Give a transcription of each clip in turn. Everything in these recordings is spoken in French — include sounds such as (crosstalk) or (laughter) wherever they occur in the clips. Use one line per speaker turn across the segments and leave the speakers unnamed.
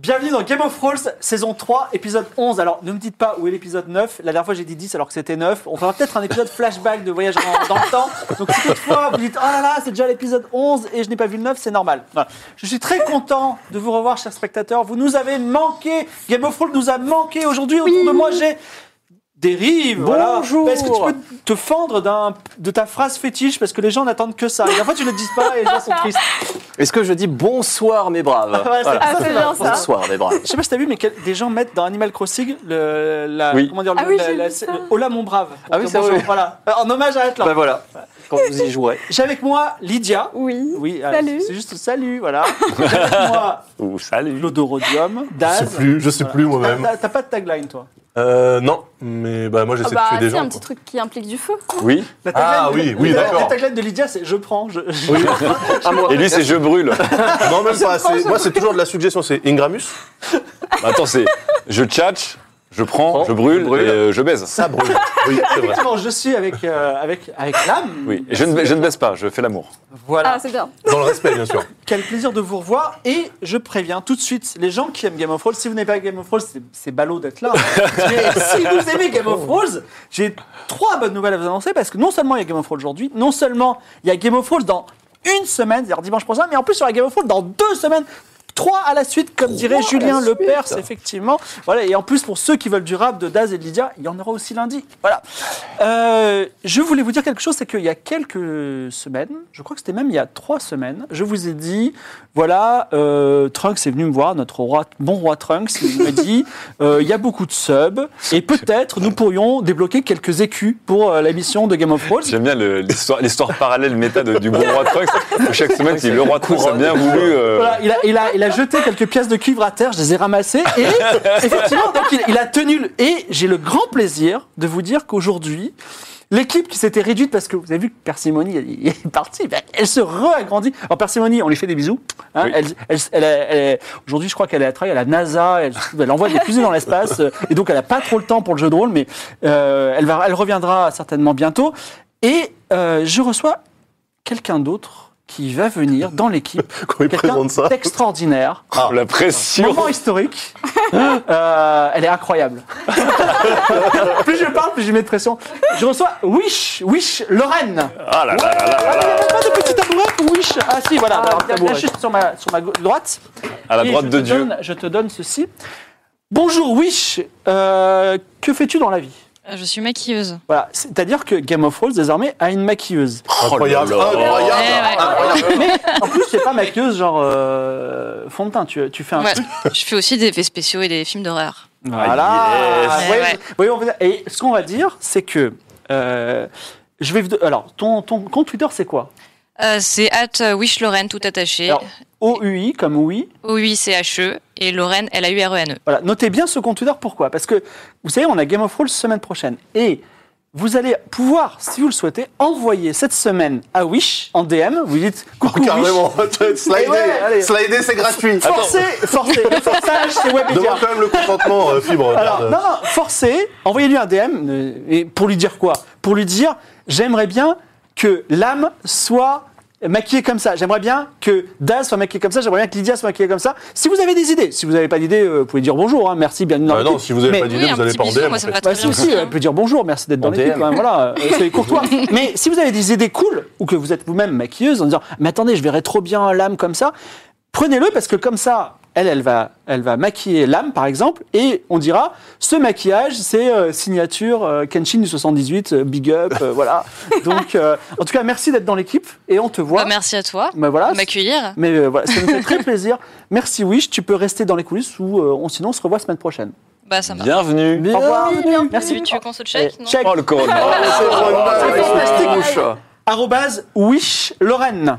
Bienvenue dans Game of Thrones, saison 3, épisode 11. Alors, ne me dites pas où est l'épisode 9. La dernière fois, j'ai dit 10 alors que c'était 9. On fera peut-être un épisode flashback de voyage en- dans le temps. Donc, si toutefois, vous dites Ah là là, c'est déjà l'épisode 11 et je n'ai pas vu le 9, c'est normal. Voilà. Je suis très content de vous revoir, chers spectateurs. Vous nous avez manqué. Game of Thrones nous a manqué aujourd'hui. Autour de moi, j'ai. Dérive
Bonjour.
Est-ce que tu peux te fendre d'un- de ta phrase fétiche parce que les gens n'attendent que ça Et la fois tu ne le dis pas et les gens sont tristes.
Est-ce que je dis bonsoir mes braves
Ouais, c'est-
Voilà.
ça,
Ah, c'est bien ça.
Bonsoir mes braves.
Je sais pas si t'as vu, mais quel- des gens mettent dans Animal Crossing le, la,
Oui.
comment dire,
Ah
le,
oui,
la-
j'ai
la-
vu ça.
le- Hola mon brave.
Ah oui,
Donc,
ça,
bonjour,
oui.
Voilà. Euh, En hommage à Atlan.
Ben voilà, quand vous y jouerez.
J'ai avec moi Lydia.
Oui.
Oui, euh,
Salut.
c'est juste salut, voilà. J'ai avec moi
Ou salut.
Clodorodium,
Je
Daz.
sais plus, je sais plus
T'as-
moi-même. (laughs)
T'as t'as pas de tagline, toi
Euh, non, mais bah moi j'essaie
Ah bah,
de tuer des
si,
gens.
un petit truc qui implique du feu.
Oui.
La tagline
Ah
de-
oui, oui,
la-
d'accord.
La tagline de Lydia, c'est je prends. Je, je-
Et lui, c'est je brûle. Bah,
quoi. (laughs) Non, même pas. c'est- Moi c'est toujours (laughs) de la suggestion, c'est Ingramus.
Attends, c'est je tchatche, je prends, je brûle,
Je brûle.
et euh, je baise.
Ça brûle. Oui, c'est vrai.
(laughs) Effectivement, je suis avec, euh, avec, avec l'âme.
Oui. Et je ne, je ne baise pas, je fais l'amour.
Voilà.
Ah, c'est bien.
Dans le respect, bien sûr.
Oh
Quel plaisir de vous revoir et je préviens tout de suite les gens qui aiment Game of Thrones, si vous n'aimez pas Game of Thrones, c'est- c'est ballot d'être là. hein. (laughs) Mais si vous aimez Game of Thrones, j'ai trois bonnes nouvelles à vous annoncer parce que non seulement il y a Game of Thrones aujourd'hui, non seulement il y a Game of Thrones dans une semaine, c'est-à-dire dimanche prochain, mais en plus il y aura Game of Thrones dans deux semaines. Trois à la suite, comme dirait Julien Lepers, effectivement. Voilà, et en plus, pour ceux qui veulent du rap de Daz et de Lydia, il y en aura aussi lundi. Voilà. Euh, je voulais vous dire quelque chose, c'est qu'il y a quelques semaines, je crois que c'était même il y a trois semaines, je vous ai dit, voilà, euh, Trunks est venu me voir, notre roi, bon roi Trunks, il me dit, euh, il y a beaucoup de subs, et peut-être nous pourrions débloquer quelques écus pour euh, la mission de Game of Thrones.
J'aime bien le- l'histoire l'histoire parallèle méta de- du bon roi Trunks. où Chaque semaine, si le roi Trunks a bien voulu. euh,
Voilà, il a, il, a, il a jeté quelques pièces de cuivre à terre, je les ai ramassées, et effectivement, donc il, il a tenu. le- Et j'ai le grand plaisir de vous dire qu'aujourd'hui, l'équipe qui s'était réduite, parce que vous avez vu que Persimony elle- elle est partie, ben, elle se réagrandit. Alors Persimony, on lui fait des bisous. hein,
Oui.
elle, elle- elle- elle- elle- Aujourd'hui, je crois qu'elle est à travail à la NASA, elle, elle envoie des fusées dans l'espace, euh, et donc elle n'a pas trop le temps pour le jeu de rôle, mais euh, elle, va, elle reviendra certainement bientôt. Et euh, je reçois quelqu'un d'autre qui va venir dans l'équipe.
Quand ils
Quelqu'un
présentent ça.
d'extraordinaire.
oh, La pression.
Moment historique. Euh, elle est incroyable. plus je parle, plus je mets de pression. Je reçois Wish, Wish Lorraine.
Ah là là là là là.
Ah, il y avait pas de petit tabouret pour Wish Ah si, voilà. alors,
tabouret.
viens juste sur ma, sur ma gau- droite.
À la
Et
droite
je
de
te
Dieu.
donne- je te donne ceci. Bonjour Wish, Euh, que fais-tu dans la vie
Euh, Je suis maquilleuse.
Voilà, c'est-à-dire que Game of Thrones désormais a une maquilleuse.
Incroyable. Ah,
Oh là
Eh
là.
Incroyable.
Ouais, Eh ouais.
Mais en plus, c'est pas maquilleuse genre euh, fond de teint, tu, tu fais un
Ouais.
truc.
Je fais aussi des effets spéciaux et des films d'horreur.
Ah,
Voilà.
yes.
Ouais,
Ouais, ouais.
oui, on va dire- Et ce qu'on va dire, c'est que euh, je vais. vous do- Alors, ton, ton compte Twitter, c'est quoi
Euh, c'est at euh, Wish Lorraine tout attaché.
Alors, OUI comme oui.
O-U-I-C-H-E E. et Lorraine L-A-U-R-E-N-E.
Voilà. Notez bien ce compte Twitter. Pourquoi Parce que vous savez, on a Game of Thrones semaine prochaine et vous allez pouvoir, si vous le souhaitez, envoyer cette semaine à Wish en DM. Vous dites coucou Wish.
Ah, Carrément. (laughs)
Eh ouais, allez.
Slider. Slider, c'est gratuit.
Forcez,
(laughs)
forcez, le forçage, c'est Webedia.
Demande quand même le consentement, euh, Fibre.
Alors, non,
merde.
non, forcez, envoyez-lui un DM. euh, Et pour lui dire quoi Pour lui dire j'aimerais bien que l'âme soit maquillée comme ça. J'aimerais bien que Daz soit maquillée comme ça. J'aimerais bien que Lydia soit maquillée comme ça. Si vous avez des idées, si vous n'avez pas d'idées, euh, vous pouvez dire bonjour, hein, merci, bienvenue dans
Bah non,
l'équipe.
si vous avez
Mais-
pas d'idée,
Oui, un
vous allez
petit
pas en
bisou,
DM.
moi
en
ça
fait.
me va
bah
Ah, très
si,
bien.
si, elle peut dire bonjour, merci d'être dans
En
l'équipe,
DM.
hein,
(laughs)
voilà, euh, soyez courtois. Mais si vous avez des idées cool, ou que vous êtes vous-même maquilleuse, en disant, mais attendez, je verrais trop bien l'âme comme ça, prenez-le, parce que comme ça, elle, elle va, elle va maquiller l'âme, par exemple, et on dira ce maquillage, c'est euh, signature euh, Kenshin du 78, euh, big up, euh,
(laughs)
voilà. Donc, euh, en tout cas, merci d'être dans l'équipe et on te voit.
Bah, merci à toi
Bah, voilà.
de m'accueillir.
Mais euh, voilà, ça nous fait très plaisir. Merci Wish, tu peux rester dans les coulisses ou euh, on, sinon on se revoit semaine prochaine.
Bah, ça marche.
Bienvenue.
Au revoir.
Tu,
Merci.
tu veux qu'on se
Allez,
check non
check.
Oh, le corona.
Arrobase Wish Lorraine.
En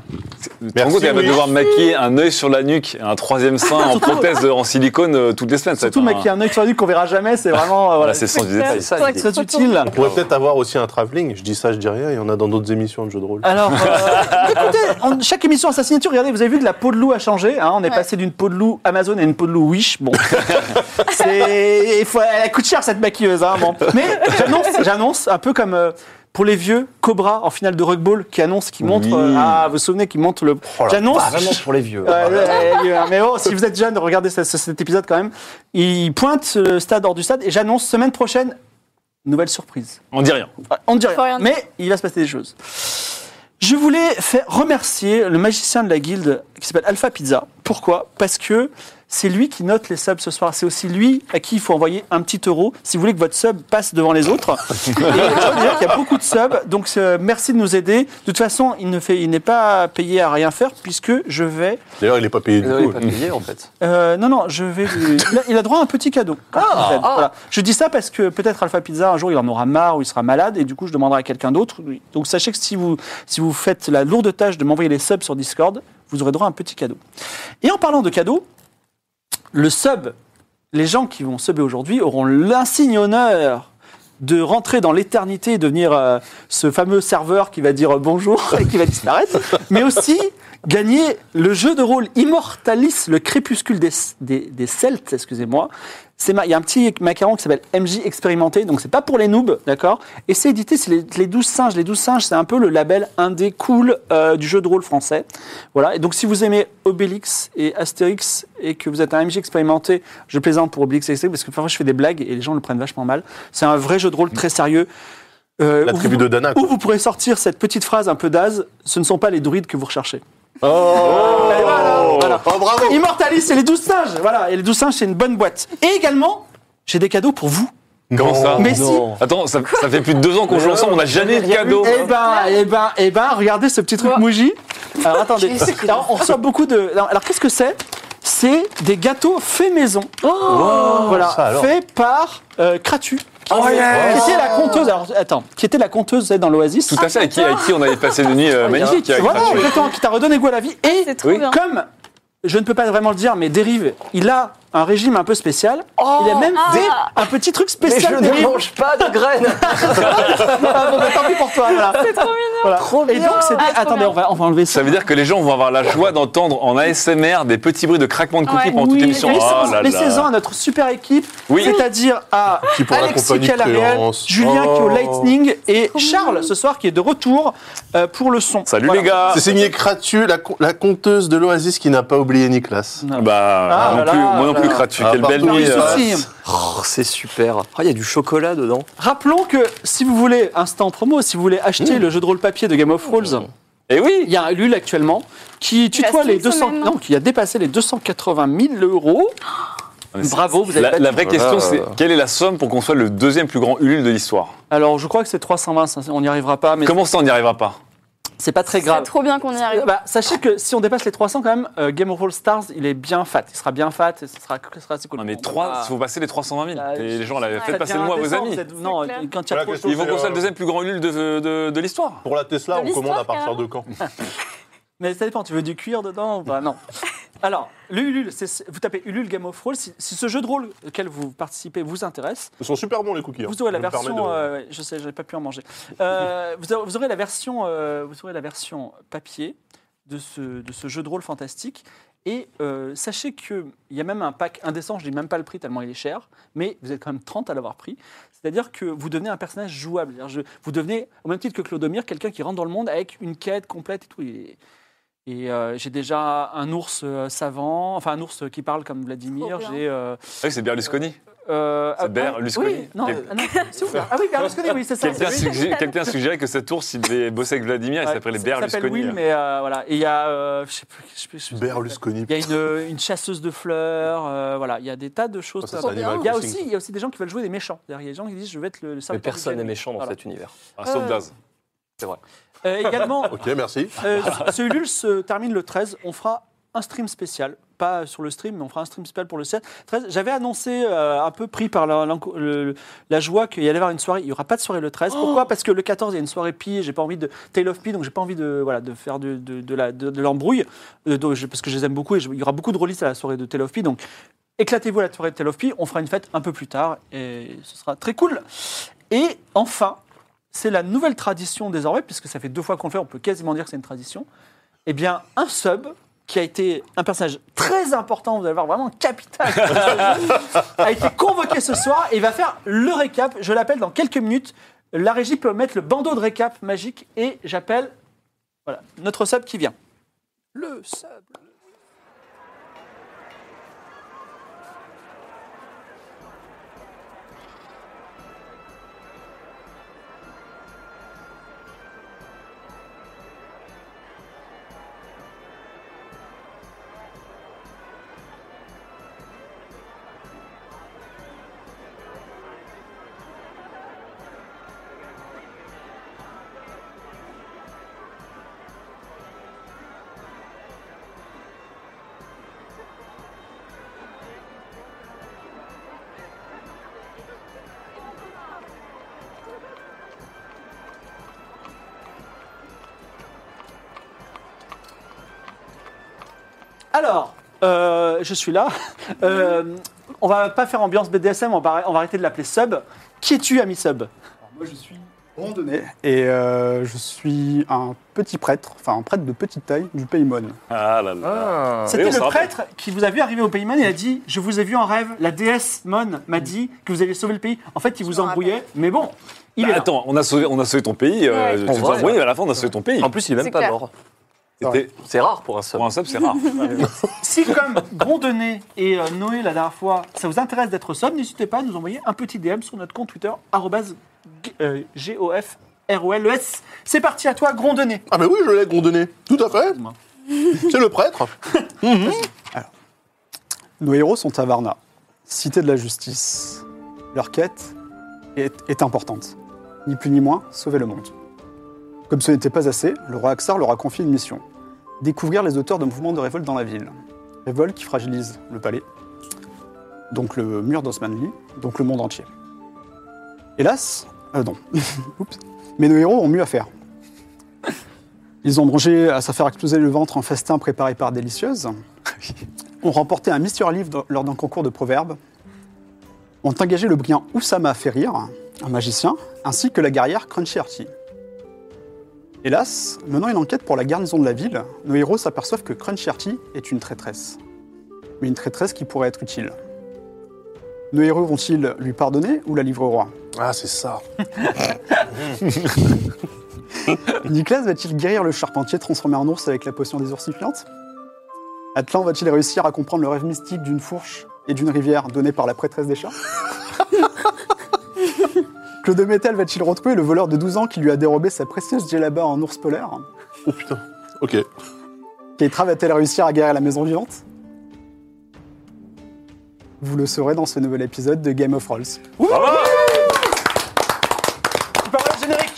gros,
Merci,
elle va
oui.
devoir maquiller un œil sur la nuque et un troisième sein en prothèse euh, en silicone euh, toutes les semaines. ça va
Surtout
être un-
maquiller un œil sur la nuque qu'on verra jamais, c'est vraiment. euh,
Voilà,
voilà,
c'est sans du
Putain,
détail.
c'est
Ça,
vrai
l'idée.
que
c'est utile.
On pourrait peut-être avoir aussi un travelling. Je dis ça, je dis rien. Il y en a dans d'autres émissions de jeux de
(laughs)
rôle.
Alors, euh, écoutez, en- chaque émission à sa signature, regardez, vous avez vu que la peau de loup a changé. hein, on est passé d'une peau de loup Amazon à une peau de loup Wish. Bon, c'est, il faut, elle coûte cher cette maquilleuse. Hein, bon. Mais j'annonce, j'annonce, un peu comme euh, pour les vieux, Cobra en finale de rugby qui annonce, qui montre.
Oui.
euh, ah, vous vous souvenez, qui montre le. j'annonce.
Oh Vraiment pour les vieux.
Ouais, ouais, ouais, mais oh, si vous êtes jeune, regardez ce- ce- cet épisode quand même. Il pointe le stade hors du stade et j'annonce semaine prochaine, nouvelle surprise. Ah,
On dit rien.
On ne dit rien,
Faut rien dire.
mais il va se passer des choses. Je voulais faire remercier le magicien de la guilde qui s'appelle Alpha Pizza. Pourquoi Parce que c'est lui qui note les subs ce soir. C'est aussi lui à qui il faut envoyer un petit euro si vous voulez que votre sub passe devant les autres.
(laughs)
Et je dois dire qu'il y a beaucoup de subs, donc euh, merci de nous aider. De toute façon, il ne fait, il n'est pas payé à rien faire puisque je vais
D'ailleurs, il n'est pas payé du
Vous n'avez
tout.
pas payé en fait.
euh, non, non, je vais. lui- Il a, il a droit à un petit cadeau. quand il nous aide. Voilà. Je dis ça parce que peut-être Alpha Pizza, un jour, il en aura marre ou il sera malade et du coup, je demanderai à quelqu'un d'autre. Donc, sachez que si vous, si vous faites la lourde tâche de m'envoyer les subs sur Discord, vous aurez droit à un petit cadeau. Et en parlant de cadeau, le sub, les gens qui vont subber aujourd'hui auront l'insigne honneur de rentrer dans l'éternité et devenir euh, ce fameux serveur qui va dire euh, bonjour (laughs) et qui va disparaître, mais aussi gagner le jeu de rôle Immortalis, le crépuscule des, des, des Celtes, excusez-moi. C'est ma- Il y a un petit macaron qui s'appelle MJ Expérimenté, donc c'est pas pour les noobs, d'accord Et c'est édité, c'est les, les 12 singes. Les 12 singes, c'est un peu le label indé cool euh, du jeu de rôle français. Voilà, et donc si vous aimez Obélix et Astérix et que vous êtes un MJ expérimenté, je plaisante pour Obélix et Astérix parce que parfois je fais des blagues et les gens le prennent vachement mal. C'est un vrai jeu de rôle très sérieux. euh,
La
où
tribu
vous-
de Dana.
où vous pourrez sortir cette petite phrase un peu d'az, ce ne sont pas les druides que vous recherchez. Et voilà, hein. voilà.
Oh, bravo
Immortalis et les douze singes, voilà, et les douze singes c'est une bonne boîte. Et également, j'ai des cadeaux pour vous.
Comment ça
Mais si.
Attends, ça, ça fait plus de deux ans qu'on joue ensemble, on n'a jamais de cadeau.
Eh ben, eh ben, eh ben, regardez ce petit truc mouji. Alors attendez,
Qu'est-ce que-
Alors, on reçoit beaucoup de. Alors, alors, qu'est-ce que c'est C'est des gâteaux faits maison.
ça,
voilà,
alors.
faits par euh, Kratu. Qui, qui était la conteuse, alors attends, qui était la conteuse vous savez, dans l'Oasis.
Tout à fait, avec qui, avec qui on avait passé des nuits euh, magnifiques. avec
Voilà,
Rachel.
exactement, qui t'a redonné goût à la vie. Et
C'est trop
Oui.
bien.
comme, je ne peux pas vraiment le dire, mais Dérive, il a un régime un peu spécial. il a même
ah.
des- un petit truc
Mais je
spécial
ne
Dérive.
mange pas de graines
Ah, bon, bah, tant pis pour toi, voilà.
C'est trop mignon.
Voilà. Et
bien.
donc, c'était.
Ah, trop
Attendez,
bien.
on va, on va enlever ça.
Ça veut dire que les gens vont avoir la joie d'entendre en ASMR des petits bruits de craquement de cookies
Ouais.
pendant toute
Oui,
l'émission.
Laissez-
Ah là là.
Laissez-en à notre super équipe,
Oui.
c'est-à-dire à
Qui pour la
Alexis
compagnie
Calariel,
Créance.
Julien qui est au
Oh.
Lightning et Charles ce soir qui est de retour euh, pour le son.
Salut
Voilà.
les gars
Ah, C'est signé Kratu, la, con- la conteuse de l'Oasis qui n'a pas oublié Nicolas.
Bah,
Ah là
moi non plus,
là,
moi non
là
plus,
là.
gratuit.
Ah,
Quelle belle
pardon,
nuit.
il
euh.
sort.
Souci.
Oh, C'est super. Ah, il y a du chocolat dedans.
Rappelons que si vous voulez instant promo, si vous voulez acheter le jeu de rôle papier de Game of Thrones,
Eh oui
il y a Lul actuellement qui tutoie
reste
les
une
200
semaine.
non, qui a dépassé les 280 000 euros.
Ah, mais c'est-
Bravo, vous
La,
avez
la vraie question,
Voilà.
c'est quelle est la somme pour qu'on soit le deuxième plus grand Ulule de l'histoire
Alors, je crois que c'est 320, ça, on n'y arrivera pas mais
Comment ça, on n'y arrivera pas
c'est pas très
C'est
grave.
trop bien qu'on y arrive.
Bah, sachez que si on dépasse les 300 quand même, euh, Game of Thrones Stars, il est bien fat. Il sera bien fat et ce sera, ce sera assez cool. Ah.
Non, mais
On
3,
va-
il faut passer les 320 000.
Ah,
Et les gens, là,
ça
faites passer le mot à vos
Décembre,
amis.
vous êtes- Non,
C'est clair.
quand il y a
Voilà,
trop de
question,
Ils vont
c'est,
qu'on soit le
euh,
deuxième plus grand Ulule de, de- de l'histoire.
Pour la Tesla,
De
on commande à
l'histoire,
partir de quand
Mais ça dépend, tu veux du cuir dedans ou
(laughs)
pas Non. Alors, le Ulule, c'est- vous tapez Ulule Game of Thrones. Si, si ce jeu de rôle auquel vous participez vous intéresse,
Ils sont super bons les cookies. hein.
vous aurez la
Je me permets
version.
de-
euh, ouais, je sais, j'avais pas pu en manger. Euh, vous, aurez, vous aurez la version, euh, vous aurez la version papier de ce, de ce jeu de rôle fantastique. Et euh, sachez qu'il y a même un pack indécent, je dis même pas le prix tellement il est cher, mais vous êtes quand même 30 à l'avoir pris. C'est-à-dire que vous devenez un personnage jouable. C'est-à-dire, je- vous devenez, au même titre que Clodomir, quelqu'un qui rentre dans le monde avec une quête complète et tout. Et, et, euh, j'ai déjà un ours euh, savant, enfin un ours qui parle comme Vladimir,
Trop bien.
j'ai euh,
Ah oui, c'est Berlusconi.
Euh,
C'est
ah,
Ber-
ah,
Lusconi.
Oui, non,
Quel-
ah non, c'est ouvert. Ah oui, Berlusconi, oui, c'est ça.
Quelqu'un
c'est lui.
suggé- quelqu'un suggérait que sa tour, s'il devait bosser avec Vladimir, il
Ouais,
s'appelait
Il s'appelle
Berlusconi.
Will, mais euh, voilà. Et il y a, euh, je sais plus, je sais plus- je sais plus-
Berlusconi.
Il y a une, une chasseuse de fleurs, euh, voilà. Il y a des tas de choses.
Oh, Ça, Ah, c'est
comme ça.
Animal
il, y a
Crossing.
aussi, il y a aussi des gens qui veulent jouer des méchants. C'est-à-dire, Il y a des gens qui disent, je vais être le, le
Mais
serviteur
personne
du
n'est
diable.
méchant dans
Voilà.
cet univers.
Ah, Sauf Daz.
Euh, également,
Ok, merci.
euh, ce- ce Ulule se termine le 13. On fera un stream spécial. Pas sur le stream, mais on fera un stream spécial pour le 7. 13. J'avais annoncé, euh, un peu pris par la, l'enco- le- la joie qu'il y allait y avoir une soirée. Il n'y aura pas de soirée le 13. Pourquoi Parce que le 14, il y a une soirée pi. J'ai pas envie de Tale of Pi, donc j'ai pas envie de, voilà, de faire de, de, de la- de- de l'embrouille. Euh, donc, je- parce que je les aime beaucoup et je- il y aura beaucoup de releases à la soirée de Tale of Pi. Donc éclatez-vous à la soirée de Tale of Pi. On fera une fête un peu plus tard et ce sera très cool. Et enfin, c'est la nouvelle tradition désormais, puisque ça fait deux fois qu'on le fait, on peut quasiment dire que c'est une tradition. Eh bien, un sub qui a été un personnage très important, vous allez voir vraiment capital, dans ce jeu, a été convoqué ce soir et va faire le récap. Je l'appelle dans quelques minutes. La régie peut mettre le bandeau de récap magique et j'appelle voilà, notre sub qui vient. Le sub. Alors, euh, je suis là. Euh, on va pas faire ambiance BDSM, on va, on va arrêter de l'appeler sub. Qui es-tu, ami sub
Moi, je suis randonné et euh, je suis un petit prêtre, enfin un prêtre de petite taille du Paymon.
Ah là là.
C'était
Et on
le
se rappelle.
prêtre qui vous a vu arriver au Paymon et a dit Je vous ai vu en rêve, la déesse Mon m'a dit que vous alliez sauver le pays. En fait, il vous embrouillait, mais bon, il
Bah,
est là.
attends, on a sauvé, on a sauvé ton pays. euh,
Ouais.
tu
On
te
voit,
sens- oui, à la fin, on a sauvé ton pays.
En plus, il est
C'est
même pas
clair.
mort.
C'était-
C'est rare pour un sub.
Pour un sub, c'est rare.
Si, comme Grondonnet et euh, Noé la dernière fois, ça vous intéresse d'être sub, n'hésitez pas à nous envoyer un petit DM sur notre compte Twitter, arrobase g- euh, GOFROLES. E C'est parti à toi, Grondonnet.
Ah, mais oui, je l'ai gondonné. Tout à fait. (laughs) C'est le prêtre.
Nos héros sont à Varna, cité de la justice. Leur quête est, est importante. Ni plus ni moins, sauver le monde. Comme ce n'était pas assez, le roi Aksar leur a confié une mission. Découvrir les auteurs d'un mouvement de révolte dans la ville. Révolte qui fragilise le palais, donc le mur d'Osmanli, donc le monde entier. Hélas, euh, non. (laughs) Oups. Mais nos héros ont mieux à faire. Ils ont brongé à se faire exploser le ventre en festin préparé par Délicieuse ont remporté un Mister Livre dans- lors d'un concours de proverbes, ont engagé le brillant Oussama Ferrir, un magicien, ainsi que la guerrière Crunchy Archie. Hélas, menant une enquête pour la garnison de la ville, nos héros s'aperçoivent que Crunchy Archie est une traîtresse. Mais une traîtresse qui pourrait être utile. Nos héros vont-ils lui pardonner ou la livrer au roi
Ah, c'est ça.
Nicolas va-t-il guérir le charpentier transformé en ours avec la potion des oursifiantes Atlan va-t-il réussir à comprendre le rêve mystique d'une fourche et d'une rivière donnée par la prêtresse des chats Claude Métal va-t-il retrouver le voleur de 12 ans qui lui a dérobé sa précieuse djellaba en ours polaire
Oh putain. Ok.
Keitra va-t-elle réussir à guérir la maison vivante Vous le saurez dans ce nouvel épisode de Game of Rolls.
Tu peux avoir le générique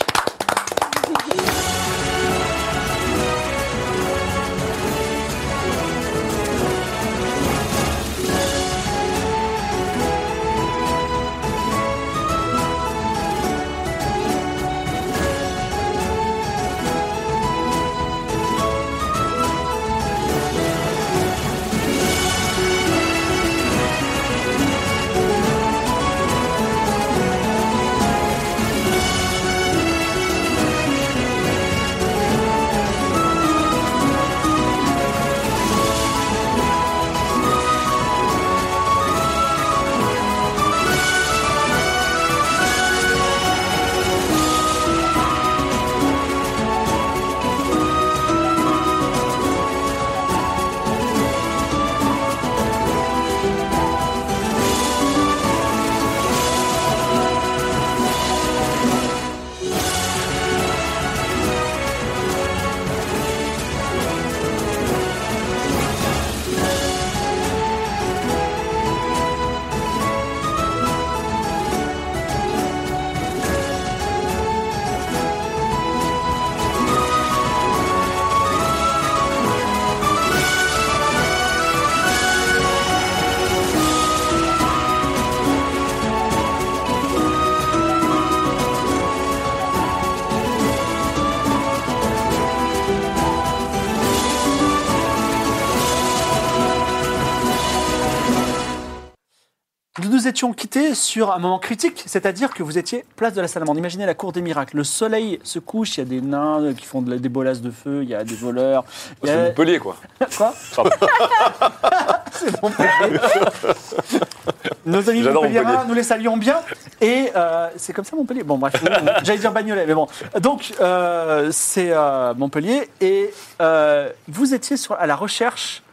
nous nous étions quittés sur un moment critique, c'est-à-dire que vous étiez place de la Salamande. Imaginez la cour des miracles. Le soleil se couche, il y a des nains qui font de la- des bolasses de feu, il y a des voleurs. il y
C'est
a-
Montpellier, quoi.
Quoi (laughs) C'est bon. Nos amis
J'adore
Montpelliérains,
Montpellier.
nous les saluons bien. Et euh, c'est comme ça Montpellier. Bon, bref, on- j'allais dire Bagnolet, mais bon. Donc, euh, c'est euh, Montpellier. Et euh, vous étiez sur, à la recherche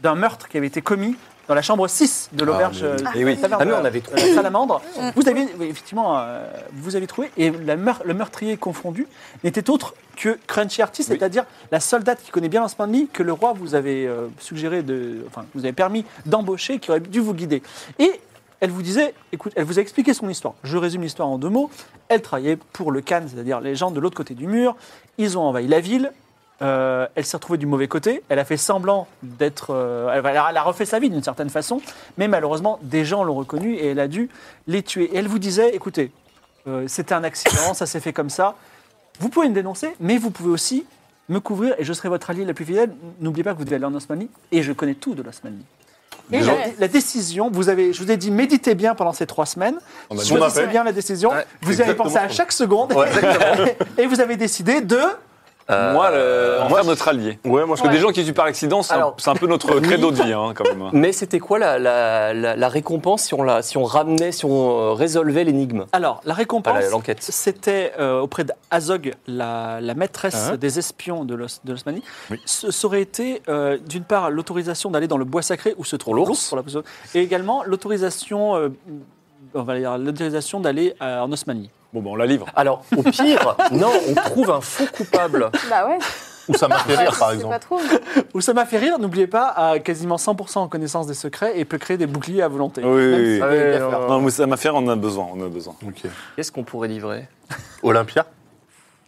d'un meurtre qui avait été commis dans la chambre 6 de l'auberge. euh,
Eh oui.
taverne
Ah, mais
de-
on avait
de
trouvé.
la Salamandre. Vous aviez, oui, effectivement, euh, vous avez trouvé. Et la meur- le meurtrier confondu n'était autre que Crunchy Artist, c'est-à-dire la soldate qui connaît bien l'instant de lit que le roi vous avait euh, suggéré de, enfin, vous avez permis d'embaucher, qui aurait dû vous guider. Et elle vous disait, écoute, elle vous a expliqué son histoire. Je résume l'histoire en deux mots. Elle travaillait pour le Khan, c'est-à-dire les gens de l'autre côté du mur. Ils ont envahi la ville. Euh, elle s'est retrouvée du mauvais côté. Elle a fait semblant d'être. euh, elle, elle a refait sa vie d'une certaine façon, mais malheureusement, des gens l'ont reconnue et elle a dû les tuer. Et elle vous disait écoutez, euh, c'était un accident, ça s'est fait comme ça. Vous pouvez me dénoncer, mais vous pouvez aussi me couvrir et je serai votre allié la plus fidèle. N'oubliez pas que vous devez aller en Osmanie et je connais tout de l'Osmanie. Et la, la décision, vous avez, je vous ai dit, méditez bien pendant ces trois semaines.
On a
Choisissez
appel.
bien la décision.
Ouais,
vous avez
exactement.
pensé à chaque seconde
Ouais,
(laughs) et vous avez décidé de.
Euh,
Moi, le... en faire notre allié.
Ouais, moi
Parce que des gens qui tuent par accident, c'est un,
Alors-
c'est un peu notre credo de vie, hein,
(laughs)
quand même.
Mais c'était quoi la, la- la- la récompense si on, la, si on ramenait, si on euh, résolvait l'énigme
Alors, la
Ah,
récompense.
la- L'enquête.
C'était euh, auprès d'Azog, la, la maîtresse
Hein
des espions de l'Os- de l'Osmanie.
Oui.
Ce Ça aurait été, euh, d'une part, l'autorisation d'aller dans le bois sacré où se trouve
l'ours.
l'ours, pour la possession, et également l'autorisation euh, on va dire l'autorisation d'aller euh, en Osmanie.
Bon, ben, on la livre.
Alors, au (laughs) pire, non, on trouve un faux coupable.
Bah ouais,
Ou ça m'a fait
ouais,
rire,
(laughs)
par
c'est
exemple.
pas trop.
Où ça m'a fait rire, n'oubliez pas, a quasiment 100% en connaissance des secrets et peut créer des boucliers à volonté.
oui,
Ah oui, bien faire.
Non, mais ça m'a fait, on en a besoin, on en a besoin.
Ok.
Qu'est-ce qu'on pourrait livrer
Olympia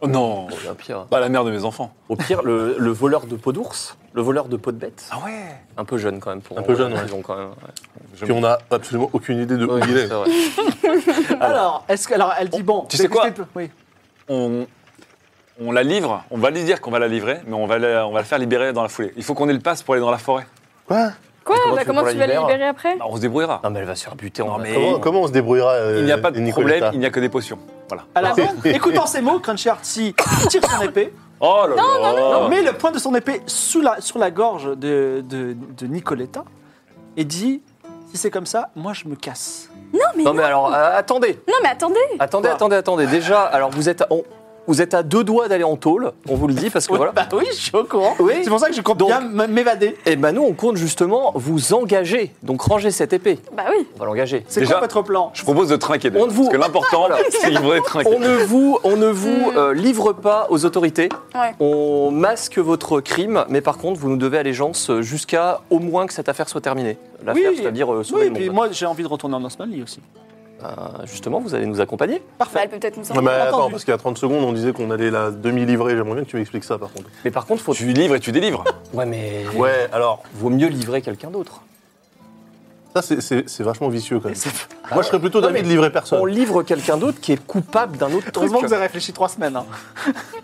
Oh, non,
Au pire,
pas la mère de mes enfants.
au pire le, le voleur de peau d'ours, le voleur de peau de bête.
Ah ouais
Un peu jeune quand même. Pour
Un peu jeune, ouais.
Ils ont quand même. ouais.
Puis on n'a absolument aucune idée de où
Ouais,
il
c'est
est.
vrai.
Alors, est-ce que, alors, elle dit bon.
tu sais quoi
écoutez, Oui.
on, on la livre, on va lui dire qu'on va la livrer, mais on va la, on va la faire libérer dans la foulée. Il faut qu'on ait le passe pour aller dans la forêt.
Quoi
Quoi
Comment
Bah
tu
Comment
veux
tu
la
vas le
libérer
libérer après
Bah, on se débrouillera.
Non, mais elle va se faire buter en
Non, mais-
comment, comment on se débrouillera euh,
Il n'y a pas de
Nicoletta
problème, il n'y a que des potions. Voilà. (laughs)
Alors, écoutant ces mots, Crunchy Artsy tire son épée.
Oh là là
Non, met le point de son épée sous la, sur la gorge de, de, de Nicoletta et dit Si c'est comme ça, moi je me casse.
Non, mais alors, euh, attendez,
Non mais attendez
attendez,
Quoi
attendez, attendez. Déjà, alors vous êtes, à, on- vous êtes à deux doigts d'aller en tôle. On vous le dit parce que voilà.
Bah oui, je suis au courant.
Oui.
C'est pour ça que je compte
Donc-
bien m- m'évader.
Et ben nous, on compte justement vous engager. Donc rangez cette épée.
Bah oui
On va l'engager.
C'est
Déjà-
quoi votre plan
Je propose de trinquer déjà.
On ne vous-
Parce que l'important, c'est qu'il faudrait trinquer.
On ne vous, on ne vous euh, livre pas aux autorités.
Ouais.
On masque votre crime, mais par contre, vous nous devez allégeance euh, jusqu'à au moins que cette affaire soit terminée. L'affaire,
Oui.
c'est-à-dire euh, sauver
Oui,
le
puis
monde.
moi j'ai envie de retourner en Osmanie aussi.
Euh, justement, vous allez nous accompagner.
Bah, Elle peut peut-être nous
Non,
sortir.
mais attends,
Entendu.
parce qu'il y a 30 secondes, on disait qu'on allait la demi-livrer. J'aimerais bien que tu m'expliques ça, par contre.
Mais par contre, faut.
Tu livres et tu délivres.
Ouais, mais.
Ouais, alors,
Vaut mieux livrer quelqu'un d'autre.
ça, c'est- c'est c'est vachement vicieux,
Bah, (laughs)
quand même. Moi, je serais plutôt d'avis
mais-
de livrer
On
personne.
livre quelqu'un d'autre qui est coupable d'un autre truc.
Heureusement que vous avez réfléchi trois semaines. hein.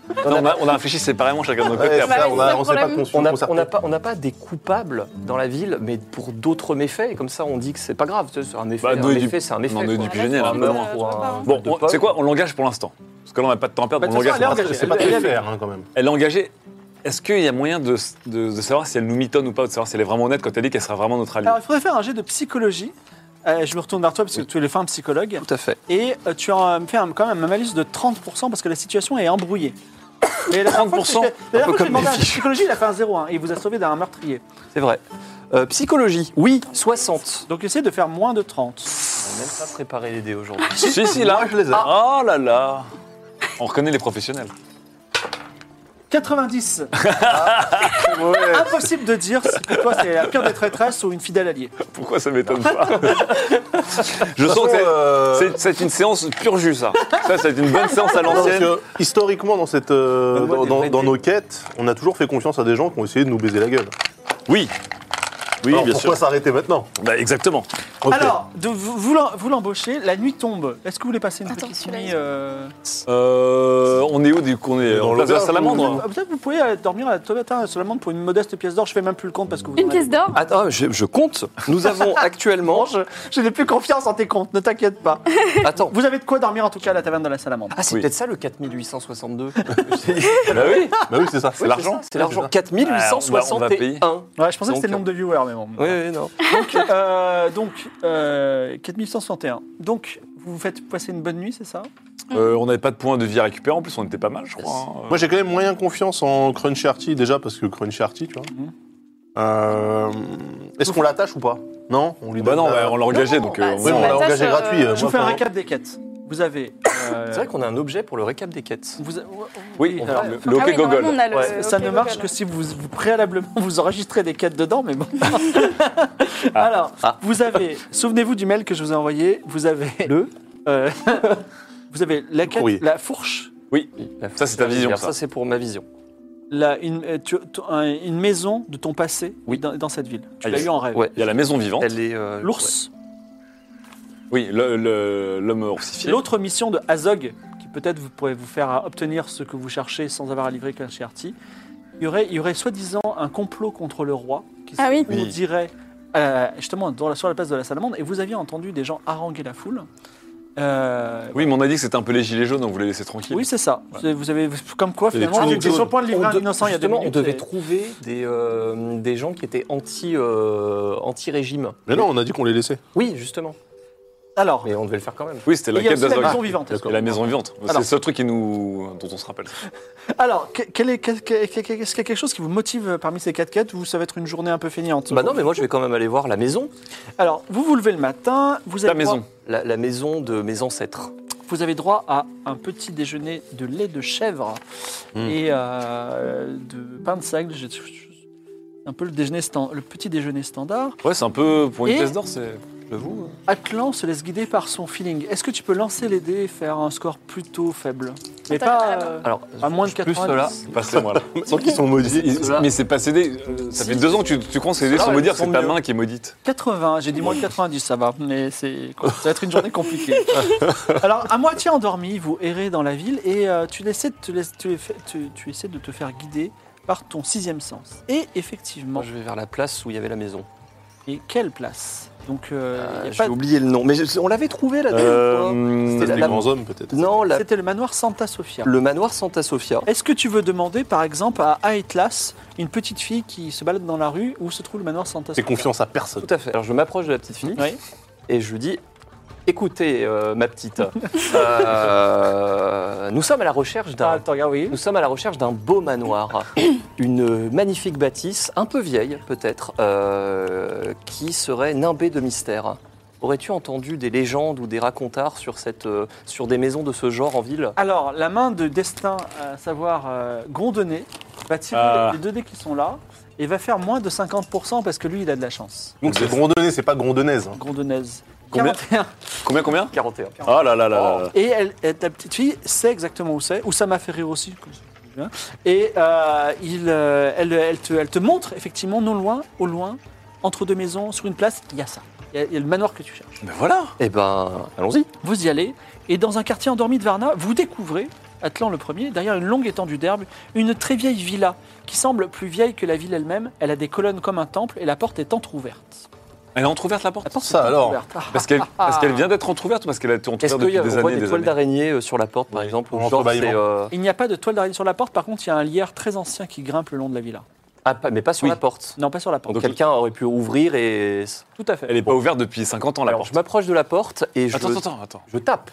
Non, on, a, on a réfléchi séparément chacun de notre côté.
Ouais,
après.
bah,
ça, on a-
c'est
on
ça
s'est
le
pas
problème.
conçu-
On n'a
concerté.
on n'a pas, on n'a pas des coupables dans la ville, mais pour d'autres méfaits. Et comme ça, on dit que c'est pas grave. C'est un méfait,
Bah,
un
nous, du-
méfait, c'est un méfait.
on est
quoi.
du pigeonnier,
Pour
là.
un meurtre, pour
Euh,
un-
Bon,
de
on-
pomme.
c'est quoi On l'engage pour l'instant. Parce que là, on n'a pas de temps à perdre.
Bah, de
on
toute façon,
l'engage
elle est
pour l'instant.
engagée.
C'est pas
Elle-
très
elle-
fair, hein, quand même.
Elle est engagée. Est-ce qu'il y a moyen de, de- de savoir si elle nous mitonne ou pas, ou de savoir si elle est vraiment honnête quand elle dit qu'elle sera vraiment notre alliée
Alors il faudrait faire un jet de psychologie. Euh, je me retourne vers toi parce que tu es le fin psychologue.
Tout à fait.
Et euh, tu as fait un- quand même un malus de 30% parce que la situation est (coughs) embrouillée. Mais la dernière fois que je
30%,
t'ai- la dernière
un peu
fois que je t'ai
comme
demandé
les
un jet de
fiches.
psychologie, il a fait un 0 et il vous a sauvé d'un meurtrier.
C'est vrai. Euh, psychologie, oui, 60.
Donc essayez de faire moins de 30.
On n'a même pas préparé les dés aujourd'hui.
Si, si, là.
je les ai.
Oh là là On reconnaît les professionnels.
(laughs) 90 Impossible de dire si pour toi c'est la pire des traîtresses ou une fidèle alliée.
Pourquoi ça m'étonne pas Je sens que c'est-
Euh,
c'est- c'est une séance pur jus, ça. Ça, c'est une bonne séance à
Parce (laughs)
l'ancienne.
que, historiquement, dans, cette, euh,
Donne-moi
dans,
des
dans-
vrais
dans
dés.
nos quêtes, on a toujours fait confiance à des gens qui ont essayé de nous baiser la gueule.
Oui. Oui,
Alors
bien
pourquoi
sûr.
s'arrêter maintenant
Bah, exactement.
Ok.
Alors, de- vous, vous l'en- vous l'embauchez, la nuit tombre. Est-ce que vous voulez passer une
Attends,
petite
celui-là,
nuit
il-
euh,
Euh, on est où du coup On est
Dans
en place de la
l'auberge,
salamandre
Ah, Peut-être vous pouvez euh, dormir à tout matin seulement pour une modeste pièce d'or. Je fais même plus le compte parce que vous. en
Une
avez-
pièce d'or
Attends, Ah, je, je compte. Nous (laughs) avons actuellement.
Je, je n'ai plus confiance en tes comptes, ne t'inquiète
(laughs)
pas.
Attends.
Vous avez de quoi dormir en tout cas à la taverne de la Salamandre.
Ah, c'est
Oui.
peut-être ça le 4862.
(laughs) Bah oui,
Bah oui, c'est ça.
c'est l'argent. Ah,
C'est l'argent. 4861.
Ouais, je pensais
Donc,
que c'était le nombre de viewers, mais bon.
Oui, oui, non.
(laughs) Donc, euh, donc euh, 4161. Donc, vous vous faites passer une bonne nuit, c'est ça
Euh, on n'avait pas de points de vie récupérés, en plus on était pas mal, je crois. hein.
Moi, j'ai quand même moyen confiance en Crunchy Arty, déjà, parce que Crunchy Arty, tu vois.
Mhm.
Euh, Est-ce qu'on l'attache ou pas Non On lui
Bah
donne
non,
la-
bah, on l'a engagé, donc...
bah,
euh,
si
Oui, mais
on-
on
l'attache,
l'a engagé
euh,
gratuit.
je
Je vous fais un
récap.
récap des quêtes. Vous avez. euh,
C'est vrai qu'on a un objet pour le récap des quêtes.
vous a-
Oui,
Oui,
on
alors,
va- le,
Ah
le OK
oui,
Google.
normalement, on a le-
Ouais,
ça
Euh, ok,
ne
Google.
marche que si vous, vous préalablement vous enregistrez des quêtes dedans,
(laughs)
mais bon.
Ah.
Alors, vous avez, souvenez-vous du mail que je vous ai envoyé, vous avez. (laughs) Le Vous avez la quête,
courrier.
la fourche,
Oui, Ça, c'est ta vision, ça.
Ça, c'est pour ma vision.
la, une, euh, tu- tu- un- une maison de ton passé
Oui.
dans, dans cette ville. Tu
Ah,
l'as
yes.
eu en rêve.
Ouais.
il y a la maison vivante.
Elle est. euh,
L'ours,
Oui, le- le- l'homme roussifié.
l'autre mission de Azog, qui peut-être vous pourrez vous faire euh, obtenir ce que vous cherchez sans avoir à livrer qu'un chez Arty. Il y aurait, il y aurait soi-disant un complot contre le roi qui
Ah oui.
on dirait, euh, justement, dans la- sur la place de la Salamandre, et vous aviez entendu des gens haranguer la foule. Euh,
Oui, mais on a dit que c'était un peu les gilets jaunes, on voulait laisser tranquille.
oui, c'est ça.
Ouais.
Vous avez- Vous avez, comme quoi,
Les
finalement, vous
Tony
étiez sur le
Jones.
point de livrer
on
un
de-
innocent il y a deux
justement,
minutes.
on devait
et-
trouver des, euh, des gens qui étaient anti, euh, anti-régime.
Mais non, on a dit qu'on les laissait.
Oui, justement.
Alors,
Mais on devait le faire quand même.
Oui, c'était
il
la
y a
quête
aussi la maison
d'Azog.
vivante.
Et la maison vivante. C'est
Alors.
le seul truc qui nous... dont on se rappelle.
Alors, que- quel est- quel- quel- quel- quel- est-ce qu'il y a quelque chose qui vous motive parmi ces quatre quêtes ou ça va être une journée un peu fainéante
Bah non, mais moi, je vais quand même aller voir la maison.
Alors, vous vous levez le matin, vous
La
avez, droit,
maison.
La, la maison de mes ancêtres.
vous avez droit à un petit déjeuner de lait de chèvre et euh, de pain de seigle. Je- je- je- Un peu le, déjeuner stan- le petit déjeuner standard.
Ouais, c'est un peu... Pour une
Et-
pièce d'or, c'est... J'avoue...
hein.
euh.
Atlan se laisse guider par son feeling. Est-ce que tu peux lancer les dés et faire un score plutôt faible Mais
Attends,
pas
attends.
euh,
Alors,
à moins de
plus
90.
cela.
Passez-moi là.
(laughs) Sans qu'ils sont maudits.
Il- Mais c'est pas cédé. euh, Ça fait deux ans que tu, tu crois que c'est cédé
Ah
sans
ouais,
me dire
sans
c'est ta
mieux.
main qui est maudite.
80, j'ai dit moins de 90, ça va, mais c'est, ça va être une journée compliquée. Alors, à moitié endormi, vous errez dans la ville et euh, tu, essaies de te laisser- tu, tu- tu essaies de te faire guider par ton sixième sens. Et effectivement,
Moi, je vais vers la place où il y avait la maison.
et quelle place Donc, euh,
Euh,
y a
J'ai
pas-
oublié le nom, mais je- on l'avait trouvé la dernière fois.
Euh,
C'était
Des
la-
grands hommes, peut-être.
Non, la-
c'était le manoir Santa Sofia.
Hmm.
le manoir Santa Sofia.
Est-ce que tu veux demander, par exemple, à Aetlas, une petite fille qui se balade dans la rue, où se trouve le manoir Santa
C'est
Sofia
confiance à personne.
Tout à fait. Alors je m'approche de la petite fille
Oui.
et je lui dis "Écoutez, euh, ma petite, euh, nous sommes à la recherche
Ah,
d'un."
attends, regarde, oui.
Nous sommes à la recherche d'un beau manoir, une magnifique bâtisse, un peu vieille peut-être, euh, qui serait nimbée de mystère. Aurais-tu entendu des légendes ou des racontars sur, cette, euh, sur des maisons de ce genre en ville
Alors, la main de destin, à savoir euh, Gondonnet, va tirer
Ah.
les deux dés qui sont là et va faire moins de 50% parce que lui, il a de la chance.
Donc c'est grondonné, c'est pas grondonnaise. hein.
Gondonnaise.
Combien
41.
Combien, combien
41.
Ah là là là là là.
Oh. Et elle, elle- ta petite fille sait exactement où c'est, où ça m'a fait rire aussi. comme ça, c'est bien. Et euh, il, euh, elle, elle te, elle te montre effectivement, non loin, au loin, entre deux maisons, sur une place, il y a ça. Il y a- il y a le manoir que tu cherches.
Ben voilà
Eh ben, allons-y.
Vous y allez, et dans un quartier endormi de Varna, vous découvrez, Atlan le premier, derrière une longue étendue d'herbe, une très vieille villa qui semble plus vieille que la ville elle-même. Elle a des colonnes comme un temple et la porte est entrouverte.
Elle est entrouverte la porte
La porte
Ça,
est
alors.
entrouverte. Ah,
Parce qu'elle parce qu'elle vient d'être entrouverte ou parce qu'elle a été
Est-ce
entrouverte
qu'il y
depuis
a
des
on voit
années
des,
et des
toiles
années
d'araignée euh, sur la porte, par exemple ou
Ou
genre,
l'entrebâillement.
c'est, euh,
Il n'y a pas de toile d'araignée sur la porte, par contre, il y a un lierre très ancien qui grimpe le long de la villa.
ah, pas- Mais pas sur
Oui.
la porte.
Non, pas sur la porte.
Donc quelqu'un aurait pu ouvrir et...
Tout à fait.
Elle est pas ouverte depuis 50 ans la
Alors,
porte.
je m'approche de la porte et je,
Attends, attends, attends.
je tape.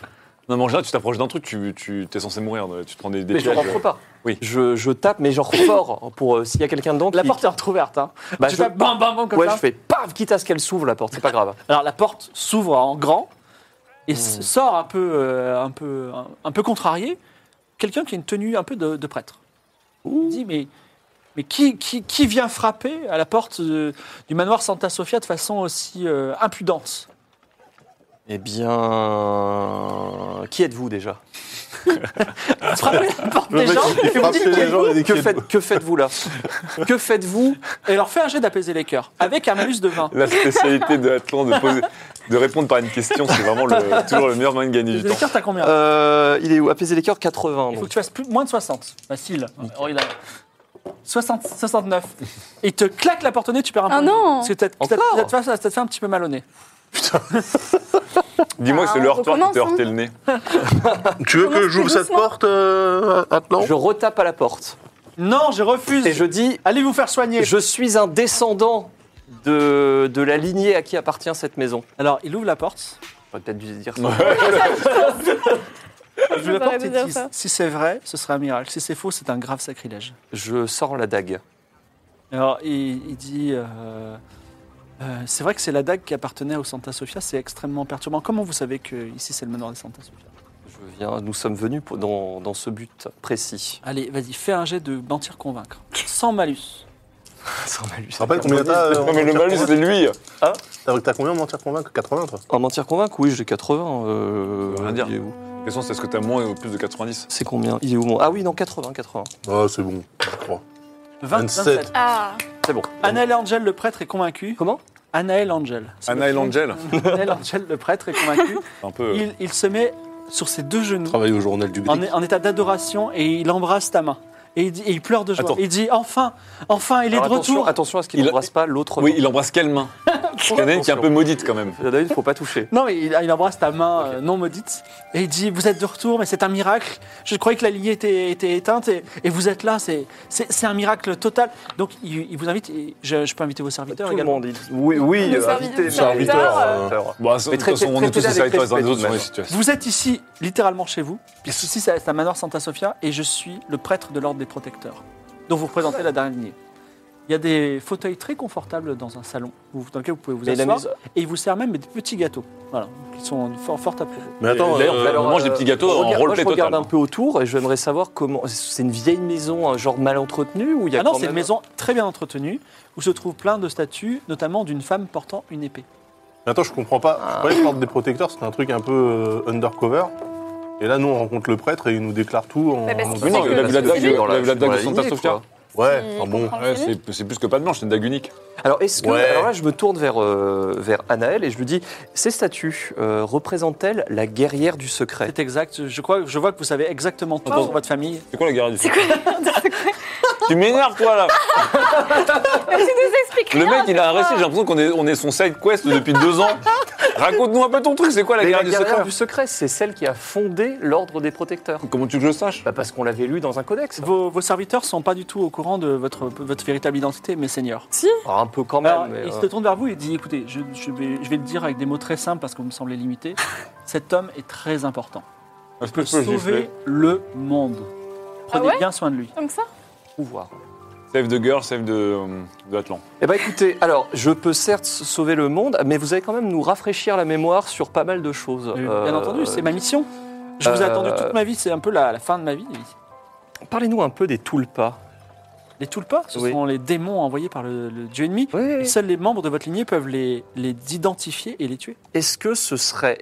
Non, mais en général, tu t'approches d'un truc, tu, tu es censé mourir, euh, tu te prends des, des
mais je
pièges.
rentre pas.
Oui.
Je, je tape, mais (coughs) genre fort, pour euh, s'il y a quelqu'un dedans
La
qui-
porte est entrouverte. Hein.
Bah,
tu
je-
fais bam, bam, bam comme
ouais,
ça.
je fais paf, quitte à ce qu'elle s'ouvre la porte, c'est pas grave.
Alors la porte s'ouvre en grand et
Hmm.
s- sort un peu, euh, un peu, un, un peu contrarié quelqu'un qui a une tenue un peu de, de prêtre. Il dit mais mais qui, qui, qui vient frapper à la porte de- du manoir Santa Sofia de façon aussi euh,
(laughs)
impudente
(laughs) Eh bien. Qui êtes-vous déjà
Frapper à la porte
Le
des
mec,
gens
il
et vous
frappe
dites
chez les gens, il dit
que,
qui êtes-vous
faites, que faites-vous
(laughs)
là Que faites-vous
et leur fait un jet d'apaiser les cœurs avec un malus de 20.
La spécialité de Atlan de poser. De répondre par une question, c'est vraiment le- toujours le meilleur moyen de gagner du
Les
temps.
cartes, t'as combien
Euh, il est où Apaiser les cœurs, 80.
Il faut
donc.
que tu fasses plus, moins de 60. Facile. Oh, il a 60, 69. Il te claque la porte au nez, tu perds un
Ah
point de vie.
non
Parce que t'as- t'as-
Encore
t'as- t'as- ça te fait un petit peu mal au nez.
Dis-moi que c'est le
Ah,
heurtoir qui t'a
recommence,
heurté
hein.
le nez.
Tu veux
Commence
que
plus
j'ouvre cette
doucement.
porte, euh, Atlan
Je retape à la porte
Non, je refuse.
et je dis
Allez vous faire soigner.
Je suis un descendant de, de la lignée à qui appartient cette maison.
Alors, il ouvre la porte.
J'aurais peut-être dû dire ça.
Il ouvre la
paraît
porte et
bizarre,
dit,
ça.
si c'est vrai, ce serait un miracle. Si c'est faux, c'est un grave sacrilège.
Je sors la dague.
Alors, il, il dit... euh, euh, c'est vrai que c'est la dague qui appartenait au Santa Sofia, c'est extrêmement perturbant. Comment vous savez que ici c'est le manoir des Santa Sofia
Je viens, nous sommes venus pour- dans, dans ce but précis.
Allez, vas-y, fais un jet de mentir convaincre. Sans malus.
Sans malus.
Tu te rappelles combien t'as euh, en
Non, mais le
mentir
malus,
convaincre
c'est lui.
T'as- T'as combien en mentir convaincre 80, toi
En mentir convaincre, oui, j'ai 80. euh,
Ça veut rien dire.
il est où
De toute façon, c'est ce que t'as moins ou plus de 90.
C'est combien Il est où mon- Ah oui, non, 80, 80.
Ah, c'est bon, je crois.
20,
27.
27.
Ah,
C'est bon.
Anaël Angel, le prêtre, est convaincu.
Comment
Anaël Angel.
Anna et Angel,
(laughs) Anaël Angel, le prêtre, est
(laughs)
convaincu.
un
Euh.
peu. euh,
Il, il se met sur ses deux genoux,
Travaille au journal du
en,
Blic.
en état d'adoration, et il embrasse ta main. Et il, dit- et il pleure de joie.
Attends.
Il dit Enfin, enfin, il est
Alors,
de
attention,
retour.
attention à ce qu'il
Il-
n'embrasse pas l'autre.
Oui,
main.
il embrasse quelle main Parce qu'il y en a une qui est un peu maudite quand même.
Il y en a une, faut pas toucher.
Non, mais il, il embrasse ta main
Ok.
euh, non maudite. Et il dit Vous êtes de retour, mais c'est un miracle. Je croyais que la lignée était, était éteinte, et, et vous êtes là. C'est- C'est c'est un miracle total. Donc, il, il vous invite. et Je, je peux inviter vos serviteurs
Tout le
également.
monde. il- Oui, oui,
Le
euh,
servi-
invitez,
le
mais invitez
serviteur,
leur-
euh,
leur-
Bon, de toute
traitez-
façon, on est
traitez-les
tous des
avec
serviteurs les uns
respect,
des autres dans les
tout
situations.
Vous êtes ici, littéralement chez vous, puisque ici c'est c'est un manoir Santa Sofia, et je suis le prêtre de l'ordre des protecteurs, dont vous représentez la dernière lignée. Il y a des fauteuils très confortables dans un salon, où- dans lequel vous pouvez vous
Mais la
asseoir,
maison-
et il vous sert même des petits gâteaux, voilà, qui sont fort, fort à propos.
Mais attends,
D'ailleurs,
euh,
on mange des petits gâteaux en
regarde- moi,
roleplay
je regarde
total.
un peu autour et j'aimerais savoir comment. C'est une vieille maison, un genre mal entretenue ou il y a
Ah non,
quand
c'est une
même-
maison très bien entretenue, où se trouvent plein de statues, notamment d'une femme portant une épée.
mais attends, je comprends pas. Je croyais que l'ordre des protecteurs, c'était un truc un peu euh, undercover. Et là, nous, on rencontre le prêtre et il nous déclare tout en.
Mais parce qu'il
Mais non,
C'est
il a
que-
vu la
parce que
dague euh,
c'est lui.
il a vu la dague de
Dans la
Santa
lignée,
Sofia.
quoi.
Ouais,
Il
enfin bon.
comprend le
Ouais,
film.
c'est c'est plus que pas de blanche, c'est une dague unique.
Alors, est-ce que.
Ouais.
Alors là, je me tourne vers, euh, vers Anaël et je lui dis ces statues euh, représentent-elles la guerrière du secret
C'est exact, je, crois, je vois que vous savez exactement tout
Attends.
sur votre famille.
C'est quoi la guerre du C'est quoi Tu m'énerves, toi, là
tu nous expliques
Le mec, il a un récit, j'ai l'impression qu'on est, on est son side quest depuis deux ans. Raconte-nous un peu ton truc, c'est quoi la
Mais
guerre du secret
du secret, c'est celle qui a fondé l'ordre des protecteurs.
Comment tu veux que je le sache
Bah, parce qu'on l'avait lu dans un codex.
Vos, vos serviteurs sont pas du tout au courant de votre, votre véritable identité, mes seigneurs.
Alors, Ah, un peu quand même.
Alors,
mais,
Ah, il
euh,
se tourne vers vous et dit écoutez, je, je vais, je vais le dire avec des mots très simples parce que vous me semblez limité.
(laughs)
Cet homme est très important.
Est-ce que
Peut
je peux le
sauver
gifler
le monde. Prenez
Ah ouais
bien soin de lui.
comme ça
pouvoir.
Save the girl, save de, euh, de Atlan.
Eh ben écoutez, alors je peux certes sauver le monde, mais vous allez quand même nous rafraîchir la mémoire sur pas mal de choses.
Euh,
Euh,
bien entendu, c'est ma mission. Je vous ai
euh,
attendu toute ma vie, c'est un peu la, la fin de ma vie.
Parlez-nous un peu des Tulpas.
Les Tulpas, ce
Oui.
sont les démons envoyés par le, le dieu ennemi. Et
Oui.
seuls les membres de votre lignée peuvent les, les identifier et les tuer.
Est-ce que ce serait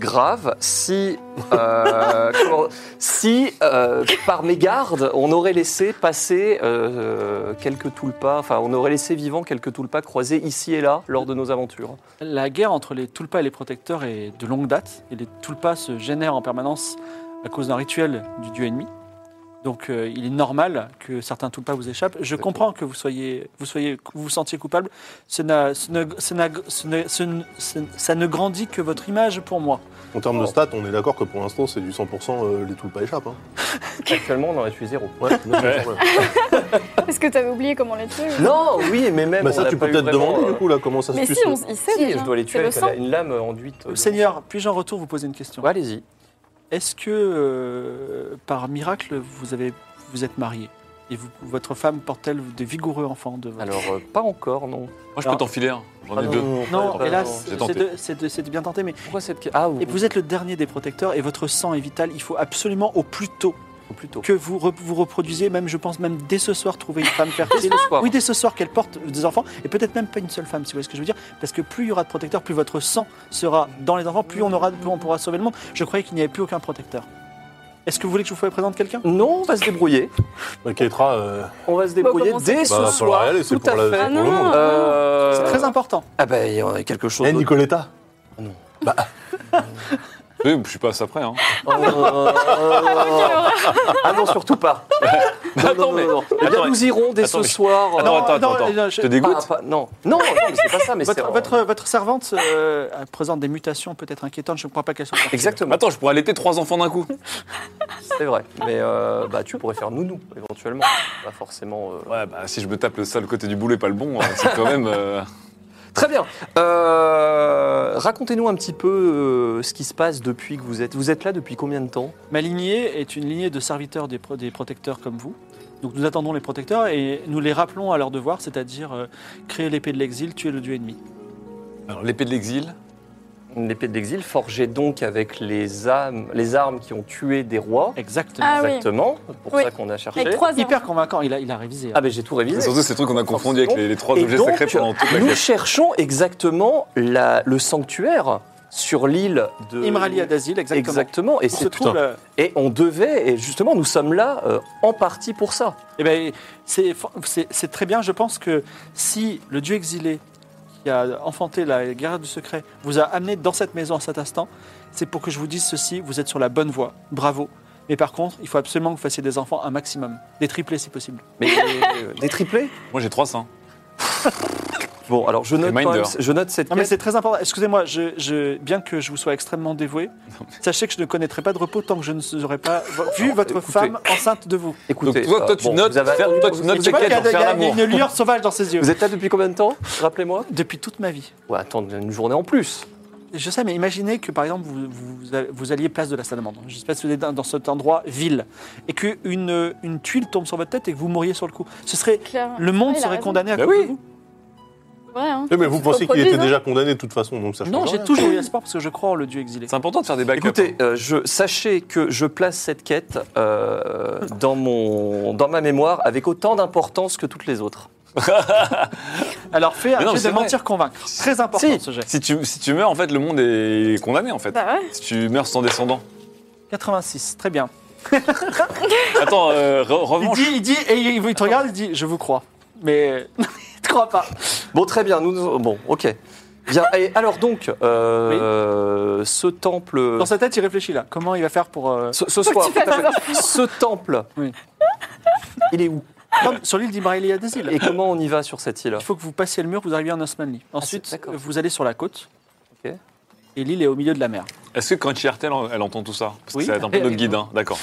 grave si, euh, (laughs) comment- si euh, par mégarde, on aurait laissé passer euh, quelques Tulpas, enfin on aurait laissé vivants quelques Tulpas croisés ici et là lors de nos aventures
La guerre entre les Tulpas et les protecteurs est de longue date, et les Tulpas se génèrent en permanence à cause d'un rituel du dieu ennemi. Donc euh, il est normal que certains Tulpas vous échappent. Je comprends que vous soyez, vous soyez, que vous vous sentiez coupable. Ce n'a- ce ne- ce n'a- ce ne- ce ne- ce ne- ça ne grandit que votre image pour moi.
En termes de stats, on est d'accord que pour l'instant, c'est du 100%, euh, les tout pas échappent. Hein.
Actuellement, on aurait tué zéro.
Ouais, non, c'est vrai.
Parce que t'avais oublié comment les tuer.
(laughs) Non, oui, mais même.
Bah,
on
ça,
n'a
tu
pas eu
peux peut-être
vraiment,
demander,
euh,
du coup, là, comment ça se
Mais
fait
si,
ce-
on, il sait
Si,
déjà.
je dois les tuer
C'est le
avec
sang.
la- une lame euh, en
Euh,
8.
Seigneur, puis-je en retour vous poser une question
allez-y.
Est-ce que euh, par miracle vous avez, vous êtes marié et vous- votre femme porte-t-elle des vigoureux enfants de votre
Alors, euh, pas encore, non.
Moi, je peux t'enfiler un. J'en
Ah
ai
non,
deux.
non,
Non,
Ouais,
hélas,
pardon.
c'est
euh, J'ai tenté.
de- c'est de- c'est bien tenté, mais
Pourquoi cette. Ah, oui.
et vous êtes le dernier des protecteurs et votre sang est vital. Il faut absolument au plus tôt
plutôt.
que vous re- vous reproduisiez, même je pense même dès ce soir trouver une femme fertile.
ce soir.
Oui, dès ce soir qu'elle porte des enfants et peut-être même pas une seule femme, si vous voyez ce que je veux dire. Parce que plus il y aura de protecteurs, plus votre sang sera dans les enfants, plus on aura, plus on pourra sauver le monde. Je croyais qu'il n'y avait plus aucun protecteur. Est-ce que vous voulez que je vous présente quelqu'un
Non, on va se débrouiller.
Bah, Keitra, euh,
On va se débrouiller
comment ça
dès
bah,
ce
va falloir
soir.
y aller, c'est
tout
pour,
à
la-
fait.
c'est pour le
Ah non.
monde.
Euh,
C'est très important.
Ah, ben, il y en a quelque chose.
Eh,
d'autre.
Nicoletta
Non.
Oui, je suis pas à ça près. Hein.
Ah non, surtout pas. (laughs) Non,
Attends,
non,
mais-
non, non. Eh bien,
attends,
nous irons dès ce
attends, mais-
soir.
Attends,
euh,
Ah, attends, attends,
non,
attends.
non,
je
je-
te
pas-
dégoûte
Ah, pas- non, non, non, mais c'est pas ça. Mais c'est-
Votre, votre, votre servante euh, elle présente des mutations peut-être inquiétantes, je ne crois pas qu'elle soit.
Exactement,
Attends, je pourrais allaiter trois enfants d'un coup.
c'est vrai. Mais euh, bah, tu pourrais faire nounou, éventuellement. Pas forcément. euh,
Ouais, bah si je me tape le sale côté du boulet, pas le bon, euh, c'est quand même. euh,
Très bien. Euh, Racontez-nous un petit peu euh, ce qui se passe depuis que vous êtes. Vous êtes là depuis combien de temps
Ma lignée est une lignée de serviteurs des, pro- des protecteurs comme vous. Donc nous attendons les protecteurs et nous les rappelons à leur devoir, c'est-à-dire euh, créer l'épée de l'exil, tuer le dieu ennemi.
Alors, l'épée de l'exil.
L'épée de l'exil forgée donc avec les, âmes, les armes qui ont tué des rois.
Exactement.
Ah oui,
Exactement. Pour
Oui.
ça qu'on a cherché.
avec trois
Hyper convaincant, il a, il a révisé. hein.
Ah ben j'ai tout révisé.
C'est surtout ces trucs qu'on a confondus avec les, les trois
Et
objets
donc,
sacrés pendant toute la
Nous
quête.
cherchons exactement la- le sanctuaire sur l'île de
Imrali Adazil, exactement.
euh, Exactement.
Oh,
Et,
Où
c'est
se trouve euh,
tout.
la-
et on devait, et justement, nous sommes là euh, en partie pour ça.
Eh ben, c'est for- c'est c'est très bien. Je pense que si le dieu exilé qui a enfanté la guerre du secret vous a amené dans cette maison à cet instant, c'est pour que je vous dise ceci vous êtes sur la bonne voie. Bravo. Mais par contre, il faut absolument que vous fassiez des enfants un maximum, des triplés si possible.
(laughs) Mais euh, des triplés
Moi j'ai 300.
Bon, alors je note, quand
Reminder.
même- je note cette
Non, mais
quête.
c'est très important. Excusez-moi, je, je- bien que je vous sois extrêmement dévoué, sachez que je ne connaîtrai pas de repos tant que je ne serai pas vo- vu votre
écoutez.
femme enceinte de vous.
Écoutez,
Donc, toi-
euh,
toi, tu notes
vous avez-
faire- toi, tu notes
Je
tes
vois qu'il y a-
pour
il y
faire
a il y a
l'amour.
une lueur sauvage dans ses yeux.
Vous êtes là depuis combien de temps Rappelez-moi.
Depuis toute ma vie.
Ouais, attends, une journée en plus.
Je sais, mais imaginez que par exemple vous, vous, vous alliez place de la Salamandre. Je ne sais pas si vous êtes dans dans cet endroit ville et que une, euh, une tuile tombe sur votre tête et que vous mourriez sur le coup. Ce serait
clair.
le monde
Ouais, il Ah, a
serait
raison.
condamné à
Bah
cause
oui.
de vous.
Ouais, hein.
Eh, mais vous pensez qu'il
reproduit,
était
non
déjà condamné de toute façon, donc ça change
Non,
rien.
j'ai toujours eu espoir parce que je crois en le Dieu exilé.
C'est important de faire des backups. hein.
Écoutez, euh, je, sachez que je place cette quête euh, dans, mon, dans ma mémoire avec autant d'importance que toutes les autres.
Alors fais un
Mais non, mais
jeu
c'est
de
vrai.
mentir convaincre. Très important
Si.
ce jet.
Si tu, si tu meurs, en fait, le monde est condamné, en fait.
Bah ouais.
Si tu meurs sans descendant.
86, très bien.
Attends, euh, re-
Il
revanche.
dit, il dit et il, il te regarde, il dit je vous crois, mais (laughs) il te croit pas.
Bon, très bien. Nous, nous- bon, ok. Bien. Et alors donc, euh, ce temple,
Dans sa tête, il réfléchit là. Comment il va faire pour euh,
ce, ce soir, tout à fait. ce temple,
Oui.
il est où
comme sur l'île d'Ibrahim, il y a des îles.
Et comment on y va sur cette île
Il faut que vous passiez le mur, vous arrivez en Osmanli.
c'est-
Ensuite,
d'accord.
vous allez sur la côte.
Ok.
Et l'île est au milieu de la mer.
Est-ce que Crunchy Art, elle, elle entend tout ça Parce que
Oui.
ça va être un peu
(laughs)
notre guide, hein. D'accord.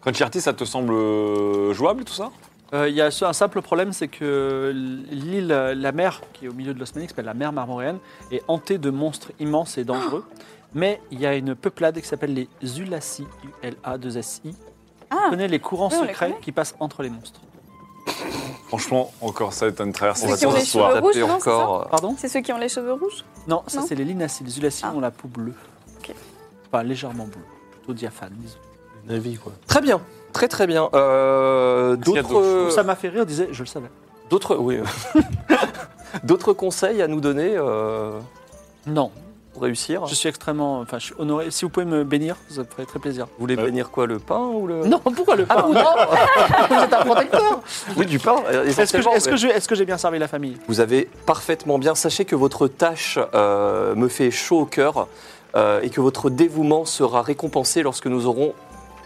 Crunchy Art, ça te semble euh, jouable, tout ça
Euh, Il y a ce- un simple problème, c'est que l'île, euh, la mer qui est au milieu de l'Osmanli, qui s'appelle la mer marmoréenne, est hantée de monstres immenses et dangereux. Mais il y a une peuplade qui s'appelle les Ulassi, U-L-A-2-S-I.
Ah.
Vous connaissez les courants
Oui, on les
secrets
connaît.
qui passent entre les monstres.
Franchement, encore, ça va être une traversée
Ceux qui ont
sans
les
histoire.
cheveux rouges, non, c'est
encore. euh,
Pardon
C'est ceux qui ont les cheveux rouges
Non, ça
Non.
c'est les Linassi. Les Ulassi
Ah.
ont la peau bleue.
Ok.
Enfin, légèrement bleue. Plutôt diaphane, disons.
Navi, quoi.
Très bien, très très bien. Euh,
qu'il y a d'autres
D'autres, euh,
Ça m'a fait rire, disait, je le savais.
d'autres, oui. (laughs) d'autres conseils à nous donner euh,
Non,
pour réussir.
Je suis extrêmement. Enfin, je suis honoré. Si vous pouvez me bénir, ça me ferait très plaisir.
Vous voulez
Euh,
bénir quoi, le pain ou le
Non, pourquoi le
Ah
pain
non, Vous
Ah,
êtes un protecteur Oui, du pain, euh,
(laughs) Est-ce que,
essentiellement,
est
mais-
que, est que j'ai bien servi la famille
Vous avez parfaitement bien. Sachez que votre tâche euh, me fait chaud au cœur euh, et que votre dévouement sera récompensé lorsque nous aurons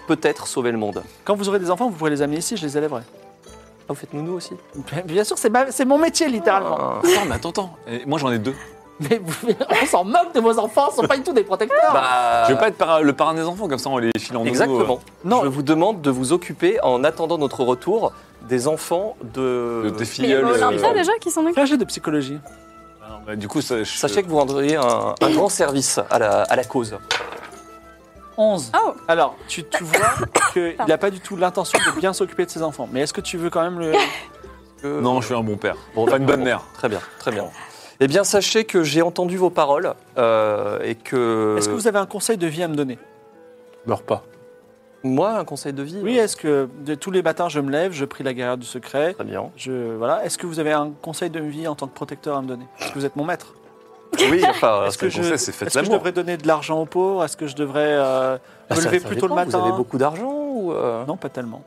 peut-être sauvé le monde.
Quand vous aurez des enfants, vous pourrez les amener ici, je les élèverai.
Ah, vous faites nous aussi
Bien- Bien sûr, c'est ma- c'est mon métier, littéralement.
Ah.
Attends, mais attends, attends. Et moi, j'en ai deux.
Mais vous- on s'en moque de vos enfants, ils sont pas du tout des protecteurs.
Bah,
Je
Euh.
veux pas être para- le parrain des enfants, comme ça, on les file en dos.
Exactement.
Non.
Je vous demande de vous occuper, en attendant notre retour, des enfants de...
Le défi.
Mais il y a
Filleul,
Olympia
euh,
déjà qui s'en occupe.
Fais un jet de psychologie.
Ah, bah, Du coup, ça, je-
Sachez que vous rendriez un, un grand service à la, à la cause.
11.
Oh.
Alors, tu, tu vois
(coughs)
qu'il n'a pas du tout l'intention de bien s'occuper de ses enfants. Mais est-ce que tu veux quand même le.
Que-
Non, je suis un bon père.
Bon,
Pas une bonne mère.
Très bien, très bien. Eh bien, sachez que j'ai entendu vos paroles euh, et que...
Est-ce que vous avez un conseil de vie à me donner
Meurs pas.
Moi, un conseil de vie
Oui, est-ce que de- tous les matins, je me lève, je prie la guerrière du secret,
Très bien.
je. Voilà. Est-ce que vous avez un conseil de vie en tant que protecteur à me donner Parce que vous êtes mon maître.
Oui,
(laughs)
enfin,
Est-ce que,
le
je,
conseil, c'est faites
est-ce que je
l'amour.
devrais donner de l'argent aux pauvres Est-ce que je devrais euh,
Bah,
me
ça-
lever
ça
plus tôt le
dépend,
matin
Vous avez beaucoup d'argent ou euh,
Non, pas tellement.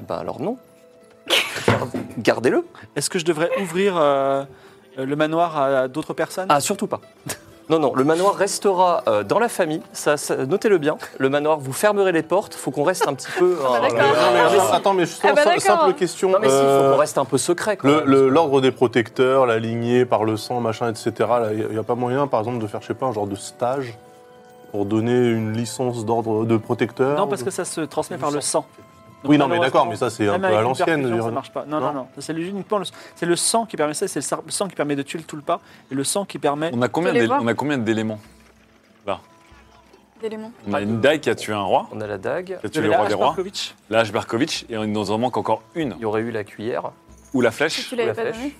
Eh Ben alors non. (laughs) Gardez-le.
Est-ce que je devrais ouvrir euh, euh, le manoir à, à d'autres personnes
Ah, surtout pas. (laughs) Non, non, le manoir restera euh, dans la famille, ça, ça- notez-le bien. Le manoir, vous fermerez les portes, faut qu'on reste un petit peu.
Ah bah
euh,
d'accord.
Euh, non, mais
Ah, mais
attends,
si.
attends, mais
Ah
justement,
bah
sim-
d'accord.
simple question.
Non, mais si, faut
euh,
qu'on reste un peu secret. quand
le-
même.
le- L'ordre des protecteurs, la lignée par le sang, machin, etc. Il n'y a, pas moyen, par exemple, de faire, je sais pas, un genre de stage pour donner une licence d'ordre de protecteur
Non, parce que ça se transmet par le sang. Donc,
Oui, non, mais
malheureusement,
d'accord, mais ça, c'est un
même
peu à
avec une
l'ancienne. je veux
perfusion,
dire.
Ça marche pas. Non,
Non.
non, non. C'est uniquement le, c'est le sang qui permet ça. C'est le, sar- le sang qui permet de tuer le tout le pas et le sang qui permet.
On a combien
les
d'él-
voir
on a combien d'éléments
d'éléments.
On a une dague qui a tué un roi,
On a la dague,
qui a
de
tué le
la
roi des rois,
Rasparkovitch.
l'âge Barkovitch, et il nous en manque encore une.
il y aurait eu la cuillère.
Ou la
Si
flèche.
tu l'avais
la
pas
flèche.
donné.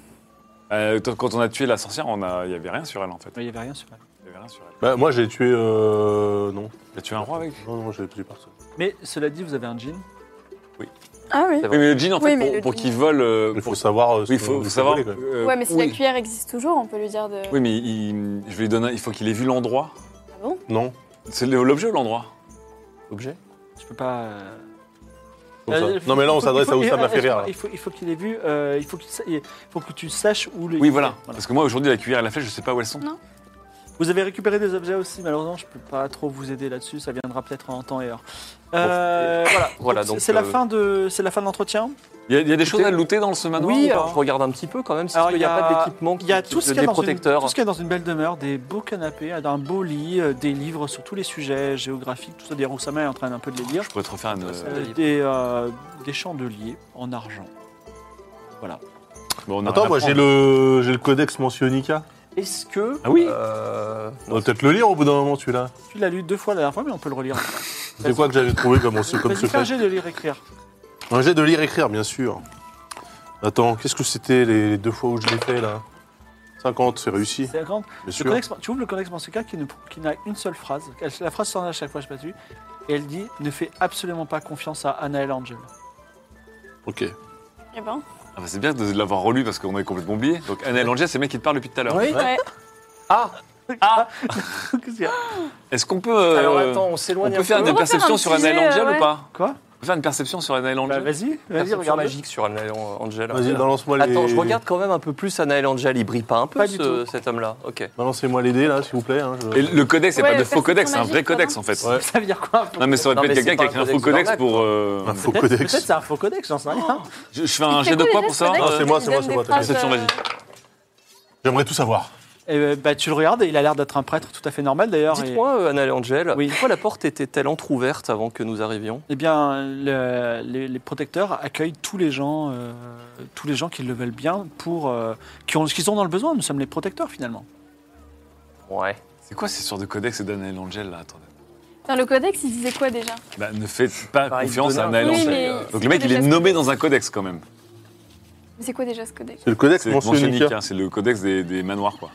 Euh, quand on a tué la sorcière, on a- il n'y avait rien sur elle en fait.
Non, Il n'y avait rien sur elle.
Il y avait rien sur elle.
Bah, moi, j'ai tué. euh, non.
Il a tué un roi avec
Non, non, j'ai tué personne.
Mais cela dit, vous avez un jean.
Ah oui.
Oui, mais le jean, en
Oui,
fait,
mais
pour,
le
pour
jean.
qu'il vole. euh,
Il faut
pour-
savoir. euh, ce
Oui, il
qu'on-
faut, faut
ce qu'on
savoir.
voulait, quand même.
euh,
Ouais, mais si la
oui.
cuillère existe toujours, on peut lui dire de.
Oui, mais il- je vais lui donner. un- Il faut qu'il ait vu l'endroit.
Ah bon
Non.
C'est le- l'objet ou l'endroit
Objet
Je peux pas. euh,
comme
euh,
ça.
faut-
Non, mais là, on
faut-
s'adresse
il faut-
à Oussama
eh, eh,
Ferrer.
Il faut, il faut qu'il ait vu. euh, il faut qu'il sa- il faut que tu saches où le.
Oui, voilà.
Voilà.
Parce que moi, aujourd'hui, la cuillère et la flèche, je sais pas où elles sont.
Non.
Vous avez récupéré des objets aussi. Malheureusement, je peux pas trop vous aider là-dessus. Ça viendra peut-être en temps et heure. Euh, voilà.
Voilà,
Donc,
donc,
c'est la
euh,
fin de. C'est la fin de l'entretien.
Il y a, il y a des choses à looter dans ce manoir
Oui,
ou pas
alors je regarde un petit peu quand même, s'il
Alors,
n'y a,
il y a-
pas d'équipement qui
Il y a
qui-
tout ce qu'il y a,
des
dans une,
protecteurs.
tout ce qu'il y a dans une belle demeure, des beaux canapés, un beau lit, euh, des livres sur tous les sujets géographiques, tout ça. D'ailleurs, Oussama est en train un peu de les lire.
Je pourrais te refaire une.
Ça,
euh,
Euh, des, euh, des chandeliers en argent.
bon, on a rien
Attends,
à
moi, j'ai
prendre.
le, j'ai le codex Mentionnica.
Est-ce que
Ah oui
Euh,
On va peut-être le lire au bout d'un moment, celui-là.
tu l'as lu deux fois la dernière fois, mais on peut le relire.
C'est quoi que j'avais trouvé comme, comme
Vas-y, fais
secret
un jet de lire écrire.
Un jet de lire écrire, bien sûr. Attends, qu'est-ce que c'était les les deux fois où je l'ai fait là 50, c'est réussi,
C'est la grande.
bien
Le
sûr.
codex- tu ouvres le codex Mansuka qui, ne- qui n'a une seule phrase. Elle- La phrase s'en à chaque fois, je sais pas tu. Et elle dit Ne fais absolument pas confiance à Anna et Angel. (laughs)
Ok.
Eh ben.
Ah bah, C'est bien de l'avoir relu parce qu'on avait complètement oublié. Donc, Anna et Langier, c'est le mec qui te parle depuis tout à l'heure.
Oui.
Ouais.
Ah, Qu'est-ce qu'il y a
Est-ce qu'on peut. euh,
Alors attends, on
on
s'éloigne
peut faire
peu.
des
On va faire
perceptions
un
sur
petit
Anna et
jet, euh,
Langier ou
ouais.
pas
Quoi
On peut faire une perception sur Anna et Langier
Bah, Vas-y, vas-y,
Perception
regarde.
magique sur Anna Angel.
Vas-y, balance-moi les.
Attends, je regarde quand même un peu plus Anaël Angel. Il brille pas un peu,
Pas du
ce- cet homme-là Ok.
Balancez-moi les dés là, s'il vous plaît. hein, je-
Et le codex, c'est
Ouais,
pas de
le
faux codex,
perception
c'est un vrai
magique,
codex en
pardon.
fait.
Ouais.
Ça veut dire quoi
Non, mais ça
Non,
aurait pu
mais
être
c'est
quelqu'un qui
pas
a écrit
un
un
codex
faux codex
d'arnaque,
pour. euh,
Un faux
Peut-être peut-être
codex.
c'est un faux codex, j'en sais rien.
Oh,
Je je fais un jet de quoi pour ça
codex Non, Ah, c'est moi, c'est moi, c'est moi,
Perception
euh,
magique.
J'aimerais tout savoir.
Et euh, bah, tu le regardes et il a l'air d'être un prêtre tout à fait normal d'ailleurs. et-
Dites-moi, euh, Anna Angel,
Oui.
pourquoi la porte était-elle entr'ouverte avant que nous arrivions
Eh bien, le- les, les protecteurs accueillent tous les gens, euh, tous les gens qui le veulent bien pour euh, qui ont, qui sont dans le besoin. Nous sommes les protecteurs finalement.
Ouais.
C'est quoi ces sortes de codex d'Anna et Langier là Attendez.
Dans le codex, il disait quoi déjà
Bah, ne faites pas
Pareil,
confiance à
Donna.
Eh
Anna et
Oui,
Langier.
euh,
mais-
Donc le mec, il est
Déjà,
nommé
c'est-
dans un codex quand même.
Mais c'est quoi déjà ce codex
C'est le codex
C'est Mansionica,
Mentionnica.
c'est le codex des, des manoirs quoi.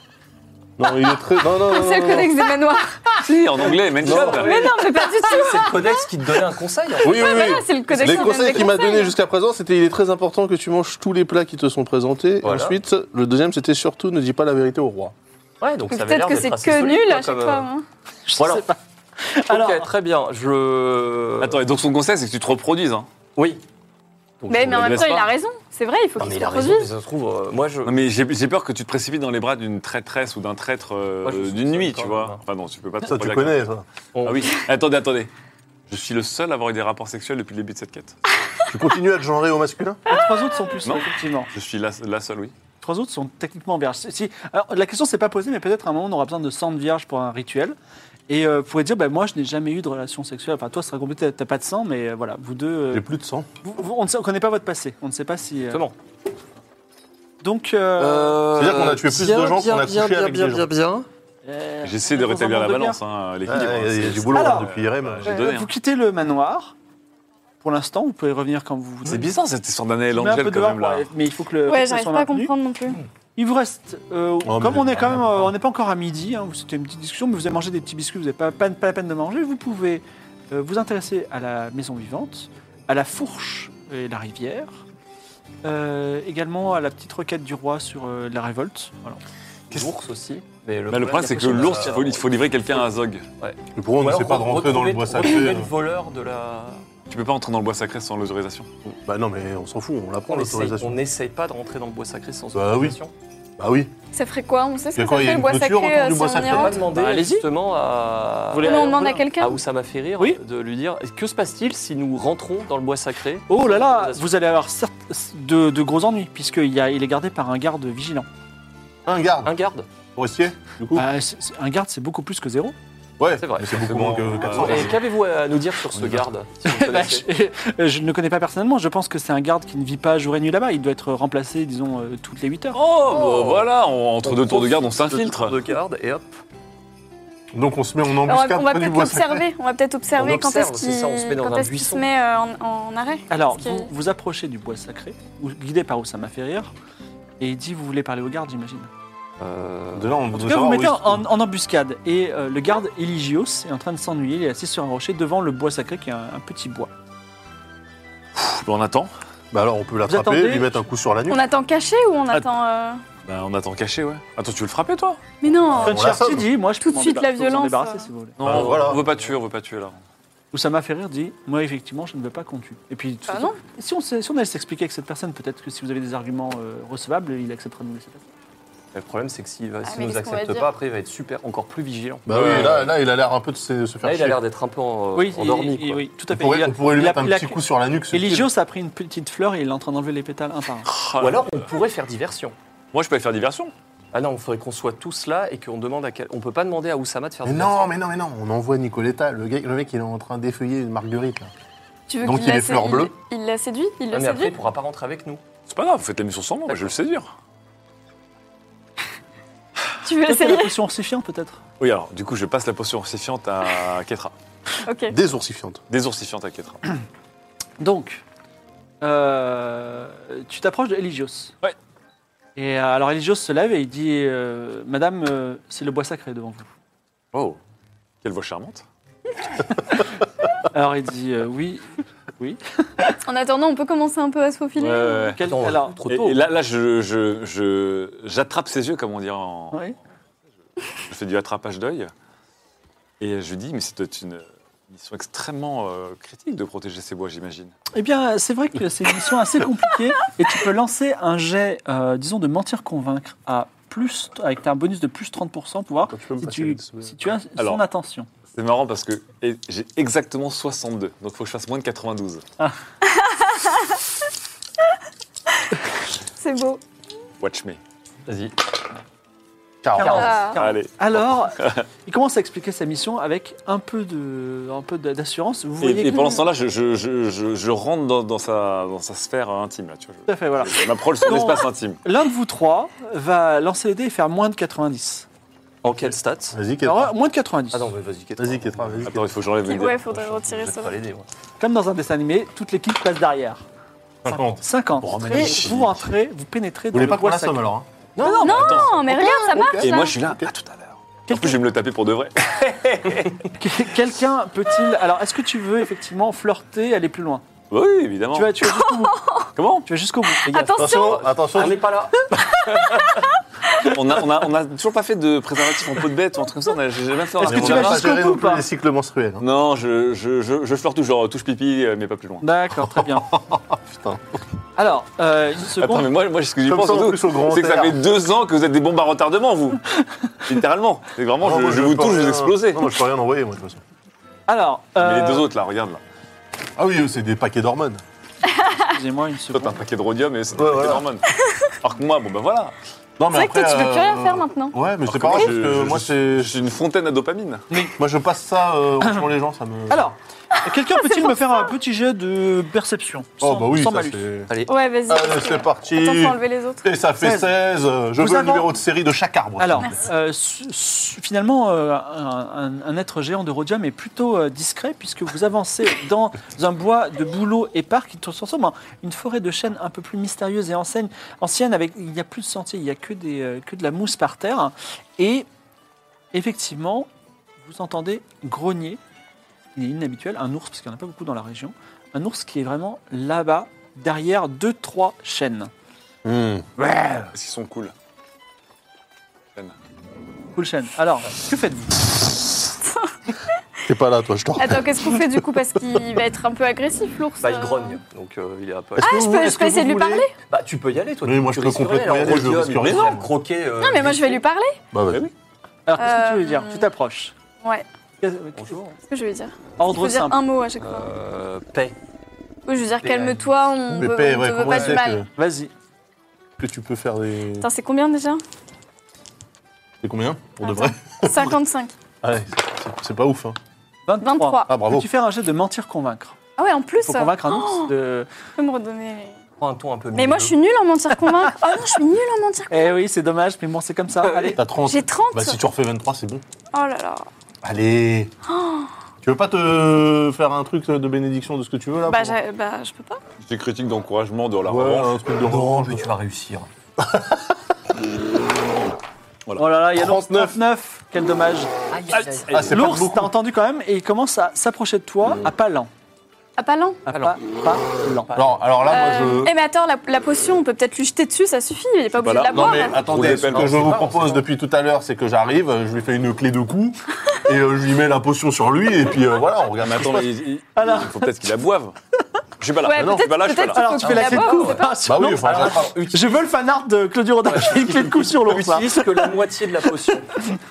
Non, il est très. Non, non, non.
C'est le
non, non.
codex des manoirs.
Si, en anglais, Mansionica.
Mais non, mais pas du tout.
C'est le codex qui te donnait un conseil. en fait.
Oui, oui, oui.
Voilà, c'est le codex.
Les
on
conseils
donne des
qu'il m'a donné
conseils.
jusqu'à présent, c'était il est très important que tu manges tous les plats qui te sont présentés. Et
Voilà.
ensuite, le deuxième, c'était surtout ne dis pas la vérité au roi.
Ouais, donc ça avait
Peut-être
l'air
que
d'être
c'est
assez
que
solide,
nul
quoi,
à chaque
comme,
fois.
euh,
hein.
Je
Voilà.
sais pas. Alors,
Ok, très bien. Je.
Attends, et donc son conseil, c'est que tu te reproduises. Hein.
Oui. Donc,
Mais,
je-
mais en même
laisse
temps, il
pas.
a raison. C'est vrai, il faut
Non, mais
qu'il se
il a raison, mais
reproduise.
ça se trouve. euh, moi, je.
Non, mais j'ai j'ai peur que tu te précipites dans les bras d'une traîtresse ou d'un traître euh,
Moi, je suis
d'une
sûr,
nuit,
quand
tu
même,
vois.
hein.
Enfin non, tu peux pas. te
Ça, tu
reproduire
connais, ça.
comme ça. Ah oui. attendez, attendez. Je suis le seul à avoir eu des rapports sexuels depuis le début de cette quête.
Tu continues à te genrer au masculin
les trois autres sont plus
Non.
effectivement.
Je suis la, la seule, oui.
Les trois autres sont techniquement vierges. Si- si- alors, la question s'est pas posée, mais peut-être à un moment on aura besoin de sang de vierge pour un rituel. Et euh, vous pourrez dire, bah, moi je n'ai jamais eu de relation sexuelle. Enfin, toi, ce sera compliqué, t'as pas de sang, mais euh, voilà, vous deux, euh,
J'ai plus de sang.
vous- vous- on ne sait- on connaît pas votre passé. On ne sait pas si. euh,
Exactement.
Donc, euh,
C'est-à-dire qu'on a tué plus de gens qu'on a couché avec
bien,
des
Bien,
gens.
bien,
euh,
J'essaie de
dans un
rétablir la
monde de guerre.
balance, hein,
Ah,
l'équilibre.
Il y a- il y a
C'est-
du boulot hein,
Alors,
depuis Irem.
J'ai
Euh,
donné. hein.
Vous quittez le manoir. Pour l'instant, vous pouvez revenir quand vous voulez.
C'est bizarre cette histoire d'Anna et
Je vous mets un peu
l'Angel quand
dehors,
même là.
ouais, Mais il faut que le.
euh,
Ouais,
rythme
j'arrive
soit
pas à
maintenu.
comprendre non plus.
Il vous reste. euh,
Oh, mais
comme on
j'ai
est quand
rien
même,
à
euh,
voir.
on n'est pas encore à midi. hein, C'était une petite discussion, mais vous avez mangé des petits biscuits. Vous n'avez pas, pas, pas la peine de manger. Vous pouvez euh, vous intéresser à la maison vivante, à la fourche et la rivière. euh, également à la petite requête du roi sur euh, la révolte. Voilà.
L'ours aussi. Mais
Bah, le problème, c'est que l'ours, il faut, il faut livrer quelqu'un à Zog.
Mais pour on ne sait pas de rentrer dans le bois sacré. hein.
le voleur de la.
Tu peux pas entrer dans le bois sacré sans l'autorisation.
Bah non, mais on s'en fout, on la prend
On essaye-
l'autorisation.
on n'essaye pas de rentrer dans le bois sacré sans
Bah oui.
autorisation.
Bah oui.
Ça ferait quoi On sait ce
Il y a
que
quoi,
ça
il y a
fait le
une
bois
clôture
sacré,
autour
euh,
du bois
si on y
sacré
rentre
On va demander Allez-y. justement
Vous
à.
voulez-
Non, on demande à quelqu'un.
à Oussama Ferrir
Oui.
de lui dire que se passe-t-il si nous rentrons dans le bois sacré
Oh là là, vous allez avoir certes de, de gros ennuis, puisqu'il y a- il est gardé par un garde vigilant.
Un garde.
Un garde
Forestier, du coup.
Bah, c'est- c'est- un garde, c'est beaucoup plus que zéro.
ouais.
c'est vrai.
mais C'est beaucoup
C'est
moins
bon,
que
euh,
400.
ouais.
Et qu'avez-vous à nous dire sur ce garde si vous
Bah,
connaissez
je, euh, je (laughs) ne le connais pas personnellement, je pense que c'est un garde qui ne vit pas jour et nuit là-bas. Il doit être remplacé, disons, euh, toutes les 8 heures.
Oh, bah, voilà, on- entre
On
deux tours de garde, on
profite de tours
s'infiltre.
de garde et hop.
Donc on se met en
Alors, on va,
embuscade
on va
près du
peut-être
bois sacré.
observer. On va peut-être observer
On
quand
observe,
est-ce
c'est ça, on se met
qu'il
dans
quand
un
est-ce qu'il se
buisson.
met euh, en, en arrêt.
Alors,
Parce que-
vous, vous approchez du bois sacré, ou- guidé par Oussama Ferrir, et il dit Vous voulez parler au garde, j'imagine.
Euh,
Déjà, on
En tout
veut
cas, vous
savoir où
mettez
il
en,
se trouve.
en embuscade, et euh, le garde Eligios est en train de s'ennuyer. Il est assis sur un rocher devant le bois sacré, qui est un, un petit bois.
Pff, On attend.
Bah alors on peut l'attraper,
attendez.
lui mettre un coup sur la nuque.
On attend caché ou
Ah.
on attend. euh,
Bah, on attend caché, ouais. Attends, tu veux le frapper, toi
Mais non
on
Frontier, tu
l'assomme.
dis Moi, je
Oh. Tout de
m'en
suite, la
débarrasser, vous en
violence,
débarrasser,
euh.
si vous voulez.
Non,
Ah,
on-
voilà.
on veut pas tuer, on veut pas tuer là.
Oussama Ferrir dit Moi, effectivement, je ne veux pas qu'on tue. Et puis, de toute
Ah
façon,
non
si, on, se- si on allait s'expliquer avec cette personne, peut-être que si vous avez des arguments euh, recevables, il acceptera de nous laisser passer.
Le problème, c'est que s'il va-
Ah,
s'il
mais
nous
qu'est-ce qu'on va
accepte
dire
pas, après, il va être super, encore plus vigilant.
Bah oui, là, là, il a l'air un peu de se, se faire
Là, il
chier.
a l'air d'être un peu en- euh,
oui,
endormi.
et- et-
quoi.
oui, tout à
on
fait.
pourrait,
Il a-
on pourrait lui
il a-
mettre un
il a-
petit coup sur la nuque. ce
Et
type.
Eligios a pris une petite fleur et il est en train d'enlever les pétales un par un.
Ou alors, on pourrait faire diversion.
Ah, Moi, je peux aller faire diversion.
Ah non, il faudrait qu'on soit tous là et qu'on demande à quel... On peut pas demander à Oussama de faire
Mais
diversion.
non, mais non, mais non, on envoie Nicoletta, le, gars- le mec il est en train d'effeuiller une marguerite. Là.
Tu veux
Donc
qu'il
il est
la
fleur
sé-
bleue.
Il il l'a séduit Il
Ah,
le
mais après, il
séduit
pourra pas rentrer avec nous.
C'est pas grave, vous faites la mission sans moi, moi, je vais le séduire.
Tu veux
Peut-être que la
(laughs)
l'essayer
potion ossifiante, peut-être
Oui, alors, du coup, je passe la potion oursifiante (laughs) à Ketra.
Ok.
Désourcifiante.
Désoursifiante à (coughs) Ketra.
Donc, euh, tu t'approches de Eligios.
Ouais.
Et euh, alors, Eligios se lève et il dit euh, Madame, euh, c'est le bois sacré devant vous.
Oh, quelle voix charmante.
Alors, il dit euh, Oui.
En attendant, on peut commencer un peu à se
Ouais,
faufiler
ouais, ouais.
Quel-
Attends,
alors,
trop
Et,
tôt.
et là, là je, je- je- j'attrape ses yeux, comme on dirait en.
Ouais.
Je fais du attrapage d'œil. Et je lui dis, mais c'est une mission extrêmement euh, critique de protéger ces bois, j'imagine.
Eh bien, c'est vrai que c'est une mission assez compliquée et tu peux lancer un jet, euh, disons, de mentir-convaincre à plus, avec un bonus de plus 30% pour voir
Quand tu peux me
si
passer
tu,
une seconde.
si tu as son
Alors.
attention.
C'est marrant parce que et j'ai exactement 62, donc faut que je fasse moins de 92.
C'est beau.
Watch me.
Vas-y.
40.
Ah.
Allez.
Alors, il commence à expliquer sa mission avec un peu de, un peu de- d'assurance. Vous voyez
Et, et
que-
pendant ce temps-là, je, je- je- je- je rentre dans, dans sa, dans sa sphère euh, intime. Là, tu vois,
tout à fait, voilà.
je, je m'approche de son
Non.
espace intime.
L'un de vous trois va lancer les dés et faire moins de 90.
En quelle stat
Vas-y, Ketra.
Alors, moins de 90.
Ah non, mais vas-y, Ketra.
Vas-y, Ketra, vas-y.
Attends, il faut que j'enlève mes dés.
Ouais, faudrait retirer
Je vais
ça.
pas l'aider, moi.
Comme dans un dessin animé, toute l'équipe passe derrière.
50.
50.
Oh,
et
magnifique.
vous rentrez, vous pénétrez
Vous
dans
voulez
le
pas qu'on
bois
la
sacré.
somme alors hein
Non, non, mais attends.
Oh Non, mais regarde, ça marche
Et
là.
moi, je suis là, à tout à l'heure. En plus, je vais me le taper pour de vrai.
Quelqu'un peut-il. Alors, est-ce que tu veux effectivement flirter, aller plus loin
Oui, évidemment.
Tu vas, tu vas jusqu'au bout.
(laughs) Comment
Tu vas jusqu'au bout. Les gars.
Attention
attention.
Ah,
On n'est pas là.
on a, on, a, on a toujours pas fait de préservatif en peau de bête ou un truc comme ça. on a- J'ai jamais fait un
Est-ce que
on
tu
va
vas
pas
jusqu'au
gérer
bout
non
ou
plus
pas
les cycles menstruels. hein.
Non, je, je, je, je flirte toujours, euh, touche pipi, euh, mais pas plus loin.
D'accord, très
(laughs)
bien.
Putain.
Alors, euh, une seconde.
Attends, mais moi, moi ce que je
Comme
pense
ça, en
surtout,
plus, au grand
c'est que ça
air.
fait deux ans que vous êtes des bombes à retardement,
(laughs)
vous. Littéralement. C'est vraiment,
Non,
je,
moi,
je vous
peux
touche, je
rien-
vous explosez.
Non, moi, je peux rien envoyer, moi, de toute façon.
Alors,
Mais les
euh,
deux autres, là, regarde, là.
Ah oui, eux, c'est des paquets d'hormones.
excusez-moi une
Toi,
seconde.
t'as un paquet de rhodium et c'est un
Ouais,
paquet
voilà.
d'hormones. Alors que moi, bon ben voilà.
Non, euh,
C'est vrai que toi, tu peux plus rien faire maintenant.
Ouais, mais
Alors
c'est
que
pas
moi,
grave,
je-
parce que
je-
moi,
je-
c'est.
J'ai une fontaine à dopamine.
Moi, je passe ça euh, sur les gens, ça me.
Alors, quelqu'un peut-il me faire un petit jet de perception
Oh,
Sans-
bah oui,
sans
ça,
malus.
c'est.
Ouais, vas-y.
Allez,
parce que-
Ah, c'est parti.
Attends, faut enlever les autres.
Et ça fait
16.
16. euh, Je
Nous
veux le
avons-
numéro de série de chaque arbre.
Alors,
Merci.
euh, su- su- finalement, euh, un, un- un être géant de rhodium est plutôt euh, discret puisque vous avancez (laughs) dans un bois de bouleaux épars qui se ressemble à une forêt de chênes un peu plus mystérieuse et ancienne. ancienne avec, il n'y a plus de sentier, il n'y a que, des, euh, que de la mousse par terre. Et effectivement, vous entendez grogner, il est inhabituel, un ours, parce qu'il n'y en a pas beaucoup dans la région, un ours qui est vraiment là-bas, derrière deux, trois chênes.
Parce qu'ils sont cool.
Cool chêne. Alors, que faites-vous
T'es pas là, toi, je t'en
Attends, qu'est-ce qu'on fait du coup Parce qu'il va être un peu agressif, l'ours.
Bah, il
euh.
grogne, donc euh, il est un peu.
Ah, je peux, je peux essayer de lui parler
Bah, tu peux y aller, toi.
Oui,
tu-
moi,
tu
je peux
risques rien,
complètement y
alors,
aller, je
Rodion,
risque
il va
rien.
se faire croquer. euh,
Non, mais moi je vais lui parler.
Bah, vas-y.
Alors, qu'est-ce que tu veux dire
Euh,
Tu t'approches.
Ouais.
Qu'est-ce-
Bonjour.
Qu'est-ce que je vais dire Il
Ordre
faut dire
simple.
un mot à chaque fois.
Euh, paix.
Oui, je veux dire,
paix,
calme-toi, on
Mais
veut-
paix,
on
ouais,
te veut
comment
pas
elle
du
sait
mal.
Vas-y.
que, que tu peux faire des.
Attends, c'est combien
(laughs)
déjà
C'est combien Pour de
Attends.
vrai
55.
Ah ouais, c'est- C'est pas ouf, hein.
23.
23.
Ah, bravo.
Peux-tu faire un jet de mentir-convaincre
Ah ouais, en plus,
Faut
euh,
convaincre un ours de...
tu peux me redonner.
Prends un ton un peu
Mais
hein.
moi, je suis nulle en mentir convaincre. Oh non, je suis nulle en mentir
Eh oui, c'est dommage, mais bon, c'est comme
(laughs)
ça. Allez.
T'as 30.
J'ai 30.
Bah, si tu refais 23, c'est bon.
Oh là là.
Ah Allez
Oh.
Tu veux pas te faire un truc de bénédiction de ce que tu veux, là
Bah,
pour-
j'ai- bah, je peux pas.
Des critiques d'encouragement dans la
Ouais, hein.
revanche.
un truc de
Non,
revanche.
mais tu vas réussir.
Oh là là, il y a l'ours
39.
39. Quel dommage.
Aïe,
aïe,
aïe.
Ah, c'est pas
L'ours,
beaucoup. Mm.
t'as entendu quand même, et il commence à s'approcher de toi à pas lent.
Ah, pas lent.
À
Pas
pas, pas lent.
Alors, alors là,
Euh,
Ah, moi,
Eh, mais attends, la, la potion, on peut peut-être lui jeter dessus, ça suffit. Il est pas obligé
là.
de la
je.
boire.
Non, mais
hein.
Roulez
attendez, ce
pelle.
que je
Non,
vous
c'est bon,
propose
c'est bon.
depuis tout à l'heure, c'est que j'arrive, euh, je lui fais une clé de cou,
(laughs)
et euh, je lui mets la potion sur lui, et puis euh, voilà, on
Ah,
regarde
mais
ce qui se
attends,
passe.
il, il-
Ah
Alors-
il faut peut-être qu'il la boive. Je suis pas là.
Ouais,
Ah non, je suis pas là, je suis pas
peut-être-
là.
Alors, tu fais la clé de
D'abord,
coup.
on sait pas.
Bah oui,
Non,
enfin,
alors,
j'attrape.
Je veux le fanart de Claudio Rodin. (laughs) Une clé de coup sur l'ours. là.
Utilise que la moitié de la
(laughs)
potion.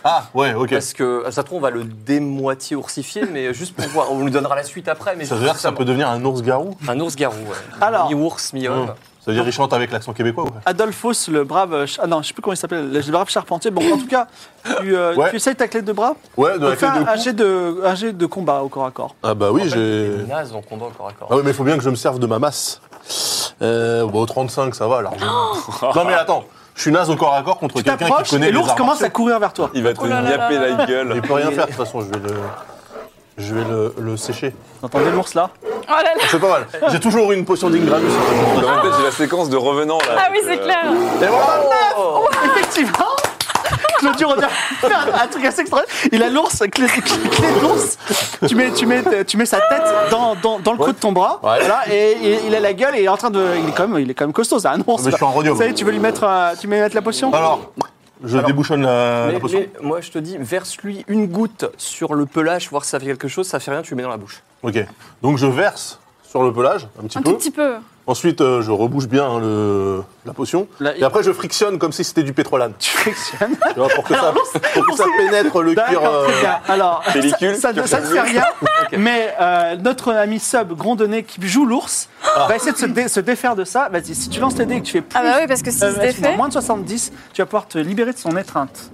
Ah, ouais, ok.
Parce que euh, ça se trouve, on va le démoitié oursifier, mais juste pour voir. On lui donnera la suite après. Mais
Ça veut dire que ça peut Ah. devenir un ours-garou
Un ours-garou, ouais.
Alors.
Mi-ours, mi-homme.
Ça veut dire qu'il chante avec l'accent québécois, ouais.
Adolphos, le brave. euh, ch- Ah non, je sais plus comment il s'appelle, le brave charpentier. Bon, en tout cas, tu, euh,
Ouais.
tu essayes ta clé de bras.
Ouais, de la
Fais
clé de
euh,
un, un
cou.
jet de, un jet de combat au corps à corps.
Ah bah oui, j'ai...
Des nazes en combat au corps à corps.
Ah oui, mais il faut bien que je me serve de ma masse. Euh, bon, 35, ça va, largement. non, mais attends, je suis naze au corps à corps contre
Tu
quelqu'un qui
t'approches
connaît
et
les
l'ours
arts
commence à
martiaux.
courir vers toi.
Il va te
Oh là là
niapper
là là.
la gueule.
Il peut rien faire, de toute façon, je vais le... Je vais le, le sécher.
T'entendais l'ours là
Oh là là.
C'est pas mal. J'ai toujours une potion d'Ingramus.
Dans ma tête, j'ai la séquence de revenant là.
Ah oui,
avec,
c'est
euh,
clair.
Et voilà
Oh
Effectivement Claudio Rodin fait un, un truc assez extraordinaire. Il a l'ours, clé, clé de l'ours. Tu mets, tu, mets, tu mets sa tête dans, dans, dans le creux de ton bras.
Ouais.
Voilà, et, et il a la gueule et il est en train de. Il est quand même, il est quand même costaud, c'est un ours.
Mais je suis en Ah. rhodium.
Ça y est, tu veux lui mettre, euh, tu veux lui mettre la potion
Alors, je débouchonne la, Ah, la
Mais-
potion.
mais moi je te dis, verse-lui une goutte sur le pelage, voir si ça fait quelque chose, ça fait rien, tu le mets dans la bouche.
Ok. Donc, je verse sur le pelage, un petit
Un
peu.
tout petit peu.
Ensuite, euh, je rebouche bien hein, le, la potion.
Là, il-
Et après, je frictionne comme si c'était du pétrolane.
Tu frictionnes.
Tu vois, pour que ça, pour que ça pénètre le cuir.
D'accord,
euh,
très bien. Alors,
Pellicule,
ça, ça,
cuir
ça ne fait
(laughs)
rien, mais euh, notre ami sub Grondonnet qui joue l'ours
Ah.
va essayer de se, dé- se défaire de ça. Vas-y, si tu lances les dés et que tu fais plus,
Ah bah oui, parce que s'il
euh,
se
excuse-moi,
défait.
moins de 70, tu vas pouvoir te libérer de son étreinte.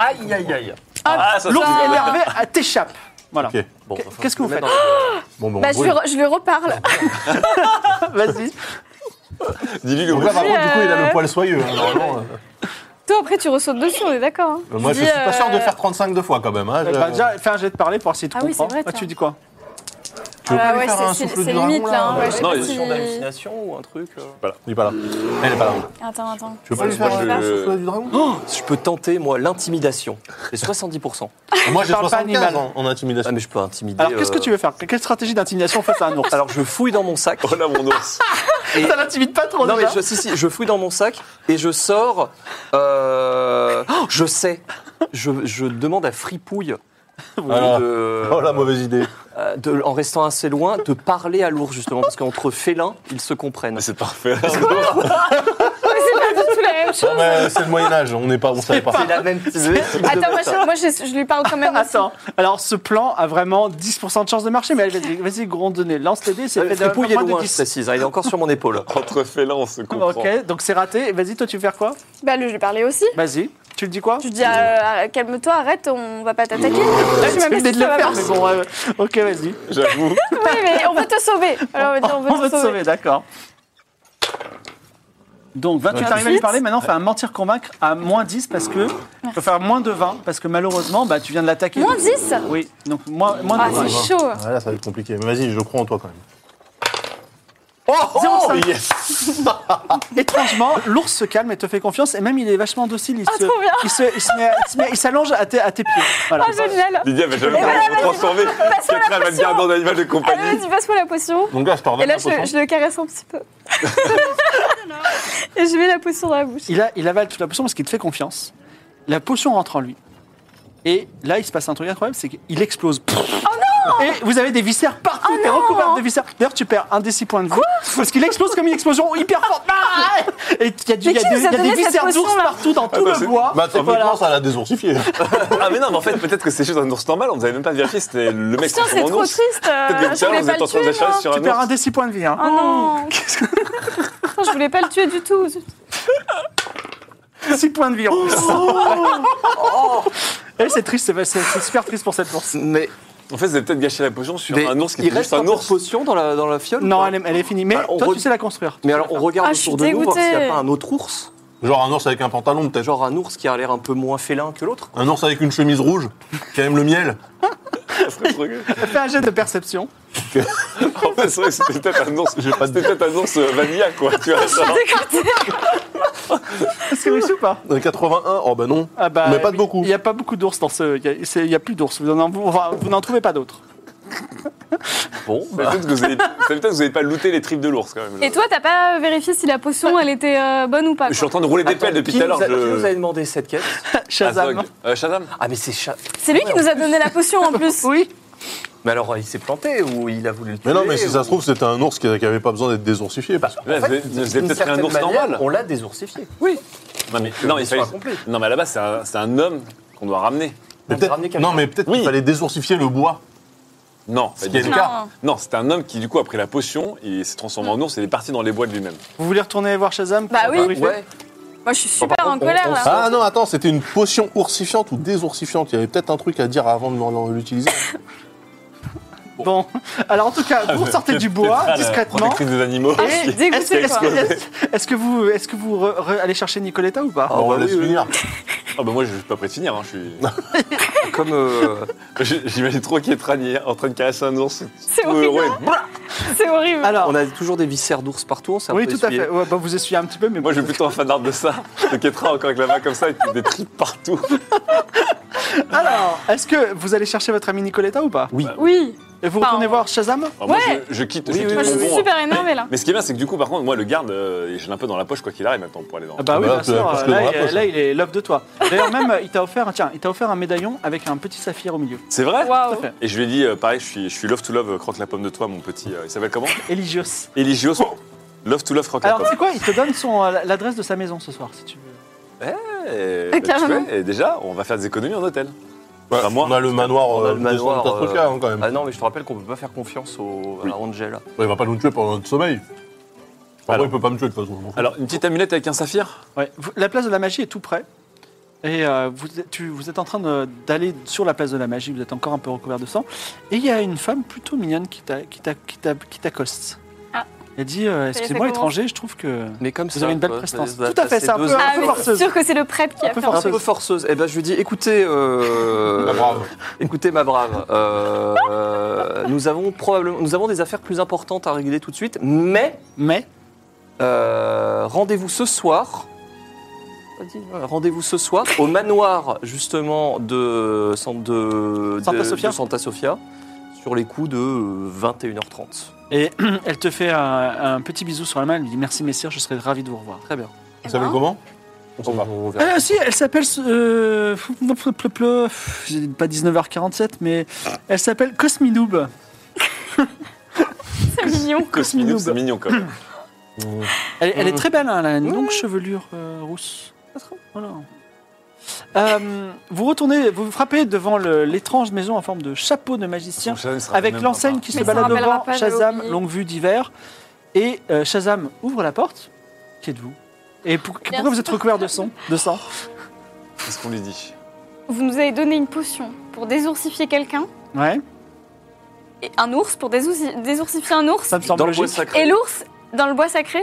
Aïe aïe aïe
Ah, ça, c'est
L'ours
du verre.
énervé ah, t'échappe. Voilà.
Ok.
Bon,
Qu'est-
enfin,
qu'est-ce que
je
vous
le mets
faites
dans la-
Bon, ben, bon,
Bah, je lui, re- je lui
(laughs)
reparle.
(laughs) Vas-y.
Dis-lui que
Donc là, par contre, du coup, il a
Euh.
le poil soyeux. hein, normalement. Euh,
Toi, après, tu ressautes dessus, on est d'accord. hein.
Moi, je
dis,
suis pas sûr de
euh,
faire 35 deux fois quand même. hein, je-
Bah, déjà, fais un jet de parler pour essayer de
Ah oui,
comprendre.
c'est vrai,
Ah,
tiens.
tu dis quoi
Tu veux
Ah
pas lui
ouais,
faire
c'est-
un
c'est-
souffle
c'est
du dragon,
limite, là, hein, ouais, je sais
Non,
pas
il est
si-
Une hallucination ou un truc euh.
Voilà, il est pas là. Elle est pas là.
Attends, attends. (laughs)
Tu veux pas lui faire
moi,
un
je-
souffle du
Oh,
dragon
Je peux tenter, moi, l'intimidation. J'ai 70%.
Moi, j'ai
parle pas
75
animal.
en, en
Ah,
intimidation.
mais je peux intimider.
Alors, qu'est-ce que
euh,
tu veux faire Quelle stratégie d'intimidation face à un ours
Alors, je fouille dans mon sac.
Oh là, mon ours. (laughs)
et-
Ça l'intimide pas trop,
Non, mais
déjà.
je, si, si, je fouille dans mon sac et je sors. euh, oh, je sais. Je, je demande à Fripouille
Ah.
de,
Oh, la
(laughs)
mauvaise idée.
euh, de- en restant assez loin, de parler à l'ours justement, parce qu'entre félins, ils se comprennent.
Mais c'est parfait.
Ouais, c'est pas du tout la même chose.
Non, mais c'est le Moyen-Âge, on n'est pas, on savait pas.
(laughs) C'est la même petite.
Attends, moi, je, moi, je- je lui parle quand même. aussi.
Attends, (laughs) alors ce plan a vraiment 10% de chance de marcher, mais allez, vas-y, vas-y, grondonnez, lance les dés, c'est fait d'un
Fripouille est
moins de
Euh, loin, je
10.
précise. hein, il est encore sur mon épaule.
Entre félins, on se comprend.
Ok, donc c'est raté. Et Vas-y, toi, tu veux faire quoi
Bah, lui, je lui parlais aussi.
Vas-y. Tu le dis quoi
Je lui dis, euh, calme-toi, arrête, on va pas t'attaquer. Je suis
Ah, Tu venais
même pas
de le
sûre que ça va
faire,
marcher.
mais bon, ouais, ouais. Ok, vas-y.
J'avoue.
Oui, mais on veut te sauver. Alors, on va dire, on
(laughs)
veut
On
te
veut te
sauver.
sauver, d'accord. Donc, 28, t'arrives à lui parler. Maintenant, fais un mentir-convaincre à moins 10 parce que. Faut faire moins de 20 parce que malheureusement, bah, tu viens de l'attaquer.
Moins 10
Oui, donc moins, moins
Ah,
de 20.
c'est chaud.
Ah, là, ça va être compliqué. Mais vas-y, je crois en toi quand même.
Oh, Étrangement, l'ours se calme et te fait confiance et même il est vachement docile. Il se,
Ah, trop bien.
il se, il se met à- il se met- il s'allonge à, tes- à tes pieds. Voilà.
Ah, génial.
Lydia va jamais pouvoir vous transformer. Parce qu'après, elle va devenir un animal de
Allez,
compagnie.
vas-y, passe-moi la potion.
Donc là, je te
Et
redonne
là,
la
je,
potion.
je le caresse un petit peu. Et je mets la potion dans la bouche.
Il, a, il avale toute la potion parce qu'il te fait confiance. La potion rentre en lui. Et là, il se passe un truc incroyable, c'est qu'il explose.
Oh
Et vous avez des viscères partout,
Ah
t'es recouvert de viscères. D'ailleurs, tu perds un des six points de vie. parce qu'il explose comme une explosion hyper forte. Ah Et il y a, du-
Mais
il y a
qui
des-
nous a
il y a des
donné cette
viscères d'ours
potion-là
partout dans tout
bah,
le
c'est-
bois.
Bah, techniquement,
Voilà.
ça l'a désourcifié.
Ah, mais non, mais en fait, peut-être que c'est juste un ours normal, on n'avait même pas vérifié, c'était le mec
Putain, c'est
transformé en
trop
ours.
triste. euh,
Peut-être que
je
tiens,
voulais
vous
pas
êtes en
le
train
tuer.
d'acharner
moi.
sur
Tu
un
perds un
ours.
des six points de vie. hein.
Oh
(laughs)
non. Putain, Je voulais pas le tuer du tout. zut.
Six points de vie en plus. Et Oh. c'est triste, c'est- c'est c'est super triste pour cette ours.
Mais
En fait, vous avez peut-être gâché la potion sur
des-
un ours qui
il
était juste
reste
un (laughs) ours.
potion dans la, dans la fiole ou
Non,
pas
elle est, elle est finie. Mais
Bah, on
toi,
re-
tu sais la construire.
Mais alors, on regarde
Ah, je suis
autour de nous voir s'il n'y a
dégoûtée.
pas un autre ours.
Genre un ours avec un pantalon, peut-être.
Genre un ours qui a l'air un peu moins félin que l'autre.
Un ours avec une chemise rouge, qui aime le miel.
Fais un jet de perception.
En fait, c'est vrai que c'était peut-être un ours.
J'ai pas de
C'était peut-être un ours euh, vanilla, quoi. Tu vois, genre.
Est-ce que oui ou pas
Euh, 81, oh bah non.
Ah bah,
Mais pas de
oui.
beaucoup.
Il n'y a pas beaucoup d'ours dans ce. Il y a- c'est- il y a, plus d'ours. Vous n'en vous- enfin, vous n'en trouvez pas d'autres.
Bon,
C'est peut-être que vous avez- c'est peut-être que vous n'avez pas looté les tripes de l'ours, quand même.
Et toi, t'as pas vérifié si la potion, elle était euh, bonne ou pas
Je suis
quoi.
en train de rouler des
Attends,
pelles depuis
qui
tout à
nous
l'heure.
a- Qui
je-
nous a demandé cette
(laughs)
quête
Shazam.
Azog. Euh, Shazam
Ah, mais c'est chat.
C'est lui qui nous a donné la potion en plus.
(laughs) Oui.
Mais alors, euh, il s'est planté ou il a voulu le tuer
Mais non, mais si
ou- Bah,
ça se trouve, c'était un ours qui n'avait pas besoin d'être désourcifié. Parce que...
Ouais,
En fait,
vous avez-
d'une
vous avez peut-être pris un
certaine
ours
manière,
normal.
On l'a désourcifié.
Non, mais, non, mais, il
Mission
fallait-
accomplie.
non, mais à la base, c'est un, c'est un homme qu'on doit ramener.
Mais
On
peut-être-
peut ramener quelqu'un.
Non, mais peut-être
Oui.
qu'il fallait désourcifier le bois.
Non,
Ce
pas
qui est
du
le
tout.
cas.
hein.
non c'est un homme qui, du coup, a pris la potion, il s'est transformé en ours et il est parti dans les bois de lui-même.
Vous voulez retourner voir Shazam
Bah oui.
Briefer
Ouais.
Moi, je suis super
Par
en
contre, on-
colère
on
là.
Ah non, attends, c'était une potion oursifiante ou désourcifiante. Il y avait peut-être un truc à dire avant de l'utiliser.
Bon. Alors en tout cas, vous sortez du bois
Ah, la
discrètement.
euh,
Protectrice des animaux.
Ah, je suis
Et Est-ce
dégoûtée,
est-ce
quoi.
que, est-ce que vous, est-ce que vous re- re- allez chercher Nicoletta ou pas
Ah,
Bon, on
bah
laisse
oui, oui.
finir.
Ah bah moi je suis pas prêt de finir, hein, je
(laughs)
suis...
Comme. euh,
J- J'imagine trop qu'il est traîné, en train de caresser un ours.
C'est
Tout
horrible.
heureux. Blah
C'est horrible.
Alors,
on a toujours des viscères d'ours partout, on s'est un
Ah. oui,
peu
tout à
essuyé.
fait. Ouais, bah, vous essuyez un petit peu, mais
Moi je suis plutôt un fan d'art de ça. Le Ketra encore avec la main comme ça, avec des tripes partout.
alors, est-ce que vous allez chercher votre ami Nicoletta ou pas
Oui.
Oui.
Et vous
Enfin,
retournez
on-
voir Shazam
Ah, moi,
Ouais.
je, je quitte,
Oui,
je
oui,
quitte
Moi,
le
je suis
bonbon, hein.
super énervée là.
Mais ce qui est bien, c'est que du coup, par contre, moi, le garde, euh, je l'ai un peu dans la poche, quoi qu'il arrive maintenant, pour aller dans...
Ah bah oui,
Ah bah,
bien
tu vas
sûr.
plus
euh,
que
Là,
dans la
il-
poche.
là, il est love de toi. D'ailleurs, même, euh, il t'a offert, un- tiens, il t'a offert un médaillon avec un petit saphir au milieu.
C'est vrai
Tout à
Waouh.
fait.
Et je lui ai dit, euh, pareil, je suis, je suis love to love, euh, croque la pomme de toi, mon petit... euh, il s'appelle comment
Eligios.
Eligios. Love to love, croque la
Alors,
pomme.
tu sais quoi Il te donne son, euh, l'adresse de sa maison ce soir, si tu veux.
Eh,
Ah,
bah, tu
carrément.
vois, Et déjà, on va faire des économies en hôtel. Enfin, moi,
Bah, on a le manoir.
On a
euh,
le manoir,
de Tastroca,
euh,
hein, quand même.
Ah non, mais je te rappelle qu'on peut pas faire confiance au, à Angel.
Il va pas nous tuer pendant notre sommeil. Enfin,
Alors-
moi, il peut pas me tuer de toute façon. je m'en fous.
Alors, une petite amulette avec un saphir
Ouais. Vous- La place de la magie est tout près. Et euh, vous, êtes- tu- vous êtes en train de- d'aller sur la place de la magie, vous êtes encore un peu recouvert de sang. Et il y a une femme plutôt mignonne qui t'a- qui t'a- qui t'a- qui t'accoste.
Ah.
Elle dit euh,
Ça y est,
Excusez-moi,
ça commence.
étranger, je trouve que.
Mais comme
Vous
ça.
avez une belle
quoi,
prestance.
ça-
Tout à
ça
fait,
fait
c'est un
deux
peu-
ans.
Ah, mais c'est
forceuse.
sûr que c'est le prep qui
Un
a
peu
fait.
Un
forceuse.
peu forceuse. Eh ben, je lui dis, écoutez,
(laughs)
euh,
Ah, bravo.
écoutez, ma brave, euh, euh, nous avons probablement, nous avons des affaires plus importantes à régler tout de suite, mais
Mais.
Euh, rendez-vous ce soir. Vas-y, voilà, Rendez-vous ce soir au manoir justement de, San- de,
Santa
de-
Sofia.
de Santa Sofia, sur les coups de euh, 21h30.
Et (clears throat) elle te fait un, un petit bisou sur la main, elle lui dit Merci, messire, je serais ravi de vous revoir.
Très bien.
Vous savez comment On s'en va.
Ah si, elle s'appelle... Euh, pleu, pleu, pleu, j'ai pas 19h47, mais elle s'appelle Cosminoob.
C'est mignon.
Cosmino, c'est mignon quand même.
Elle, elle est très belle, hein, elle a une longue chevelure euh, rousse. Voilà. Euh, vous retournez, vous frappez devant le- l'étrange maison en forme de chapeau de magicien, avec l'enseigne qui se
Mais ça
balade
rappellera
devant
pas
Shazam,
Halloween.
longue vue d'hiver. Et euh, Shazam ouvre la porte. Qui êtes-vous Et pour- pourquoi
Merci.
vous êtes recouvert de sang, de sang
Qu'est-ce qu'on lui dit
Vous nous avez donné une potion pour désourcifier quelqu'un,
Ouais,
et un ours pour désourci- désourcifier un ours,
ça me semble
Dans le bois
logique.
sacré.
et l'ours dans le bois sacré,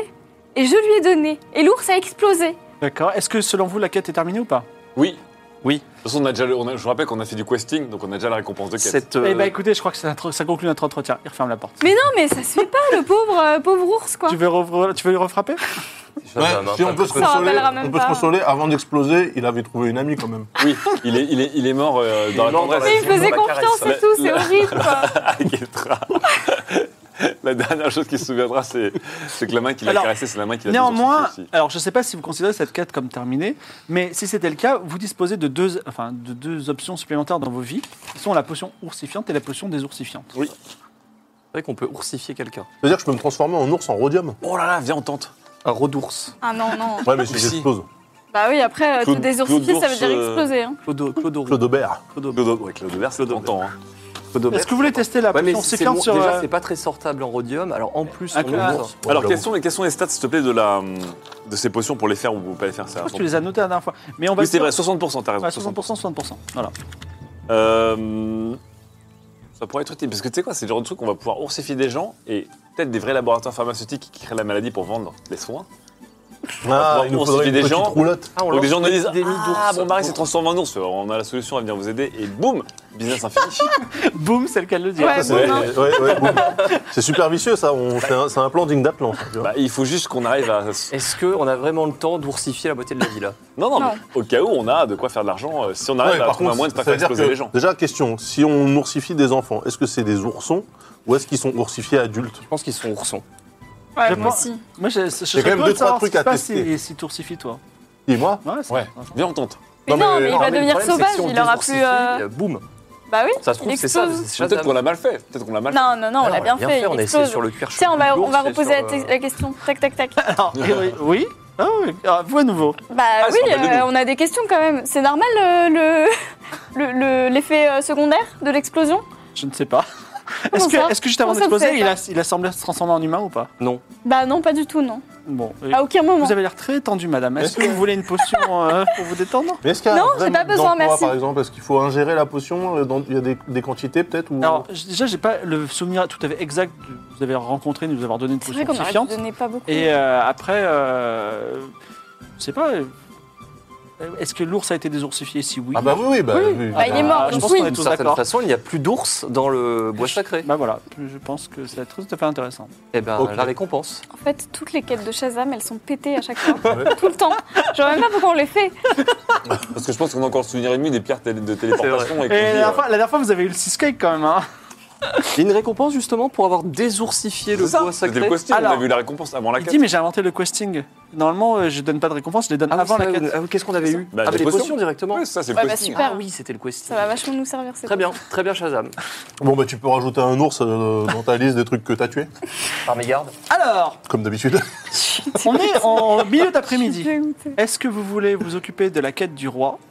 et je lui ai donné, et l'ours a explosé.
D'accord. Est-ce que selon vous la quête est terminée ou pas
Oui.
Oui.
De toute façon, on a déjà le- on a- je vous rappelle qu'on a fait du questing, donc on a déjà la récompense de quête.
Cette, euh,
Eh ben écoutez, je crois que ça, ça conclut notre entretien. Il referme la porte.
Mais non, mais ça se fait pas, le pauvre, euh, pauvre ours, quoi.
Tu veux, re- tu veux le refrapper
je-
Ouais,
je-
si on peut se
Ça
consoler,
rappellera même
on peut se
pas.
consoler, avant d'exploser, il avait trouvé une amie quand même.
Oui, il est, il est, il est mort euh, dans
est
la
mort dans
tendresse.
Mais il
la
faisait
caresse.
(laughs)
confiance
La-
et tout, c'est
la-
horrible, quoi.
Ah, Ketra. La dernière chose qu'il se souviendra, c'est c'est que la main qu'il a
Alors,
caressée, c'est la main qu'il a fait sur son
Néanmoins,
sourcil.
alors je ne sais pas si vous considérez cette quête comme terminée, mais si c'était le cas, vous disposez de deux, enfin, de deux options supplémentaires dans vos vies, qui sont la potion oursifiante et la potion désoursifiante.
Oui.
C'est vrai qu'on peut oursifier quelqu'un.
C'est-à-dire que je peux me transformer en ours en rhodium.
Oh là là, viens, on tente.
Un rodours.
Ah non, non.
Ouais, mais si
Oursi.
j'explose.
Bah oui, après, euh,
Claude-
te désourcifier,
Claude
ça veut dire
Bourse, euh,
exploser. hein.
Clodo, Clodo-
Claude Aubert.
Claude Aubert, ouais, Claude Aubert, c'est tentant. hein.
Est-ce que vous voulez tester la
Ouais, mais
potion
c'est bon,
oursifiante sur...
déjà,
euh,
c'est pas très sortable en rhodium. Alors en plus,
Un
on
classe.
ours.
Bon,
Ah, Alors,
j'avoue.
quelles sont, quelles sont les stats, s'il te plaît, de, la, de ces potions pour les faire ou pas les faire
Je
ça
pense que tu les as notés la dernière fois. Mais on va
Oui, c'est
dire-
vrai, 60%, t'as raison.
Ouais, 60%, 60%. Voilà.
Euh, ça pourrait être utile, parce que tu sais quoi, c'est le genre de truc qu'on va pouvoir oursifier des gens et peut-être des vrais laboratoires pharmaceutiques qui créent la maladie pour vendre les soins.
Ah,
on
il nous
va
faudrait
oursifier
une
des
petite
gens.
roulotte.
Ah, on
Donc les
lance
gens nous
une
disent
épidémie
Ah,
d'ours.
mon mari s'est
Bon.
transformé en ours, Euh, on a la solution, elle vient vous aider, et boum, business infini.
Boum, c'est le cas de le dire.
Ouais,
Ça, c'est-
bon, hein.
ouais, ouais, boum. C'est super vicieux ça, On- c'est un, c'est un plan digne d'Atlan. ça, tu vois.
Bah, il faut juste qu'on arrive à.
(laughs) Est-ce qu'on a vraiment le temps d'oursifier la beauté de la villa
Non, non,
Non.
mais au cas où, on a de quoi faire de l'argent euh, si on
Ouais,
arrive à
par
trouver un
contre,
moyen de pas
ça
faire
veut dire
exploser
que-
les gens.
Déjà, question, si on oursifie des enfants, est-ce que c'est des oursons ou est-ce qu'ils sont oursifiés adultes
Je pense qu'ils sont oursons.
Ouais,
Je
moi
pense-
aussi.
Moi, je, je serais
quand même
curieux
deux,
de savoir
trois trucs
ce qui se
à
passe
tester.
Si, si tu oursifies, toi.
Dis-moi.
Ouais, c'est
Ouais.
intéressant.
Viens, on tente.
Mais
Non,
non,
mais-
mais il
non,
va
mais le problème,
devenir
c'est que
sauvage,
si on
il aura
désourcifie,
plus. euh,
euh, Boum
Bah oui,
Ça se trouve,
il
c'est ça.
explose.
c'est
Peut-être
Shazam.
qu'on l'a mal fait. Peut-être qu'on l'a mal fait.
Non, non, non, on l'a bien fait,
on
il
a essayé
explose.
sur le cuir chaud.
Tiens, on va,
de
on va
l'ours et
reposer la,
sur, euh,
te- la question. Tac,
(laughs)
tac, tac.
Alors, et oui, oui Ah oui, ah, vous à nouveau.
Bah
Ah,
oui,
ça rappelle de
euh,
nous.
on a des questions quand même. C'est normal euh, le le- le- l'effet euh, secondaire de l'explosion
Je ne sais pas. Est-ce
Comment ça
que, est que juste avant
Comment ça, vous
d'exploser,
savez
il
pas
a, il a semblé se transformer en humain ou pas
Non.
Bah non, pas du tout, non.
Bon. euh,
À aucun moment.
Vous avez l'air très tendu, madame. Est-ce
Est-ce
que vous voulez une potion euh, pour vous détendre
Mais est-ce qu'il y a
Non,
un vrai
j'ai pas
mode
besoin,
d'emploi,
merci.
Par exemple, est-ce qu'il faut ingérer la potion euh, dans- Il y a des, des quantités peut-être ou...
Alors, j- déjà, j'ai pas le souvenir tout à fait exact de vous avez rencontré, de vous avoir donné une
C'est
potion
vrai qu'on aurait
suffiante.
donné pas beaucoup.
Et euh, après, euh, je sais pas. euh, Est-ce que l'ours a été désoursifié Si oui.
Ah bah oui, oui, bah,
Oui.
oui.
Bah, il est mort,
Je
donc
pense
oui.
qu'on est
D'une
tous
certaine
d'accord.
façon, il n'y a plus d'ours dans le bois sacré.
Bah voilà, je pense que c'est tout à fait intéressant.
Eh ben,
Ok.
la récompense.
En fait, toutes les quêtes de Shazam, elles sont pétées
(laughs)
à chaque fois.
Ah
Tout le temps. J'aurais même pas pourquoi on les fait.
Parce que je pense qu'on a encore le souvenir et demi des pierres télé- de téléportation.
Et la
Et qu'on dit, euh,
dernière, fois, la dernière fois, vous avez eu le cheesecake quand même. Hein.
Il y a une récompense justement pour avoir désoursifié
euh,
le
ça,
bois
C'était
sacré.
le costume, on a
Alors-
vu la récompense avant la
Il
quête.
dit, mais j'ai inventé le questing. Normalement, euh, je donne pas de récompense, je les donne
Ah oui,
avant
c'est
la
vrai,
quête.
ah oui, Qu'est-ce qu'on avait eu
Bah,
Ah,
des
mais les
potions.
potions directement.
Ouais, ça, c'est le
Ouais, bah,
questing.
super.
Ah oui, c'était le question.
Ça va vachement nous servir. c'est
Très bien, très bien Shazam.
Bon, bah tu peux rajouter un ours euh, dans ta liste des trucs que t'as tués,
Par mes gardes.
(laughs)
Alors,
comme d'habitude.
on est en milieu d'après-midi.
J'ai goûté.
Est-ce que vous voulez vous occuper de la quête du roi
(laughs)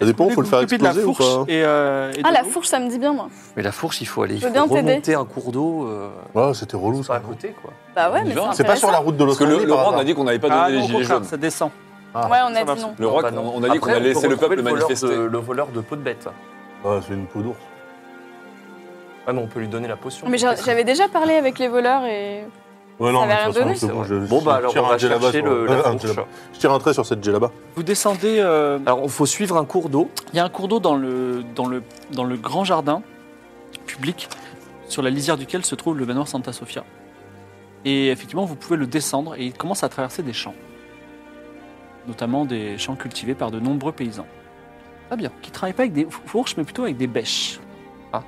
Ça dépend,
Vous
faut le
voulez
faire
vous occuper de la
exploser ou
fourche
pas hein.
et, euh, et
Ah,
de
la
l'eau
fourche, ça me dit bien, moi.
Mais la fourche, il faut aller il
Je veux
faut
bien t'aider.
remonter un cours d'eau. euh,
Ouais, Ah, c'était relou
pas à
ça.
côté, quoi.
Bah ouais, mais
Genre,
c'est
C'est pas sur la route de
Parce que le,
l'Australie
le
Ah par
roi, on
hasard.
a dit qu'on n'avait pas
Ah non,
donné les
au
gilets
contraire,
jaunes.
ça descend.
Ah.
Ouais, on
Ça
a
va,
dit
ça
non.
Le roi,
Bah
on,
non.
on a dit qu'on
Après,
allait
on peut
laisser le
retrouver
peuple manifester.
voleur de- le voleur de peau de bête.
Ouais, Ah, c'est une peau d'ours.
Ouais, mais Ah on peut lui donner la potion.
Ah, Mais j'a- j'avais déjà parlé avec les voleurs et.
Ouais,
avait
mais de
rien
toute façon,
donné,
c'est bon,
C'est vrai.
je-
Bon,
je
bah alors
tire
on
un
va
djellaba
chercher
sur-
le,
(laughs)
ouais,
la
un
fourche.
djellaba. Je tire un trait sur cette djellaba.
Vous descendez. euh,
Alors, il faut suivre un cours d'eau.
Il y a un cours d'eau dans le, dans, le, dans le grand jardin public, sur la lisière duquel se trouve le manoir Santa Sofia. Et effectivement, vous pouvez le descendre et il commence à traverser des champs, notamment des champs cultivés par de nombreux paysans. Très bien. Qui ne travaillent pas avec des fourches, mais plutôt avec des bêches.
Ah.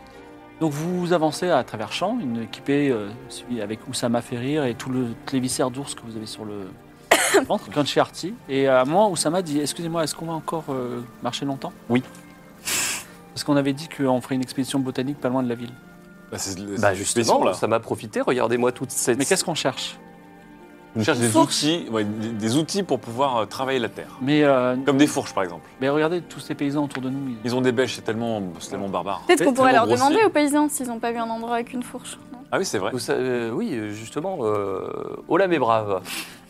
Donc vous avancez à travers champs, une équipée euh, celui avec Oussama Ferrir et tout le, toutes les viscères d'ours que vous avez sur le (coughs) ventre, Gunchy Arty. Et à moi, Oussama dit Excusez-moi, est-ce qu'on va encore euh, marcher longtemps
Oui.
Parce qu'on avait dit qu'on ferait une expédition botanique pas loin de la ville.
Bah, c'est- c'est
Bah
une
justement,
expédition, là.
ça m'a profité. Regardez-moi toute cette.
Mais qu'est-ce qu'on cherche
On cherche des
Fourche.
outils, ouais, des des outils pour pouvoir euh, travailler la terre.
mais, euh,
Comme des fourches, par exemple.
mais regardez tous ces paysans autour de nous. ils-
Ils ont des bêches, c'est tellement, c'est tellement barbare.
Peut-être qu'on pourrait leur
Tellement
demander
grossier.
aux paysans s'ils n'ont pas vu un endroit avec une fourche. non
Ah oui, c'est vrai.
Vous savez- euh, oui, euh, justement, euh, hola mes braves.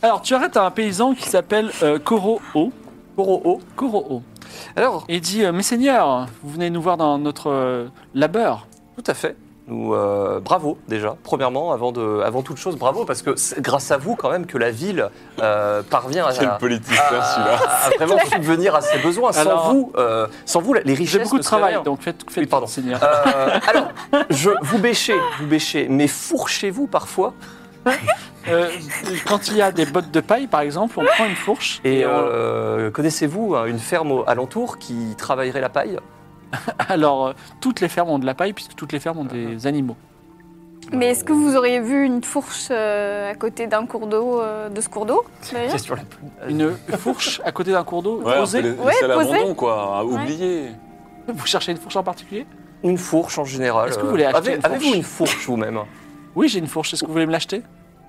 Alors tu arrêtes un paysan qui s'appelle euh, Koro O.
Koro-o.
Koro-o.
Alors,
Et il dit euh, Mes seigneurs, vous venez nous voir dans notre euh, labeur.
tout à fait. Nous, euh, bravo déjà, premièrement, avant, de, avant toute chose, bravo, parce que c'est grâce à vous quand même que la ville euh, parvient à,
Quel
à-
politicien, celui-là.
à- à Ah, vraiment subvenir à ses besoins.
Alors-
sans, vous, euh, sans vous, la- les richesses.
J'ai beaucoup de
ne seraient
travail,
rien.
donc faites, faites
Oui, pardon.
seigneur.
Euh, alors, je, vous bêchez, vous bêchez, mais fourchez-vous parfois.
Euh, quand il y a des bottes de paille, par exemple, on prend une fourche
Et
on- (laughs)
euh, connaissez-vous hein, une ferme au- alentour qui travaillerait la paille
Alors, euh, toutes les fermes ont de la paille, puisque toutes les fermes ont des animaux.
Mais est-ce que vous auriez vu une fourche euh, à côté d'un cours d'eau, euh, de ce cours d'eau d'ailleurs
Question la plus.
Une fourche à côté d'un cours d'eau
Ouais, on
posée.
peut laisser
Ouais,
à
posé.
l'abandon, quoi, à
Ouais.
oublier.
Vous cherchez une fourche en particulier
Une fourche en général.
Est-ce que vous
euh,
voulez acheter
avez-
une fourche
Avez-vous une fourche vous-même
Oui, j'ai une fourche. Est-ce que vous voulez me l'acheter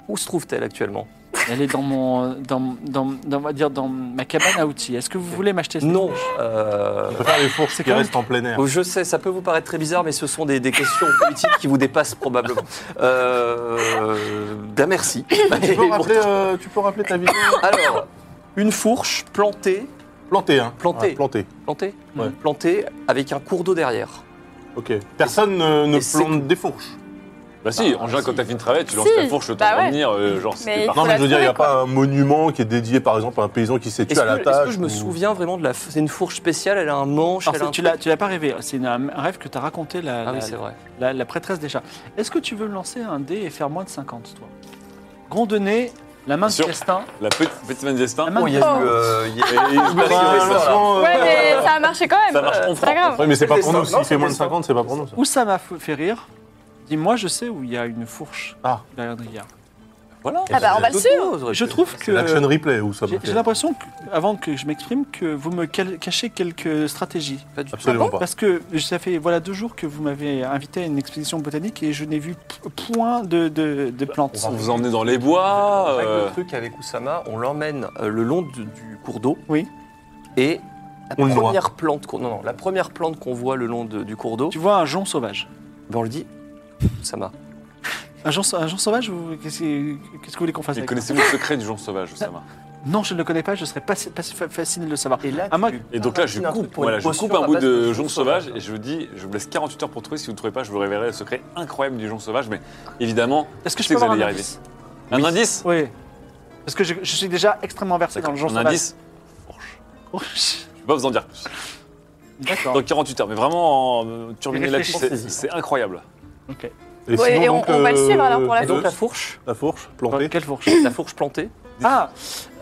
Où se trouve-t-elle actuellement
Elle est dans mon, euh, dans, dans, dans- on va dire dans ma cabane à outils. Est-ce que vous voulez m'acheter cette
Non.
fourche
euh,
Je préfère les fourches
C'est
qui
quand même-
restent en plein air.
Oh, Je sais, ça peut vous paraître très bizarre, mais ce sont des, des questions (laughs) politiques qui vous dépassent probablement. Euh, ben merci.
Tu
Et
peux,
bon,
rappeler, euh, tu peux rappeler ta vidéo
alors, une fourche plantée,
Planté, hein.
Planté.
Ouais, planté.
plantée,
Ouais.
plantée avec un cours d'eau derrière.
Ok. Personne ne, ne
Et c'est-
plante des fourches.
Bah si, Angela, quand t'as fini de travailler, tu lances
Si.
ta fourche le temps
Bah
de
ouais.
revenir, euh, genre c'est
Mais-
parti.
Non,
Faut
mais
la
je veux dire, il n'y a
trouver,
pas un monument qui est dédié, par exemple, à un paysan qui s'est tué
Est-ce
à la
que, est-ce
tâche.
que je me
ou-
souviens vraiment de la. f- C'est une fourche spéciale, elle a un manche,
Alors,
elle a
c'est-
un.
tu l'as, tu l'as pas rêvé. C'est une- un rêve que t'as raconté la,
Ah oui,
la-
c'est vrai.
la- la prêtresse des chats. Est-ce que tu veux me lancer un dé et faire moins de 50, toi Gondonnet, la main
Bien
de
sûr.
Crestin.
La petite, petite main de
La
destin.
main
Oh,
de
il y a eu. euh, il y a-
Et il se
Ouais,
passe une histoire, là.
franchement, euh,
Ouais, mais ça a marché quand même.
Ça marche,
euh,
on
c'est pas
prend.
grave.
ouais, mais c'est pas
C'est
pour
ça,
nous.
non,
S'il fait
c'est
moins de
ça.
50, c'est pas pour nous. ça.
Où ça m'a f- fait rire Dis-moi, je sais où il y a une fourche
Ah.
derrière Drillard.
Voilà.
Ah bah, on va le
D'autres
suivre.
choses, aurait
Je
pu-
trouve
C'est l'action
que.
replay où ça
J'ai
m'a fait.
j'ai l'impression, que- avant que je m'exprime, que vous me cal- cachez quelques stratégies.
Pas du tout.
Absolument pas.
Parce que ça fait voilà deux jours que vous m'avez invité à une expédition botanique et je n'ai vu p- point de, de- de plantes.
On vous emmenez dans les
Ah,
bois.
Règle
euh,
le truc avec Oussama, on l'emmène euh, le long du, du cours d'eau.
Oui.
Et la
On le noie.
première plante qu'on non, non, la première plante qu'on voit le long de- du cours d'eau,
Tu vois un jonc sauvage.
ben, on le dit Oussama.
Un jonc, un jonc sauvage, vous- qu'est-ce que qu'est-ce que vous voulez qu'on fasse
Et
avec
connaissez-vous le secret du jonc sauvage, Oussama
Non, je ne le connais pas, je serais pas, pas fa- fasciné de le savoir.
Et là,
Ah, moi-
Et donc là, je
Un truc
coupe,
pour
voilà,
une
je
potion
coupe un
à
bout
base
de
de
jonc
jonc
sauvage
sauvage.
et je vous dis, je vous laisse 48 heures pour trouver. Si vous ne trouvez pas, je vous révélerai le secret incroyable du jonc sauvage. Mais évidemment,
Est-ce que je
je sais
peux
que vous
avoir
allez y
un
arriver.
indice
Un indice
Oui. Parce que je, je suis déjà extrêmement versé dans
D'accord,
le jonc
Un
sauvage.
indice Je ne peux pas vous en dire plus.
D'accord.
Dans 48 heures, mais vraiment, en, euh, turbiner là-dessus,
Réfléchissez-y.
c'est- c'est incroyable.
Ok.
Et
Ouais,
sinon,
et on-
donc,
on va le
euh,
suivre, alors, pour la
Et
le-
donc la fourche,
La fourche plantée.
Quelle fourche
la fourche plantée,
Ah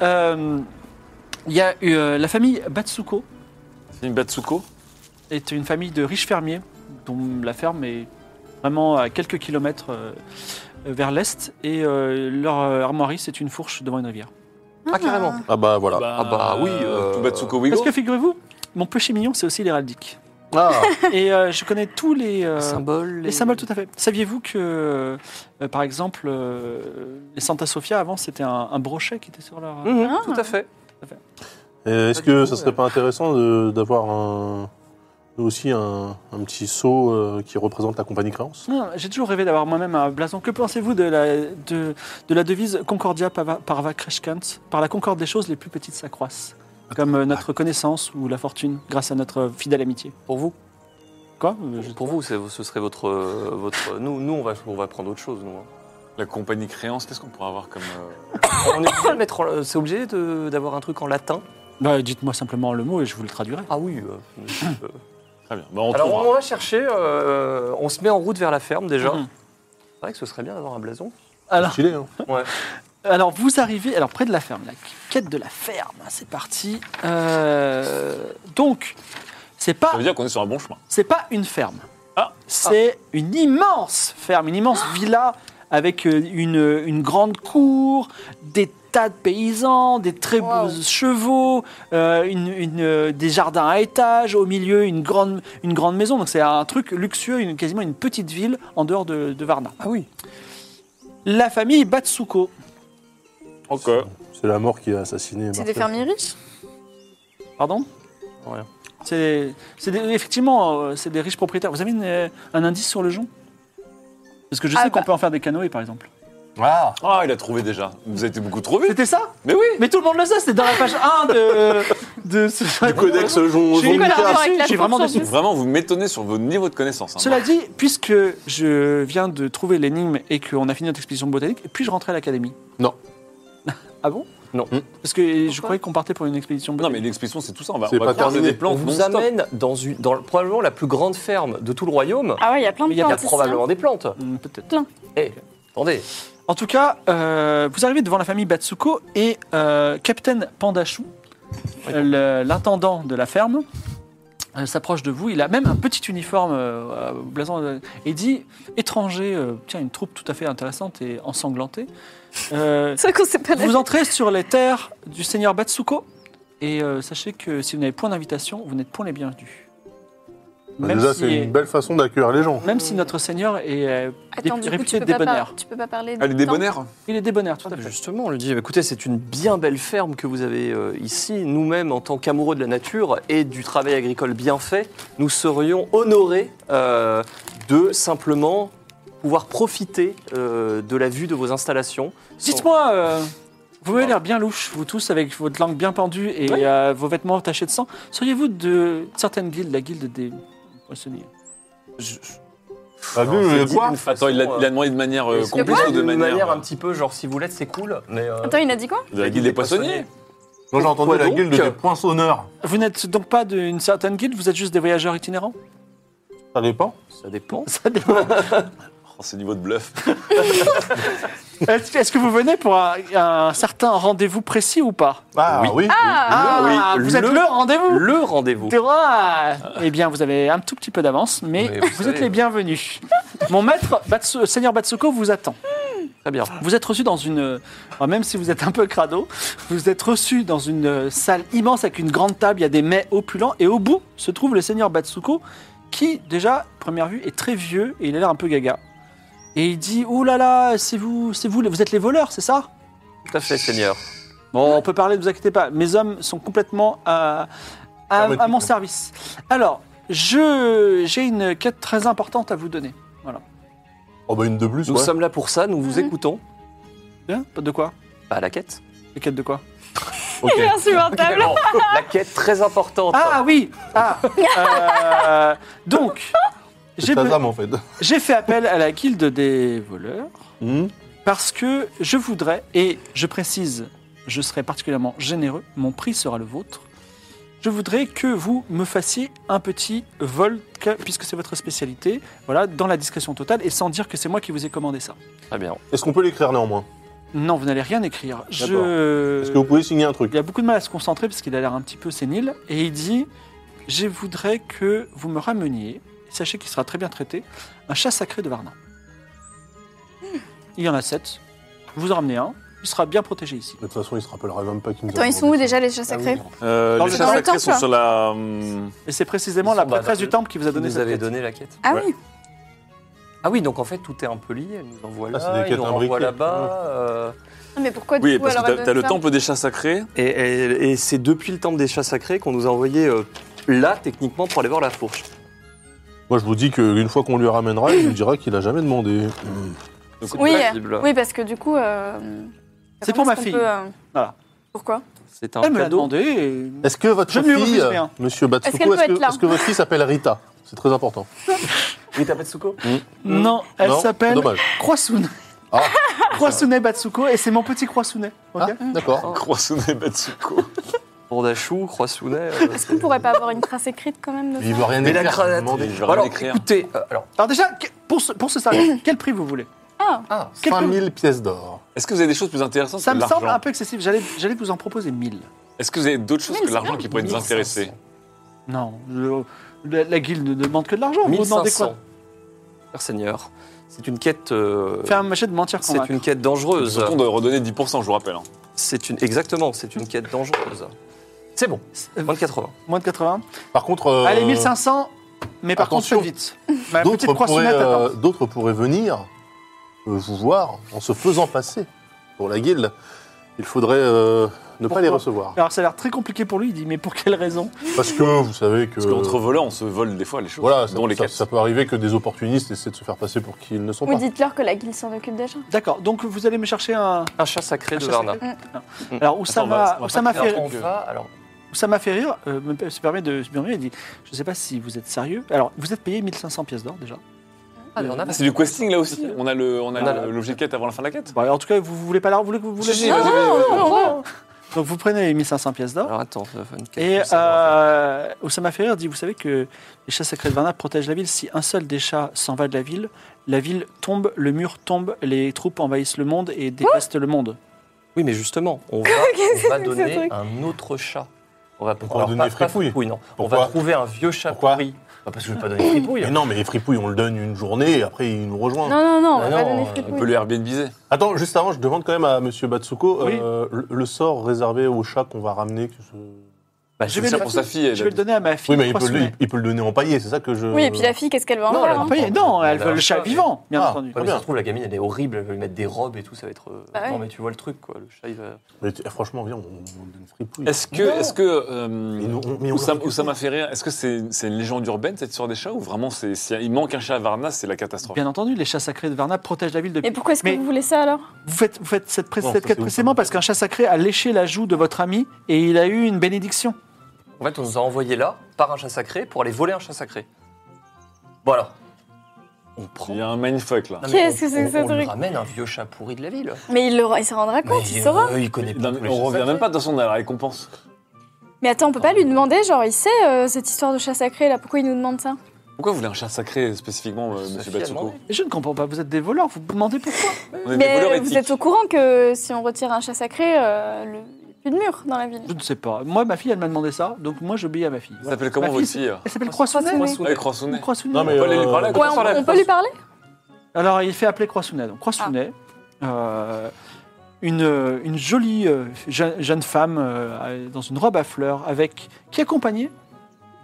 euh, Il y a eu, euh, la famille Batsuko
C'est une Batsuko
est une famille de riches fermiers dont la ferme est vraiment à quelques kilomètres euh, vers l'est et euh, leur euh, armoirie c'est une fourche devant une rivière.
ah carrément.
Ah bah voilà.
Ah bah oui, euh,
Tout Batsuko Wigo.
Parce que figurez-vous, mon péché mignon c'est aussi l'héraldique.
Ah,
(laughs) et euh, je connais tous les, euh,
Les symboles,
les symboles tout à fait. Saviez-vous que euh, par exemple euh, les Santa Sofia avant c'était un, un brochet qui était sur leur...
Mhm,
Ah.
Tout à fait.
Euh, Est-ce
Pas du
que
tout,
ça serait
ouais.
pas intéressant de- d'avoir un, nous aussi un, un petit seau euh, qui représente la compagnie Créance
Non, Ah, J'ai toujours rêvé d'avoir moi-même un blason. Que pensez-vous de la, de, de la devise Concordia pava- parva crescant Par la concorde des choses, les plus petites s'accroissent. Comme euh, notre connaissance ou la fortune, grâce à notre fidèle amitié.
Pour vous,
Quoi Euh, je-
pour vous, c'est- ce serait votre, euh, votre. Nous, nous, on va, on va prendre autre chose. Nous. hein.
La compagnie créance, qu'est-ce qu'on pourrait avoir comme. euh,
(laughs) on est obligé de mettre. en- euh, C'est obligé de- d'avoir un truc en latin.
Bah, Dites-moi simplement le mot et je vous le traduirai.
Ah oui. (laughs) euh,
Très bien, Bah, on
Alors
trouvera.
on va chercher, euh, on se met en route vers la ferme déjà.
Mhm.
C'est vrai que ce serait bien d'avoir un blason.
Alors,
Stylé, hein
alors, vous arrivez alors près de la ferme, la quête de la ferme. C'est parti. Euh, donc, c'est pas
Ça veut dire qu'on est sur un bon chemin.
C'est pas une ferme.
Ah.
c'est une immense ferme, une immense
Ah.
villa avec euh, une, une grande cour, des tas de paysans, des très beaux chevaux, euh, une- une, euh, des jardins à étages, au milieu une grande, une grande maison. Donc c'est un truc luxueux, une- quasiment une petite ville en dehors de, de Varna.
Ah oui.
La famille Batsuko.
Ok.
C'est la mort qui a assassiné.
C'est
Marcel.
des fermiers riches
Pardon
Rien.
C'est c'est des- effectivement euh, c'est des riches propriétaires. Vous avez une, euh, un indice sur le jonc Parce que je sais
Ah
qu'on
bah.
peut en faire des canoës par exemple.
Ah.
Ah, il a trouvé déjà. Vous avez été beaucoup trop vite.
C'était ça
Mais oui
Mais tout le monde le sait, c'était dans la page 1 de, de ce
Du codex
Je suis vraiment
Jean
Nicolas.
déçu, je suis vraiment
Avec la
déçu.
Vraiment, vous m'étonnez sur vos niveaux de connaissances. hein.
Cela dit, puisque je viens de trouver l'énigme et qu'on a fini notre expédition botanique, puis-je rentrer à l'académie
Non.
(laughs) ah bon
Non.
Parce que je croyais qu'on partait pour une expédition
Non, mais
botanique.
l'expression, c'est tout ça. On va,
C'est
on va
pas
croiser
terminé.
des
On
plantes
vous
non-stop.
amène dans, une, dans le- probablement la plus grande ferme de tout le royaume.
Ah ouais, il y a plein de
Il y a
Il y
plantes
a
ici, hein.
probablement des plantes. Eh,
Hmm, Peut-être.
Attendez.
En tout cas, euh, vous arrivez devant la famille Batsuko et euh, Capitaine Pandachou, euh, le- l'intendant de la ferme, euh, s'approche de vous. Il a même un petit uniforme euh, euh, blason euh, et dit étranger, euh, tiens, une troupe tout à fait intéressante et ensanglantée.
(laughs)
Euh,
C'est vrai qu'on s'est pas
vous entrez sur les terres du seigneur Batsuko et euh, sachez que si vous n'avez point d'invitation, vous n'êtes point les bienvenus.
Bah,
Même
déjà,
si-
c'est une belle façon d'accueillir les gens.
même si notre Seigneur est euh,
Attends,
dé-
du coup,
réputé
tu peux, pas
débonnaire.
par- tu peux pas parler de.
Ah, Elle est débonnaire
Il est débonnaire, tout
Ah,
à
bah,
fait.
Justement, on lui dit, bah, écoutez, c'est une bien belle ferme que vous avez euh, ici. Nous-mêmes, en tant qu'amoureux de la nature et du travail agricole bien fait, nous serions honorés euh, de simplement pouvoir profiter euh, de la vue de vos installations. sans-
Dites-moi, euh, vous avez l'air bien louche, vous tous, avec votre langue bien pendue et euh, vos vêtements tachés de sang. Seriez-vous de certaines guildes, la guilde des poissonniers
Je- je-
Bah,
Ah,
Non,
vu,
c'est
euh,
dit
quoi
d'une façon,
Attends, il l'a
euh,
il l'a demandé de manière euh,
est-ce que-
complète ou de
d'une
manière.
un petit peu, genre, si vous l'êtes, c'est cool, mais... euh,
Attends, il a dit quoi
De la guilde des poissonniers
Moi, j'ai entendu la
donc
guilde des poinçonneurs.
Vous n'êtes donc pas d'une certaine guilde, vous êtes juste des voyageurs itinérants
Ça dépend.
Ça dépend.
Ça dépend.
Oh, C'est niveau de bluff.
Est-ce est-ce que vous venez pour un, un certain rendez-vous précis ou pas
Ah oui.
Ah,
oui,
vous êtes
le-
le rendez-vous
Le rendez-vous.
T'es roi Eh bien, vous avez un tout petit peu d'avance, mais
Mais vous
vous, êtes
savez,
les
euh.
bienvenus. Mon maître, Batsu- Seigneur Batsuko, vous attend.
Très bien.
Vous êtes reçu dans une. euh, alors même si vous êtes un peu crado, vous êtes reçu dans une euh, salle immense avec une grande table. Il y a des mets opulents. Et au bout se trouve le seigneur Batsuko, qui, déjà, première vue, est très vieux et il a l'air un peu gaga. Et il dit Oh là là, c'est vous, c'est vous, les- vous êtes les voleurs, c'est ça
Tout à fait, Seigneur.
Bon, on peut parler, ne vous inquiétez pas. Mes hommes sont complètement à, à- à mon service. Alors, je, j'ai une quête très importante à vous donner.
Oh, bah, une de plus,
Nous
ouais.
sommes là pour ça, nous vous
Mhm.
écoutons.
Hein De quoi
Bah, la quête.
La quête de quoi
Ok.
(laughs) Il est insupportable.
la quête très importante.
Ah oui Ah euh, Donc, j'ai
C'est Shazam, en fait.
j'ai fait appel à la guilde des voleurs
Hmm.
parce que je voudrais, et je précise, je serai particulièrement généreux, mon prix sera le vôtre. Je voudrais que vous me fassiez un petit vol, que- puisque c'est votre spécialité, voilà, dans la discrétion totale et sans dire que c'est moi qui vous ai commandé ça.
Très bien.
Est-ce qu'on peut l'écrire néanmoins
Non, vous n'allez rien écrire. Je...
Est-ce que vous pouvez signer un truc
Il a beaucoup de mal à se concentrer parce qu'il a l'air un petit peu sénile. Et il dit Je voudrais que vous me rameniez, sachez qu'il sera très bien traité, un chat sacré de Varna. Il y en a sept. Vous en ramenez un. Il sera bien protégé ici.
De toute façon, il se rappellera même pas qui nous a
Attends, ils sont où
demandé
déjà
ça.
les chats sacrés
Ah oui.
Euh,
Dans
les
le
chats
temple,
sacrés
quoi.
sont sur la. hum,
Et c'est précisément
Ils
la
sont dans la
prêtresse du
table.
temple qui vous a
Vous
donné
nous
cette
avez
quête.
donné la quête.
Ah
Ouais.
oui
Ah oui, donc en fait, tout est un peu lié. Elle nous envoie là,
Ah, c'est des Mmh.
il
quêtes
nous renvoie
imbriquées.
là-bas. euh,
Non, Ah, Mais pourquoi du
Oui,
coup
parce
alors
que
elle
t'as- t'as
donne
le
ça
temple des chats sacrés.
Et, et- et c'est depuis le temple des chats sacrés qu'on nous a envoyé euh, là, techniquement, pour aller voir la fourche.
Moi, je vous dis qu'une fois qu'on lui ramènera, il nous dira qu'il a jamais demandé.
Donc,
Oui,
c'est possible.
Oui, parce que du coup. euh,
C'est pour
comment
ma
est-ce qu'on
fille.
peut, euh,
Voilà.
Pourquoi
C'est un
Elle me l'a
cadeau.
demandé. et-
Est-ce que votre
Je ne lui refuse
fille, euh,
rien.
Monsieur
Est-ce qu'elle
Batsuko,
peut
est-ce que,
être là
est-ce que votre fille s'appelle Rita C'est très important.
Rita Petsuko
Non, elle
Non,
s'appelle
Dommage.
Croissune.
Ah.
Croissune Batsuko. Et c'est mon petit Croissune. ok
Ah, D'accord.
Croissonnet Batsuko.
Bordachou, Croissounet. euh,
(laughs)
Est-ce qu'on pourrait pas avoir une trace écrite quand même de
Il
ça
veut rien
Mais la
écrire. il veut
grenade.
demander.
Je vais
Alors,
rien
hein.
écrire.
écoutez, euh, alors,
Alors, déjà, que- pour ce, pour ce salaire, quel prix vous voulez
Ah,
Ah,
Quelques-
5000 pièces d'or.
Est-ce que vous avez des choses plus intéressantes
Ça
que
me semble
l'argent
un peu excessif. J'allais j'allais vous en proposer 1000.
Est-ce que vous avez d'autres choses
Oui, mais
que
c'est
l'argent
bien.
qui pourraient nous intéresser
Non, le- la, la guilde ne demande que de l'argent. Vous demandez
1500.
quoi
Cher Seigneur, c'est une quête... euh,
Faire un machet de mentir
c'est
convaincre.
une quête dangereuse.
Surtout, on doit redonner 10%, je vous rappelle. hein.
C'est une... Exactement, c'est une quête dangereuse. C'est bon,
Euh,
moins de 80.
Moins de 80.
Par contre. euh,
Allez, 1500. Mais par
attention.
contre, faites vite. Ma petite
D'autres pourraient,
croissonnette
euh,
attend.
d'autres pourraient venir euh, vous voir en se faisant passer pour la guilde. Il faudrait euh, ne pas
Pourquoi
les recevoir.
Alors, ça a l'air très compliqué pour lui. Il dit, mais pour quelle raison
Parce que vous savez que.
Parce qu'entre volants, on se vole des fois les choses.
Voilà, ça,
dont les
ça-
quêtes.
ça peut arriver que des opportunistes essaient de se faire passer pour qui ils ne sont
Ou
pas.
dites-leur que la guilde s'en occupe déjà.
D'accord, donc vous allez me chercher un.
Un chat sacré
un
de
chat
Varna.
sacré
Mm.
Alors,
Attends, on va- on
Oussama,
va
Oussama
Alors,
fait,
on va, alors,
Oussama fait rire, euh, me me permet de se murmurer, il dit Je ne sais pas si vous êtes sérieux. Alors, vous êtes payé 1500 pièces d'or déjà.
Ah, mais on a-
Ah, c'est du questing là aussi On a le- on
On a
a
le-
l'objet de quête avant la fin de la quête
Bon, alors, en tout cas, vous voulez pas l'argent Vous voulez que vous voulez
Si, si, vas-y, vas-y, vas-y.
Donc, vous prenez les 1500 pièces d'or.
alors, attends, ça va faire une quête
Et
plus sympa.
euh, Oussama Ferrer dit, vous savez que les chats sacrés de Varna protègent la ville. Si un seul des chats s'en va de la ville, la ville tombe, le mur tombe, les troupes envahissent le monde et dévastent le monde.
(laughs)
Oui, mais justement, on va, on va
que c'est
donner
ce truc
un autre chat On va
pourra donner fripouille.
non. on va
Pourquoi
trouver un vieux chat
Pourquoi
pourri. Bah,
Ah,
parce que je vais pas donner fripouille.
Mais non, mais les fripouilles, on le donne une journée et après il nous rejoint.
Non, non, non, on va
Bah
pas
non,
donner
on
On peut
fripouille.
le Airbnbiser.
Attends, juste avant, je demande quand même à Monsieur Batsuko
Oui.
euh, le, le sort réservé au chat qu'on va ramener. que ce-
Bah,
Je
je
vais,
ça
le,
pour sa fille, elle
je vais le donner à ma fille.
Oui, mais il
trois
peut, le,
semaines.
il- il peut le donner en paillet, c'est ça que je.
Oui, et puis la fille, qu'est-ce qu'elle va en
Non,
faire
la-
hein
Pas- non, elle veut le chat vivant, bien
Ah.
entendu.
Ouais, mais
bien.
ça se trouve, la gamine, elle est horrible. Elle veut lui mettre des robes et tout. Ça va être. euh,
Bah ouais.
Non, mais tu vois le truc, quoi. Le chat, il va.
Mais t- eh, franchement, viens, on, on donne fripouille.
Est-ce que,
Non.
est-ce que euh,
Mais nous, on- mais on
Oussam-
leur fait
Oussama fait rire Est-ce que c'est c'est une légende urbaine cette histoire des chats ou vraiment c'est si il manque un chat à Varna, c'est la catastrophe
Bien entendu, les chats sacrés de Varna protègent la ville de
Mais pourquoi est-ce que
Mais-
vous voulez ça alors
Vous faites, vous faites cette, pré-
Non,
cette
ça,
quête
c'est
précisément
ouf.
parce qu'un chat sacré a léché la joue de votre ami et il a eu une bénédiction.
En fait, on nous a envoyés là par un chat sacré pour aller voler un chat sacré. Voilà. On prend.
Il y a un mindfuck là.
Non, mais
Qu'est-ce
on-
que c'est que
on-
ce
on lui
truc
ramène un vieux chat pourri de la ville.
Mais il, le, il se rendra compte, il
Mais,
saura.
euh, il connaît pas
Non, mais
tous les
on
chats
revient
sacrés.
même pas de toute façon à la récompense.
Mais attends, on peut pas lui demander, genre, il sait euh, cette histoire de chat sacré là, pourquoi il nous demande ça
Pourquoi vous voulez un chat sacré spécifiquement, euh,
Sophie
Monsieur
a
Batsuko
demandé.
Mais Je ne comprends pas, vous êtes des voleurs, vous me demandez pourquoi
On est des voleurs
Mais euh, vous
éthiques.
êtes au courant que si on retire un chat sacré, euh, le... il y a plus de mur dans la ville.
Je ne sais pas. Moi, ma fille, elle m'a demandé ça, donc moi, j'obéis à ma fille.
Ça s'appelle comment
Ma
votre
fille,
fille euh
Elle s'appelle Croissounet.
Croissounet.
Ouais, Croissonnet.
Croissounet.
Non, mais,
On peut aller lui
euh,
parler,
Ouais,
comment
on,
ça, la
on peut lui parler
Alors, il fait appeler Croissounet. Donc, Croissounet, euh, une, euh, une jolie euh, je- jeune femme euh, dans une robe à fleurs, avec, qui est accompagnée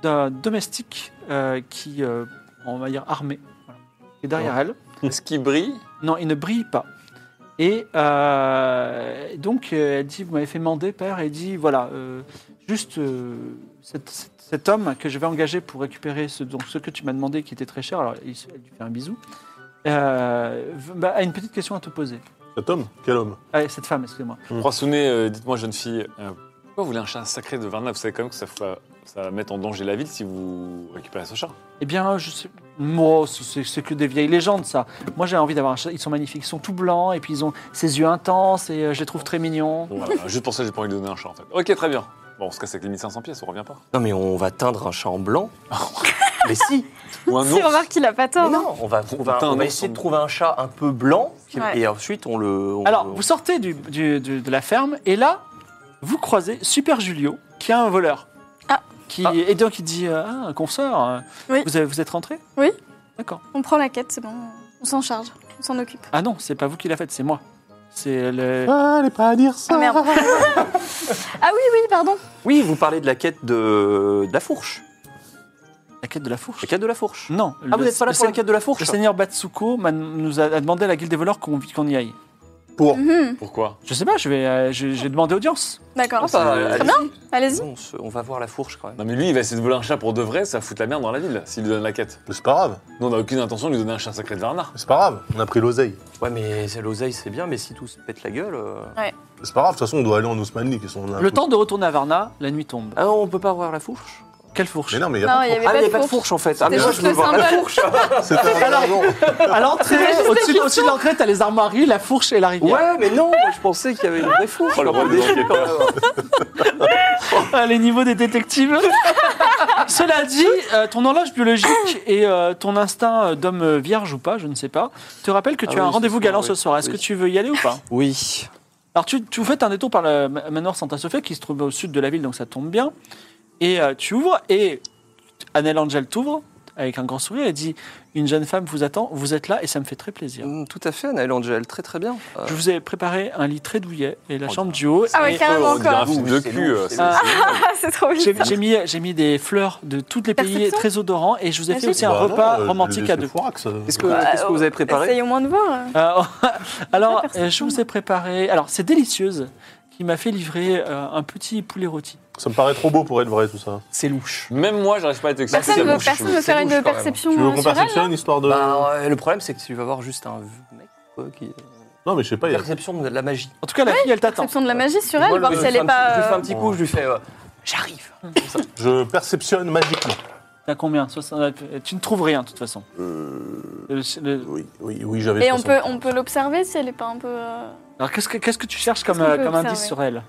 d'un domestique euh, qui, euh, on va dire, armé, voilà, qui est derrière elle.
Est-ce qu'il brille
Non, il ne brille pas. Et euh, donc, euh, elle dit, vous m'avez fait demander, père, et elle dit, voilà, euh, juste euh, cet, cet- cet homme que je vais engager pour récupérer ce, donc, ce que tu m'as demandé, qui était très cher, alors il se- elle lui fait un bisou, euh, v- bah, a une petite question à te poser.
Cet homme Quel homme
Ah, cette femme, excusez-moi.
Croissonnet, euh, dites-moi jeune fille, euh, pourquoi vous voulez un chat sacré de Varna Vous savez quand même que ça, fa- ça va mettre en danger la ville si vous récupérez ce chat.
Eh bien, je sais... Moi, c'est c'est que des vieilles légendes, ça. Moi, j'ai envie d'avoir un chat. Ils sont magnifiques. Ils sont tout blancs et puis ils ont ces yeux intenses et euh, je les trouve très mignons.
Bon, voilà, juste pour ça, j'ai pas envie de donner un chat en fait. Ok, très bien. Bon, on se casse avec les 1500 pièces, on revient pas.
Non, mais on va teindre un chat en blanc. mais si
Ou un
Si,
ours
remarque qu'il a pas
Mais
tort. hein.
non, on va, on va-
Teint un
on va
ours
essayer
en
de trouver un chat un peu blanc qui-
Ouais.
et ensuite on le. on-
Alors,
on-
vous sortez du- du- du- de la ferme et là, vous croisez Super Julio, qui est un voleur.
Ah.
Qui,
Ah.
Et donc, il dit euh, Ah, un confesseur, euh,
Oui.
vous, avez- vous êtes rentré
Oui.
D'accord.
On prend la quête, c'est bon. On s'en charge, on s'en occupe.
Ah non, c'est pas vous qui l'a faite, c'est moi. C'est le.
Allez pas dire ça
Ah,
(laughs)
merde. ah oui, oui, pardon.
Oui, vous parlez de la quête de, de la fourche.
La quête de la fourche.
La quête de la fourche.
Non.
Ah, vous n'êtes pas là pour la quête de la
Le
fourche
seigneur Batsuko m'a- nous a, a demandé à la guilde des voleurs qu'on qu'on y aille.
Pour.
Mhm.
Pourquoi
Je sais pas, je vais, euh, je- j'ai demandé audience.
D'accord.
Ah, bah,
C'est-
allez-y.
Allez-y.
On, se- on va voir la fourche quand même.
Non, mais lui, il va essayer de voler un chat pour de vrai, ça va foutre la merde dans la ville s'il lui donne la quête.
Mais c'est pas grave,
Nous, on n'a aucune intention de lui donner un chat sacré de Varna.
c'est pas grave, on a pris l'oseille.
Ouais, mais c'est l'oseille, c'est bien, mais si tout se pète la gueule. euh,
C'est pas grave, de toute façon on doit aller en Ousmanie. qu'est-ce qu'on a un
Le
coup-
temps de retourner à Varna, la nuit tombe.
Ah, on peut pas voir la fourche
Quelle fourche
Mais non, mais y a
Non,
pas
il n'y avait
Ah, mais
pas,
il n'y a
de
pas de
fourche.
fourche en fait. Ah, mais moi
C'était
je
juste
veux
le
voir la
symbole.
fourche.
C'est un raison.
À l'entrée, (laughs) au-dessus de- au-dessus de l'entrée, t'as les armoiries, la fourche et la rivière.
(laughs) Ouais, mais non, moi, je pensais qu'il y avait une vraie fourche.
Oh, le roi
Un peu
des
déçu, quand même.
Ah, les niveaux des détectives. (laughs) Cela dit, euh, ton horloge biologique et euh, ton instinct euh, d'homme euh, vierge ou pas, je ne sais pas, te rappellent que
Ah
tu
oui,
as un
ce
rendez-vous
soir,
galant ce
oui.
soir. Est-ce
Oui.
que tu veux y aller ou pas
(laughs) Oui.
Alors, tu, tu fais un détour par le ma- manoir Santa Sofia qui se trouve au sud de la ville, donc ça tombe bien. Et euh, tu ouvres et Annel Angel t'ouvre avec un grand sourire et dit Une jeune femme vous attend, vous êtes là et ça me fait très plaisir.
Mm, Tout à fait, Anaël Angel, très très bien. Euh,
Je vous ai préparé un lit très douillet et la
Oh,
chambre du haut.
Ah ouais,
Et-
carrément
On dirait
encore.
un film
Oui,
de
c'est
cul.
long,
euh,
c'est
c'est-
long.
Ah, c'est trop
J'ai
bizarre.
j'ai mis, j'ai mis des fleurs de tous les pays,
Perception
très odorants, et je vous ai fait
Magique.
aussi un
Bah non,
repas
euh,
romantique à
laissez
deux.
Foirax, euh.
Qu'est-ce que, qu'est-ce que vous avez préparé Bah,
Essayez au Bah, moins de voir. euh.
Euh, (laughs) alors,
Ah, perception.
euh, je vous ai préparé. Alors, c'est délicieuse qui m'a fait livrer euh, un petit poulet rôti.
Ça me paraît trop beau pour être vrai tout ça.
C'est louche.
Même moi, j'arrive pas à être excité.
Personne ne veut,
Bon, je-
personne veut faire
c'est louche,
une
quand même.
Tu
perception
veux
euh,
qu'on
sur elle.
perfectionne histoire de.
Bah, euh, le problème, c'est que tu vas voir juste un mec quoi, qui.
Non, mais je sais pas, y a-
Perception de la magie.
En tout cas, la fille, elle t'attend.
Perception de la magie sur elle,
Moi,
voir
le-
si elle
je
est
lui fais un- Je lui fais
pas.
un
euh,
petit coup, je lui fais. euh, J'arrive. Comme ça.
je perceptionne magiquement.
T'as combien 60 Tu ne trouves rien, de toute façon.
Euh,
Le- le-
Oui, oui, oui, j'avais.
euh, Et on
60.
peut, on peut l'observer si elle est pas un peu. euh,
Alors, qu'est-ce que, qu'est-ce que tu cherches comme,
Qu'est-ce qu'on
euh,
peut
comme indice
observer
sur elle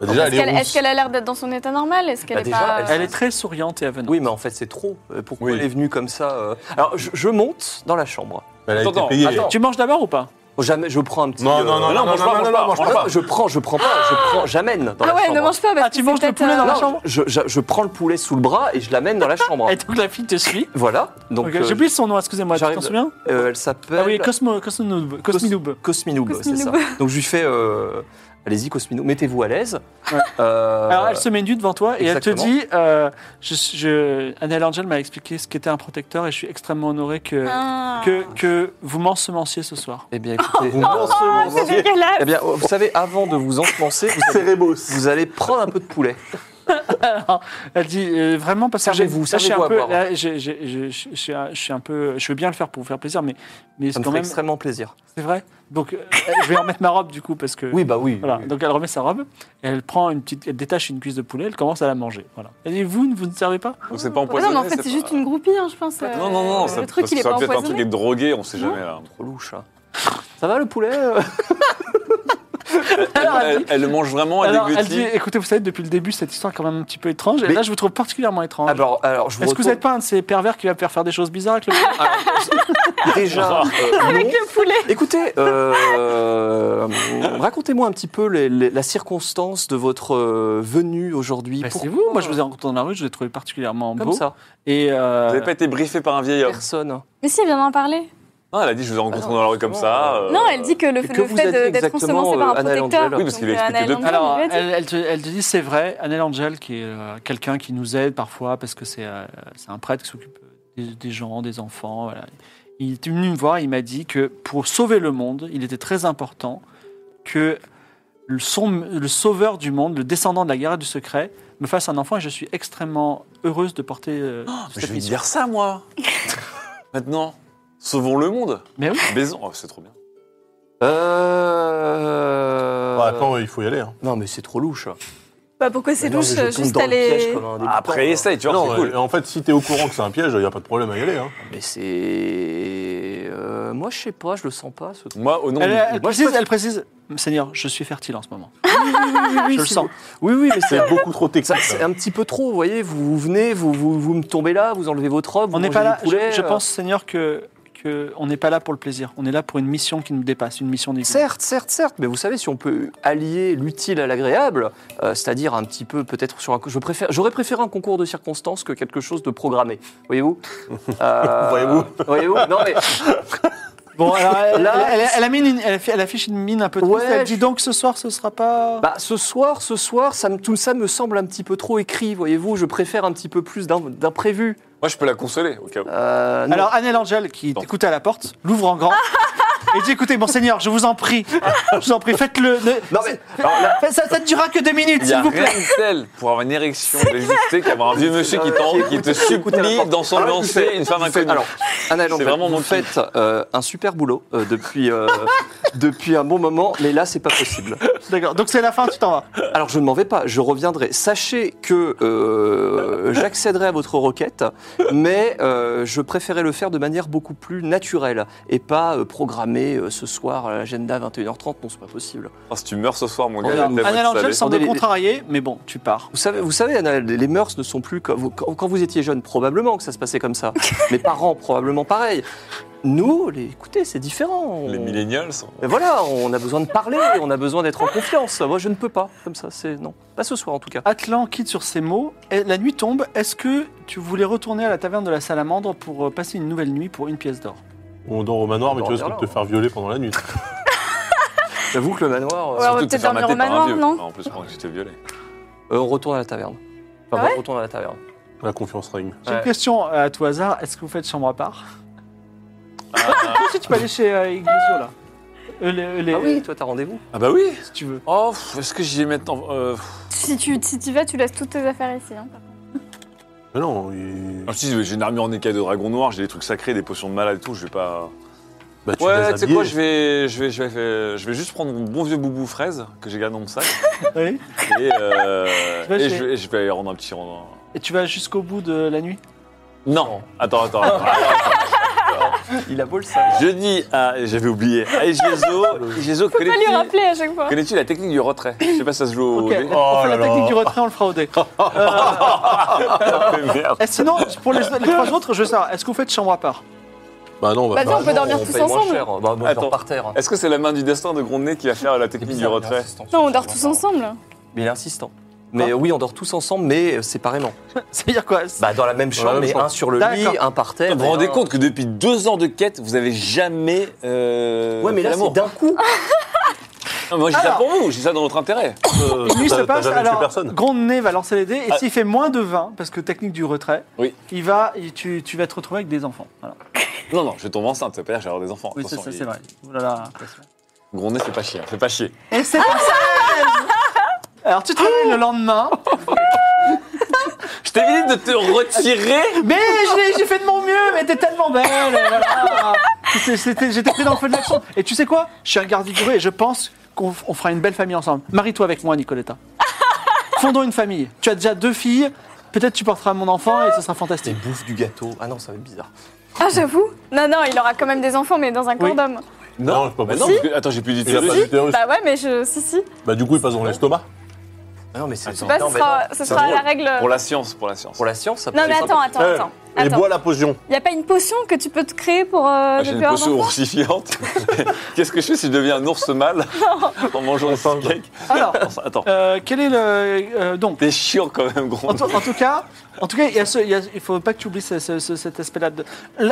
Bah, déjà,
Est-ce
elle est
qu'elle
rousse.
est-ce qu'elle a l'air d'être dans son état normal Est-ce qu'elle
Bah,
est
déjà,
pas. euh,
elle-
Elle est très souriante et avenante.
Oui, mais en fait, c'est trop. Euh, Pourquoi
Oui.
elle est venue comme ça euh Alors, je, je monte dans la chambre.
Elle a
Attends,
été payée.
attends.
Tu manges d'abord ou pas
Oh, jamais, je prends un petit.
Non,
euh,
non, non,
non,
non,
mange
non,
pas,
non,
mange
non,
pas,
mange
mange
pas.
pas.
Je prends, je prends pas, je prends, j'amène dans la
Ah ouais,
chambre.
ne mange pas. parce
Ah, tu
que
manges
c'est
le
peut-être,
poulet dans la
Non,
chambre
je, je- je prends le poulet sous le bras et je l'amène dans la chambre.
Et donc la fille te suit.
voilà. Donc,
Ok,
euh,
J'ai oublié son nom, excusez-moi, tu
j'arrive-
t'en souviens
euh, elle s'appelle
Ah oui, Cosmo, Cosmonoob, Cosminoob.
Cosminoob, c'est ça.
Cosminoob.
Donc je lui fais, euh, allez-y Cosminoob, mettez-vous à l'aise. Euh,
Alors elle se met nue devant toi et
exactement.
elle te dit euh, je, je, Annel Angel m'a expliqué ce qu'était un protecteur et je suis extrêmement honoré que,
Ah.
que, que vous m'ensemenciez ce soir.
Eh bien, écoutez, vous
(laughs) C'est
m'ensemenciez.
dégueulasse.
Eh bien, vous savez, avant de vous ensemencer, vous allez, vous allez prendre un peu de poulet.
Elle dit euh, vraiment parce que j'ai-
Servez-vous,
là, je suis un
servez-vous à
peu,
boire.
là, j'ai- j'ai- je je- je suis un- je suis un peu, je veux bien le faire pour vous faire plaisir, mais mais
Ça
c'est
me
quand
fait
même,
extrêmement plaisir.
c'est vrai. Donc euh, je vais remettre ma robe du coup parce que
Oui, bah oui.
Voilà,
oui.
donc elle remet sa robe, et elle prend une petite, elle détache une cuisse de poulet, elle commence à la manger. Voilà. Elle dit vous, ne- vous ne servez pas
Donc c'est pas
Ah
empoisonné.
non, mais en fait,
pas-
c'est juste une groupie, hein, je pense. euh,
Non, non, non, ça-
Le truc,
parce
il
que
est
ça
pas
peut être un truc
empoisonné.
avec drogué, on sait jamais.
(laughs)
là.
Trop louche. hein. Ça va le poulet euh
Alors, elle
Elle,
dit-
elle le mange vraiment, elle
Alors, elle
déglutit.
dit écoutez, vous savez, depuis le début, cette histoire est quand même un petit peu étrange, et
Mais-
là, je vous trouve particulièrement étrange.
Alors, alors, je vous
Ah,
Ah,
Est-ce que vous
retourne-
n'êtes pas un de ces pervers qui va faire faire des choses bizarres avec le poulet Ah.
déjà
(laughs)
euh, non.
Le poulet.
Écoutez, euh, racontez-moi un petit peu les- les- la circonstance de votre euh, venue aujourd'hui.
Bah, C'est
Pourquoi
vous, moi je vous ai rencontré dans la rue, je vous ai trouvé particulièrement
comme
beau.
ça
Et euh,
Vous n'avez pas été briefé par un vieil homme.
Personne.
Mais si, elle vient d'en parler.
Non, elle a dit je vous ai rencontré
Ah non,
dans la rue comme ça.
justement,
euh,
Non, elle dit que le,
que
le
vous a
fait
dit
de- d'être
exactement,
ensemencé par
euh,
un
Anna
protecteur.
Langella.
Oui, parce qu'il
Donc,
a expliqué
Anna
deux-
(laughs)
Langella,
Alors,
elle lui a dit.
elle, elle te, elle te dit c'est vrai, Annel Angel, qui est euh, quelqu'un qui nous aide parfois, parce que c'est euh, c'est un prêtre qui s'occupe des, des gens, des enfants. voilà. Il est venu me voir, il m'a dit que pour sauver le monde, il était très important que le, son- le sauveur du monde, le descendant de la guerre et du secret, me fasse un enfant et je suis extrêmement heureuse de porter euh,
Je
cette
vais
mission.
dire ça, moi. Maintenant, sauvons le monde.
Mais oui.
Baisons. Oh, c'est trop bien.
Euh...
Ah, attends, il faut y aller. hein.
Non, mais c'est trop louche.
Bah, pourquoi c'est
Mais non, mais
douche
je tombe
Juste
dans le piège
aller.
comme un débutant,
Après,
quoi.
essaye, tu vois,
Non, euh,
c'est
et-
cool.
et en fait, si t'es au courant que c'est un piège, il n'y a pas de problème à y aller. hein.
Mais c'est. euh, moi, je sais pas, je le sens pas. Ce...
Moi, au nom
Elle,
du-
elle
Moi,
précise, elle précise, Seigneur, je suis fertile en ce moment. je le sens.
Oui, oui, mais c'est.
C'est beaucoup trop
ça,
technique.
c'est
hein.
un petit peu trop, vous voyez. Vous, vous venez, vous, vous, vous me tombez là, vous enlevez votre robe, vous
On n'est
mangez
pas
du
là.
poulet,
je, je
euh.
pense, Seigneur, que, que on n'est pas là pour le plaisir. On est là pour une mission qui nous dépasse, une mission divine.
Certes, certes, certes, mais vous savez, si on peut allier l'utile à l'agréable, euh, c'est-à-dire un petit peu peut-être sur un. Je préfère, j'aurais préféré un concours de circonstances que quelque chose de programmé. Voyez-vous (laughs) Euh,
Voyez-vous
Voyez-vous Non, mais
Bon, alors elle,
Là,
elle- elle- elle a mis une- elle affi- elle affiche une mine un peu triste.
Ouais,
elle dit
je-
donc ce soir, ce sera pas.
bah, ce soir, ce soir, ça me, tout ça me semble un petit peu trop écrit, voyez-vous. Je préfère un petit peu plus d'im- d'imprévu.
moi, je peux la consoler, au cas où.
Euh, non.
alors Annel Angel, qui
Bon.
t'écoute à la porte, l'ouvre en
(laughs)
grand. Et dit écoutez, monseigneur, je vous en prie, je vous en prie, faites-le. ne-
non, mais
faites- Ça, ça ne durera que deux minutes,
Il n'y
s'il
a
vous plaît.
rien de tel pour avoir une érection déjustée qu'avoir un vieux monsieur qui,
Euh,
t'en-
qui
qui te
écoute- qui écoute à la
supplie
porte.
dans son
Alors,
lancer
vous
une femme
faites-
inconnue.
Alors, Anna,
C'est vraiment mon
vous faites euh, un super boulot euh, depuis, euh, (laughs) depuis un bon moment, mais là, c'est pas possible.
D'accord. Donc c'est la fin, tu t'en vas.
Alors je ne m'en vais pas, je reviendrai. Sachez que euh, j'accéderai à votre requête, mais euh, je préférais le faire de manière beaucoup plus naturelle et pas euh, programmer euh, ce soir à l'agenda 21h30. Non, c'est pas possible.
Ah, si tu meurs ce soir, mon
On est-
gars, la
Annel Angel
boîte
sans-
semble
Attendez, les-
contrariée, mais bon, tu pars.
Vous savez, vous savez, Anna, les mœurs ne sont plus comme vous- quand, quand vous étiez jeune, probablement que ça se passait comme ça. Mes parents probablement pareil. Nous, les, écoutez, c'est différent. On-
Les millennials. sont-
Mais voilà, on a besoin de parler, on a besoin d'être en confiance. Moi, je ne peux pas comme ça. C'est non, pas ce soir en tout cas.
Atlan quitte sur ces mots. Et la nuit tombe. Est-ce que tu voulais retourner à la taverne de la Salamandre pour euh, passer une nouvelle nuit pour une pièce d'or
On dort au manoir, mais
On
tu
dort
risques de te
là,
faire violer pendant la nuit.
J'avoue que le manoir. euh,
Ouais, on va
Surtout de te
peut-être
faire
dormir au
mater par un vieux.
manoir,
Ah,
non
En plus, je crois que j'étais violé.
Euh, on retourne à la taverne. Enfin,
Ah
on retourne à la taverne.
La confiance règne.
J'ai une
Ouais.
question euh, à tout hasard. Est-ce que vous faites chambre à (laughs) part Toi aussi, tu peux aller chez euh, Iglesio, là. Euh, les- les-
Ah oui, toi, t'as rendez-vous
Ah bah oui
Si tu veux.
Oh, pff, est-ce que j'y ai maintenant euh, pff,
Si tu, si tu vas, tu laisses toutes tes affaires ici. hein.
Mais non, il...
Ah, Je me suis dit, j'ai une armure en écaille de dragon noir, j'ai des trucs sacrés, des potions de malade et tout, je vais pas...
bah, tu
Ouais,
vas
tu sais quoi,
habiller.
je vais, je, vais, je, vais, faire- je vais juste prendre mon bon vieux boubou fraise que j'ai gardé dans mon sac
Oui.
et, euh,
(laughs) Tu vas
et
chez-
je, vais- je vais aller rendre un petit rond.
Et tu vas jusqu'au bout de la nuit
Non, attends,
(laughs)
attends. attends.
Il a beau le savoir.
je dis à... J'avais oublié. À Gézo, (laughs) Gézo
Faut pas lui
connais-tu
rappeler à chaque fois.
connais la technique du retrait Je sais pas si ça se joue au...
hein. Ok,
dé. (laughs)
on fait
Oh là
la
là.
technique du retrait, on le fera
(laughs)
au dé.
merde.
Et sinon, pour les, les trois autres, je veux savoir, est-ce que vous faites chambre à part (laughs)
Bah non, on va
Bah,
pas.
viens, on peut dormir
on
tous
paye moins
ensemble.
cher. Bah, moi, je
Attends.
dors par terre.
Est-ce que c'est la main du destin de Grondnet qui va faire la technique du retrait
Non, Ah. on dort tous ensemble.
Mais il est insistant. Mais euh, oui, on dort tous ensemble, mais euh, séparément.
Ça veut dire quoi
Bah, dans la même chambre,
même
mais
chambre.
un sur le lit,
D'accord.
un par terre.
Vous vous
et
rendez
un-
compte que depuis deux ans de quête, vous avez jamais. Euh,
Ouais, mais là,
fait
c'est
l'amour
d'un coup.
Non, Moi, j'ai ça
Alors-
pour vous, j'ai ça dans
(coughs)
votre intérêt.
Euh,
Lui
t'as-
se
t'as
passe,
jamais tué
alors
personne.
Grande Nez va lancer les dés et
Ah.
s'il fait moins de 20, parce que technique du retrait,
Oui.
il va, il- tu, tu vas te retrouver avec des enfants. Voilà.
Non, non, je tombe enceinte, ça veut pas dire que j'ai avoir des enfants.
Oui, c'est
Attention,
ça, c'est
il-
vrai. Oh là là.
Grondnet, c'est pas chier, c'est pas chier.
Et c'est pas ça (laughs) Alors tu te réveilles le lendemain,
Je t'évite de
(laughs)
te retirer
(laughs) mais je l'ai- j'ai fait de mon mieux, mais t'es tellement belle, Oh et voilà. C'est- c'était- J'étais pris dans le feu de l'action. Et tu sais quoi Je suis un garde vigoureux et je pense qu'on f- on fera une belle famille ensemble. Marie-toi avec moi, (laughs) Nicoletta. Fondons une famille. Tu as déjà deux filles, peut-être tu porteras mon enfant et ce sera
Des
fantastique.
bouffes du gâteau. Ah non, ça va être bizarre.
Ah, j'avoue Non, non, il aura quand même des enfants, mais dans un corps
Oui.
d'homme.
Non, c'est pas
Bah non, parce
possible.
que- attends, j'ai plus
Il a pas
d'utérus.
d'utérus.
Bah ouais, mais je. Si, si.
Bah du coup, il passe dans l'estomac.
Ah non, mais c'est.
Bah,
non,
ce
mais
sera,
non.
ce sera
drôle.
la règle.
Pour la science, pour la science.
Pour la science, ça peut
Non, mais
être
attends, attends,
Eh,
attends.
Et
attends.
bois la (laughs) potion.
Y a pas une potion que tu peux te créer pour euh,
Ah,
ne
j'ai une
plus avoir
potion
d'enfants
oursifiante. Qu'est-ce que je fais si je deviens un ours mâle en mangeant un cake (laughs)
Alors,
Attends,
euh, quel est le... euh, donc,
t'es chiant quand même,
En
Grondnet.
tout, en tout cas, en tout cas, il y a ce- il y a- il faut pas que tu oublies ce- ce- ce- cet aspect-là. de-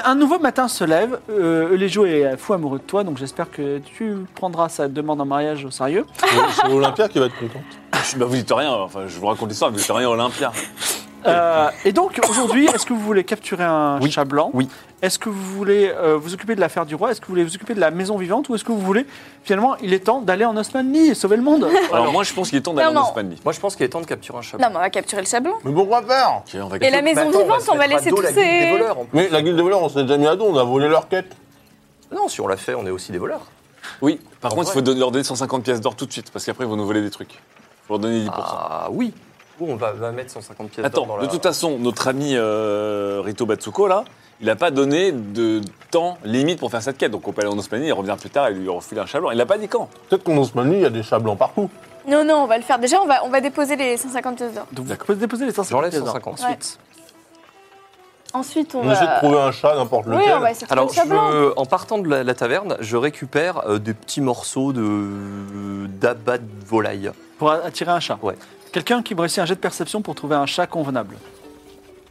Un nouveau matin se lève. Euh, Eléjo est fou amoureux de toi, donc j'espère que tu prendras sa demande en mariage au sérieux.
C'est Olympia qui va être contente.
Je- Bah, vous dites rien, enfin, je vous raconte l'histoire, vous dites rien Olympia.
Euh, et donc aujourd'hui, est-ce que vous voulez capturer un
Oui.
chat blanc
Oui.
Est-ce que vous voulez euh, vous occuper de l'affaire du roi Est-ce que vous voulez vous occuper de la maison vivante Ou est-ce que vous voulez finalement, il est temps d'aller en Osmanli et sauver le
(laughs)
monde
Alors, moi, je pense qu'il est temps d'aller
Non,
en
non.
Espagne.
Moi, je pense qu'il est temps de capturer un chat.
Non, mais on va capturer le chat blanc.
Mais bon, quoi faire
Ok, on va-
Et la
Bah,
maison
attends,
vivante,
se
on va
mettre à
laisser
dos
tous
la guilde
ces-
des voleurs, en plus.
Mais la guilde des voleurs, on s'est déjà mis à dos, on a volé leur quête.
Non, si on l'a fait, on est aussi des voleurs.
Oui, par
En
contre, il
vrai.
faut donner- leur donner 150 pièces d'or tout de suite, parce qu'après, ils vont nous voler des trucs. Faut leur donner 10%.
Ah oui. Ou on va, va mettre 150 pièces d'or
Attends,
dans
de
la...
toute façon, notre ami euh, Rito Batsuko, là, il n'a pas donné de temps limite pour faire cette quête. Donc on peut aller en Osmanie, il revient plus tard et lui refile un chat blanc. Il n'a pas dit quand.
Peut-être qu'en Osmanie, il y a des chats blancs partout.
Non, non, on va le faire. Déjà, on va, on va déposer les 150 pièces d'or.
Donc vous pouvez déposer les 500
J'enlève
pièces hein, d'or.
150.
Ouais. Ensuite, on,
On
va.
essaie de trouver un chat, n'importe
oui,
lequel.
on va essayer de trouver
Alors,
le chat blanc.
je- en partant de la, la taverne, je récupère euh, des petits morceaux de d'abat de volaille.
pour attirer un chat.
Ouais.
Quelqu'un qui me réussit un jet de perception pour trouver un chat convenable.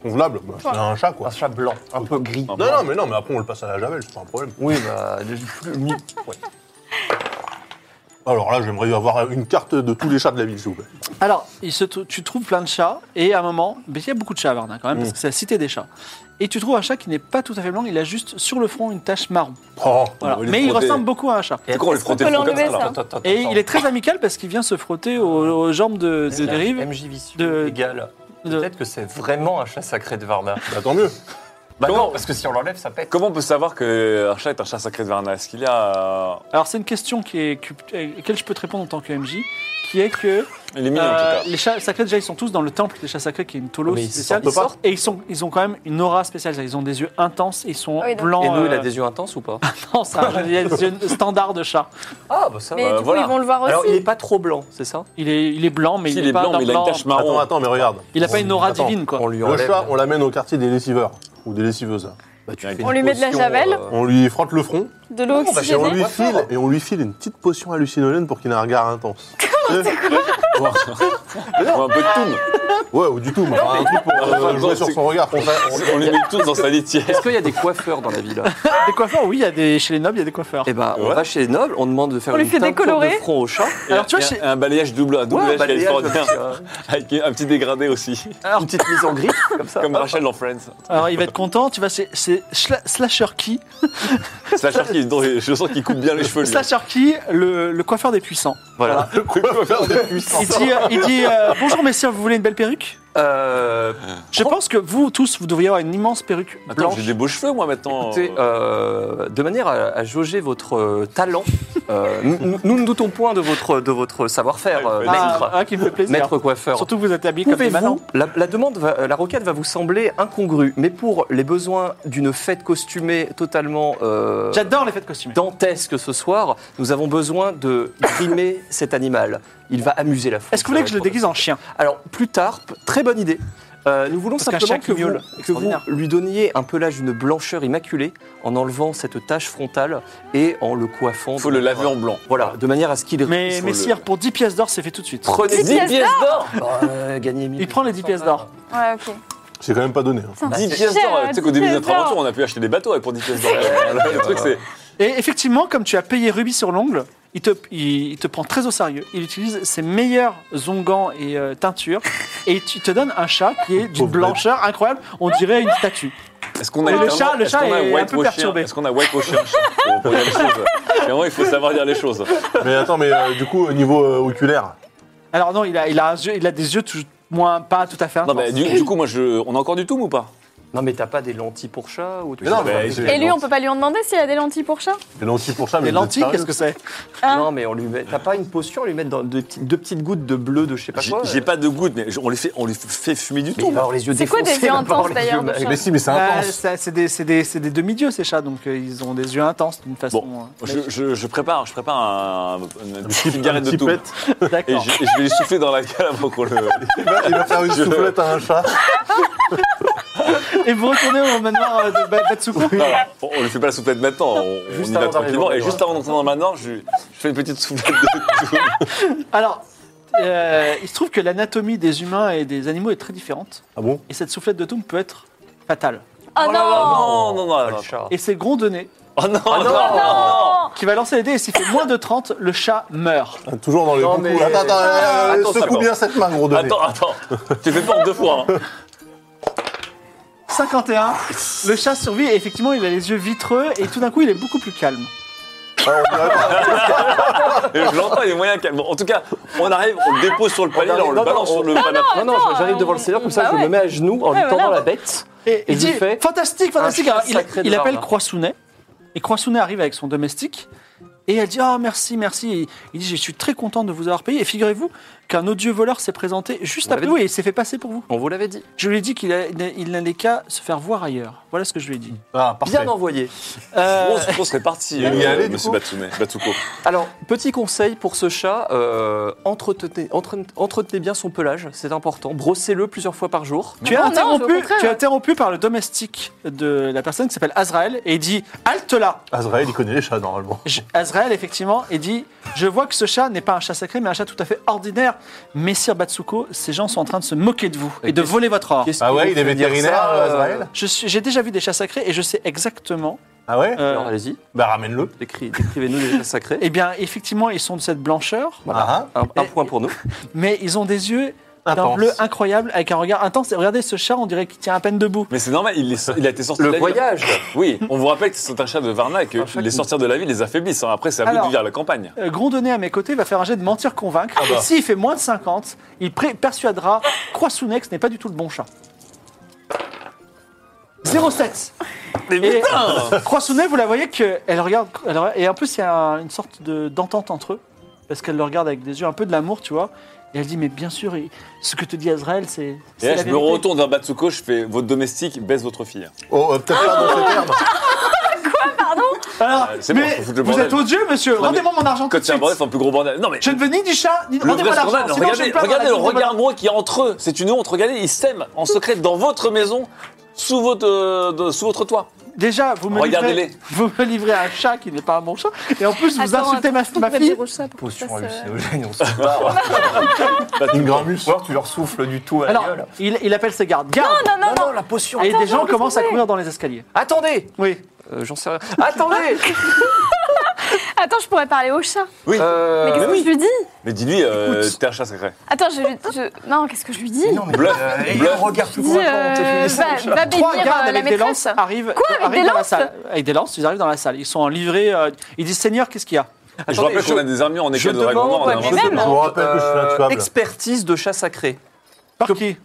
Convenable. Bah, c'est un chat, quoi.
Un chat blanc, un peu gris.
Non, non, mais non, mais après, on le passe à la javel, c'est pas un problème.
Oui, bah, le- le- (laughs) le- ouais.
Alors là, j'aimerais avoir une carte de tous les chats de la ville, s'il vous plaît.
Alors, il se trou- tu trouves plein de chats, et à un moment, mais il y a beaucoup de chats à Varna quand même,
Mm.
parce que c'est la cité des chats. Et tu trouves un chat qui n'est pas tout à fait blanc, il a juste sur le front une tache marron.
Oh,
Voilà.
On va lui
Mais il
frotter-
ressemble beaucoup à un chat.
C'est quoi, on lui
Est-ce qu'on
frottait
peut
le front comme
l'enlever,
ça là
ça
Attends, attends,
Et
attends.
il est très amical parce qu'il vient se frotter aux, aux jambes de, de
La
dérive.
MJ Vicious
de-
égale.
de-
Peut-être que c'est vraiment un chat sacré de (laughs) Varna.
bah, tant mieux.
Bah
Comment
non, parce que si on l'enlève, ça pète.
Comment on peut savoir qu'un chat est un chat sacré de Varna Est-ce qu'il y a. euh,
Alors, c'est une question qui est, qui- à laquelle je peux te répondre en tant que MJ, qui est que
Il est mignon
euh,
en tout cas.
les chats sacrés, déjà, ils sont tous dans le temple des chats sacrés, qui est une tolo
Mais ils
spéciale.
sortent pas.
Et ils, sont, ils ont quand même une aura spéciale, ils ont des yeux intenses, ils sont
Ah oui, donc-
blancs.
Et nous, il
euh,
a
(laughs)
des yeux intenses ou pas
intenses, hein, je veux dire, des yeux standards de chat.
Ah, bah ça
Mais
va.
du coup,
voilà.
ils vont le voir aussi.
Alors, il est pas trop blanc, c'est ça
Il est, il est blanc, mais
Si,
il
il
n'est
est
pas
blanc,
d'un
mais il a une tache
Attends,
marron.
attends, mais regarde.
Il a pas une aura
Attends,
divine, quoi.
On lui
Le
enlève.
chat, on l'amène au quartier des lessiveurs ou des lessiveuses.
Bah, tu
On
fais
lui
une
met de la
potion,
javel.
euh,
On lui frotte le front
De l'eau
Non, bah,
et
j'ai
on
oxygénée.
lui
Ouais,
file
ouais.
et on lui file une petite potion hallucinogène pour qu'il ait un regard intense.
On un peu de toum.
ouais, ou du tout, mais un truc
(laughs)
pour euh,
Attends,
jouer
c'est-
sur son regard.
On les met tous dans sa litière.
Est-ce qu'il y a des coiffeurs dans la ville
Des coiffeurs, oui, il y a des, chez les nobles, il y a des coiffeurs.
Eh ben, on
Ouais.
va chez les nobles, on demande de faire
On lui
une
fait
teinture de
décolorer.
front au chat.
Alors, tu vois,
Et un-
chez-
un balayage double, un double
Ouais, bah, les gars,
californien. (laughs) Avec un petit dégradé aussi.
Une petite mise en gris, comme ça.
Comme Rachel dans Friends.
alors il va être content, tu vas, c'est Slasher Key.
Slasher qui, dont je sens qu'il coupe bien les cheveux. lui. hein.
Slasher Key, le, le coiffeur des puissants.
Voilà.
Il dit, euh, il dit
(laughs)
euh, Bonjour messieurs, vous voulez une belle perruque
Euh,
Je pense que vous tous, vous devriez avoir une immense perruque
Oh. Attends,
blanche.
j'ai des beaux cheveux moi maintenant.
écoutez, euh, de manière à, à jauger votre euh, talent, euh, nous- nous, nous ne doutons point de votre, de votre savoir-faire, euh,
Ah,
ah,
maître,
ah, qui me fait plaisir.
maître coiffeur.
Surtout que vous êtes habillés comme des manants.
Pouvez-vous, la, la demande, va- la requête va vous sembler incongrue, mais pour les besoins d'une fête costumée totalement euh,
J'adore les fêtes costumées.
dantesque ce soir, nous avons besoin de grimer (laughs) cet animal. Il va amuser la foule.
Est-ce que vous voulez que je le déguise en chien
Alors, plus tard, p- très bonne idée. Euh, nous voulons
Parce qu'à
simplement
chaque
que vous,
miaule,
que vous
extraordinaire.
lui donniez un pelage d'une blancheur immaculée en enlevant cette tache frontale et en le coiffant.
Il faut
de
le
manière-
laver en blanc.
Voilà, de manière à ce qu'il
Mais
il faut
messire, pour 10 pièces d'or, c'est fait tout de
le-
suite.
Prenez
10
10
pièces
pièces d'or (laughs) Bah, Gagnez Ah, 1000.
Il prend les 10 pièces d'or.
Ouais, ok.
C'est quand même pas donné. hein.
Putain,
10
c'est
pièces
cher,
d'or.
hein,
Tu sais qu'au
10
début de
pièces
notre aventure,
d'or.
on a pu acheter des bateaux avec pour 10 pièces d'or. Le truc, c'est.
Et effectivement, comme tu as payé Ruby sur l'ongle, il te, il, il te prend très au sérieux. Il utilise ses meilleurs onguents et euh, teintures et tu te donne un chat qui est d'une
Pauvre
blancheur incroyable. On dirait une statue.
Est-ce qu'on a
Le
littéralement-
chat- le
est-ce
chat
qu'on a
est un peu
whitewashé
perturbé.
Est-ce qu'on a whitewashé un chat pour- pour dire les choses Clairement, il faut savoir dire les choses.
Mais attends, mais euh, du coup, au niveau euh, oculaire,
Alors non, il a, il a, un yeux- il a des yeux tout, moins pas tout à fait
Non,
intenses.
mais du, du coup, moi, je... on a encore du tout ou pas
Non, mais t'as pas des lentilles pour chat ou tu
Mais non,
sais
mais
pas.
c'est-
Et lui, on peut pas lui en demander s'il a des lentilles pour chat
les lentilles pour
Ah,
chat, mais
Les
vous êtes
lentilles,
sérieux
qu'est-ce que c'est
Hein
Non, mais on lui met. T'as pas une posture, on lui met dans deux, petites- deux petites gouttes de bleu de je sais pas
J'ai
quoi.
j'ai
euh.
pas de goutte, mais je- on les fait, on les fait fumer du
Mais il
tout.
va avoir les yeux
C'est quoi des
défoncés,
yeux
il va avoir
intenses
les
d'ailleurs
yeux-
de chat
Mais si, mais c'est
Bah,
intense.
ça- C'est des, c'est des- c'est des demi-dieux ces chats, donc euh, ils ont des yeux intenses d'une façon.
Bon,
euh,
je, je- je prépare, je prépare un, une petite cigarette de
petit
tout.
pet.
Et
D'accord.
je, et je vais lui souffler dans la gueule avant qu'on le.
Il va, il va faire une soufflette hein. à un chat.
Et vous retournez au manoir euh, de Ba- Batsuko
Non, non, on on le fait pas la soufflette maintenant, on, on
Juste
y
avant
va
d'arriver au
tranquillement. Et
manoir.
juste avant d'entrer dans le manoir, je, je fais une petite soufflette de tout.
Alors, euh, il se trouve que l'anatomie des humains et des animaux est très différente.
Ah bon
Et cette soufflette de tombe peut être fatale.
Oh
Oh là là,
non
non, non, non,
Ah,
non.
le chat.
Et c'est Grondonné
Oh non, non,
Oh
qui va lancer les dés et s'il fait moins de 30, le chat meurt.
Ah, Toujours dans les
Non,
bons
mais-
coups. Attends, attends, euh,
Attends,
secoue
attends.
bien cette main, gros donné.
Attends, attends, tu fais fort deux fois. hein.
51, le chat survit et effectivement il a les yeux vitreux et tout d'un coup il est beaucoup plus calme.
Ah, on dirait pas.
Et je l'entends, il est moyen calme. Bon, en tout cas, on arrive, on le dépose sur le palier,
On
là, on
arrive-
le
non,
balance
non,
sur
on-
le canapé.
Ah,
Non, non,
Ah, Attends,
j'arrive devant le Seigneur, comme ça
bah
je me
ouais.
mets à genoux en lui
Ouais,
tendant
voilà.
la bête.
Et, il
je
dit
lui fais
Fantastique, fantastique
un
Alors, il,
sacré
il
drame.
appelle Croissounet et Croissounet arrive avec son domestique et elle dit Ah, merci, merci. Et il dit Je suis très content de vous avoir payé. Et figurez-vous qu'un odieux voleur s'est présenté juste
Vous
après
l'avez
nous et il s'est fait passer pour vous.
On vous l'avait dit.
Je lui ai dit qu'il a- il n'allait qu'à se faire voir ailleurs. Voilà ce que je lui ai dit.
Ah, parfait.
Bien envoyé.
Euh,
On se- on serait parti,
Il
hein.
y allait, du
monsieur
coup
Batsune, Batsuko.
(laughs) Alors, petit conseil pour ce chat, euh, entretenez, entre- entretenez bien son pelage, c'est important. Brossez-le plusieurs fois par jour.
tu, es
non,
interrompu,
non, au contraire.
tu es interrompu par le domestique de la personne qui s'appelle Azrael et il dit Halte là
Azrael, il connaît les chats normalement.
Je- Azrael, effectivement, et dit Je vois que ce chat n'est pas un chat sacré, mais un chat tout à fait ordinaire. Messire Batsuko, ces gens sont en train de se moquer de vous et
Et
de
qu'est-ce-
voler votre or.
Qu'est-ce
Ah
qui
ouais,
vous
il est
fait dire
vétérinaire,
ça, euh,
Azraël
Je suis- J'ai déjà vu des chats sacrés et je sais exactement.
Ah ouais
euh,
Alors, allez-y,
Bah ramène-le.
décri- décrivez-nous les chats sacrés.
eh bien, effectivement, ils sont de cette blancheur,
Ah,
Un, un point pour nous.
mais ils ont des yeux
ah,
d'un
intense.
bleu incroyable avec un regard intense. Et regardez ce chat, on dirait qu'il tient à peine debout.
Mais c'est normal, il, est- il a été sorti de
Le
la ville.
voyage.
Oui, on vous rappelle que c'est un chat de Varna et que les sortir de la ville les affaiblissent. hein. Après, c'est à vous de
Alors.
vivre à la campagne.
Euh, Grondonnet à mes côtés va faire un jet de mentir convaincre.
Ah bah.
Et s'il fait moins de 50, il pré- persuadera Croissounex n'est pas du tout le bon chat. 07 Et Croissounet, vous la voyez qu'elle regarde. elle regarde- et en plus, il y a un- une sorte de- d'entente entre eux. Parce qu'elle le regarde avec des yeux un peu de l'amour, tu vois. Et elle dit Mais bien sûr, et- ce que te dit Azrael, c'est.
Et
c'est
là,
la
Eh, je me
vérité.
retourne vers Batsuko, je fais votre domestique baisse votre fille.
Oh, euh, peut-être pas dans ce terme.
Alors,
Euh, c'est bon,
mais
faut foutre le
vous
bordel.
êtes odieux, monsieur.
mais-
Rendez-moi mon argent tout
Quand
de
c'est un
suite.
bordel, c'est un plus gros bordel. Non, mais
Je ne veux ni du chat, ni.
Le vrai
Rendez-moi l'argent.
scandale,
sinon je
regardez,
plains dans la
regardez le
cour de
regard gros qui est entre eux. C'est une honte. Regardez, ils s'aiment en secret dans votre maison, sous votre, euh, de- sous votre toit.
Déjà, vous me,
Regardez-les.
livrez, vous me livrez un chat qui n'est pas un bon chat, et en plus, vous
Attends,
insultez ma-
attends,
ma,
on va
fille.
dire au chat pour qu'il
Potion
fasse, euh,
hallucinogène, on se barre.
Une gramus.
Ou alors tu leur souffles du tout à la
Alors,
gueule.
il, il appelle ses gardes. Garde
Non, non,
Non,
non
non, la potion.
Et des gens
attends,
commencent à
attendez.
courir dans les escaliers.
Attendez
Oui.
Euh, J'en sais rien.
Ah,
Attendez
Attends, je pourrais parler au chat.
Eh Oui.
Euh,
Mais qu'est-ce que je lui dis
Mais dis-lui, euh,
Écoute.
t'es un chat sacré.
Attends, je, lui- je- Non, qu'est-ce que je lui dis
mais
Bluff, bluff.
regarde
Je lui dis, euh, va, va
Trois
bénir
gardes
euh, la
avec des lances
maîtresse.
arrivent,
avec
arrivent
des
dans la
lances
salle. Avec des lances, ils arrivent dans la salle. Ils sont en livrée. euh, ils disent Seigneur, qu'est-ce qu'il y a
Et je vous rappelle
Attendez,
qu'on
je-
a des armures en
Je
école de
demande, hein.
dragon noir. on a
mais
un
même-
jeu de
Je
blanc.
vous rappelle que je suis intuable.
Euh, Expertise de chat sacré.
Par qui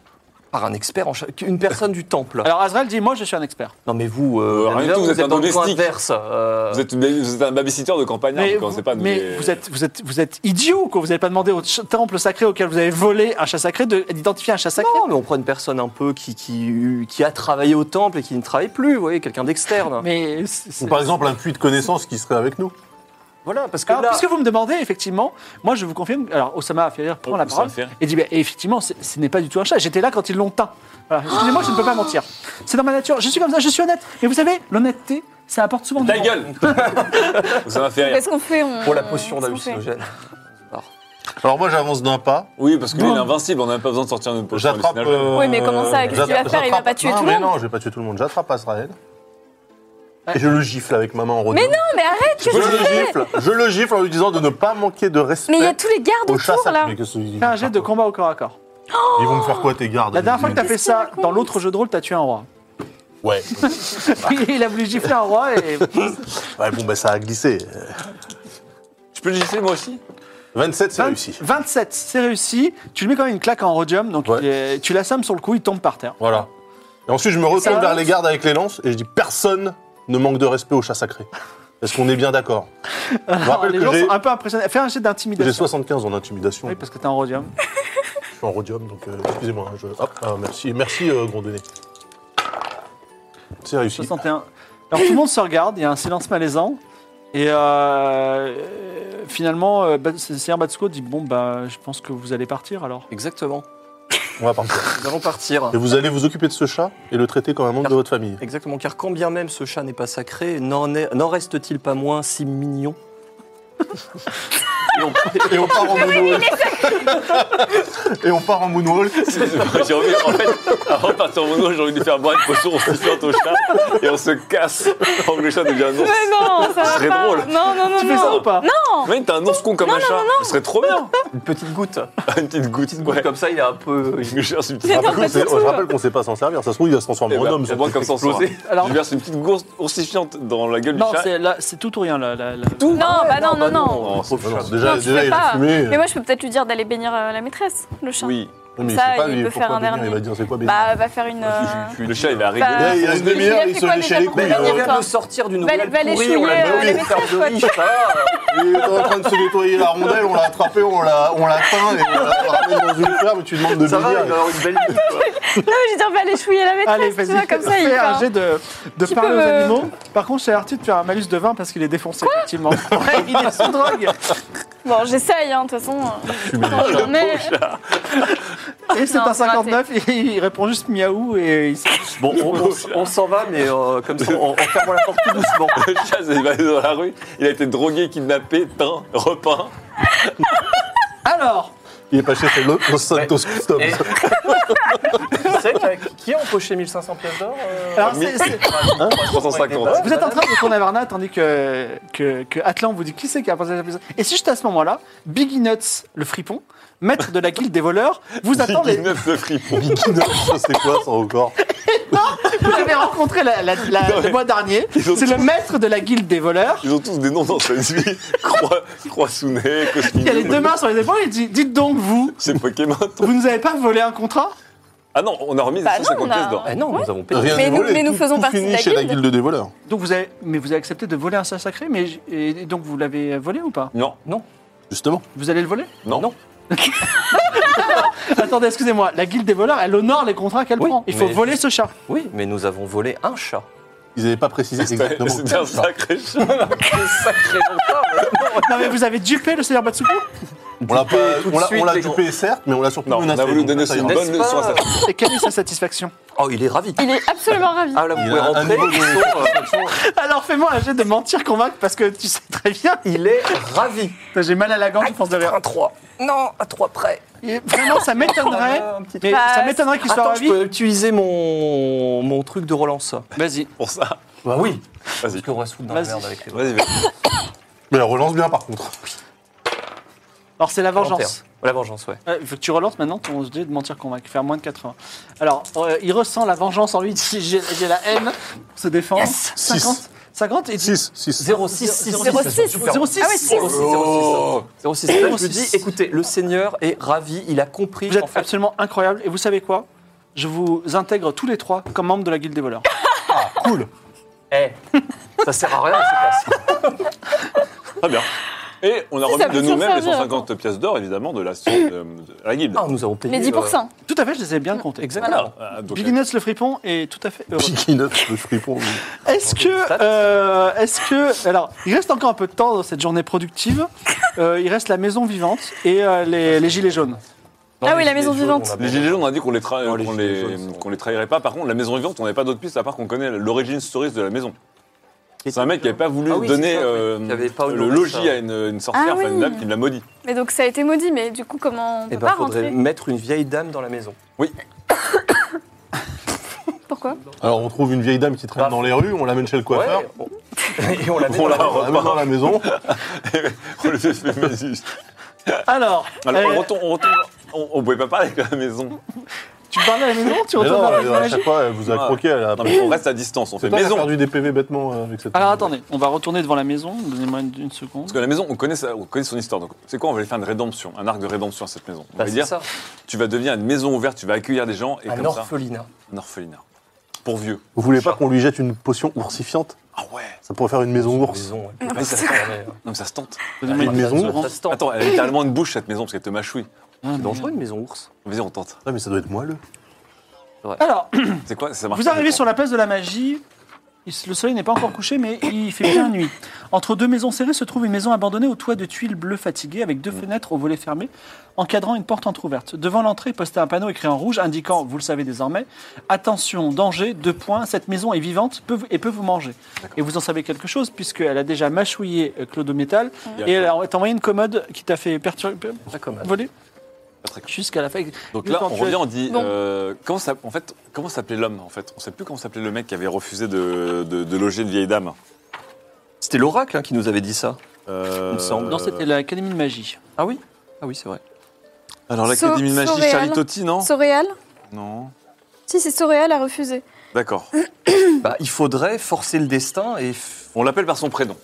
Par un expert en chat. Une personne du temple.
Alors Azrael dit Moi, je suis un expert.
non mais vous, euh,
Euh, rien du
là,
tout, vous êtes un
dans le coin
domestique.
adverse. euh,
Vous êtes, vous êtes un babysitter de campagne, hein,
mais
vous
vous,
commencez pas à nous
mais
les-
vous êtes, vous êtes, vous êtes idiot quoi. Vous n'avez pas demandé au ch- temple sacré auquel vous avez volé un chat sacré de- d'identifier un chat sacré.
Non, mais on prend une personne un peu qui, qui, qui a travaillé au temple et qui ne travaille plus, vous voyez, quelqu'un d'externe.
Mais c'est-
Ou par exemple, un puits de connaissances qui serait avec nous.
Voilà, parce que alors,
là-
puisque vous me demandez, effectivement, moi je vous confirme. Alors, Osama Affair prend la
Oh, ça
parole
me fait rire.
et dit bah, effectivement, c'est- ce n'est pas du tout un chat. J'étais là quand ils l'ont teint. Voilà. Excusez-moi, je ne peux pas mentir. C'est dans ma nature. Je suis comme ça, je suis honnête. Et vous savez, l'honnêteté, ça apporte souvent du
(laughs) Ta
vent.
gueule Ça m'a fait rire.
Qu'est-ce qu'on fait on-
Pour la potion
qu'est-ce qu'on fait
d'hallucinogène.
Alors moi j'avance d'un pas,
Oui, parce que lui, il est invincible, on n'a même pas besoin de sortir hein, une potion.
j'attrape.
hallucinogène.
euh,
Oui, mais comment ça Qu'est-ce qu'il va
j'attrape-
faire Il va
j'attrape-
pas tuer
non,
tout le
mais
monde
Non, je vais pas tuer tout le monde. J'attrape Azrael. Et je le gifle avec ma main en rond.
Mais non, mais arrête
Je le gifle. Je le gifle en lui disant de ne pas manquer de respect.
Mais il y a tous les gardes
au chat
autour
sacré.
là
Mais qu'est-ce qu'ils-
Fais un jet de combat au corps à corps.
Ils vont me faire quoi tes gardes
La dernière fois que t'as fait
Qu'est-ce qu'il
ça
raconte
dans l'autre jeu de rôle, t'as tué un roi.
Ouais.
(laughs) il a voulu gifler un roi et
Ouais, bon, bah ça a glissé. Euh,
Je peux le gifler moi aussi (laughs)
27, c'est
20
réussi.
27, c'est réussi. Tu lui mets quand même une claque en rhodium, donc
Ouais.
il est- tu l'assommes sur le coup, il tombe par terre.
Voilà. Et ensuite, je me
Ça
retourne
va
vers les gardes avec les lances et je dis personne ne manque de respect au chat sacré. Est-ce qu'on est bien d'accord Je
(laughs) Alors,
rappelle
les
que
gens
j'ai-
sont un peu impressionnés. Fais un jet
j'ai
d'intimidation.
75 en intimidation.
Oui, parce que t'es en rhodium.
Je suis en rhodium, donc euh, excusez-moi. hein, je- Hop, ah, merci, merci euh, Grondonnet. C'est réussi.
61. Alors tout le monde se regarde, il y a un silence malaisant. Et euh, euh, finalement, euh, Bat- Seigneur Batsuko dit Bon, bah, je pense que vous allez partir alors.
Exactement.
On va partir.
Nous allons partir.
Et vous allez vous occuper de ce chat et le traiter comme un membre de votre famille.
Exactement, car quand bien même ce chat n'est pas sacré, n'en est- n'en reste-t-il pas moins si
(laughs)
mignon
Et on, et on part en moonwalk. et on part en moonwalk.
J'ai envie, en fait, avant de partir en mono, j'ai envie de lui faire boire une potion, on sifflante au chat et on se casse avant que le chat devienne un ours.
Mais non, ça
Ce
va
serait
pas.
drôle.
Non, non, non,
Tu
non.
fais ça ou pas
Imagine, t'as un ours con comme un chat, ce serait trop bien
Une petite goutte.
(laughs) Une petite goutte,
Une goutte
ouais.
comme ça, il est un peu.
Je cherche une
Je
petite
rappelle qu'on sait-
tout.
je rappelle qu'on sait pas s'en servir. Ça se trouve, il va se transformer
Eh
en
ben,
homme.
au moins,
truc
comme ça, on saura.
explosé.
Alors,
Je verse une petite gourde oursifiante dans la gueule
non,
du chat.
c'est là- c'est tout ou rien là. là- là.
Non, bah non, non, non.
Oh, c'est
Bah non,
pas
Déjà,
Non, tu
déjà
fais
il a
pas.
fumé.
Mais moi, je peux peut-être lui dire d'aller bénir euh, la maîtresse, le chat.
Oui,
Oui, mais
Ça,
il, sait pas,
il
lui,
peut
pourquoi
faire un
bénir,
dernier.
Il va dire c'est quoi bénir
Bah, va faire
(laughs)
une. euh,
le chat il va
Bah,
rigoler.
Il y a une
il a
demi-heure,
fait
il se
quoi
léchait
déjà
les
pour
couilles.
bénir
alors.
Il
D'accord.
vient de sortir d'une
Va-
nouvelle
va les
pourrie, on
chouiller,
l'a
euh, les
mis au faire de
maîtresses,
riche, Ah, ça.
Il est en train de se nettoyer la rondelle, on l'a attrapé, on l'a on l'a peint et on la ramène dans une ferme et tu demandes de
Ça va, il va
bénir.
avoir une belle vie.
Non, Ah, mais je veux dire, va aller chouiller la maîtresse,
Allez,
tu vois,
vas-y,
comme ça, il
fais
fait
un
un-
jet de, de
Tu
parler
peux
aux
me-
animaux. Par contre, j'ai l'artiste de faire un malus de 20 parce qu'il est défoncé,
(laughs)
effectivement. Ouais, il est sous drogue.
Bon, j'essaye, hein, de toute façon. euh, Mais
Et c'est
Non,
un
c'est raté.
59, il, il répond juste miaou et il se-
Bon, on, on s- on s'en va, mais euh, comme ça, en, en fermant la porte tout doucement.
bah.
(laughs) Le chat s'est baladé dans la rue, il a été drogué, kidnappé, teint, repeint.
Alors,
Il est pas chez c'est Los Santos Customs.
Et- (laughs)
Eh,
Tu sais, t'as- qui a empoché 1500 pièces d'or euh,
alors c'est- c'est-
Hein
Hein
350.
bah,
vous êtes en train de tourner à Varna tandis que, que, que Atlan vous dit qui c'est qui a pensé à ça Et si juste à ce moment-là, Biggie Nuts, le fripon, maître de la guilde des voleurs, vous attend
Biggie
les...
Neuf de fripon.
C'est quoi ça encore
Vous l'avez rencontré la- la- la-
Non, mais-
le mois dernier.
(laughs) Ils ont
C'est le
tous-
maître de la guilde des voleurs.
Ils ont tous des noms dans cette vie. (laughs) Croix, Croissounet,
Il a les deux
Cosmignon.
mains sur les épaules et il dit Dites donc, vous,
C'est Pokémon. ton-
vous nous avez pas volé un contrat
Ah non, on a remis
Bah non,
150
on a-
pièces d'or.
Eh non, nous avons payé.
Rien
Mais
n'est
nous-
volé,
mais nous
tout-
faisons
tout
partie de
finit
la
chez la
guilde.
guilde des voleurs.
Donc vous avez, mais vous avez accepté de voler un sac sacré, mais j- et et donc vous l'avez volé ou pas
Non,
Justement.
Vous allez le voler
non, non.
Attendez, excusez-moi, la guilde des voleurs, elle honore les contrats qu'elle
Oui,
prend. Il faut
mais-
voler ce chat.
Oui, mais nous avons volé un chat.
Ils n'avaient pas précisé exactement.
C'était un sacré chat.
C'est sacrément fort.
Non mais vous avez dupé le Seigneur Batsuko
On l'a pas-
tout de
on l'a-
suite,
on l'a
les gros.
dupé, certes, mais on l'a surtout
Non, on a voulu donner aussi une
N'est-ce
bonne leçon à
pas
ça.
Et quelle est sa satisfaction
Oh, il est ravi.
il est absolument ravi.
Ah là, vous
Il
pouvez
a un
rentrer.
niveau de-
ils sont, euh,
Alors fais-moi un jet de mentir convaincre parce que tu sais très bien.
Il est ravi.
J'ai mal à la
Ah,
gorge, je pense de rire.
Un 3. Non, à 3 près.
Et Ah, vraiment, ça (laughs) m'étonnerait.
Ah, un petit
Mais
passe.
ça m'étonnerait qu'il soit
Attends, je
ravi.
peux utiliser mon, mon truc de relance.
Vas-y.
Pour ça.
Bah oui.
Vas-y.
Parce qu'on va se foutre dans
Vas-y.
la merde avec les
Vas-y, vas-y.
Mais elle relance bien par contre.
Alors c'est la vengeance.
La vengeance, ouais.
Ouais, faut que tu relances maintenant ton jet de mentir convaincre, faire moins de 80. Alors, euh, il ressent la vengeance en lui, (laughs) il dit, j'ai j'ai la haine, se défend. 50 50 et
6, 6.
06
06.
06. Ah ouais, six.
Oh.
06. Là, je lui dis, écoutez, le Seigneur est ravi, il a compris.
Vous êtes
en fait,
absolument incroyable et vous savez quoi Je vous intègre tous les trois comme membre de la guilde des voleurs.
Ah, Eh, ça sert à rien, je sais pas.
Très bien. Et on a
Si,
remis
ça peut
de
toujours
nous-mêmes les
servir,
150 pièces d'or, évidemment, de la, de, de la guilde.
Ah, nous avons payé.
Les 10%.
Tout à fait, je les ai bien comptés.
Exactement.
Ah, donc,
Big Nuts le fripon est tout à fait heureux.
Piquinote, le fripon. oui.
Est-ce que, euh, est-ce que, alors, il reste encore un peu de temps dans cette journée productive. Euh, il reste la maison vivante et euh, les, les gilets jaunes.
Ah oui, la maison vivante.
Les gilets jaunes, on a dit qu'on les, tra-
Oh, les
qu'on
gilets
les-
jaunes.
qu'on les trahirait pas. Par contre, la maison vivante, on n'avait pas d'autre piste à part qu'on connaît l'origine story de la maison. C'est un mec qui n'avait pas voulu
Ah oui,
donner
c'est ça, oui.
euh,
Il y avait pas
le
honoré
logis
ça.
à une, une sorcière,
Ah
enfin, une
oui.
dame qui l'a maudit. (laughs)
Mais donc ça a été maudit, mais du coup, comment on peut
Eh ben,
pas
faudrait
rentrer
mettre une vieille dame dans la maison.
Pourquoi
Alors on trouve une vieille dame qui traîne
Bah,
dans les rues, on l'amène chez le coiffeur,
Ouais. (laughs) Et on la met
On
dans
la
la
on l'amène dans la maison.
On le
(laughs)
fait faire, mais juste.
Alors,
Alors,
euh,
on retourne. On, retourne- on- on pouvait pas parler avec la maison.
tu parlais à la maison, tu
Mais
retournes
non,
à la
à
maison.
chaque fois, elle vous a
Ah.
croqué. Elle a...
Non, mais on reste à distance. On fait
C'est toi qui as
maison.
perdu des PV bêtement euh, avec cette.
Alors attendez, on va retourner devant la maison. Donnez-moi une, une seconde.
Parce que la maison, on connaît, ça- on connaît son histoire. Donc, c'est quoi On va lui faire une rédemption, un arc de rédemption à cette maison. On
Bah,
va
c'est
dire,
ça,
tu vas devenir une maison ouverte, tu vas accueillir des gens et
un
comme ça,
orphelinat.
un orphelinat. Pour vieux.
Vous voulez pas qu'on lui jette une potion oursifiante
Ah ouais.
Ça pourrait faire une maison ours.
Maison, ouais. Bah, ça, ouais.
Non, mais ça se tente.
Donnez-moi
Une maison
seconde.
Ça se tente.
Attends, elle a littéralement une bouche cette maison parce qu'elle te mâchouille.
Ah,
C'est
merde.
dangereux une maison ours.
Vas-y, on tente.
Ah mais ça doit être moelleux.
Alors,
C'est quoi Ça marche
vous
pas,
arrivez
ça
sur la place de la magie. Il se- Le soleil n'est pas encore couché, mais il fait bien nuit. Entre deux maisons serrées se trouve une maison abandonnée au toit de tuiles bleues fatiguées, avec
Mm.
deux fenêtres aux volets fermés, encadrant une porte entr'ouverte. Devant l'entrée, posté un panneau écrit en rouge, indiquant, vous le savez désormais, attention, danger, deux points, cette maison est vivante peut vous- et peut vous manger. Et vous en savez quelque chose, puisqu'elle a déjà mâchouillé euh, Claude au métal,
Mhm.
et elle a t'a envoyé une commode qui t'a fait pertur- per-
La commode.
voler
Ah. Pas très cool.
jusqu'à la fin.
Donc
Juste
là,
quand
on
tu as-
revient, on dit
Bon.
euh, comment ça, en fait, comment s'appelait l'homme en fait On sait plus comment s'appelait le mec qui avait refusé de, de- de loger une vieille dame.
C'était l'oracle hein, qui nous avait dit ça.
Euh,
Il me semble.
Non, c'était l'Académie de magie.
Ah oui Ah oui, c'est vrai.
Alors l'Académie de
So-
magie,
Soréal.
Charlie Totti, non
Soréal
Non.
Si, c'est Soréal a refusé.
D'accord.
Bah, il faudrait forcer le destin et. f-
On l'appelle par son prénom,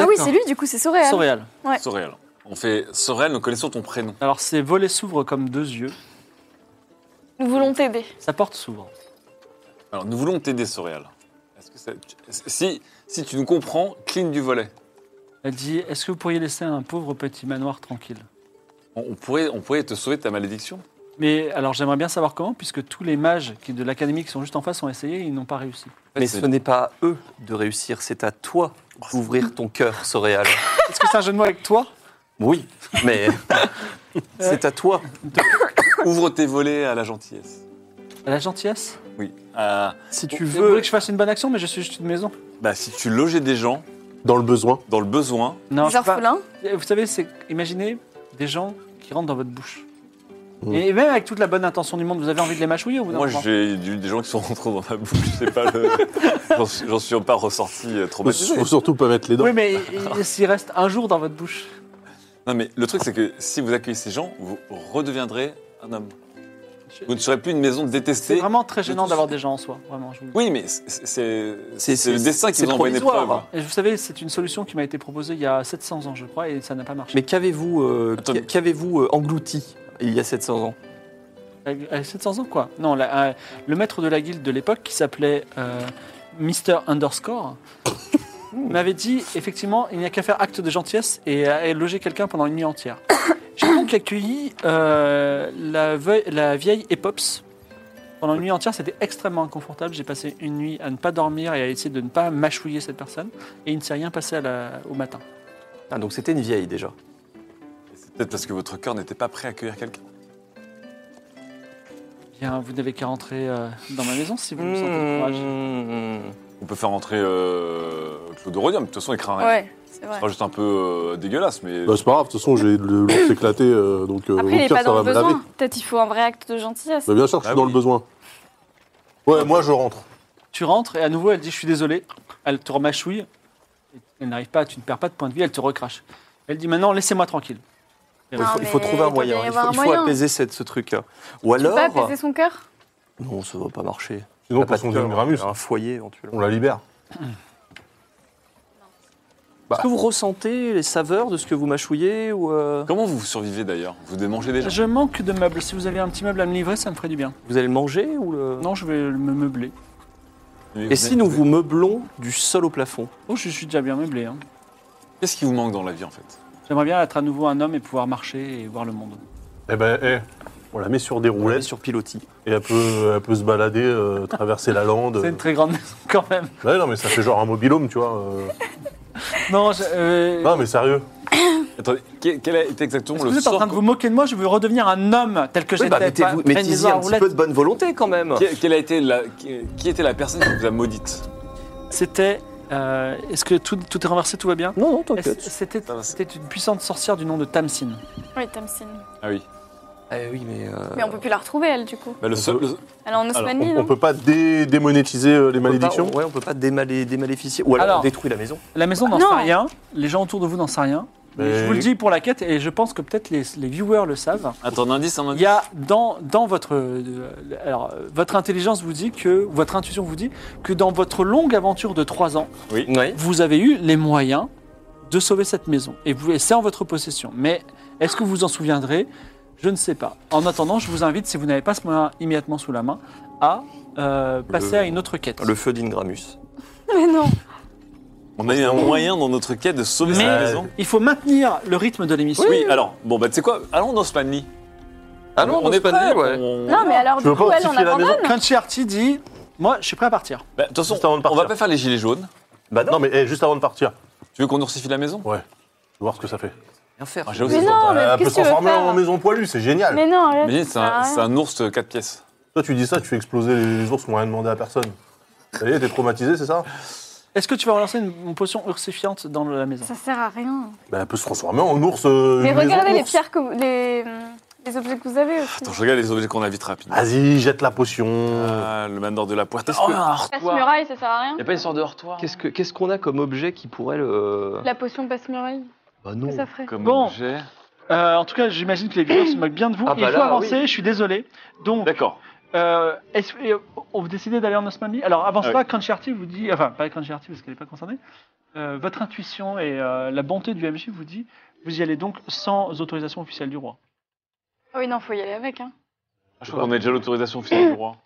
Ah oui,
D'accord.
c'est lui, du coup, c'est Soréal.
Soréal.
Sorel. On fait Sorel, nous connaissons ton prénom.
Alors, ses volets s'ouvrent comme deux yeux.
Nous voulons t'aider.
Sa porte s'ouvre.
Alors nous voulons t'aider, Sorel. Est-ce que ça- tu- si si tu nous comprends, cligne du volet.
Elle dit Est-ce que vous pourriez laisser un pauvre petit manoir tranquille
On, on pourrait on pourrait te sauver de ta malédiction.
Mais alors, j'aimerais bien savoir comment, puisque tous les mages qui, de l'Académie qui sont juste en face ont essayé et ils n'ont pas réussi.
fait,
Mais
c'est-
ce n'est pas à eux de réussir, c'est à toi d'ouvrir ton cœur, Soréal.
Est-ce que c'est un jeu de mots avec toi
Oui, mais (laughs) c'est à toi.
Ouvre tes volets à la gentillesse.
À la gentillesse
Oui. Ah,
Si
tu
Vous
veux-
voulez que je fasse une bonne action, mais je suis juste une maison
bah si tu logeais des gens
Dans le besoin.
dans le besoin,
Non,
les
je sais pas. Eh,
orphelins.
Vous savez, c'est imaginez des gens qui rentrent dans votre bouche.
Mm.
Et même avec toute la bonne intention du monde, vous avez envie de les mâchouiller ou vous
Moi, j'ai eu des gens qui sont (laughs) rentrés dans ma bouche. Je sais pas le. (laughs) J'en suis- J'en suis pas ressorti euh,
Faut
traumatisé.
faut surtout pas mettre les dents.
Oui, mais il- s'il reste un jour dans votre bouche.
Non, mais le truc, c'est que si vous accueillez ces gens, vous redeviendrez un homme. Vous ne serez plus une maison
C'est
détestée.
vraiment très gênant d'avoir des gens en soi, vraiment. Je vous... le dis.
Oui, mais c'est- c'est
C'est-
c'est- c'est le
c'est-
destin qui
c'est
vous envoie une
provisoire.
épreuve.
Et vous savez, c'est une solution qui m'a été proposée il y a 700 ans, je crois, et ça n'a pas marché.
Mais qu'avez-vous euh,
Attends.
qu'a- qu'avez-vous euh, englouti il y a 700 ans
Euh, 700 ans, quoi Non, la- euh, le maître de la guilde de l'époque, qui s'appelait euh, Mister Underscore, m'avait dit, effectivement, il n'y a qu'à faire acte de gentillesse et, euh, et loger quelqu'un pendant une nuit entière. (coughs) J'ai donc accueilli euh, la, veuille- la vieille Epops. Pendant une nuit entière, c'était extrêmement inconfortable. J'ai passé une nuit à ne pas dormir et à essayer de ne pas mâchouiller cette personne. Et il ne s'est rien passé à la- au matin.
Ah, donc c'était une vieille déjà.
C'est Peut-être parce que votre cœur n'était pas prêt à accueillir quelqu'un.
Bien, vous n'avez qu'à rentrer euh, dans ma maison si vous me sentez
Hmm.
le courage.
Mmh.
On peut faire entrer euh, Claude Rodium. De toute façon, il craint rien.
Ouais, c'est vrai.
Ce
Oh,
sera juste un peu euh, dégueulasse, mais.
Bah, c'est pas grave, de toute façon, j'ai le l'ours éclaté, euh, donc euh,
Après, il
au
est
pire,
pas
ça
dans
va
le
me laver.
besoin. Peut-être il faut un vrai acte de gentillesse.
Bah, bien sûr que je
Bah
suis dans
oui.
le besoin. Ouais, moi je rentre.
Tu rentres et à nouveau elle dit je suis désolé. Elle te remâchouille. Elle n'arrive pas, tu ne perds pas de point de vie, elle te recrache. Elle dit maintenant laissez-moi tranquille.
Il faut, il faut
mais
trouver un
il doit
moyen.
bien y
Il
avoir
faut,
un
il faut
moyen.
apaiser cette- ce truc. hein. Ou
Tu peux pas
alors.
apaiser son cœur
Non, ça va pas marcher.
Sinon,
T'as
pour
de
son
cœur,
Gramus,
Un foyer éventuellement.
on la libère.
Est-ce que vous ressentez les saveurs de ce que vous mâchouillez ou euh,
Comment vous survivez d'ailleurs Vous démangez des gens
Je manque de meubles. Si vous avez un petit meuble à me livrer, ça me ferait du bien.
vous allez le manger ou le
Non, je vais me meubler.
Mais
Et
vous-
si nous vous meublons du sol au plafond
Oh, je suis déjà bien meublé. hein.
Qu'est-ce qui vous manque dans la vie en fait
J'aimerais bien être à nouveau un homme et pouvoir marcher et voir le monde.
Eh ben, eh, on la met sur des
On l'a mis
roulettes
sur pilotis.
et elle peut, elle peut se balader, euh, traverser la lande.
C'est une très grande maison quand même.
Ouais, non, mais ça fait genre un mobilhome, tu vois. euh.
Non, je, euh,
Bah,
Non, mais sérieux.
Attendez, que- quel est exactement
est-ce que
le
vous êtes en
sort
train de vous moquer de moi Je veux redevenir un homme tel que
Oui,
j'étais.
bah,
pas
mettez-vous-
une maison
mettez-y
à
un petit
roulettes.
peu de bonne volonté quand même.
Que- quelle a été la, qui qui était la personne qui vous a maudite
C'était. euh, Est-ce que tout, tout est renversé, tout va bien
Non, non,
Est-ce- C'était
Ça va, c'est-
c'était une puissante sorcière du nom de Tamsin.
Oui, Tamsin.
Euh,
Ah oui.
Eh oui, mais. euh,
Mais on peut plus la retrouver, elle, du coup.
Bah, le seul- le-
Elle est en
Alors,
Osmanie,
on, on
non
peut pas dé- démonétiser euh, les
on peut pas-
malédictions
Ouais, on peut pas démalé- démaléficier. Ou alors,
Alors.
on détruit la maison.
La maison n'en
Non.
sait rien, les gens autour de vous n'en savent rien. Mais
Mais-
Je vous le dis pour la quête, et je pense que peut-être les, les viewers le savent.
Attends, un indice, un
Il
indice.
y a dans, dans votre. euh, alors, euh, votre intelligence vous dit que. Votre intuition vous dit que dans votre longue aventure de 3 ans,
Oui.
vous avez eu les moyens de sauver cette maison. Et, vous- et c'est en votre possession. Mais est-ce que vous vous en souviendrez Je ne sais pas. En attendant, je vous invite, si vous n'avez pas ce moyen immédiatement sous la main, à euh, passer
Le-
à une autre quête.
Le feu d'Ingramus.
(laughs) Mais non.
On a eu un moyen dans notre quête de sauver
Mais-
cette maison.
Il faut maintenir le rythme de l'émission.
Oui, alors, bon, bah, tu sais quoi Allons dans Spanly.
Allons,
on n'est pas
prêt,
nul.
ouais.
Non, mais alors,
Tu veux
du
pas
coup, elle, on
fortifier la maison
abandonne
Crunchy Arty dit Moi, je suis prêt à partir.
Bah, De toute façon,
Juste avant de
on
partir.
va pas faire les gilets jaunes.
Bah non,
Non, mais eh, juste avant de partir,
Tu veux qu'on orsifie la maison
voir ce que ça fait. Bah,
rien faire.
Ah, j'ai osé.
Mais non, mais
elle peut
qu'est-ce
se
que tu veux
transformer
faire
en maison poilue, c'est génial.
Mais non, arrête,
Imagine,
ça
c'est
sert à
un,
rien.
c'est un ours 4 pièces.
Toi, tu dis ça, tu fais exploser les ours, on n'a rien demandé à personne. Ça y est, t'es traumatisé, c'est ça
Est-ce que tu vas relancer une, une potion ursifiante dans la maison
Ça sert à rien.
Bah, elle peut se transformer en ours. euh,
Mais
une maison
regardez les
ours.
pierres que vous- les, hum, les objets que vous avez aussi.
Attends, je regarde les objets qu'on a vite rapidement.
Vas-y, jette la potion.
Ah, le manor de la pointe.
Qu'est-ce que-
Passe-muraille, ça sert à rien.
a pas une sorte de hortoir
Qu'est-ce que- qu'est-ce qu'on a comme objet qui pourrait le.
La potion passe-muraille,
Bah
que
non.
ça ferait
Comme
Bon.
objet.
Euh, En tout cas, j'imagine que les viewers se moquent bien de vous.
Ah
Il
bah
faut
là,
avancer, je suis désolé. Donc,
D'accord.
Euh, est-ce- euh, on vous décidez d'aller en Osmanli Alors avant
Ah
cela, Crunchy Arty vous dit, enfin pas Crunchy Arty parce qu'elle n'est pas concernée, euh, votre intuition et euh, la bonté du MJ vous dit, vous y allez donc sans autorisation officielle du roi.
Ah oui, non, faut y aller avec. Hein.
Je crois qu'on a déjà l'autorisation officielle du roi.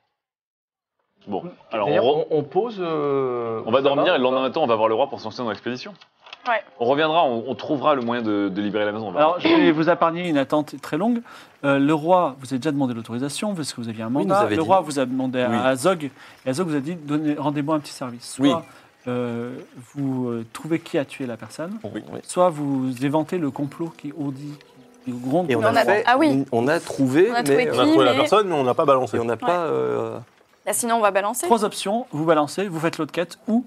Bon, alors on,
D'ailleurs,
re-
on, on pose. euh,
on va
ça
dormir
ou
et le
pas
lendemain matin, on va voir le roi pour se lancer dans l'expédition.
Ouais.
On reviendra, on, on trouvera le moyen de, de libérer la maison. on va-
Alors je vais vous épargner une attente très longue. Euh, le roi vous a déjà demandé l'autorisation parce que vous aviez un
nous
mandat.
avait
le
dit.
roi vous a demandé à,
Oui.
à Zog et à Zog vous a dit, donnez- rendez-moi un petit service. Soit
Oui.
euh, vous euh, trouvez qui a tué la personne,
Oui.
soit vous éventez le complot qui ourdit, qui gronde.
Et on,
Mais on
a
a-
fait,
ah oui.
On a trouvé.
On a trouvé
mais, euh,
On
qui
a trouvé la
mais-
personne, mais on n'a pas balancé.
et on n'a pas. euh,
Là, Bah, sinon, on va balancer.
Trois options, vous balancez, vous faites l'autre quête ou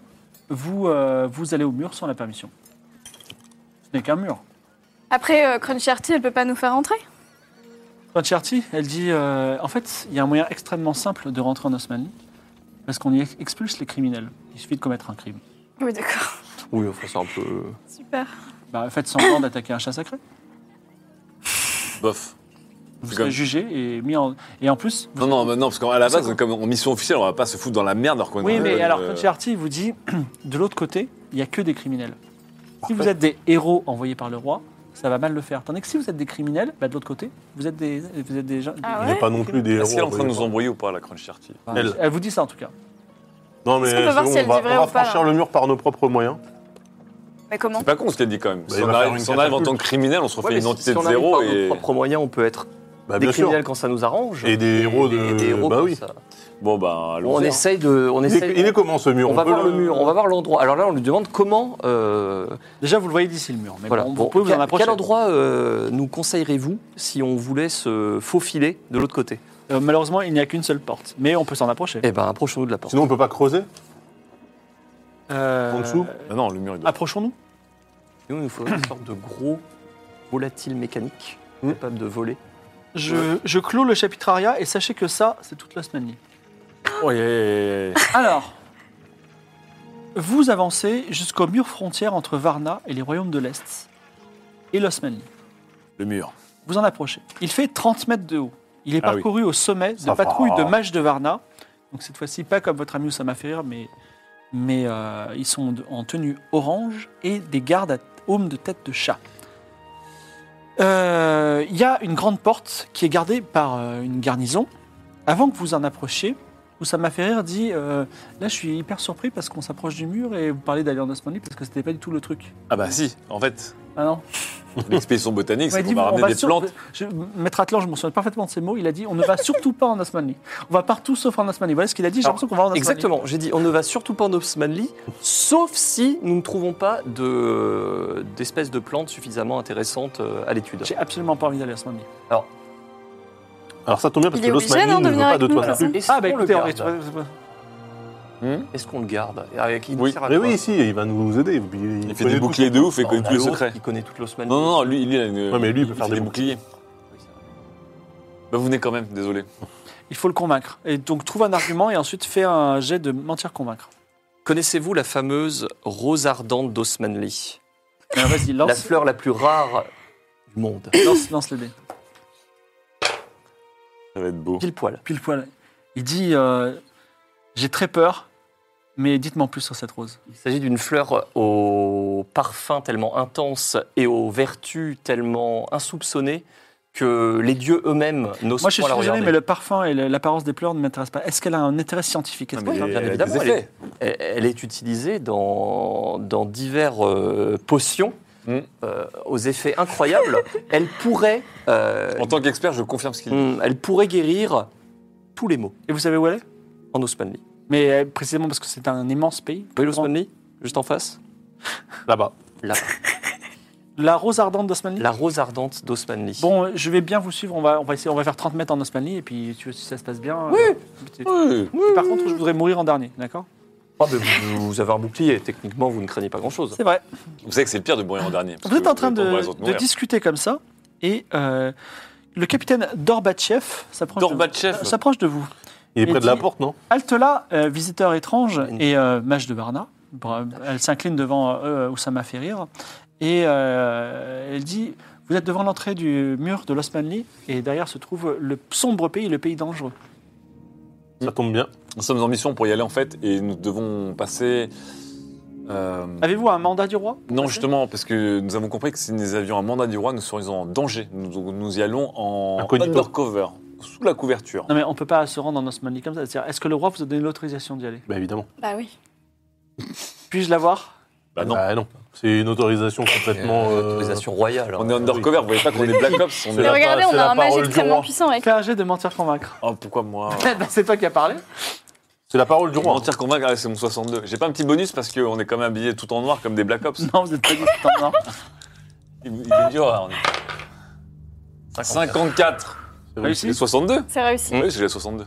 vous, euh, vous allez au mur sans la permission. Ce n'est qu'un mur.
Après, euh, Crunchy Arty, elle peut pas nous faire rentrer.
Pancharty, elle dit euh, en fait, il y a un moyen extrêmement simple de rentrer en Osmanli parce qu'on y ex- expulse les criminels. Il suffit de commettre un crime.
Oui, d'accord.
Oui, enfin, c'est un peu.
Super.
Bah, faites semblant (coughs) d'attaquer un chat sacré.
Bof.
Vous
C'est
serez
comme-
jugé et mis en. Et en plus. vous-
Non, non, mais non, parce qu'à la base, comme en mission officielle, on va pas se foutre dans la merde alors qu'on est
Oui,
dans
mais
le-
alors
euh,
Pancharty vous dit (clears throat) de l'autre côté, il n'y a que des criminels. Si vous êtes des héros envoyés par le roi, ça va mal le faire. Tandis que si vous êtes des criminels, bah, de l'autre côté, vous êtes des, vous êtes des gens.
Ah
On
ouais
n'est pas non plus des
Est-ce qu'elle est en
héros.
train de nous embrouiller ou pas, la Crunchy Arty
Elle.
Elle vous dit ça en tout cas.
Non, mais
Est-ce qu'on peut
c'est
voir
bon,
si elle
on va,
dit vrai
on va
ou pas,
franchir
là
le mur par nos propres moyens.
Mais comment
C'est pas con ce qu'elle dit quand même.
Bah,
si
il
on
va faire
arrive,
une
si on arrive en
catapulte.
tant que criminel, on se refait
Ouais, mais
une
si-
entité
si
de
on arrive
zéro
par nos
et.
propres moyens, on peut être
Bah,
des
bien sûr.
criminels quand ça nous arrange.
Et des héros de.
des héros
bah
comme
oui.
ça.
Bon, bah,
On
allons-y. hein.
essaye de. On,
Il
essaye,
est, il est comment ce mur
on va
peut
voir le mur, on va voir l'endroit. Alors là, on lui demande comment. euh,
Déjà, vous le voyez d'ici le mur. Mais
voilà.
bon, vous
Bon,
pouvez vous
quel,
en approcher.
quel endroit euh, nous conseillerez-vous si on voulait se faufiler de l'autre côté
Euh, malheureusement, il n'y a qu'une seule porte, mais on peut s'en approcher.
Eh ben, approchons-nous de la porte.
Sinon, on peut pas creuser
Euh,
en dessous
Ah Non, le mur, il doit.
Approchons-nous.
Nous, il nous faut une sorte de gros volatile mécanique
Hmm.
capable de voler.
Je, je clôt le chapitre Aria et sachez que ça, c'est toute la semaine. libre.
Oh, yeah, yeah, yeah.
Alors, vous avancez jusqu'au mur frontière entre Varna et les royaumes de l'Est et l'Osmanli.
Le mur.
Vous en approchez. Il fait 30 mètres de haut. Il est
Ah oui. oh.
parcouru au sommet de
Ça va.
patrouilles de mages de Varna. Donc cette fois-ci, pas comme votre ami Oussama Ferrir, mais, mais euh, ils sont de- en tenue orange et des gardes à aume de tête de chat. Euh, Il y a une grande porte qui est gardée par euh, une garnison. Avant que vous en approchiez, où ça m'a fait rire, dit euh, Là, je suis hyper surpris parce qu'on s'approche du mur et vous parlez d'aller en Osmanie parce que c'était pas du tout le truc.
Ah bah si,
(laughs)
en fait,
Ah non
l'expédition botanique,
Ouais,
c'est qu'on
dis-moi,
va
on
ramener
va
des
sur-
plantes.
je- Maître Atlan, je me souviens parfaitement de ces mots. Il a dit On ne va surtout pas en Osmanie. On va partout sauf en Osmanie. Voilà ce qu'il a dit. J'ai
Alors,
l'impression qu'on va en Osmanie.
Exactement, j'ai dit on ne va surtout pas en Osmanli, sauf si nous ne trouvons pas de- d'espèces de plantes suffisamment intéressantes euh, à l'étude.
J'ai absolument pas envie d'aller en Osmanie.
Alors ça tombe bien parce
Il est
que
obligé,
l'Osmanie
non, de
ne veut
venir
pas
avec
de
nous,
toi
de
non
toute façon.
plus.
Est-ce
Ah, bah
qu'on le
écoutez, en
garde
fait,
Est-ce qu'on le garde Avec une
Oui.
sert à
Mais
quoi
oui, si, il va nous aider. Il,
Il, fait
connaît
des
tout.
boucliers de ouf et
Bah,
connaît
on a
tous les
l'autre
secrets.
qui connaît toute l'Osmanli.
Non, non, non, lui, lui, il a une.
Ouais, mais lui, il peut faire
fait
des
boucliers. Bah, vous venez quand même, désolé.
Il faut le convaincre. Et donc, trouve un argument et ensuite fais un jet de mentir-convaincre.
Connaissez-vous la fameuse rose ardente d'Osmanli
Alors, Euh, Vas-y,
La
lance,
fleur la plus rare du monde.
lance, lance le dé.
Ça va être beau.
Pile poil.
Pile poil. Il dit euh, J'ai très peur, mais dites-moi en plus sur cette rose.
Il s'agit d'une fleur au parfum tellement intense et aux vertus tellement insoupçonnées que les dieux eux-mêmes n'osent
Moi,
pas
je suis
la
désolé,
regarder.
mais le parfum et le- l'apparence des pleurs ne m'intéressent pas. Est-ce qu'elle a un intérêt scientifique Est-ce
Non, mais
qu'elle a un-
elle a des
évidemment, Ah, elle
effets.
Elle- Elle est utilisée dans, dans divers euh, potions
Hmm.
Mm.
euh, aux effets incroyables. elle pourrait, euh,
En tant qu'expert, je confirme ce qu'il dit.
mm, elle pourrait guérir tous les maux
Et vous savez où elle est
en Osmanli.
Mais euh, précisément parce que c'est un immense pays.
Vous voyez l'Osmanli juste en face
Là-bas.
La rose ardente d'Osmanli
La rose ardente d'Osmanli.
Bon, euh, je vais bien vous suivre. On va, on va, essayer, on va faire 30 mètres en Osmanli et puis tu, vois, si ça se passe bien. Oui,
Oui.
Par contre, je voudrais mourir en dernier, d'accord
Ah, mais vous, vous avez un bouclier, techniquement vous ne craignez pas grand-chose.
C'est vrai.
Vous savez que c'est le pire de mourir en dernier. parce
Vous êtes
que
en train
le temps pour
de,
les autres
de
mourir.
discuter comme ça et euh, le capitaine Dorbatchev s'approche de-
Dorbatchev.
s'approche de vous.
Il est
Et
près de la
dis-
porte, non
Altela, euh, visiteur étrange
Une-
et euh, mage de Varna, Bra- elle s'incline devant euh, eux où ça m'a fait rire et euh, elle dit Vous êtes devant l'entrée du mur de l'Osmanli et derrière se trouve le sombre pays, le pays dangereux.
Ça tombe bien.
Nous sommes en mission pour y aller en fait et nous devons passer. euh,
Avez-vous un mandat du roi
Non, justement, parce que nous avons compris que si nous avions un mandat du roi, nous serions en danger. Nous, nous y allons en
Incognito.
undercover, sous la couverture.
Non, mais on peut pas se rendre en Osmanli comme ça. C'est-à-dire, Est-ce que le roi vous a donné l'autorisation d'y aller
Bah évidemment.
Bah oui.
Puis-je l'avoir
Bah non.
C'est une autorisation complètement. euh,
Autorisation royale. hein.
On est undercover, vous voyez pas qu'on est Black Ops on
C'est
est
Mais
la
là.
regardez,
par-
on
c'est
a
la
un mage
parole du
extrêmement
roi.
puissant avec
Fais un jet de mentir-convaincre.
Oh, pourquoi moi
(laughs) Bah, C'est toi qui as parlé
C'est la parole du roi.
Mentir convaincre, ah, c'est mon 62. J'ai pas un petit bonus parce qu'on est quand même habillé tout en noir comme des Black Ops.
Non, vous êtes pas du tout
(laughs)
en or.
Il, il est dur à est 54.
Réussi Mm.
J'ai 62
C'est réussi.
Oui, j'ai les 62.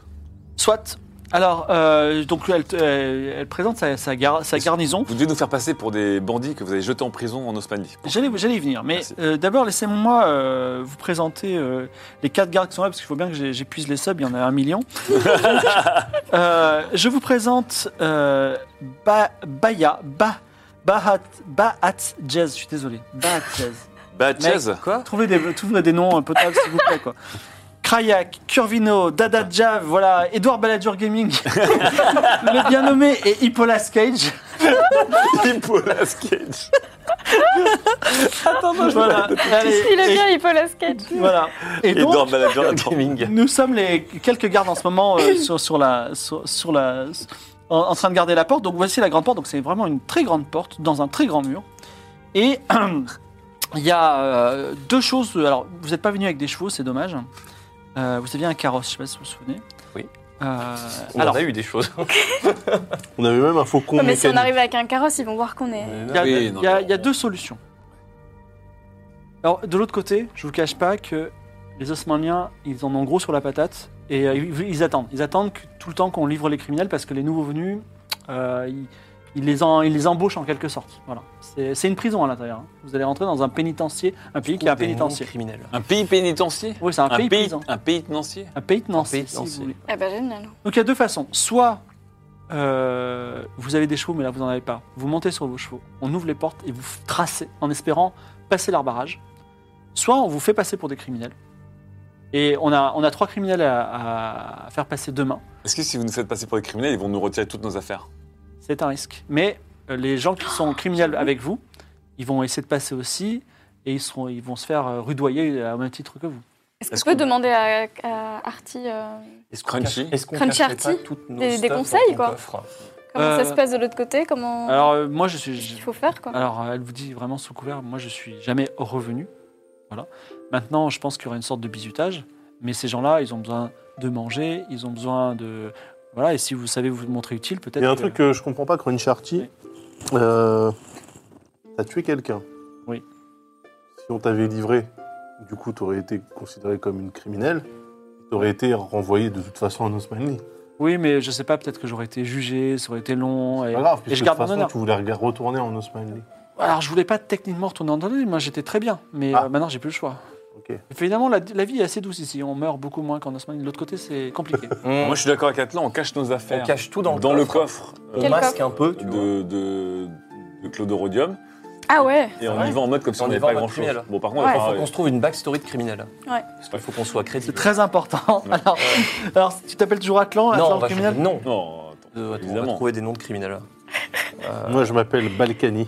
Soit. Alors, euh, donc elle, euh, elle présente sa, sa gar- sa garnison.
Vous devez nous faire passer pour des bandits que vous avez jetés en prison en Osmanie.
J'allais j'allais y venir, mais
Merci.
euh, d'abord laissez-moi euh, vous présenter euh, les quatre gardes qui sont là, parce qu'il faut bien que j'ai- j'épuise les subs, il y en a un (laughs) million. Euh, je vous présente euh, ba, Baya, ba, Bahat, Bahat Jazz, je suis désolé, Bahat Jazz.
Batchez
Quoi
Trouvez des, trouvez des noms potables, s'il vous plaît. Quoi. Krayak, Curvino, Dada Jav, voilà, Edouard Balladur Gaming, (laughs) le bien nommé et Hippolas Cage.
(laughs) Nicolas Cage.
Attends, voilà. Allez,
Il est
et-
bien, il peut la sketch.
voilà. Et
Et
donc,
dans Balladur Gaming.
nous sommes les quelques gardes en ce moment euh, sur, sur la, sur, sur la, en, en train de garder la porte. Donc voici la grande porte. Donc c'est vraiment une très grande porte dans un très grand mur. Et (coughs) il y a euh, deux choses. Alors vous n'êtes pas venu avec des chevaux, c'est dommage. Euh, vous aviez un carrosse, je ne sais pas si vous vous souvenez.
Oui.
Euh,
On
alors,
en a eu des choses.
On avait même un faucon.
mais si on
mécanique.
arrive avec un carrosse, ils vont voir qu'on est.
il y a-
Oui,
il
non,
y a-
mais
il y a
on-
deux solutions. Alors, de l'autre côté, je vous cache pas que les Osmaniens, ils en ont gros sur la patate et euh, ils, ils attendent. Ils attendent que, tout le temps qu'on livre les criminels parce que les nouveaux venus, euh, ils, ils les en- ils les embauchent en quelque sorte. Voilà. C'est c'est une prison à l'intérieur. hein. Vous allez rentrer dans un pénitencier, un pays qui est un pénitencier.
criminel.
Un pays pénitencier
Oui, c'est un, pays, prison.
Un pays tenancier
Un pays tenancier,
Un pays
si vous
tenancier.
voulez.
Ah bah génial.
Donc il y a deux façons. Soit euh, vous avez des chevaux, mais là vous n'en avez pas. Vous montez sur vos chevaux, on ouvre les portes et vous tracez en espérant passer leur barrage. Soit on vous fait passer pour des criminels. Et on a, on a trois criminels à, à faire passer demain.
Est-ce que si vous nous faites passer pour des criminels, ils vont nous retirer toutes nos affaires
C'est un risque. Mais euh, les gens qui sont criminels avec vous, ils vont essayer de passer aussi et ils, seront, ils vont se faire euh, rudoyer à même titre que vous.
Est-ce
Est-ce
qu'on peut
qu'on-
demander à, à Arty euh,
Est-ce qu'on Crunchy. cache-
Est-ce qu'on
Crunchy
cacherait pas
Arty,
toutes nos
des- des
stuff dans
conseils,
ton
quoi.
coffre
comment
Euh,
ça se passe de l'autre côté Comment
Alors, euh, moi, je
qu'est-ce qu'il
suis.
faut faire quoi
Alors, euh, elle vous dit vraiment sous couvert, moi, je suis jamais revenu. Voilà. Maintenant, je pense qu'il y aura une sorte de bizutage. Mais ces gens-là, ils ont besoin de manger, ils ont besoin de. Voilà, et si vous savez vous montrer utile, peut-être.
Il y a un
que-
truc que je comprends pas, Crunchy Arty. Euh, T'as tué quelqu'un.
Oui.
Si on t'avait livré, du coup, t'aurais été considéré comme une criminelle. T'aurais été renvoyé de toute façon en Osmanli.
Oui, mais je sais pas, peut-être que j'aurais été jugé, ça aurait été long. Et...
Pas grave,
et je
puisque de toute
garde mon
façon,
honneur.
tu voulais rega- retourner en Osmanli.
Alors, je voulais pas techniquement retourner en Andalousie, moi j'étais très bien, mais
Ah.
euh, maintenant j'ai plus le choix.
Ok.
Évidemment, la, la vie est assez douce ici, on meurt beaucoup moins qu'en Osmanie. De l'autre côté, c'est
(laughs)
compliqué.
Moi, je suis d'accord avec Atlan, on cache nos affaires.
Mmh. On cache tout dans le
le
coffre.
coffre euh,
On
Quel
masque un peu, tu vois.
de, de, de Clodorodium
Ah ouais
et on
vrai
y va en mode comme si
Et
on
on y
n'avait
va en
pas
mode
grand chose.
criminel.
Bon, par contre,
Ouais.
on
Il
va
faut
faire-
qu'on se trouve une backstory de criminel.
Ouais.
Il faut qu'on soit crédible.
c'est très important.
Ouais.
Alors, alors, si tu t'appelles toujours Atlan,
Non, on
Atlan
va changer
criminel.
de nom.
Non, attends.
De- attends, on va
Évidemment.
trouver des noms de criminels. Euh,
Moi, je m'appelle Balkany.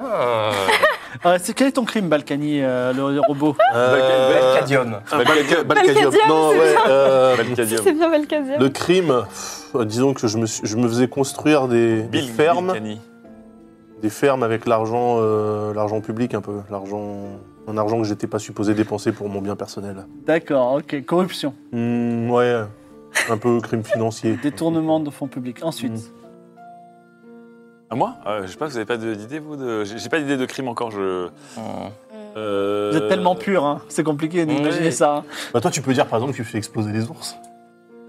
Ah,
Ah, c'est- quel est ton crime, Balkany, euh, le, le robot
bah, Arcadium.
Balkany.
Balkadium,
Non,
c'est
ouais. euh,
Balcadium.
C'est bien Valkazia.
Le crime, pff, disons que je me, suis- je me faisais construire des, des
Bill
fermes,
Balcani.
des fermes avec l'argent, euh, l'argent public un peu, l'argent, un argent que j'étais pas supposé dépenser pour mon bien personnel.
D'accord, ok. Corruption,
Hmm, ouais, un peu crime financier.
détournement de fonds publics. Ensuite,
À moi Euh, Je sais pas, vous avez pas de- d'idée, vous de... J'ai j'ai pas d'idée de crime encore. Je...
Hum.
Euh,
vous êtes tellement pur, hein. c'est compliqué d'imaginer
ouais.
ça. hein. (laughs)
Bah toi, tu peux dire par exemple que tu fais exploser les ours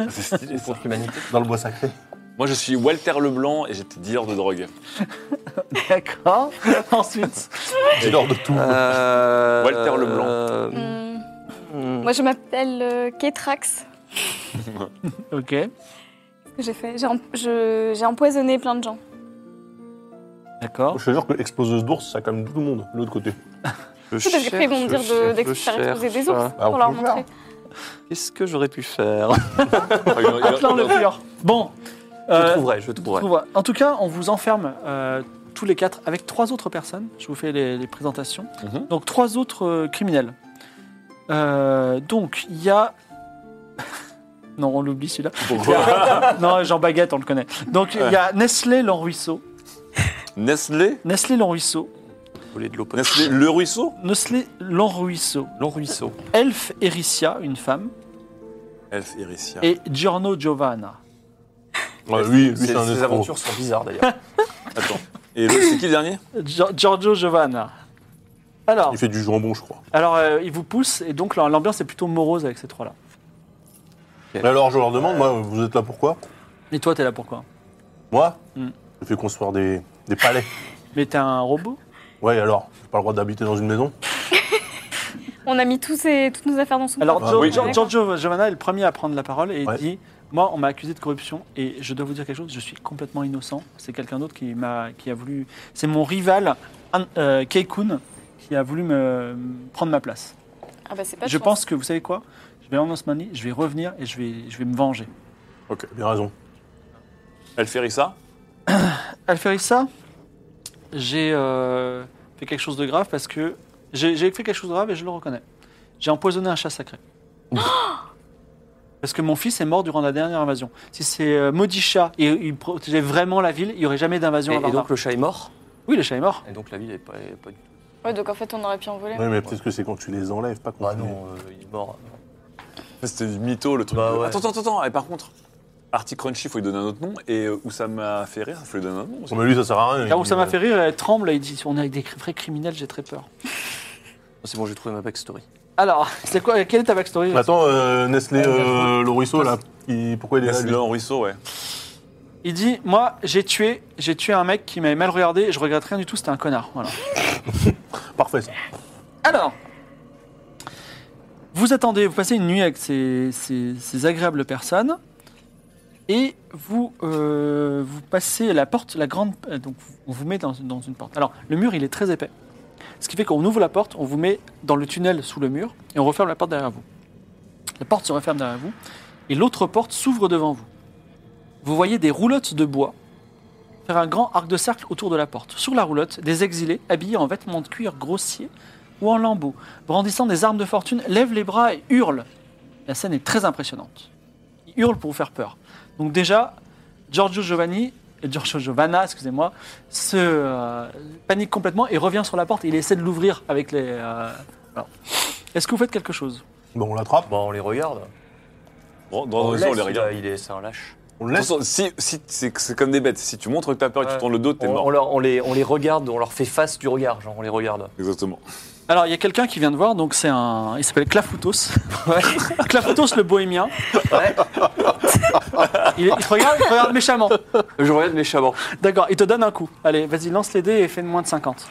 C'est stylé ça.
Contre l'humanité.
dans le bois sacré.
Moi, je suis Walter Leblanc et j'étais dealer de drogue.
D'accord. Ensuite,
J'ai l'ordre de tout.
Euh,
Walter Leblanc.
euh,
Hum,
hum.
Moi je m'appelle euh, Ketrax.
ok.
Qu'est-ce que J'ai fait, j'ai em- je- j'ai empoisonné plein de gens.
D'accord.
Je te jure que l'exploseuse d'ours, ça calme tout le monde de l'autre côté.
Je
Tout parce qu'après ils vont me dire
cherche,
de-
je
d'expérimenter des
cherche.
ours
Ah, on
pour leur
peut le faire.
montrer.
Qu'est-ce que j'aurais pu faire
Enfin, il-
(laughs)
il-
Atlan le pur. Bon.
Je
euh,
trouverai, je trouverai.
Trouve- En tout cas, on vous enferme euh, tous les quatre avec trois autres personnes. Je vous fais les, les présentations.
Mhm.
Donc trois autres euh, criminels. Euh, donc il y a. (laughs) non, on l'oublie celui-là. non, Jean Baguette, on le connaît. Donc il y a Nestlé Lanruisseau.
Nestlé
Nestlé Lanruisseau.
Voler de l'eau potable.
Nestlé Le Ruisseau
Nestlé Lanruisseau.
Long ruisseau.
Elf Ericia, une femme.
Elf Iricia.
Et Giorno Giovanna.
Ouais, oui, oui,
Ces
c'est un
ces
escroc.
aventures sont bizarres d'ailleurs.
Attends. Et le- c'est qui le dernier
Gio- Giorgio Giovanna. Alors,
Il fait du jambon, je crois.
alors euh, ils vous poussent et donc l'ambiance est plutôt morose avec ces trois-là.
Mais alors, je leur demande, moi, vous êtes là pourquoi
Et toi, t'es là pourquoi
Moi,
Hmm.
je fais construire des, des palais.
Mais t'es un robot
Ouais, alors, j'ai pas le droit d'habiter dans une maison
On a mis tous ces- toutes nos affaires dans son Ah,
Alors,
coffre.
Gio-
oui.
Gio- Giorgio Giovanna est le premier à prendre la parole et il
Ouais.
dit Moi, on m'a accusé de corruption et je dois vous dire quelque chose, je suis complètement innocent. C'est quelqu'un d'autre qui, m'a, qui a voulu. C'est mon rival, An- euh, Keikun, qui a voulu me me prendre ma place.
Ah bah c'est pas de
je
chance.
pense que, vous savez quoi Je vais en Osmanie, je vais revenir et je vais, je vais me venger.
Ok, bien raison.
Elf Iricia
Alferissa, j'ai euh, fait quelque chose de grave parce que. J'ai, j'ai fait quelque chose de grave et je le reconnais. J'ai empoisonné un chat sacré. (gasps) parce que mon fils est mort durant la dernière invasion. Si c'est euh, maudit chat et il protégeait vraiment la ville, il n'y aurait jamais d'invasion
(laughs) Et,
à
et
Varna.
donc le chat est mort.
Oui, le chat est mort.
Et donc la ville est pas, est pas du tout.
Ouais, donc en fait on aurait pu en voler.
Oui, mais peut-être que c'est quand tu les enlèves, pas quand
Bah
tu les-
non, euh, il est mort.
C'était du mytho, le truc.
Bah ouais.
Attends, attends, attends. Et par contre, Artie Crunchy, faut lui donner un autre nom. Et euh, Oussama Ferrer, faut lui donner un autre nom. aussi.
Oh, mais lui, ça sert à rien.
Là où
il-
ça m'a fait rire, elle tremble et il dit On est avec des vrais criminels, j'ai très peur.
C'est bon, j'ai trouvé ma backstory.
Alors, c'est quoi, quelle est ta backstory
Attends, euh, Nestlé, euh, le ruisseau, là, il- pourquoi il est là
Nestlé
lui
Le Ruisseau, ouais.
Il dit Moi, j'ai tué, j'ai tué un mec qui m'avait mal regardé et je regrette rien du tout, c'était un connard. Voilà.
Parfait, ça.
Alors, vous attendez, vous passez une nuit avec ces, ces- ces agréables personnes et vous, euh, vous passez la porte, la grande. euh, Donc, on vous met dans, une- dans une porte. Alors, le mur, il est très épais. Ce qui fait qu'on ouvre la porte, on vous met dans le tunnel sous le mur et on referme la porte derrière vous. La porte se referme derrière vous et l'autre porte s'ouvre devant vous. Vous voyez des roulottes de bois faire un grand arc de cercle autour de la porte. Sur la roulotte, des exilés habillés en vêtements de cuir grossiers ou en lambeaux, brandissant des armes de fortune, lèvent les bras et hurlent. La scène est très impressionnante. Ils hurlent pour vous faire peur. Donc déjà, Giorgio Giovanni, euh, Giorgio Giovanna, excusez-moi, se euh, panique complètement et revient sur la porte. Il essaie de l'ouvrir avec les. euh, voilà. Est-ce que vous faites quelque chose
Bon, on l'attrape.
Bon, Bah, on les regarde. Oh,
Bon, dans le on les
laisse,
regarde.
là, Il est, c'est un lâche.
On
De
le
toute
laisse.
façon, si, si, c'est c'est comme des bêtes. Si tu montres que t'as peur et que tu
Ouais.
tournes le dos, t'es
On,
mort.
on leur- on les, on les regarde, on leur fait face du regard, genre on les regarde.
Exactement.
Alors, il y a quelqu'un qui vient de voir, donc c'est un. Il s'appelle Clafoutos. Clafoutos le bohémien.
Ouais.
Il, il te regarde, il te regarde méchamment.
Je regarde méchamment.
D'accord, il te donne un coup. Allez, vas-y, lance les dés et fais de moins de 50.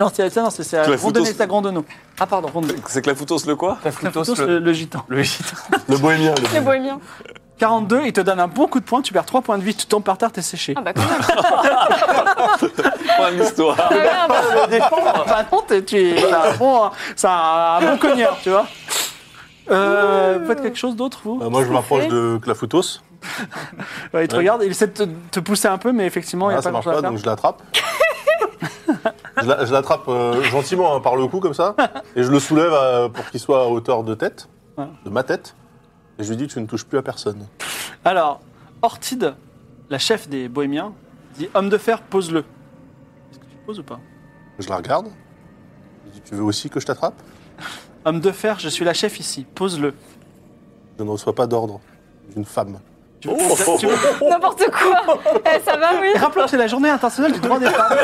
Non, c'est c'est- non, c'est- c'est à
Clafoutos-
Grondonnet, c'est à Grondonneau.
Ah, pardon.
Grondonneau.
C'est que la foutos le quoi (laughs)
Clafoutos, le, le gitan.
Le gitan.
Le bohémien.
(laughs)
le
Le
bohémien.
bohémien.
42, il te donne un bon coup de poing, tu perds 3 points de vie, tu tombes par terre, t'es séché.
Ah bah quand même.
Pas l'histoire.
Ah, merde. (laughs)
(laughs) Bah non, t'es- tu es c'est un bon, hein. c'est un bon cogneur, tu vois. Euh, vous faites quelque chose d'autre, vous
Bah, moi, je m'approche
fait
de Clafoutos.
Ouais, Il te
ouais.
regarde, il essaie de te, te pousser un peu, mais effectivement, il n'y
Ah,
a pas
ça marche
grand-chose à faire.
pas, donc je
(laughs)
l'attrape. je la- je l'attrape euh, gentiment hein, par le cou comme ça, et je le soulève euh, pour qu'il soit à hauteur de tête,
Ouais.
de ma tête, et je lui dis tu ne touches plus à personne.
Alors, Ortide, la chef des bohémiens, dit Homme de fer, pose-le. Est-ce que tu poses ou pas
Je la regarde. Je lui dis tu veux aussi que je t'attrape
Homme de fer, je suis la chef ici, pose-le.
Je ne reçois pas d'ordre d'une femme.
Tu veux, tu veux-
N'importe quoi. Eh, ça va, oui.
Rappelons que c'est la journée internationale du droit des (laughs) femmes.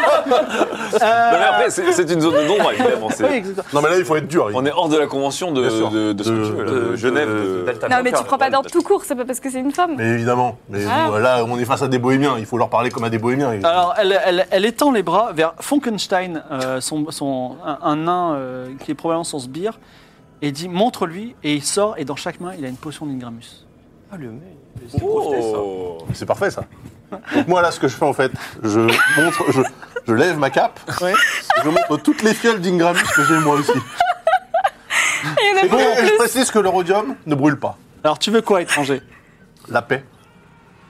Non, mais
Euh,
après, c'est c'est une zone de nombre, évidemment. c'est-
oui, exactement.
Non mais là il faut être dur. il-
On est hors de la convention de,
Bien sûr.
de, de ce que
De-
tu veux, là,
de-
de Genève.
euh, de-
de-
d'Alta.
Non, mais tu prends pas d'ordre
Ouais.
tout court, c'est pas parce que c'est une femme.
Mais évidemment, mais
Ah.
nous, euh, là on est face à des bohémiens, il faut leur parler comme à des bohémiens. et-
Alors, elle, elle- elle étend les bras vers Funkenstein, euh, son, son- un, un nain euh, qui est probablement son sbire, et dit Montre-lui, et il sort, et dans chaque main, il a une potion d'Ingramus.
Ah, le mec.
Oh.
C'est parfait ça. Donc moi là ce que je fais en fait, je montre, je, je lève ma cape,
Ouais.
je montre toutes les fioles d'Ingramus que j'ai moi aussi.
Il y en a
Et
beaucoup
bon, je
plus.
précise que le rhodium ne brûle pas.
Alors, tu veux quoi, étranger
La paix.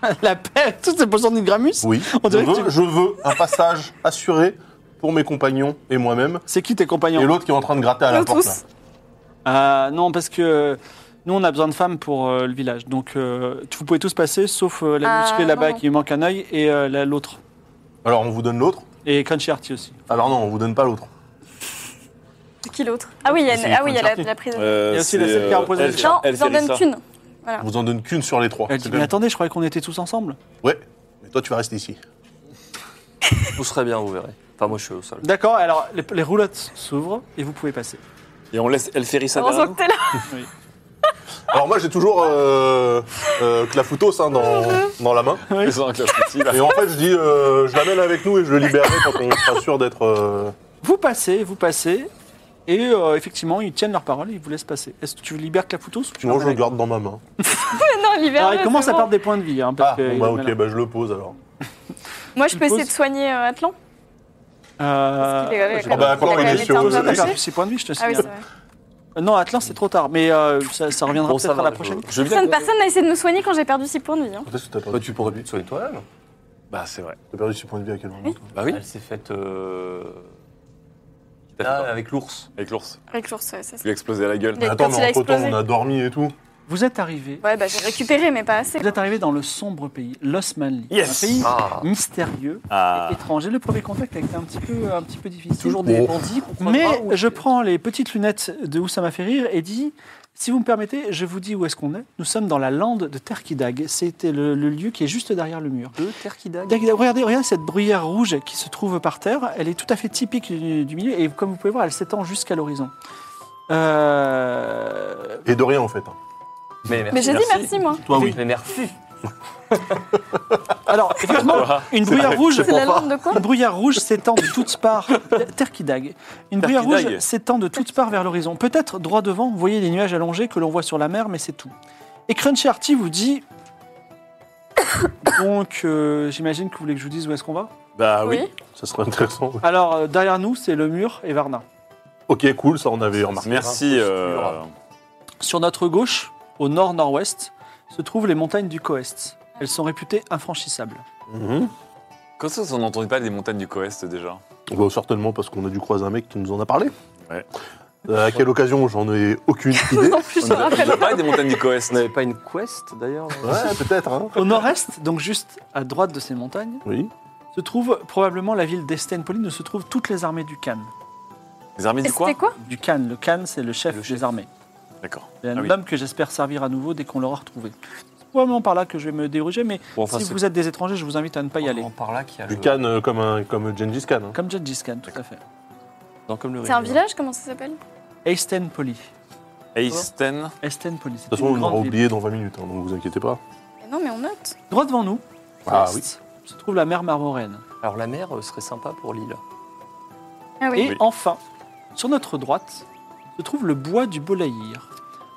(laughs) La paix, toutes ces potions d'Ingramus
Oui.
On
je,
dirait que
veux,
tu-
je veux un passage assuré pour mes compagnons et moi-même.
C'est qui tes
Et
compagnons
l'autre qui est en train de gratter à la
Nous
porte.
tous.
là.
Euh, Non, parce que nous, on a besoin de femmes pour euh, le village. Donc, euh, vous pouvez tous passer, sauf euh, la
Ah,
musclée là-bas
non.
qui lui manque un œil, et euh, la- l'autre.
Alors on vous donne l'autre.
Et Crunchy Arty aussi.
Alors non, on vous donne pas l'autre.
C'est Qui l'autre Ah oui, il y
C'est
a, ah oui, il y a la,
Crunchy.
la prise.
Euh,
Il y a aussi la
c'est,
celle qui a
euh,
reposé
elle,
le
c'est-
Non,
elle,
j'en
c'est
donne
Elsa.
qu'une.
On vous en donne qu'une sur les trois.
Elle dit,
C'est
mais
bien.
attendez, je croyais qu'on était tous ensemble.
Ouais. Mais toi tu vas rester ici.
Vous serez bien, vous verrez. Enfin, moi, je suis au sol.
D'accord, alors les, les roulottes s'ouvrent et vous pouvez passer.
Et on laisse El Ferissa derrière nous.
Heureusement que t'es là. (laughs)
Alors moi j'ai toujours euh, euh, Clafoutos hein, dans, dans la main.
Ils sont avec la petite, là.
Et en fait je dis, euh, je l'amène avec nous et je le libérerai quand on sera sûr d'être... euh,
Vous passez, vous passez, et euh, effectivement, ils tiennent leur parole et ils vous laissent passer. Est-ce que tu libères Clafoutos ou tu
Moi je
l'emmènes
le garde dans ma main.
Non, l'hiver. euh,
Alors, il commence à perdre des points de vie. Hein, parce
Ah,
que-
bon, bah ok, bah je le pose alors.
Moi, je
Tu
peux essayer
poses
de soigner euh, Atlan.
Euh,
Parce qu'il est-
ouais,
ouais,
j'ai-
quand bah, Atlan,
j'ai-
il est
j'ai-
sur-
j'ai- j'ai-
sur-
j'ai- six points de vie, je te
Ah oui, c'est
signale.
vrai.
Euh, non, Atlan, c'est trop tard, mais euh, ça, ça reviendra
Bon, ça
peut-être à
va,
la prochaine.
Je veux bien.
Personne personne n'a essayé de me soigner quand j'ai perdu 6 points de vie. hein.
Peut-être que t'as
Bah,
perdu,
tu pourrais plus te soigner toi-même.
Bah, c'est vrai.
t'as perdu 6 points de vie à quel moment toi
Bah oui.
Elle s'est faite. euh,
T'as fait
là,
quoi
avec l'ours.
Avec l'ours.
Avec l'ours, ouais, ça
Tu
c'est.
lui as explosé la gueule.
Mais
Attends,
quand il a
mais entre temps,
explosé.
on a dormi et tout.
Vous êtes arrivé.
Ouais, bah j'ai récupéré, mais pas assez.
Vous êtes arrivé dans le sombre pays, Los Manly,
Yes.
un pays
Ah.
mystérieux, et étranger. Le premier contact a été un petit peu, un petit peu difficile.
Toujours des
Oh.
bandits qu'on croise
Mais
pas, ou-
je prends les petites lunettes de où ça m'a fait rire et dis si vous me permettez, je vous dis où est-ce qu'on est. Nous sommes dans la lande de Terkidag. C'était le, le lieu qui est juste derrière le mur.
Deux terres qui daguent.
Terkidag, regardez, regardez cette bruyère rouge qui se trouve par terre. Elle est tout à fait typique du, du milieu et comme vous pouvez voir, elle s'étend jusqu'à l'horizon. Euh,
Et de rien en fait. hein.
Mais merci.
Mais j'ai dit merci, moi.
Toi oui.
Mais merci.
Alors, effectivement, une bruyère rouge.
(laughs) C'est la lampe de quoi
Une bruyère rouge s'étend de toutes parts. Terkidag. Une bruyère
Terkidag.
rouge s'étend de toutes parts vers l'horizon. Peut-être droit devant, vous voyez les nuages allongés que l'on voit sur la mer, mais c'est tout. Et Crunchy Arty vous dit. (coughs) Donc, euh, j'imagine que vous voulez que je vous dise où est-ce qu'on va.
Bah oui,
Oui.
ça serait intéressant. ouais.
Alors, euh, derrière nous, c'est le mur et Varna.
Ok, cool, ça on avait remarqué.
Merci. euh,
Sur notre gauche, au nord-nord-ouest, se trouvent les montagnes du Coest. Elles sont réputées infranchissables.
Mhm.
Quand ça, on n'entendait pas des montagnes du Coest déjà
Bah, certainement parce qu'on a dû croiser un mec qui nous en a parlé.
Ouais.
Euh, à quelle occasion J'en ai
(laughs)
aucune idée.
Non plus, je
On
me
n'a
rappelle.
pas des montagnes du Coest.
On n'avait pas une quest d'ailleurs euh,
ouais, peut-être. Hein.
Au nord-est, donc juste à droite de ces montagnes,
Oui.
se trouve probablement la ville d'Estenpoline où se trouvent toutes les armées du Khan.
Les armées du quoi
C'était quoi
Du Khan, le Khan c'est le chef,
Le chef.
des armées.
D'accord.
C'est un
Ah oui.
homme que j'espère servir à nouveau dès qu'on l'aura retrouvé. C'est probablement par là que je vais me diriger, mais
Bon, enfin,
si
c'est-
vous êtes des étrangers, je vous invite à ne pas y aller.
On par là qui a
Du
le-
Khan euh, comme, un, comme Gengis Khan. hein.
Comme Gengis Khan, tout à fait.
Non, comme le
C'est un
rivière.
village, comment ça s'appelle
Estenpoli.
Eisten.
Estenpoli, c'est
De
une
toute façon, on l'aura
grande ville.
oublié dans 20 minutes, hein, donc vous inquiétez pas.
Mais Non, mais on note.
Droit devant nous,
Ah
à
oui.
l'est, se trouve la mer Marmoraine.
Alors la mer euh, serait sympa pour (laughs) l'île.
Ah oui.
Et enfin, sur notre droite, se trouve le bois du Bolaïr.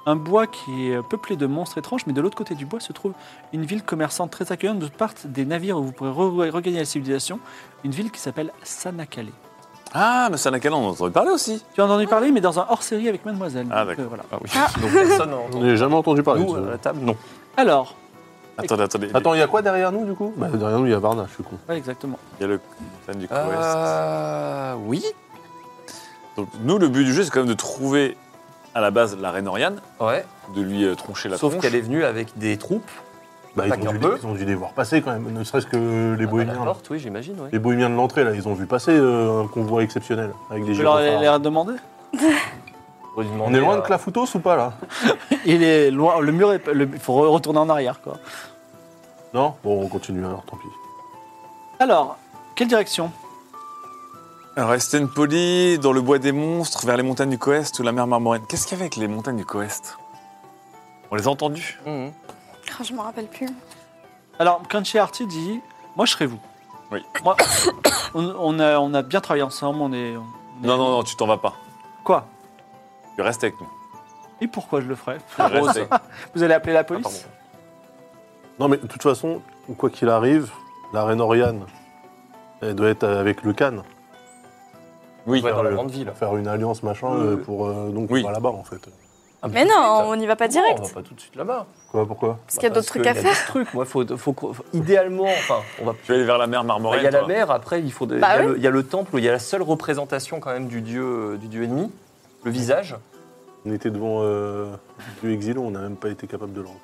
Un bois qui est peuplé de monstres étranges, mais de l'autre côté du bois se trouve une ville commerçante très accueillante de part des navires où vous pourrez re- regagner la civilisation. Une ville qui s'appelle Sanakale.
Ah, mais Sanakala, on en a entendu parler aussi.
Tu en as entendu parler, mais dans un hors-série avec Mademoiselle.
Ah,
Donc, euh,
d'accord.
voilà.
Ah oui.
Ah.
Donc
(laughs)
personne n'a
On
entendu.
n'a jamais entendu parler
Nous, euh,
de
à
ça.
la table, non.
Alors,
Attendez, attendez.
Attends, il y a quoi derrière nous du coup bah, Derrière nous, il y a Varna, je suis con.
ouais, exactement.
Il y a le montagne du Coest.
Euh, oui.
Donc, nous, le but du jeu, c'est quand même de trouver à la base la reine Oriane,
Ouais.
de lui euh, troncher la
Sauf
tronche.
qu'elle est venue avec des troupes.
Bah, ils,
Pas
ont
qu'un
dû,
peu.
ils ont dû les voir passer quand même, ne serait-ce que les
à
bohémiens.
la
là.
porte, oui, j'imagine. Ouais.
Les bohémiens de l'entrée, là, ils ont vu passer euh, un convoi exceptionnel avec des
Je leur ai
gyrophares.
ai redemandé.
On est loin de
euh, Ah,
Clafoutos ou pas là
(laughs) Il est loin, le mur est. Il faut re- retourner en arrière, quoi.
Non Bon, on continue alors, tant pis.
Alors, quelle direction
Alors, Estenpoli, dans le bois des monstres, vers les montagnes du Coest ou la mer Marmoraine. Qu'est-ce qu'il y avait avec les montagnes du Coest On les a entendues
Mhm.
Ah, je m'en rappelle plus.
Alors, Crunchy Artie dit Moi, je serai vous.
Oui.
Moi, (coughs) on, on a, on a bien travaillé ensemble, on est. on est-
Non, non, non, tu t'en vas pas.
Quoi
Tu restes avec nous.
Et pourquoi je le ferais
Tu restes avec-
Vous allez appeler la
Ah,
police
pardon.
Non, mais de toute façon, quoi qu'il arrive, la reine Oriane, elle doit être avec le Khan.
Oui.
Ouais, dans la
le-
grande ville.
Faire une alliance machin
Euh,
euh, pour. euh, donc,
oui.
on va là-bas en fait.
Mais non, on n'y
Oh,
va pas direct.
on va pas tout de suite là-bas. Bah,
Quoi, pourquoi
Parce qu'il y a d'autres trucs à faire.
D'autres trucs. Moi, faut, faut, qu'on- faut- idéalement, enfin, on va. bah,
Tu vas aller vers la mer
Il
Marmoraine.
y a la
toi.
mer. Après, il faut. de- Il
Bah
y, a
oui.
le- il y a le temple. où Il y a la seule représentation quand même du dieu, euh, du dieu ennemi, le visage.
On était devant euh, du exilé, on n'a même pas été capable de le rendre.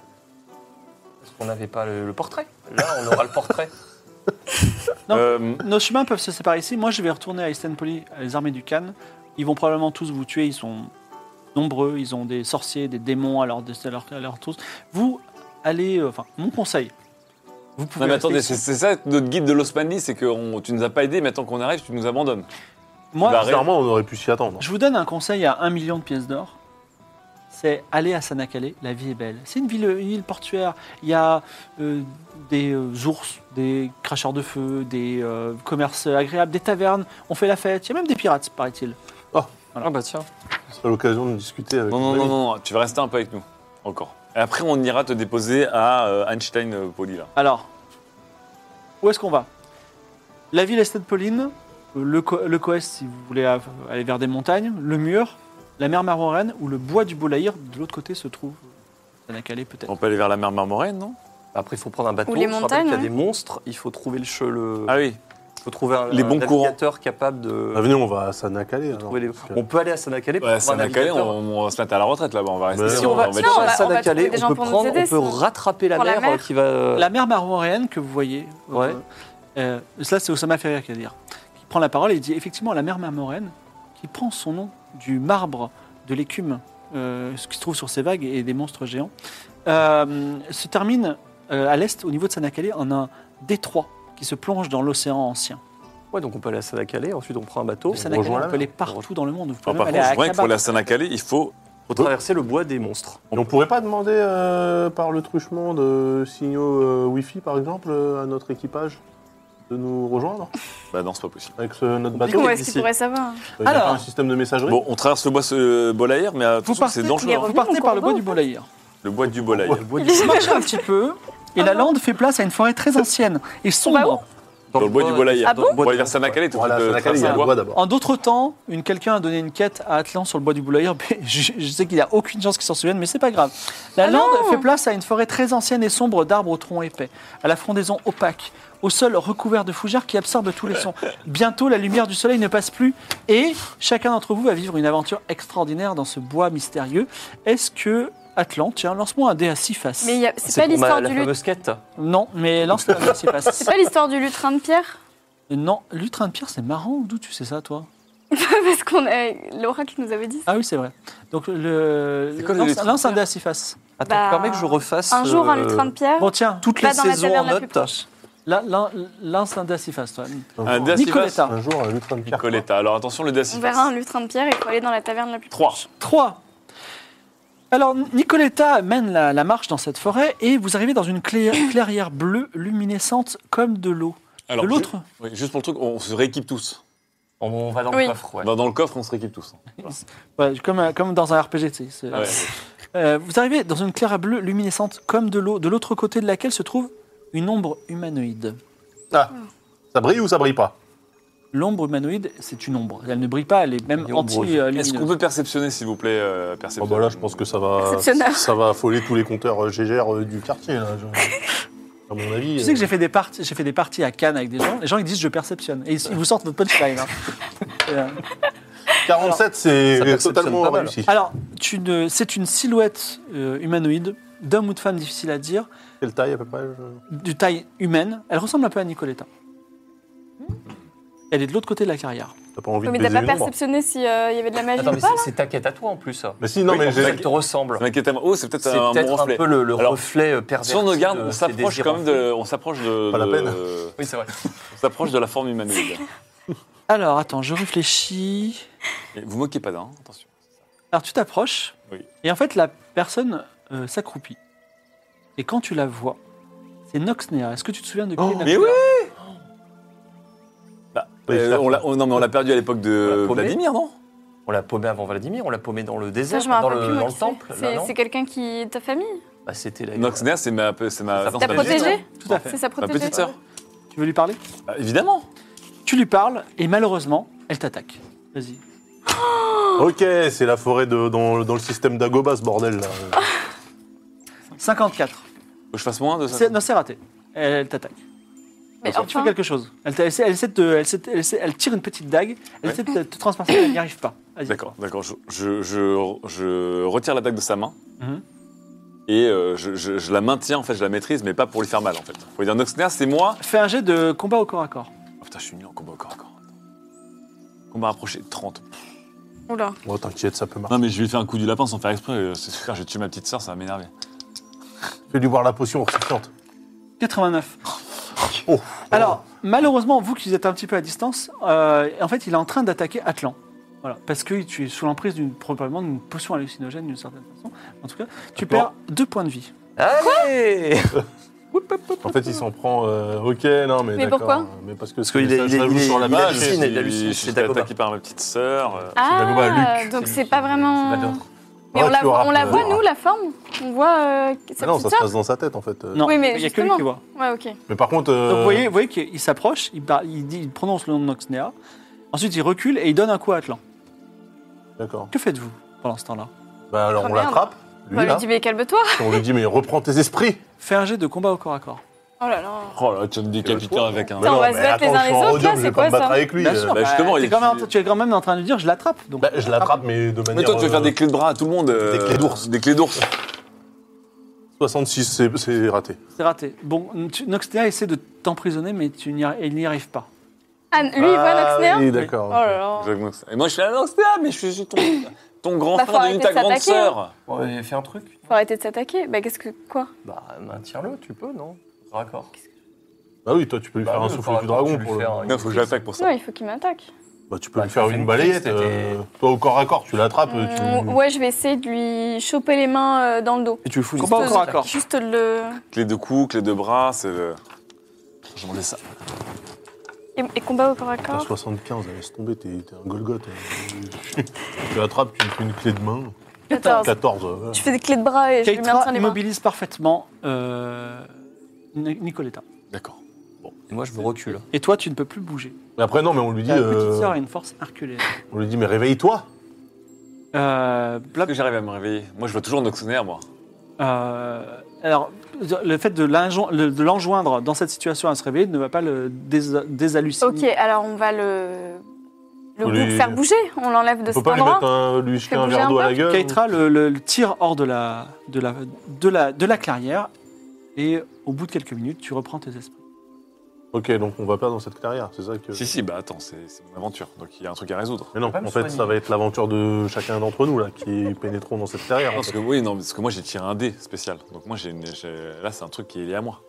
Parce qu'on n'avait pas le, le portrait. Là, on aura le
(laughs)
portrait.
Non.
Euh,
Nos chemins peuvent se séparer ici. Moi, je vais retourner à Istanbul, à les armées du Khan. Ils vont probablement tous vous tuer. Ils sont nombreux. Ils ont des sorciers, des démons à leur, à leur, à leur tous. Vous allez. euh, Enfin, mon conseil. Vous pouvez.
Non mais
rester
attendez,
ici.
c'est c'est ça notre guide de l'Osmanli, c'est que on- tu nous as pas aidé, mais tant qu'on arrive, tu nous abandonnes.
Moi,
Bah,
Bizarrement, on aurait pu s'y attendre. hein.
Je vous donne un conseil à un million de pièces d'or. C'est aller à Sanakale, la vie est belle. C'est une ville, une île portuaire. Il y a euh, des euh, ours, des cracheurs de feu, des euh, commerces agréables, des tavernes. On fait la fête. Il y a même des pirates, paraît-il.
Ah bah tiens.
Ce serait l'occasion de discuter avec.
Non,
mon
non, non,
ami.
non, non, tu vas rester un peu avec nous, encore. Et après, on ira te déposer à euh, Einstein euh, Poly, là.
Alors, où est-ce qu'on va La ville est de Pauline, le, co- le Coest si vous voulez av- aller vers des montagnes, le mur, la mer Marmoraine ou le bois du Bolaïr. De l'autre côté se trouve Sanakale peut-être.
On peut aller vers la mer Marmoraine, non
Après, il faut prendre un bateau.
Ou les
Je rappelle
montagnes,
qu'il y a
hein.
des monstres. Il faut trouver le, che- le-
Ah oui,
il faut trouver un,
Les
un
bons courants.
navigateur capable de.
Ah, venez, on va à Sanakale. alors.
trouver les-
Parce que-
On peut aller à Sanakale pour trouver
ouais,
un
Sanakale,
navigateur.
on, on va se mettre à la retraite là-bas, on va rester.
Mais
Si
Bah, on
on va,
va
sinon,
mettre-
à
on va- on va
Sanakale,
trouver des
on,
gens
peut
pour nous
prendre,
aider,
on peut
sinon.
rattraper la
Pour la
mer,
mer.
euh, qui va.
La mer Marmoraine que vous voyez.
Ouais.
euh, cela, c'est Osama Ferrier qui va dire. Qui prend la parole et dit effectivement la mer Marmoraine, qui prend son nom du marbre, de l'écume, euh, ce qui se trouve sur ces vagues et des monstres géants, euh, se termine euh, à l'est, au niveau de Sanakale, en un détroit qui se plonge dans l'océan ancien.
Ouais, donc on peut aller à Sanakale, ensuite on prend un bateau.
De Sanakale,
rejoint
on
la
peut
mer.
aller partout dans le monde. Vous pouvez
Alors, Ah, par
même
contre, je
aller
crois
à
qu'il faut
Aqaba.
aller à Sanakale, il faut...
Faut traverser le bois des monstres.
Et on pourrait pas demander euh, par le truchement de signaux euh, Wi-Fi, par exemple, euh, à notre équipage de nous rejoindre
Bah non, c'est pas possible.
avec ce- notre
Comment
bateau
est-ce qu'ils pourraient savoir
Il y a
Alors.
pas un système de messagerie
Bon, on traverse le bois ce Bolaïr, mais
Vous
attention,
partez,
c'est dangereux.
les
hein.
vous partez
Revenez
par le
au
bois
corbeau.
du Bolaïr.
Le bois du Bolaïr.
Vous marchez un petit peu et la lande fait place à une forêt très ancienne et sombre.
Dans le bois du Bolaïr.
Ah bon
On va aller vers Sanakale, tu
Voilà, Sanakale, il y a le bois d'abord.
En d'autres temps, une quelqu'un a donné une quête à Atlan sur le bois du Boulaïr. (laughs) mais Je, je sais qu'il n'y a aucune chance qu'il s'en souvienne, mais c'est pas grave. La
Ah
lande
non
fait place à une forêt très ancienne et sombre d'arbres au tronc épais, à la frondaison opaque, au sol recouvert de fougères qui absorbe tous les sons. Bientôt, la lumière du soleil ne passe plus et chacun d'entre vous va vivre une aventure extraordinaire dans ce bois mystérieux. Est-ce que Atlan, tiens, lance-moi un dé à six faces.
Mais il y a- c'est pas
pour ma-
l'histoire
la
du Bah, lut-
fameuse quête.
Non, mais lance-le à six faces.
c'est pas l'histoire du lutrin de pierre
Non, lutrin de pierre, c'est marrant. D'où tu sais ça, toi
(laughs) Parce qu'on a Laura qui nous avait dit. ça.
Ah oui, c'est vrai. Donc le
C'est quoi le
lance,
lutrin de
lance un dé à six faces.
Attends,
Bah,
permets que je refasse
Un jour, un
euh,
lutrin de pierre.
Bon, tiens,
toutes
va
les
dans la
saisons en
taverne la plus
note.
proche.
là, là, lance un dé à six faces, toi.
Un dé à six faces.
Nicoletta,
Un jour, un lutrin de pierre.
Nicoletta. Alors attention, le dé à six
On verra un
faces.
lutrin de pierre et il faut aller dans la taverne la plus
Trois.
proche.
3. Alors, Nicoletta mène la, la marche dans cette forêt et vous arrivez dans une clair- (coughs) clairière bleue luminescente comme de l'eau. De
Alors,
l'autre
ju- oui, Juste pour le truc, on se rééquipe tous.
On va dans le
Oui.
coffre, ouais.
Dans dans le coffre, on se rééquipe tous.
Ouais, comme, un- comme dans un RPG, tu sais. c'est-
Ah ouais.
Euh, vous arrivez dans une clairière bleue luminescente comme de l'eau, de l'autre côté de laquelle se trouve une ombre humanoïde.
Ah, ça brille ou ça brille pas
L'ombre humanoïde, c'est une ombre. Elle ne brille pas, elle est même euh,
Elle est ombreuse.
Est-ce qu'on
anti-lumineuse.
peut perceptionner, s'il vous plaît, euh,
Ah
perception
bah là, je pense que ça va,
Exceptionnel.
ça va affoler tous les compteurs euh, GGR euh, du quartier. Là, je- à mon avis.
Tu sais que
euh,
j'ai fait, des parties, j'ai fait des parties à Cannes avec des gens, les gens ils disent je perceptionne. Et ils, ils vous sortent votre
(laughs)
punchline. hein. Et, euh,
47,
Ça
c'est
perceptionne pas
totalement
mal.
réussi.
Alors, tu ne- c'est une silhouette euh, humanoïde, d'homme ou de femme, difficile à dire,
Quelle taille à peu près je-
de taille humaine. Elle ressemble un peu à Nicoletta. Elle est de l'autre côté de la carrière.
T'as pas envie
Oui,
de
mais t'as
baiser
pas
une ombre
perceptionné s'il y avait de la magie
Attends,
ou
mais
pas
c'est- c'est ta quête à toi en plus.
Mais si, non, mais
mais
j'ai.
te ressemble.
Ça m'inquiète tellement. Oh, c'est peut-être
C'est
un,
peut-être
bon
un
reflet.
peu le, le
Alors,
reflet euh, pervers.
Si on regarde,
de
on
ces
s'approche
désirs
quand même
enfouis.
de, on s'approche de,
Pas la
de-
peine.
on
Oui, c'est vrai.
s'approche de la forme humanoïde.
Alors, attends, je réfléchis.
Et vous moquez pas d'un, attention.
Alors, tu t'approches,
Oui.
et en fait, la personne euh, s'accroupit. Et quand tu la vois, c'est Noxnea. Est-ce que tu te souviens de qui est Noxnea
Oh, mais oui Bah,
Oui,
euh,
ça.
on l'a- on- non, mais on l'a perdu à l'époque de
l'a euh, paumé.
euh, Vladimir, non
On l'a paumé avant Vladimir, on l'a paumé dans le
Ça,
désert,
je me
dans
rappelle
le,
plus. moi,
dans
qui
le
c'est.
temple.
C'est
là, non
c'est quelqu'un qui. ta famille
Bah, C'était la.
Noxner, c'est ma, Ah, c'est ma,
Ça
Ta
Ta petite
protégée
Tout à fait.
C'est sa
ma
protégée
petite sœur.
Tu veux lui parler
Bah, évidemment.
Tu lui parles, et malheureusement, elle t'attaque. Vas-y.
Ok, c'est la forêt de, dans, dans le système d'Agoba, ce bordel là.
(laughs)
54.
Faut que je fasse moins de ça.
C'est- non, c'est raté. Elle t'attaque.
Mais
tu fais
enfin,
quelque chose. Elle, t'a- elle essaie- elle essaie de te- elle essaie- elle essaie- elle tire une petite dague, elle
Ouais.
essaie de te, te transpercer, elle n'y arrive pas. Vas-y.
D'accord, d'accord. Je, je, je- je retire l'attaque de sa main
Mhm.
et euh, je, je- je la maintiens, en fait, je la maîtrise, mais pas pour lui faire mal, en fait. Faut dire Noxner, c'est moi.
Fais un jet de combat au corps à corps.
Oh, putain, je suis nul en combat au corps à corps. Combat rapproché, 30.
oula.
Oh, t'inquiète, ça peut marcher.
Non, mais je vais lui faire un coup du lapin sans faire exprès. euh, C'est super, je vais tuer ma petite sœur, ça va m'énerver.
Fais-lui boire la potion ressuscitante.
89.
Oh.
Alors, malheureusement, vous qui êtes un petit peu à distance, euh, en fait, il est en train d'attaquer Atlan. Voilà, parce que tu es sous l'emprise d'une probablement d'une potion hallucinogène d'une certaine façon. En tout cas, tu perds deux points de vie.
Allez
En fait, il s'en prend. euh, ok, non, mais.
Mais
d'accord,
pourquoi
euh, Mais parce que parce
qu'il est- il est- il est-
sur la
Ah,
il est-
map.
hallucine,
je-
il hallucine,
je-
c'est
Je suis
Dagobah.
attaqué par ma petite sœur. euh,
Dagoba,
Ah,
Luc.
donc
C'est
c'est
Luc.
pas vraiment.
C'est Vador.
Mais on
Ouais,
la,
tu auras
voit- on la
peur.
voit, nous, la forme On voit euh, sa
Ah non, ça
petite
se
sœur
passe dans sa tête en fait. euh.
Non,
Oui, mais
il n'y a que lui
justement.
qui voit.
Ouais, ok.
Mais par contre.
Donc,
euh,
vous voyez, vous voyez qu'il s'approche, il, par- il dit- il prononce le nom de Noxnea. Ensuite, il recule et il donne un coup à Atlan.
D'accord.
Que faites-vous pendant ce temps-là
Bah alors,
Oh,
on
merde.
l'attrape.
On
Lui,
va lui
là,
dit, mais calme-toi
et on lui dit, mais reprends tes esprits.
Fais un jet de combat au corps à corps.
Oh là là
Oh là, tu vas me décapiter
toi,
avec un.
Attends, on va se
mais
battre les uns
je suis
les
en
autres,
rhodium,
là,
je
c'est
vais
quoi,
pas me battre
ça
avec lui.
Bien
euh.
sûr,
bah,
bah,
justement,
t'es
il-
quand même- tu es quand même en train de dire je l'attrape. Donc,
Bah, je l'attrape, mais de manière.
Mais toi, tu veux faire
euh,
des clés de bras à tout le monde. euh,
Des clés d'ours.
Des clés d'ours.
66, c'est- c'est raté.
C'est raté. Bon, tu- Noxnea essaie de t'emprisonner, mais tu n'y arri- il n'y arrive pas.
Ah, lui, il voit
Ah
Noxner
Oui,
Oh
d'accord.
là là
Jacques Noxner. Et moi, je suis là, non, c'est là, mais je suis ton, ton grand
Bah, faut
frère devenu
arrêter
ta
de
grande
s'attaquer,
sœur.
Ouais, fais un truc.
Faut arrêter de s'attaquer. Bah, qu'est-ce que. Quoi
Bah, maintiens-le, tu peux, non Raccord.
Bah oui, toi, tu peux lui
Bah
faire un
oui,
souffle
par
du
rapport,
dragon
tu
pour
lui
le.
fais un-
Non, faut que je l'attaque pour ça.
Non, il faut qu'il m'attaque.
Bah, tu peux
Bah,
lui
tu
faire
fais
une
une
balayette.
prise, t'étais-
euh, Toi, au corps à corps, tu l'attrapes. euh,
Hum,
tu-
Ouais, je vais essayer de lui choper les mains euh, dans le dos.
Et tu le fous
Combat au
Juste-
corps à corps.
Juste le.
Clé de cou, clé de bras, c'est le. J'ai mangé ça.
Et, et combat au corps à
T'as
corps
75, laisse tomber, t'es t'es un Golgoth. hein. (laughs) tu l'attrapes, tu lui fais une clé de main.
14.
14. voilà.
Je fais des clés de bras et je lui maintiens
Keitra
les mains.
immobilise parfaitement euh, Ni- Nicoletta.
D'accord.
Et moi, je me recule.
Et toi, tu ne peux plus bouger.
Mais après, non, mais on lui dit,
Ta petite
euh,
sœur a une force herculéenne.
on lui dit mais réveille-toi.
Euh,
Est-ce que j'arrive à me réveiller Moi, je vois toujours Noxner, moi.
Euh, Alors, le fait de l'enjo- le- de l'enjoindre dans cette situation à se réveiller ne va pas le dés- déshalluciner.
Ok, alors on va le, le
Faut lui-
goût- faire bouger. On l'enlève de
On peut
cet
pas lui
endroit.
mettre un, lui jeter
Fais
un
bouger
verre
un
d'eau à
peu.
la gueule
Keitra le, le- le tire hors de la, de, la, de, la, de la clairière et au bout de quelques minutes, tu reprends tes esprits.
Ok, donc on va pas dans cette clairière, c'est ça que.
Si, si, bah attends, c'est c'est mon aventure, donc il y a un truc à résoudre.
Mais non,
pas me
en fait,
soigner.
ça va être l'aventure de chacun d'entre nous là, qui pénétrons dans cette hein.
Non,
clairière. en
parce
fait.
que, oui, non, parce que moi j'ai tiré un dé spécial, donc moi j'ai une- j'ai- là c'est un truc qui est lié à moi.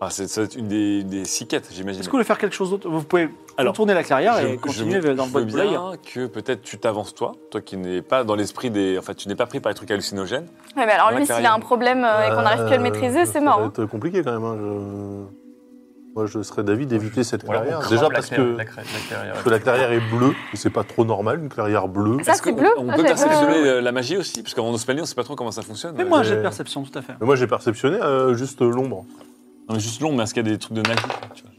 Ah, c'est ça va être une des, une des six quêtes, j'imagine.
Est-ce que vous voulez faire quelque chose d'autre Vous pouvez
Alors,
retourner la clairière
Je-
et
je
continuer
veux-
dans
je
votre
veux
blague.
bien que peut-être tu t'avances toi, toi qui n'es pas dans l'esprit des, enfin tu n'es pas pris par les trucs hallucinogènes.
Ouais, mais alors
Dans la
lui, s'il a
carrière.
un problème euh, et qu'on n'arrive plus à le
Euh,
maîtriser, c'est
Ça va
mort.
être compliqué quand même. hein, je- Moi, je serais d'avis d'éviter cette
Ou alors, on
clairière.
crame
Déjà
la
parce
terre-
que,
la cra- la clairière.
parce que la clairière est bleue, et c'est pas trop normal, une clairière bleue.
Ça,
Est-ce
c'est
qu'on-
bleu
On
Ah,
peut
j'avais pas-
perceptionner euh, la magie aussi, parce qu'en Australie on sait pas trop comment ça fonctionne.
Mais moi,
Euh,
j'ai de perception, tout à fait.
Mais moi, j'ai perceptionné euh, juste l'ombre.
Non, mais juste long, mais est-ce qu'il y a des trucs de magie tu vois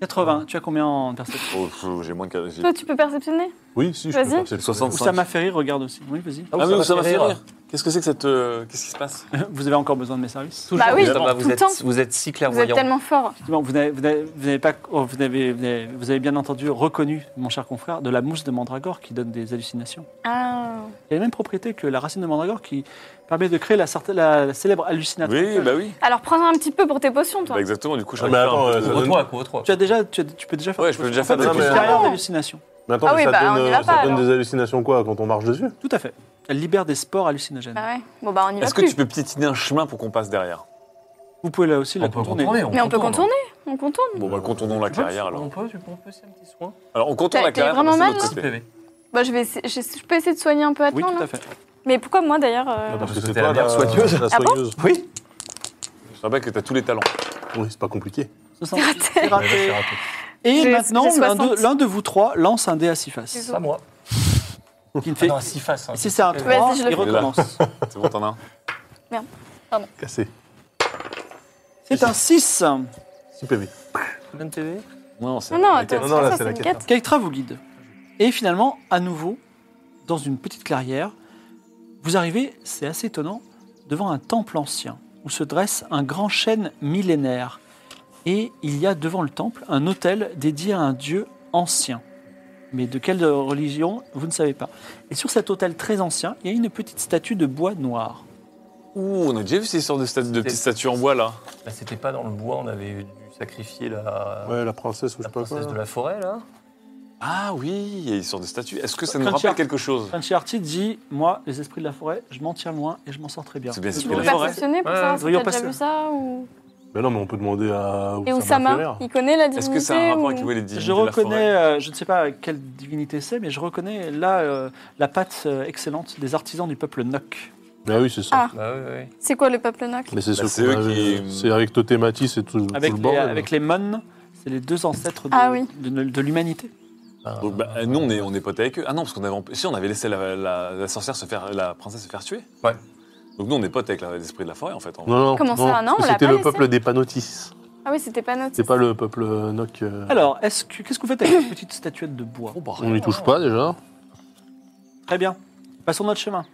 80, tu as combien en perception
Oh, pff, J'ai moins de. j'ai-
Toi, tu peux perceptionner
Oui, si, je peux
Vas-y.
perceptionner.
65.
Ça m'a fait rire, regarde aussi. Oui,
(laughs)
vas-y.
Ah oui, ça m'a
va
fait rire. Qu'est-ce que c'est que cette. euh, Qu'est-ce qui se passe
Vous avez encore besoin de mes services
Toujours.
Bah oui,
Thomas,
tout
vous,
le
êtes,
temps.
vous êtes si
Vous êtes
clairvoyant.
tellement fort.
Bon, vous n'avez vous n'avez- vous n'avez pas, oh, vous n'avez- vous n'avez- vous avez bien entendu reconnu, mon cher confrère, de la mousse de mandragore qui donne des hallucinations.
Ah.
Il y a les mêmes propriétés que la racine de mandragore qui permet de créer la, certe- la- la célèbre hallucination.
Oui, bah oui.
Alors prends un petit peu pour tes potions, toi.
Bah exactement, du coup, je
Ah, mais attends, euh, ça donne-
Retrouve un coup, retrouve.
Tu as déjà, tu, as- tu peux déjà faire.
Ouais, je peux déjà faire
des
des
Non, mais-
carrières d'hallucination.
Mais attends,
Ah
mais
oui,
ça,
bah, on y
donne,
va
euh, ça
pas,
donne
alors.
des hallucinations quoi quand on marche dessus
Tout à fait. Elle libère des spores hallucinogènes.
Ah ouais. Bon, bah on y va
Est-ce que
plus.
tu peux piétiner un chemin pour qu'on passe derrière
Vous pouvez là aussi la
On peut
contourner.
contourner.
Mais on peut
contourne.
contourner. On contourne.
Bon, bah, contournons la clairière alors.
On peut, tu peux, on peut, c'est un petit soin.
Alors, on contourne
T'as-
la clairière.
t'es vraiment
on passe de
mal,
l'autre
là
Petit
côté.
PV.
Bah, je, vais essayer, je, je peux essayer de soigner un peu
Oui,
Atlan,
tout
là.
à fait.
Mais pourquoi moi, d'ailleurs
Ah,
euh,
bah,
parce que c'était la mère soigneuse.
La
Ah bon
soigneuse.
Oui.
Je rappelle que t'as tous les talents.
Ah
oui, c'est pas compliqué.
Ce sera- c'est raté.
Ouais, là, c'est raté.
Et
J'ai-
maintenant,
j'ai
l'un
60.
de, l'un de vous trois lance un dé à six faces.
Pas moi.
Qui ne
Ah
fait-
non, à six faces. hein.
si c'est un
Vas-y,
3,
je le
il
fais.
recommence.
C'est bon, t'en as un.
Cassé.
C'est un 6.
6 PV.
Combien de PV
Non, c'est
Non, non,
la
attends,
quête.
Non, non,
ça,
là, c'est
c'est
la
une
quête.
quête.
Kaitra vous guide. Et finalement, à nouveau, dans une petite clairière, vous arrivez, c'est assez étonnant, devant un temple ancien où se dresse un grand chêne millénaire. Et il y a devant le temple un autel dédié à un dieu ancien. Mais de quelle religion, vous ne savez pas. Et sur cet autel très ancien, il y a une petite statue de bois noir.
Ouh, on a déjà vu ces sortes de, stat- de petites statues en bois là.
Bah, C'était pas dans le bois, on avait dû sacrifier la,
Ouais, la princesse ou je
la
sais pas
princesse de
quoi.
la forêt, là.
Ah oui, il y a des sortes de statues. Est-ce que ça nous
Quand tu
rappelle
as-
quelque chose
Frenchy Artie dit Moi, les esprits de la forêt, je m'en tiens loin et je m'en sors très bien.
C'est bien, c'est
Tu
bien.
peux
la forêt.
perceptionner pour
Ouais,
savoir si
voyons
t'as déjà
passer.
vu ça ou...
Mais non, mais on peut demander à
Et
Oussama
Oussama,
Ferrer.
il connaît la divinité
Est-ce que ça a un rapport
ou-
avec les divinités
Je
de la
reconnais,
forêt
euh, je ne sais pas quelle divinité c'est, mais je reconnais là euh, la pâte euh, excellente des artisans du peuple Nok.
Ah oui, c'est ça.
Ah.
Bah oui, oui.
C'est quoi le peuple Noc
Mais c'est
Bah,
ceux
c'est eux
qu'on avait-
qui-
C'est avec Totematis et tout, tout
Avec
le
les,
bordel.
avec les Mon, c'est les deux ancêtres de,
Ah oui.
de- de l'humanité.
Donc, bah, euh, nous, on est, on est potes avec eux. Ah non, parce qu'on avait, emp- si on avait laissé la, la- la sorcière se faire, la princesse se faire tuer.
Ouais.
Donc nous, on est potes avec la- l'esprit de la forêt en fait. en
Non, non,
Comment ça, non, on
parce que
l'a
C'était
pas
le
laissé.
peuple des Panotis.
Ah oui, c'était pas notre.
C'est pas le peuple euh, Noc. euh,
Ah
Alors, est-ce que- qu'est-ce que vous faites avec cette petite statuette de bois
vrai. Bon, bah,
On n'y touche pas
(laughs)
déjà.
Très bien, passons notre chemin.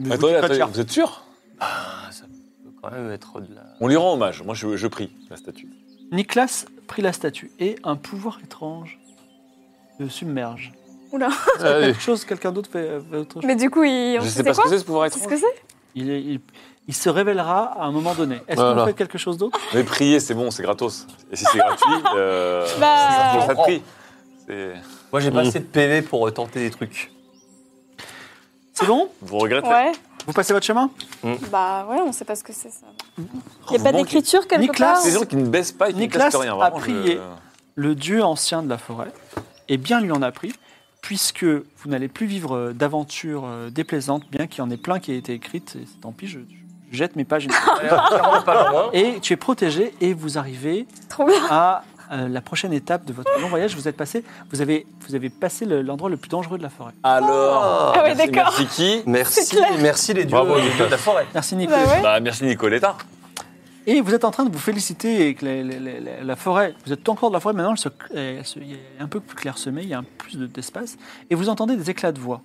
Mais vous
Bah, Attendez,
dites pas de
attendez,
faire-
vous êtes sûr
Ah, ça peut quand même être de la...
On lui rend hommage. Moi, je, je prie la statue.
Nicolas prit la statue et un pouvoir étrange le submerge.
Eh, Allez.
Quelque chose, quelqu'un d'autre fait, euh, fait autre chose.
Mais du coup, il... on
je
sait
sais pas ce que
c'est quoi
c'est ce pouvoir
C'est
étrange.
ce que c'est
Il, est- il- il se révélera à un moment donné. Est-ce que
Voilà.
vous faites quelque chose d'autre
Mais prier, c'est bon, c'est gratos. Et si c'est gratuit, euh,
(laughs) Bah.
c'est pour ça de prix. C'est-
Moi, j'ai pas
Mm.
assez de PV pour euh, tenter des trucs.
C'est bon
Vous regrettez
Ouais.
Vous passez votre chemin
Bah ouais, on sait pas ce que c'est ça.
Il y a pas d'écriture
quelque Nicolas, part
C'est des gens qui ne baissent pas et qui
Nicolas
ne testent rien.
a
Vraiment,
prié.
je-
le dieu ancien de la forêt, eh bien lui en a pris, puisque vous n'allez plus vivre euh, d'aventures euh, déplaisantes, bien qu'il y en ait plein qui aient été écrites, et c'est tant pis, je, je jette mes pages.
Clairement pas loin.
et tu es protégé et vous arrivez
Trop bien.
à euh, la prochaine étape de votre long voyage. Vous êtes passé, vous avez, vous avez passé le- l'endroit le plus dangereux de la forêt.
Alors,
Ah ouais,
merci,
d'accord.
merci qui
Merci, merci les dieux,
Bravo,
les dieux de la forêt.
Merci Nicolas.
(laughs)
Bah ouais.
bah, Merci Nicoletta.
Et vous êtes en train de vous féliciter et que la, la- la- la- la forêt, vous êtes encore dans la forêt, maintenant elle, se- elle se- il y a un peu plus clairsemée, il y a un peu plus de- d'espace, et vous entendez des éclats de voix.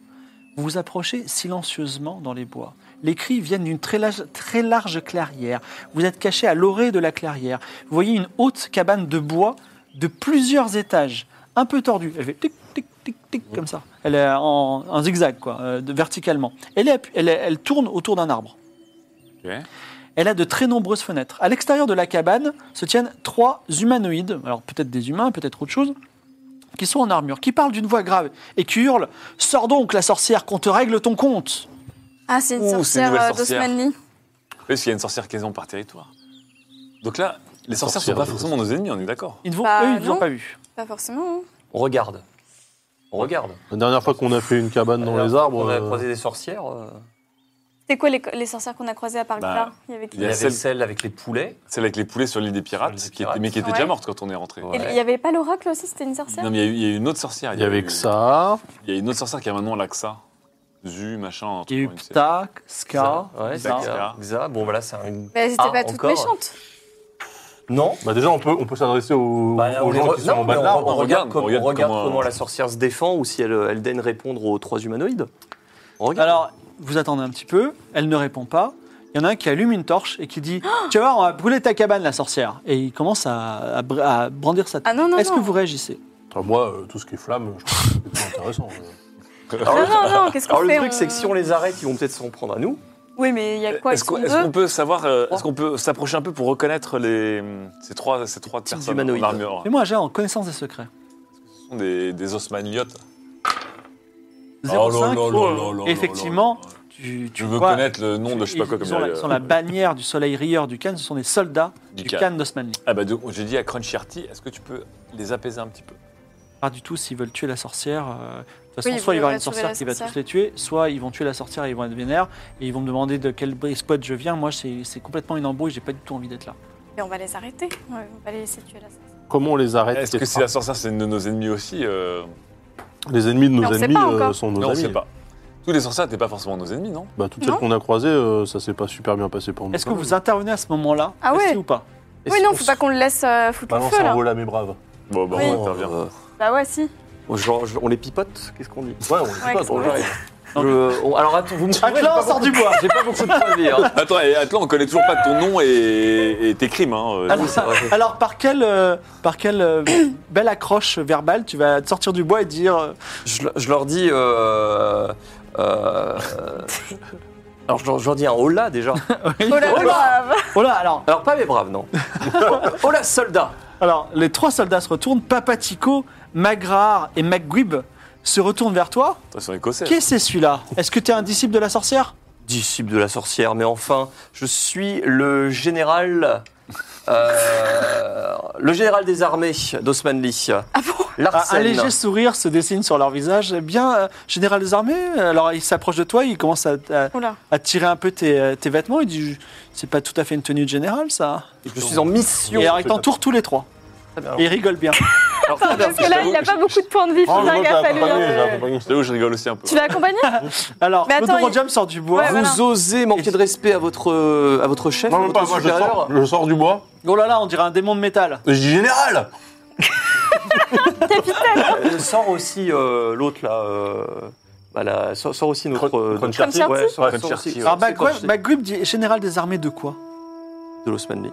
Vous vous approchez silencieusement dans les bois. Les cris viennent d'une très large, très large clairière. Vous êtes caché à l'orée de la clairière. Vous voyez une haute cabane de bois de plusieurs étages, un peu tordue. Elle fait tic, tic, tic, tic, comme ça. Elle est en, en zigzag, quoi, euh, de- verticalement. Elle, est appu- elle est- elle tourne autour d'un arbre.
Ok.
Elle a de très nombreuses fenêtres. À l'extérieur de la cabane se tiennent trois humanoïdes, alors peut-être des humains, peut-être autre chose, qui sont en armure, qui parlent d'une voix grave et qui hurlent Sors donc, la sorcière, qu'on te règle ton compte
Ah, c'est une
Ouh, c'est une
sorcière,
nouvelle
euh,
sorcière.
d'Osmanli.
Parce qu'il y a une sorcière quasiment par territoire. Donc là, les sorcières
Sorcière,
sont pas
oui.
forcément nos ennemis, on est d'accord.
Ils ne vont,
Bah,
Eux, ils ne vous ont
non.
pas vu.
Pas forcément. hein.
On regarde. On regarde.
La dernière fois qu'on a fait une cabane dans
Alors,
les arbres,
On a
euh,
croisé des sorcières. euh,
C'était quoi les, les sorcières qu'on a croisées à part
Bah,
Glar Il y avait qui
il
Il y
y a
avait
celle-
celle... avec les poulets.
Celle avec les poulets sur l'île des pirates,
Sur l'île des
qui était- mais qui était
pirates.
déjà
Ouais.
morte quand on est rentré.
Et
Ouais.
Il n'y avait pas l'oracle aussi, c'était une sorcière
Non, mais il y a eu- il y, a eu une autre sorcière.
il y avait
eu-
que ça.
Il y a une autre sorcière qui a maintenant l'Axa. Zu, machin. un truc
Il y a eu
comme ça.
Pta, Ska,
Ouais,
Za.
Xa.
Ska.
Xa. Bon, voilà, c'est un.
Mais Bah, elles n'étaient
Ah,
pas toutes
encore.
méchantes.
Non
Bah déjà, on peut, on peut s'adresser aux,
Bah,
aux gens qui sont en bas de l'arbre.
on
on regarde,
regarde
comme- on
comment-
regarde
comment-
comment, la sorcière se défend ou si elle, elle daigne répondre aux trois humanoïdes. On regarde.
Alors, vous attendez un petit peu, elle ne répond pas. Il y en a un qui allume une torche et qui
(gasps)
dit Tu vas voir, on va brûler ta cabane, la sorcière. Et il commence à, à br- à brandir sa tête.
Ah non, non,
Est-ce que
non.
vous réagissez
Enfin, moi, euh, tout ce qui est flamme, je trouve que
(laughs)
c'est plutôt intéressant. euh.
Non, non, non, qu'est-ce qu'on
Alors,
fait
le truc, c'est que si on les arrête, ils vont peut-être s'en prendre à nous.
Oui, mais il y a quoi
Est-ce
Est-ce
qu'on
qu'on
est-ce qu'on
veut
peut savoir, euh, est-ce qu'on peut s'approcher un peu pour reconnaître les, ces trois, ces trois
Petits
personnes
humanoïdes.
en armure
Et moi, j'ai en connaissance des secrets.
Ce sont des, des Osmanliotes.
05, euh, effectivement, tu, tu
Je veux
vois-
connaître le nom de je sais pas quoi
ils
comme
sont, la,
euh,
sont la bannière du soleil rieur du Cannes, ce sont des soldats
du
du,
Cannes.
Cannes d'Osmanli.
Ah bah donc, j'ai dit à Crunchy Arty, est-ce que tu peux les apaiser un petit peu
Pas du tout s'ils veulent tuer la sorcière. euh, de toute façon,
Oui, ils
soit il va y avoir une
veulent sauver
sorcière
la
qui va tous
sorcière.
les tuer, soit ils vont tuer la sorcière et ils vont être vénères, et ils vont me demander de quel spot je viens. Moi, c'est c'est complètement une embrouille, j'ai pas du tout envie d'être là.
Mais On va les arrêter. Ouais, On va les laisser tuer là.
Comment on les arrête
Est-ce que c'est la sorcière, c'est une de nos ennemis aussi euh,
Les ennemis de nos
Mais on sait
ennemis
pas
euh,
encore.
sont nos
Non, on
amis.
sait pas. Tous les sorcières n'étaient pas forcément nos ennemis, non
Bah, toutes
Non.
celles qu'on a croisées, euh, ça s'est pas super bien passé pour nous.
Est-ce que vous intervenez à ce moment-là
Ah
Merci
ouais
ou pas
Oui, non, faut pas qu'on le laisse euh, foutre
Bah,
le
Balance
feu
un
là.
rôle à mes braves.
Bon, bah
Oui.
on intervient.
Euh,
Bah ouais, si.
genre, je- on les pipote Qu'est-ce qu'on dit
Ouais, on les
Ouais,
pas,
qu'est-ce
on
qu'on
les-
fait
Je- on- Alors, attends, vous me trouverez, j'ai
Atlan
pas
sort du
beaucoup-
bois.
J'ai pas beaucoup de points de vie, hein.
Attends, et Atlan, on connaît toujours pas ton nom et, et tes crimes. Hein, euh,
Alors,
c'est vrai.
alors, par quelle, euh, par quelle euh, belle accroche verbale tu vas te sortir du bois et dire euh,
(laughs) Je, le- je leur dis. euh, euh, alors, je, leur- je leur dis un hola déjà.
Oh là
Oh là.
là
Oh là, alors,
Alors, pas mes braves, non. (laughs) hola, soldat
Alors, les trois soldats se retournent. Papatico, Magrar et MacGuib se retournent vers toi.
Toi, c'est un écossais.
Qui c'est celui-là Est-ce que t'es un disciple de la sorcière
Disciple de la sorcière, mais enfin, je suis le général. euh, le général des armées d'Osmanli. Ah bon
Un- Un léger sourire se dessine sur leur visage. Eh Bien, euh, général des armées. Alors, il s'approche de toi, il commence à, à-
Oula.
à tirer un peu tes, euh, tes vêtements. Il dit C'est pas tout à fait une tenue de général, ça.
Je suis en mission.
Et alors, il t'entoure tous les trois.
Très bien, alors.
Et il rigole bien.
Alors, très bien,
Parce que là, il a pas beaucoup de points de vie,
Oh, moi,
putain,
je l'ai
gars, Ah, fallu.
accompagné, je l'ai
hein.
accompagné.
Je t'avoue, je rigole aussi un peu.
Tu l'as accompagné
(laughs)
Alors,
Mais
le
attends,
Jam sort du bois.
Ouais,
Vous
voilà.
osez manquer de respect à votre, euh, à votre chef,
Non,
à
même
votre
pas, moi je
supérieur
sors, je sors du bois.
Oh là là, on dirait un démon de métal.
Et je dis général
Euh, sort aussi euh, l'autre là. euh, bah, la- sort, sort aussi notre.
Crun-
euh,
Cruncharty
notre- ouais,
Cruncharty
sort-
Cruncharty,
sort aussi,
ouais.
ouais,
Alors, bah,
c'est
MacGuib
Cruncharty
MacGuib dit Général des armées de quoi
de l'Osmanli.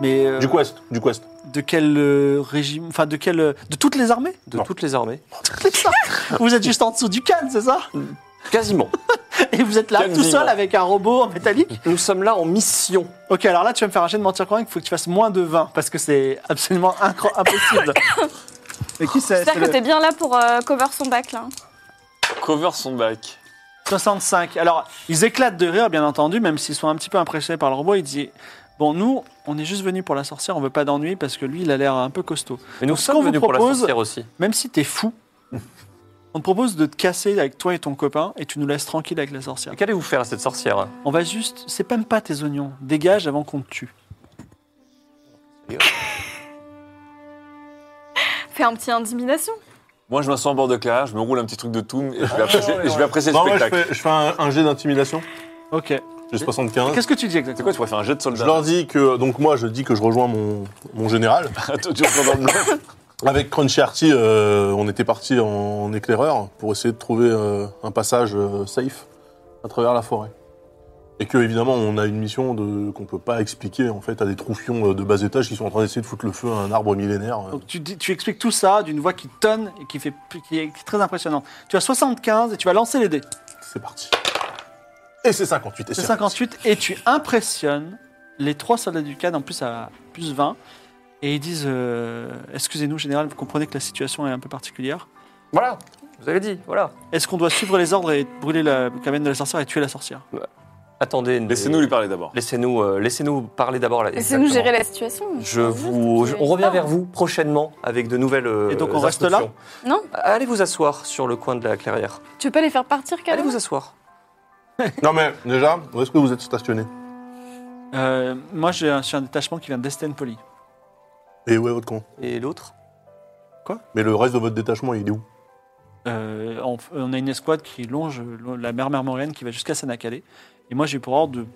Mais euh,
Du quest, du quest.
De quel euh, régime Enfin, de quel euh, De toutes les armées
De
Non.
toutes les armées.
(laughs) Vous êtes juste en dessous du Cannes, c'est ça
Quasiment.
Et vous êtes là
Cannes
tout seul
vivant.
avec un robot en métallique
Nous sommes là en mission.
Ok, alors là, tu vas me faire un jet de mentir convaincre, il faut que tu fasses moins de 20, parce que c'est absolument incro- (coughs) impossible. Mais qui c'est C'est
J'espère que
le
t'es bien là pour euh, cover son bac là.
Cover son bac.
65. Alors, ils éclatent de rire, bien entendu, même s'ils sont un petit peu impressionnés par le robot. Ils disent Bon, nous, on est juste venus pour la sorcière, on veut pas d'ennui, parce que lui, il a l'air un peu costaud.
Mais nous
Ce qu'on
sommes
vous
venus pour la
propose-
sorcière aussi.
Même si t'es fou, on te propose de te casser avec toi et ton copain, et tu nous laisses tranquille avec la sorcière.
Et Qu'allez-vous faire à cette sorcière
On va juste. C'est même pas tes oignons. Dégage avant qu'on te tue.
Fais un petit intimidation.
Moi, je m'assois en bord de clair, je me roule un petit truc de toum et
Ah,
je vais apprécier, et je vais apprécier le
Non, moi Bah je
spectacle.
fais, je fais un, un jet d'intimidation,
Ok.
j'ai 75.
Qu'est-ce que tu dis
C'est
exactement
quoi, tu pourrais faire un jet de (laughs)
Je
soldat
leur dis que, donc moi je dis que je rejoins mon, mon général.
Toi, tu retournes dans le blanc.
Avec Crunchy Arty, euh, on était parti en éclaireur pour essayer de trouver euh, un passage euh, safe à travers la forêt. Et que évidemment, on a une mission de, qu'on peut pas expliquer en fait à des troufions euh, de bas étage qui sont en train d'essayer de foutre le feu à un arbre millénaire. euh.
Donc tu, dis- tu expliques tout ça d'une voix qui tonne et qui, fait, qui est très impressionnante. Tu as 75 et tu vas lancer les dés.
C'est parti. Et c'est 58. Et
C'est
c'est
58 et tu impressionnes les trois soldats du CAD en plus à plus 20. Et ils disent euh, Excusez-nous, général, vous comprenez que la situation est un peu particulière.
Voilà, vous avez dit, voilà.
Est-ce qu'on doit suivre les ordres et brûler la caverne de la sorcière et tuer la sorcière
Attendez,
(laughs) Laissez-nous lui parler d'abord.
Laissez-nous euh, laissez-nous parler d'abord. là,
C'est nous
exactement.
gérer la situation.
Je vous, je- on revient vers vous prochainement avec de nouvelles. euh,
Et donc, on reste là
instructions.
Non.
Allez vous asseoir sur le coin de la clairière.
Tu veux pas les faire partir,
Allez
Calais
vous asseoir.
Non mais déjà, où est-ce que vous êtes stationné
Euh, Moi, j'ai un- je suis un détachement qui vient d'Estenpoli.
Et où est votre con
Et l'autre
Mais le reste de votre détachement, il est où
Euh, on, on a une escouade qui longe euh, la mer Marmorienne qui va jusqu'à Sanacalé. Et moi, j'ai pour ordre de,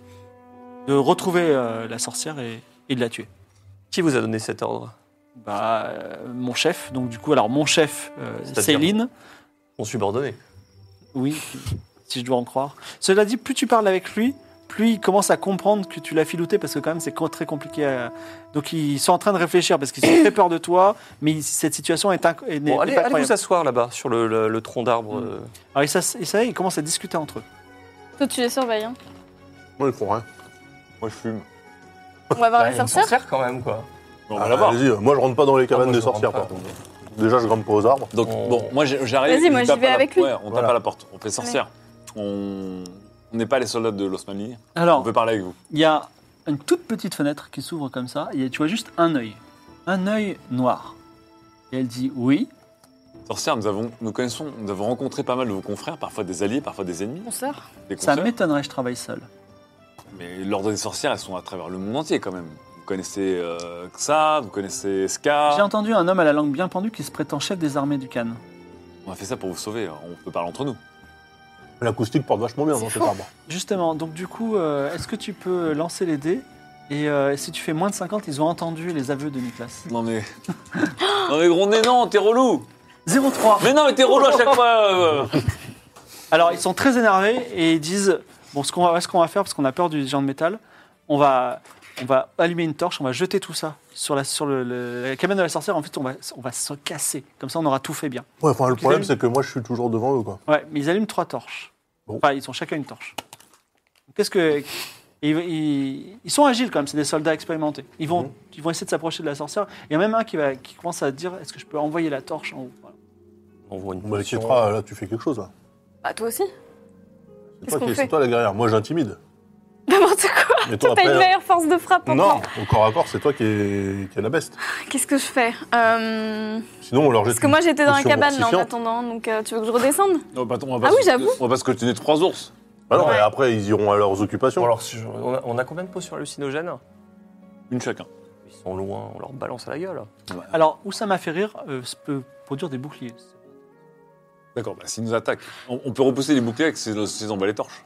de retrouver euh, la sorcière et, et de la tuer.
Qui vous a donné cet ordre
Bah, euh, mon chef, donc du coup, alors mon chef, euh,
C'est-à-dire
Céline,
Mon subordonné.
oui, si je dois en croire. Cela dit, plus tu parles avec lui, plus il commence à comprendre que tu l'as filouté parce que quand même, c'est co- très compliqué. à- Donc, ils sont en train de réfléchir parce qu'ils
(coughs)
ont très peur de toi, mais ils- cette situation est, inc- est- n'est-
Bon,
n'est
allez,
pas
allez vous
croyable.
asseoir là-bas sur le, le- le tronc d'arbre.
Mm.
euh.
Alors, ils s'ass- ils s'asseyent, ils commencent à discuter entre eux.
Toi, tu les surveilles. hein.
Moi, ils font rien.
Moi, je fume.
On va voir
Bah,
les
une
sorcières.
sorcière, quand même quoi.
Bon, on
Ah,
va la voir.
Allez-y, euh, moi je rentre pas dans les
Ah,
cabanes
Ah, moi,
des
je rentre
sorcières
pas.
par contre. Déjà, je grimpe pas aux arbres.
Donc,
On-
bon, moi j'ai- j'arrive.
Vas-y,
je
moi, j'y
tape
vais
à la-
avec lui.
Ouais, on tape
Voilà.
à la porte, on fait sorcière. On on n'est pas les soldats de l'Osmanli. On
Alors,
veut parler avec vous.
il y a une toute petite fenêtre qui s'ouvre comme ça, et tu vois juste un œil. Un œil noir. Et elle dit oui.
Sorcière, nous, avons, nous connaissons, nous avons rencontré pas mal de vos confrères, parfois des alliés, parfois des ennemis,
Bonsoir.
des
Ça
consoeurs.
m'étonnerait, je travaille seul.
Mais l'ordre des sorcières, elles sont à travers le monde entier quand même. Vous connaissez euh, Xa, vous connaissez
J'ai
Ska.
entendu un homme à la langue bien pendue qui se prétend chef des armées du Cannes.
On a fait ça pour vous sauver, hein. on peut parler entre nous.
L'acoustique porte vachement bien
C'est
hein,
dans cet
fou.
arbre.
Justement, donc du coup, euh, est-ce que tu peux lancer les dés Et euh, si tu fais moins de 50, ils ont entendu les aveux de Nicolas.
Non mais. (laughs) non mais gros nez, non, t'es relou
0-3
Mais non, mais t'es relou à chaque fois euh.
Alors, ils sont très énervés et ils disent Bon, ce qu'on va, ce qu'on va faire, parce qu'on a peur du géant de métal, on va, on va allumer une torche, on va jeter tout ça sur la, sur le, le- la cabane de la sorcière. En fait, on va, on va se casser. Comme ça, on aura tout fait bien.
Ouais, enfin, le
Qu'ils
problème,
aiment.
c'est que moi, je suis toujours devant eux, quoi.
Ouais, mais ils allument trois torches.
Bon.
Enfin, ils ont chacun une torche. Qu'est-ce que. Ils, ils- ils sont agiles quand même, c'est des soldats expérimentés. Ils vont,
Mhm.
ils vont essayer de s'approcher de la sorcière. Il y en a même un qui, va, qui commence à dire Est-ce que je peux envoyer la torche en haut Voilà.
On voit une
Bon, bah,
potion.
Kétra, là, tu fais quelque chose, là.
Bah, toi aussi. (laughs)
C'est
Qu'est-ce
toi,
qu'on
qui-
fait
c'est toi la guerrière.
(laughs)
Moi, j'intimide.
N'importe quoi.
Mais toi,
Toi, t'as une
après.
meilleure force de frappe.
Non,
encore.
au corps à corps, c'est toi qui est, qui est la beste.
Qu'est-ce que je fais Euh,
Sinon, on leur jette.
Parce que
une-
moi, j'étais dans la
Potion
cabane là, en
mortifiante.
attendant. Donc, euh, tu veux que je redescende
Non, bah, on va
Ah
pas
oui,
se-
j'avoue.
On va pas se coltiner trois ours.
Bah non,
Ouais.
et après, ils iront à leurs occupations.
Bon, alors, si je- on, a, on a combien de potions hallucinogènes
Une chacun.
Ils sont loin, on leur balance à la gueule.
Alors, où ça m'a fait rire, euh, ça peut produire des boucliers.
D'accord, bah, s'ils nous attaquent, on, on peut repousser les boucliers avec ces, ces emballés torches.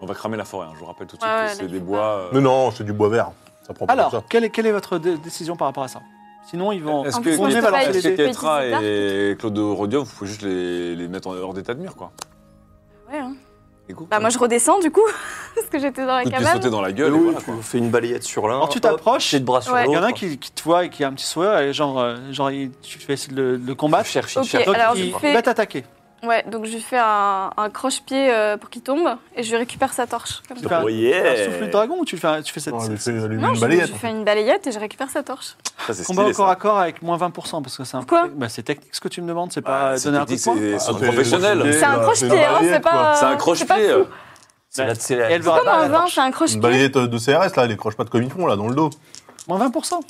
On va cramer la forêt, hein, je vous rappelle tout de suite
Ouais,
que
ouais,
c'est
là,
des
faut
bois. euh,
Mais non, c'est du bois vert. Ça prend pas comme
Alors,
ça.
quelle est, quelle est votre dé- décision par rapport à ça Sinon, ils vont.
Est-ce
En
que,
plus, moi,
je
est-ce
peux pas
que
utiliser
Ketra
Petit Dark.
et Claude Rodium, vous pouvez juste les, les mettre en- hors d'état de mur, quoi
Ouais. hein.
Écoute,
Bah, moi, je redescends du coup. (laughs) Parce que j'étais dans la
te
cabane.
sauter dans la
Et
gueule et
oui,
voilà,
tu
quoi.
fais une balayette sur l'un.
Alors, tu
hop,
t'approches.
jet de bras sur
Ouais.
Il y en a un
l'autre.
qui, qui te voit et qui a un petit sourire, et genre, euh, genre il- tu fais essayer de le, de le combattre.
Tu cherches, tu
Ok,
cherches.
Donc,
alors,
il,
je
il
fais-
va t'attaquer.
Ouais, donc je lui fais un, un croche-pied euh, pour qu'il tombe et je lui récupère sa torche. Comme
Tu
ça.
fais un,
Oh
un
yeah
souffle de dragon ou tu fais, un- tu fais cette,
Oh,
Non, elle lui
cette-
fait elle lui met
Non,
une
je,
balayette.
je fais une balayette et je récupère sa torche.
Ça, c'est
Combat
stylé,
au corps
ça.
à corps avec moins 20% parce que c'est un
Quoi
bah, c'est technique ce que tu me demandes, c'est
Ah,
pas
c'est
donner un coup de
technique,
poing.
c'est- c'est
Ah,
un
c'est-
professionnel.
C'est un
bah, c'est une
croche-pied, hein,
balayette,
c'est
quoi.
pas.
C'est un
c'est pas
croche-pied. euh.
fou.
C'est la- c'est
Et
la-
elle veut
Comme
rattraper
un
la
vin,
torche.
c'est un
Une
croche-pied.
balayette de CRS, là, elle les croche pas de comme ils font, là, dans le dos.
Moins 20%.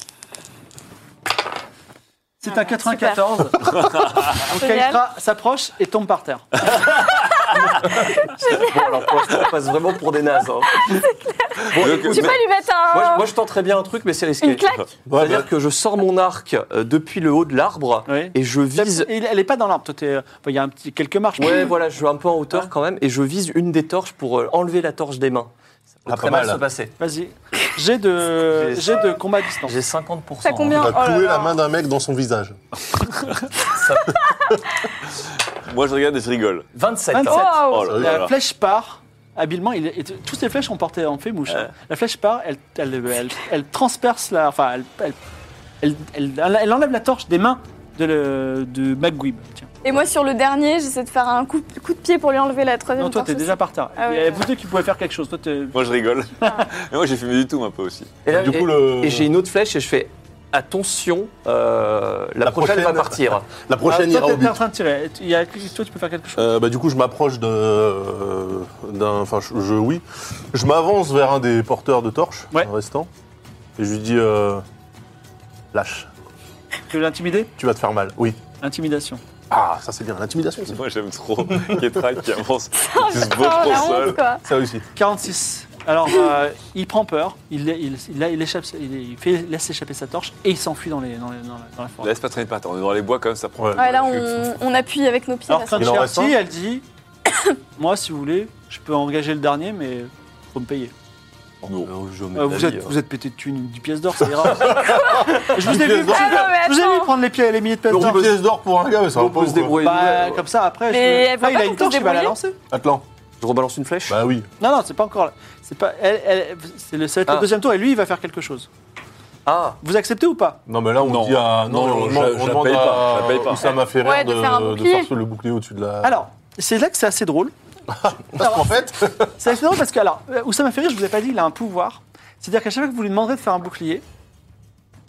C'est un
Voilà,
94. (laughs) Donc Kaitra s'approche et tombe par terre.
Bon, alors pour l'instant, on passe vraiment pour des nazes. hein.
(laughs)
Bon,
Donc,
écoute,
Tu peux lui mettre un.
moi, je- moi, je tenterais bien un truc, mais c'est risqué.
Une claque
Oh,
Ouais,
C'est-à-dire
bah,
que je sors mon arc euh, depuis le haut de l'arbre
Oui.
et je vise.
Et elle est pas dans l'arbre, toi, t'es- euh, enfin, il y a un petit, quelques marches.
Ouais, voilà, je suis un peu en hauteur quand même et je vise une des torches pour euh, enlever la torche des mains. Ça peut
Ah,
très
pas
mal
mal.
se passer.
Vas-y. J'ai de,
J'ai-
j'ai de combat à distance.
J'ai 50%.
T'as combien
Il a
Oh là
cloué
là.
la main d'un mec dans son visage.
Moi, je regarde et je rigole.
27.
Vingt-sept.
hein.
Waouh
Oh là
La
là.
flèche part habilement. Il est, et toutes les flèches ont porté en fait mouche. hein. La flèche part, elle, elle, elle, elle transperce la. Enfin, elle, elle, elle, elle- elle enlève la torche des mains de, le, de McGuib. Tiens.
Et moi, sur le dernier, j'essaie de faire un coup, coup de pied pour lui enlever la troisième
Non, toi,
torche
t'es
aussi.
déjà par terre.
Ah
Il y
ouais.
a vous deux qui pouvaient faire quelque chose. Toi, t'es-
Moi, je
(laughs)
rigole. Mais moi, j'ai fumé du tout un peu aussi.
Et, là,
du coup,
et-
le-
et j'ai une autre flèche et je fais attention, euh, la,
La
prochaine, Euh, va
prochaine-
partir.
La prochaine
Ah,
ira
toi,
au
t'es- t'es
but.
en train de tirer. Il y a- toi, tu peux faire quelque chose.
Euh, bah, du coup, je m'approche de, euh, d'un. Enfin, je, je- oui. Je m'avance vers un des porteurs de torches,
Ouais.
en restant. Et je lui dis euh, Lâche,
Tu veux l'intimider
tu vas te faire mal. Oui.
Intimidation.
Ah, ça c'est bien, l'intimidation, c'est
Moi, j'aime
(laughs)
trop Ketra qui avance, qui se
Oh,
botte
la
pour
honte,
seul.
quoi.
Ça aussi.
46. Alors, euh, il prend peur. Il, il, il, il échappe, il, il fait, laisse échapper sa torche et il s'enfuit dans, les, dans, les- dans la, dans la forêt.
Laisse pas traîner par terre. On est dans les bois quand même, ça prend.
Ouais.
Ouais, là, on, on appuie avec nos pieds.
Alors,
là,
quand
Il en reste
Cherty,
un
elle dit (coughs) Moi, si vous voulez, je peux engager le dernier, mais faut me payer.
Non.
Euh, je
Euh,
mets
vous,
la
êtes,
vie,
vous êtes pété de thunes, du pièce d'or, ça ira.
(laughs)
je vous ai vu,
Ah non, mais
je vous ai vu
attends.
prendre les pieds et les milliers de pièces
euh.
d'or.
Une pièce d'or pour un gars, mais ça va
On
pas
peut se
se débrouiller.
débrouiller.
Bah,
Ouais, ouais.
comme ça, après,
Mais
je...
elle veut
Là, il
pas
a
qu'on
une
se
torche, il va la
débrouille
lancer.
Atlan.
Je rebalance une flèche.
Bah oui.
Non, non, c'est pas encore là. C'est pas, elle, elle, c'est le, ça va être le
Ah.
deuxième tour et lui, il va faire quelque chose.
Ah,
Vous acceptez ou pas
Non, mais là, on
Non.
dit à.
Non,
on
je-
demande-
je
on
la
demande
paye pas,
à
je la paye pas.
Oussama Ferrer
Ouais, de
de,
faire un
de
bouclier. Ah,
faire ce- le bouclier au-dessus de la.
Alors, c'est là que c'est assez drôle.
Parce qu'en fait,
C'est assez drôle parce que, alors, euh, Oussama Ferry, je vous ai pas dit, il a un pouvoir. C'est-à-dire qu'à chaque fois que vous lui demanderez de faire un bouclier,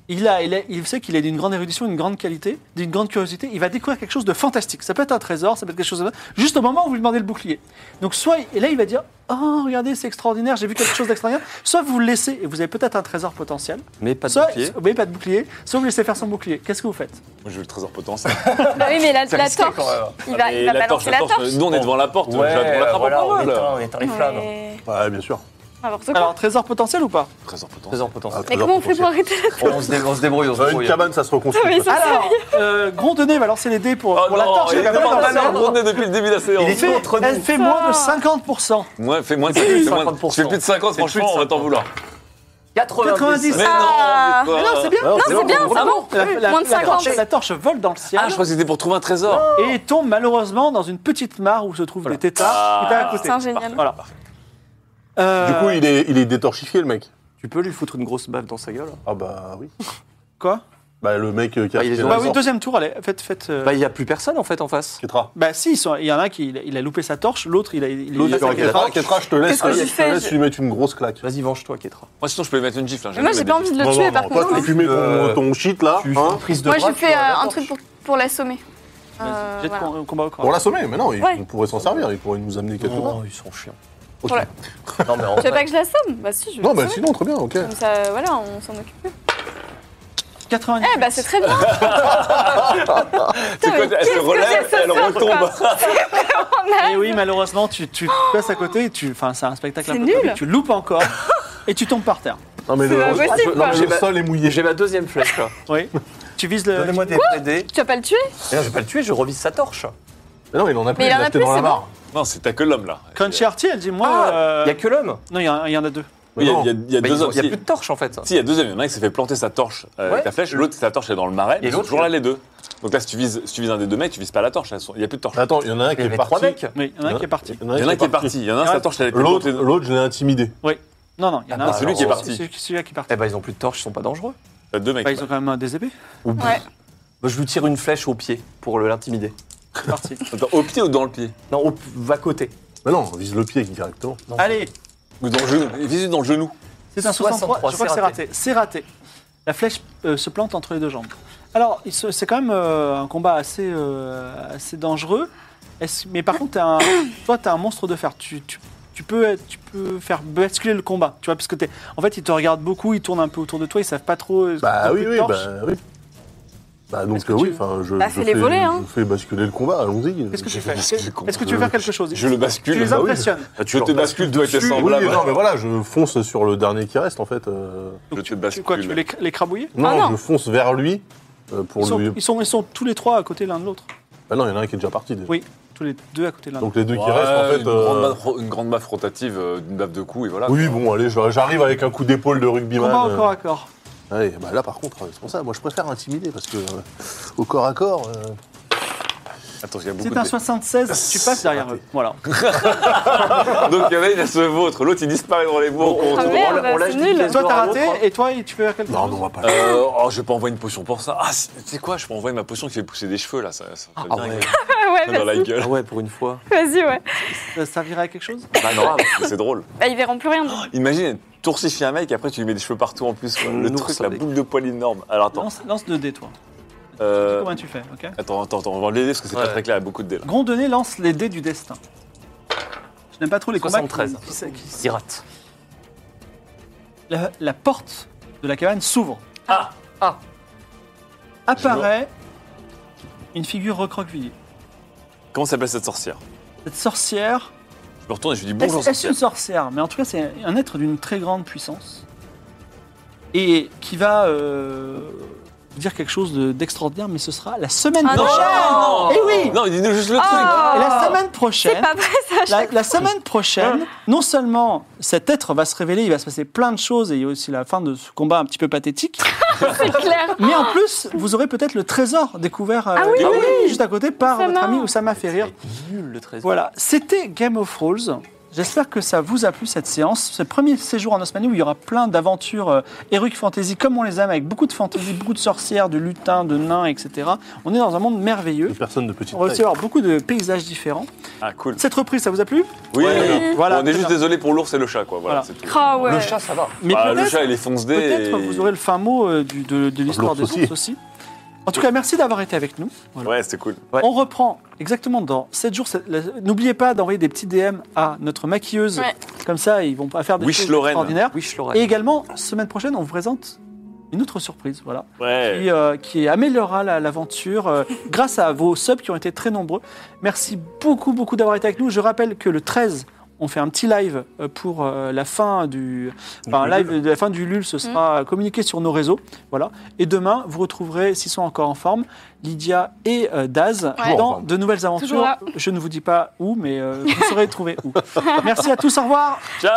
il, a, il, a- il sait qu'il est d'une grande érudition, d'une grande qualité, d'une grande curiosité. Il va découvrir quelque chose de fantastique. Ça peut être un trésor, ça peut être quelque chose de... Juste au moment où vous lui demandez le bouclier. Donc, soit, et là, il va dire Oh, regardez, c'est extraordinaire, j'ai vu quelque chose d'extraordinaire. Soit vous le laissez et vous avez peut-être un trésor potentiel.
mais pas de
soit,
bouclier.
oui, pas de bouclier. Soit vous laissez faire son bouclier. Qu'est-ce que vous faites
Moi, je veux le trésor potentiel.
Bah oui, mais la, la
risqué,
torche,
quand même.
Bah, il va,
Ah, mais
il va balancer la torche.
Nous, on est devant la porte. je la- on l'attrape
voilà,
en
on
parole.
éteint, on éteint les flammes.
Mais-
ouais, bien sûr.
N'importe quoi.
Alors, trésor potentiel ou pas
Trésor potentiel.
Trésor potentiel.
Mais comment on fait pour arrêter la torche
On se dé- on se débrouille, on se
Dans une
débrouille.
cabane, ça se
(laughs)
reconstruit.
Mais ça-
Alors, euh, Grondonnet va lancer les dés pour,
Oh
pour la
non,
torche.
il
elle va
était
pas
en
dans
train
la
de
torche.
rondonner depuis le début de la séance.
Elle fait- elle fait moins de 50%.
Moins, fais moins de 50. fais moins de-
50%.
Tu fais plus de 50,
C'est plus de
franchement, on va t'en
50.
vouloir.
90.
Mais
Ah.
non, mais
Mais non, c'est bien.
Non, c'est bien, c'est bon.
La, la-
Moins de
la
50.
torche, la torche vole dans le ciel
Ah, je crois que c'était pour trouver un trésor.
et tombe malheureusement dans une petite mare où se trouvent les tétards qui étaient à côté.
C'est génial.
Voilà. Euh,
Du coup, il est, il est détorchifié, le mec.
Tu peux lui foutre une grosse baffe dans sa gueule
Ah bah oui.
Quoi
Bah le mec euh, qui a
Ah, il est
acheté
sur
Bah
la
oui,
sorte.
deuxième tour, allez, faites. faites euh,
Bah,
bah,
il n'y a plus personne en fait en face.
Ketra.
si, ils sont- il y en a qui il a- il a loupé sa torche, l'autre il a. il-
L'autre,
il a
il y aura
sa gueule.
Ketra. Ketra, je te laisse,
Qu'est-ce que j'y
je te
fais
laisse
Je-
lui mettre une grosse claque.
Vas-y, venge-toi, Ketra.
Moi, sinon, je peux lui mettre une gifle. hein,
Mais moi, j'ai
jamais
pas
mis
envie de le
Non,
tuer,
non,
par
non, toi,
contre.
t'es
hein.
fumé ton,
Euh,
ton shit là.
Tu fais
Hein
une prise de
Moi,
bras,
j'ai
tu
fait
vois,
euh,
la
un
torche.
truc pour, pour l'assommer. Euh,
Vas-y, jet de
voilà.
com- combat au corps.
Pour l'assommer, mais non, il-
Ouais.
on pourrait s'en servir, il pourrait nous amener quelque part.
Non, ils sont chiants.
Ok.
Voilà.
(laughs) Non, mais en
Tu veux pas
vrai,
que je l'assomme Bah si, je vais
Non, bah
l'assommer.
sinon, très bien, ok.
Comme ça, euh, voilà, on s'en occupe. plus.
90.
Eh bah c'est très bien
C'est quoi,
mais
elle se
qu'est-ce que
relève,
c'est ce
elle
soir,
retombe.
Et Eh oui, malheureusement, tu, tu passes à côté, et tu, enfin, c'est un spectacle un
C'est
peu comique,
nul.
tu loupes encore et tu tombes par terre.
Non, mais
C'est
le,
pas
je-
possible,
non, mais
quoi.
le sol est mouillé.
J'ai ma deuxième flèche là.
Oui. Tu vises le.
Donnez-moi des dés.
Tu vas pas le tuer
Mais non, je vais pas le tuer, je revise sa torche.
Mais non, il en a plus,
Mais il
il
en a
l'a acheté
plus,
dans la
c'est
mare.
Non, c'est t'as que l'homme là.
Crunchy Artie, elle dit moi.
Ah,
euh,
il y a que l'homme.
Non, il y, en a- il y en a deux.
Il y a, il y a-
Non.
il y a
Bah,
deux
ils ont-
hommes.
Il n'y a
Si,
plus de torche en fait.
si, il y a deux hommes. Il y en a un qui s'est fait planter sa torche euh, avec
Ouais.
la flèche, l'autre, sa torche elle est dans le marais. mais c'est
l'autre,
toujours
il-
là les deux. Donc là, si tu vises, si tu vises un des deux mecs, tu vises pas la torche. elles sont- Il n'y a plus de torche.
Attends, il y en a un qui
Il y
est
avait trois
parti.
mecs.
Oui, il y en a un qui est parti.
Euh,
Il y en a un qui est parti. Il y en a un, sa torche elle est
L'autre, l'autre, je l'ai intimidé.
Non, non, il y en a
Ah,
un.
bah, celui qui est
parti. ben,
Celui, celui-là qui est parti.
Eh ben, ils ont plus de torche, ils sont pas dangereux.
T'as deux mecs.
Bah, ils ont quand même euh, des épées.
Ouais. (laughs)
Bah, je lui tire une flèche au pied pour le- l'intimider.
C'est parti.
Attends, au pied ou dans le pied
Non, au à côté.
Mais non, on vise le pied directement.
Allez,
Ou dans le genou Vise dans le genou.
c'est un 63.
63,
Je crois que c'est raté. C'est raté. La flèche euh, se plante entre les deux jambes. Alors, il se- c'est quand même euh, un combat assez, euh, assez dangereux. Est-ce- mais par contre, t'as un, (coughs) toi, tu as un monstre de fer. Tu, tu, tu peux, être- tu peux faire basculer le combat. Tu vois, parce que t'es- en fait, ils te regardent beaucoup, ils tournent un peu autour de toi, ils savent pas trop. euh,
Bah
t'as
oui,
plus de
oui,
torches.
bah oui. Bah donc
que
euh,
tu-
oui, enfin je,
Bah,
je
fais-les
fais-
voler, hein.
je fais basculer le combat, allons-y.
Qu'est-ce que tu
Je-
fais
basculer le combat.
Est-ce que tu veux faire quelque chose
Je le
Tu
bascule.
les
bah oui.
impressionnes.
Je te bascule, toi et tes
Oui, oui,
semblables.
non, mais voilà, je fonce sur le dernier qui reste en fait. euh,
Je te
Tu- Quoi, tu veux
bascule.
les, les crabouiller
Non,
Ah, non.
je fonce vers lui euh, pour
ils sont,
lui.
ils, sont, ils sont tous les trois à côté l'un de l'autre.
Bah non, il y en a un qui est déjà parti déjà.
Oui, tous tous les deux à côté de l'un.
Donc les deux qui restent, en fait.
une,
euh,
grande baffe, ro- une grande baffe rotative, euh, une baffe de coup, et voilà.
Oui, bon, allez, je- j'arrive avec un coup d'épaule de rugbyman.
Combat
euh,
encore à corps.
Allez, bah là par contre, euh, c'est pour ça, moi je préfère intimider parce que euh, au corps à corps. euh,
Attends, il y a beaucoup
C'est
de...
un 76, tu passes derrière eux. Voilà.
Ah, Donc il y en a, il y a ce vôtre, l'autre il disparaît dans les bourgs. on
Ah
retrouve-
merde,
on lâche
c'est
des
nul.
pièces
Toi,
d'or
t'as
à
raté,
l'autre, hein.
et toi, tu peux faire quelque
Non,
chose
mais on va pas.
Euh, oh, je vais pas envoyer une potion pour ça. Ah, c'est- tu sais quoi, je peux envoyer ma potion qui fait pousser des cheveux là. Ça, ça fait
Ah ouais.
bien
ouais,
dans la
vas-y,
gueule.
Ah ouais, pour une fois.
vas-y, ouais.
Euh, Ça servirait à quelque chose
Bah non, mais c'est drôle.
Bah, ils verront plus rien.
Oh, Imagine, t'oursifies un mec et après tu lui mets des cheveux partout en plus. quoi. Le
Nous,
truc,
ça
la
dé-
boule de poil énorme. Alors attends.
Lance, lance 2D, toi.
euh,
Comment tu fais, ok
Attends, attends, attends, on va l'aider parce que c'est
Ouais.
pas très clair, il y a beaucoup de dés là.
Grondonnet lance les dés du destin. Je n'aime pas trop les combats. qui-
73.
qui- qui-
Il rate.
la, la porte de la cabane s'ouvre.
Ah. Ah.
Apparaît une figure recroquevillée.
Comment s'appelle cette sorcière
Cette sorcière.
Je me retourne et je lui dis bonjour
Est-ce est-ce
sorcière.
une sorcière Mais en tout cas, c'est un être d'une très grande puissance. Et qui va euh, vous dire quelque chose de- d'extraordinaire, mais ce sera la semaine
Ah non
prochaine
Non
Et oui
Non, mais dis-nous juste le
Ah.
Et la semaine prochaine,
Pas vrai, ça.
la, la semaine
Ah.
prochaine, non seulement cet être va se révéler, il va se passer plein de choses et il y a aussi la fin de ce combat un petit peu pathétique,
C'est clair.
mais en plus, vous aurez peut-être le trésor découvert euh,
Ah oui,
ah
oui.
oui, juste à côté par
Oussama.
votre ami Oussama Ferrir.
Nul le trésor.
Voilà, c'était Game of Thrones. J'espère que ça vous a plu cette séance, ce premier séjour en Osmanie où il y aura plein d'aventures euh, heroic fantasy comme on les aime, avec beaucoup de fantasy, beaucoup de sorcières, de lutins, de nains, etc. On est dans un monde merveilleux.
Une personne de petite
On va aussi
taille.
avoir beaucoup de paysages différents.
truc. Ah, cool.
Cette reprise, ça vous a plu
Oui,
Voilà,
on est
très
juste
bien.
désolé pour l'ours et le chat, quoi. Voilà,
Voilà.
c'est tout.
Ah ouais.
Le chat, ça va.
Mais
Bah, le
peut-être-
chat, il est foncedé.
Peut-être
et-
vous aurez le fin mot euh, du- de, de l'histoire des
L'ours
ours aussi. En tout cas, merci d'avoir été avec nous.
Ouais, c'était cool.
Ouais.
On reprend exactement dans 7 jours. sept- la- N'oubliez pas d'envoyer des petits DM à notre maquilleuse.
Ouais.
Comme ça, ils vont pas faire des
Wish
choses
Lorraine.
extraordinaires.
Wish Laura.
Et également, semaine prochaine, on vous présente une autre surprise, voilà,
Ouais.
qui, euh, qui améliorera la- l'aventure euh, grâce à vos subs qui ont été très nombreux. Merci beaucoup, beaucoup d'avoir été avec nous. Je rappelle que le 13, on fait un petit live euh, pour euh, la fin du, enfin, un live de la fin du LUL.
Mm.
Ce sera communiqué sur nos réseaux, voilà. Et demain, vous retrouverez, s'ils sont encore en forme, Lydia et euh, Daz
Ouais.
Toujours en
dans
forme.
de nouvelles aventures.
Toujours là.
Je ne vous dis pas où, mais euh, vous saurez trouver
(laughs)
où. Merci à tous. Au revoir.
Ciao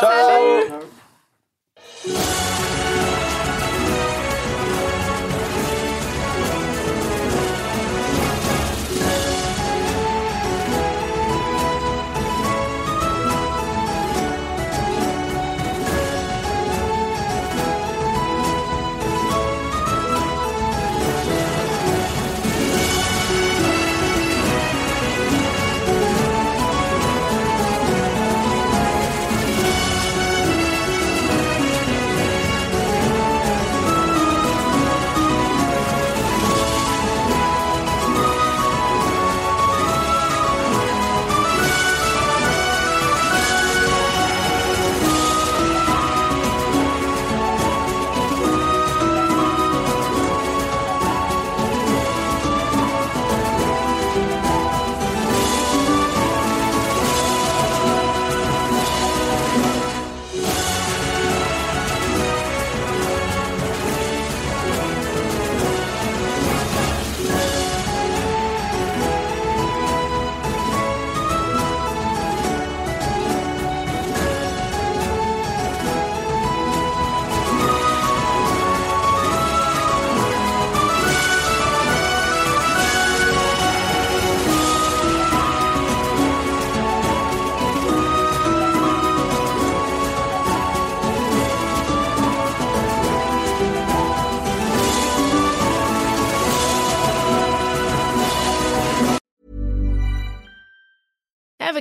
Ever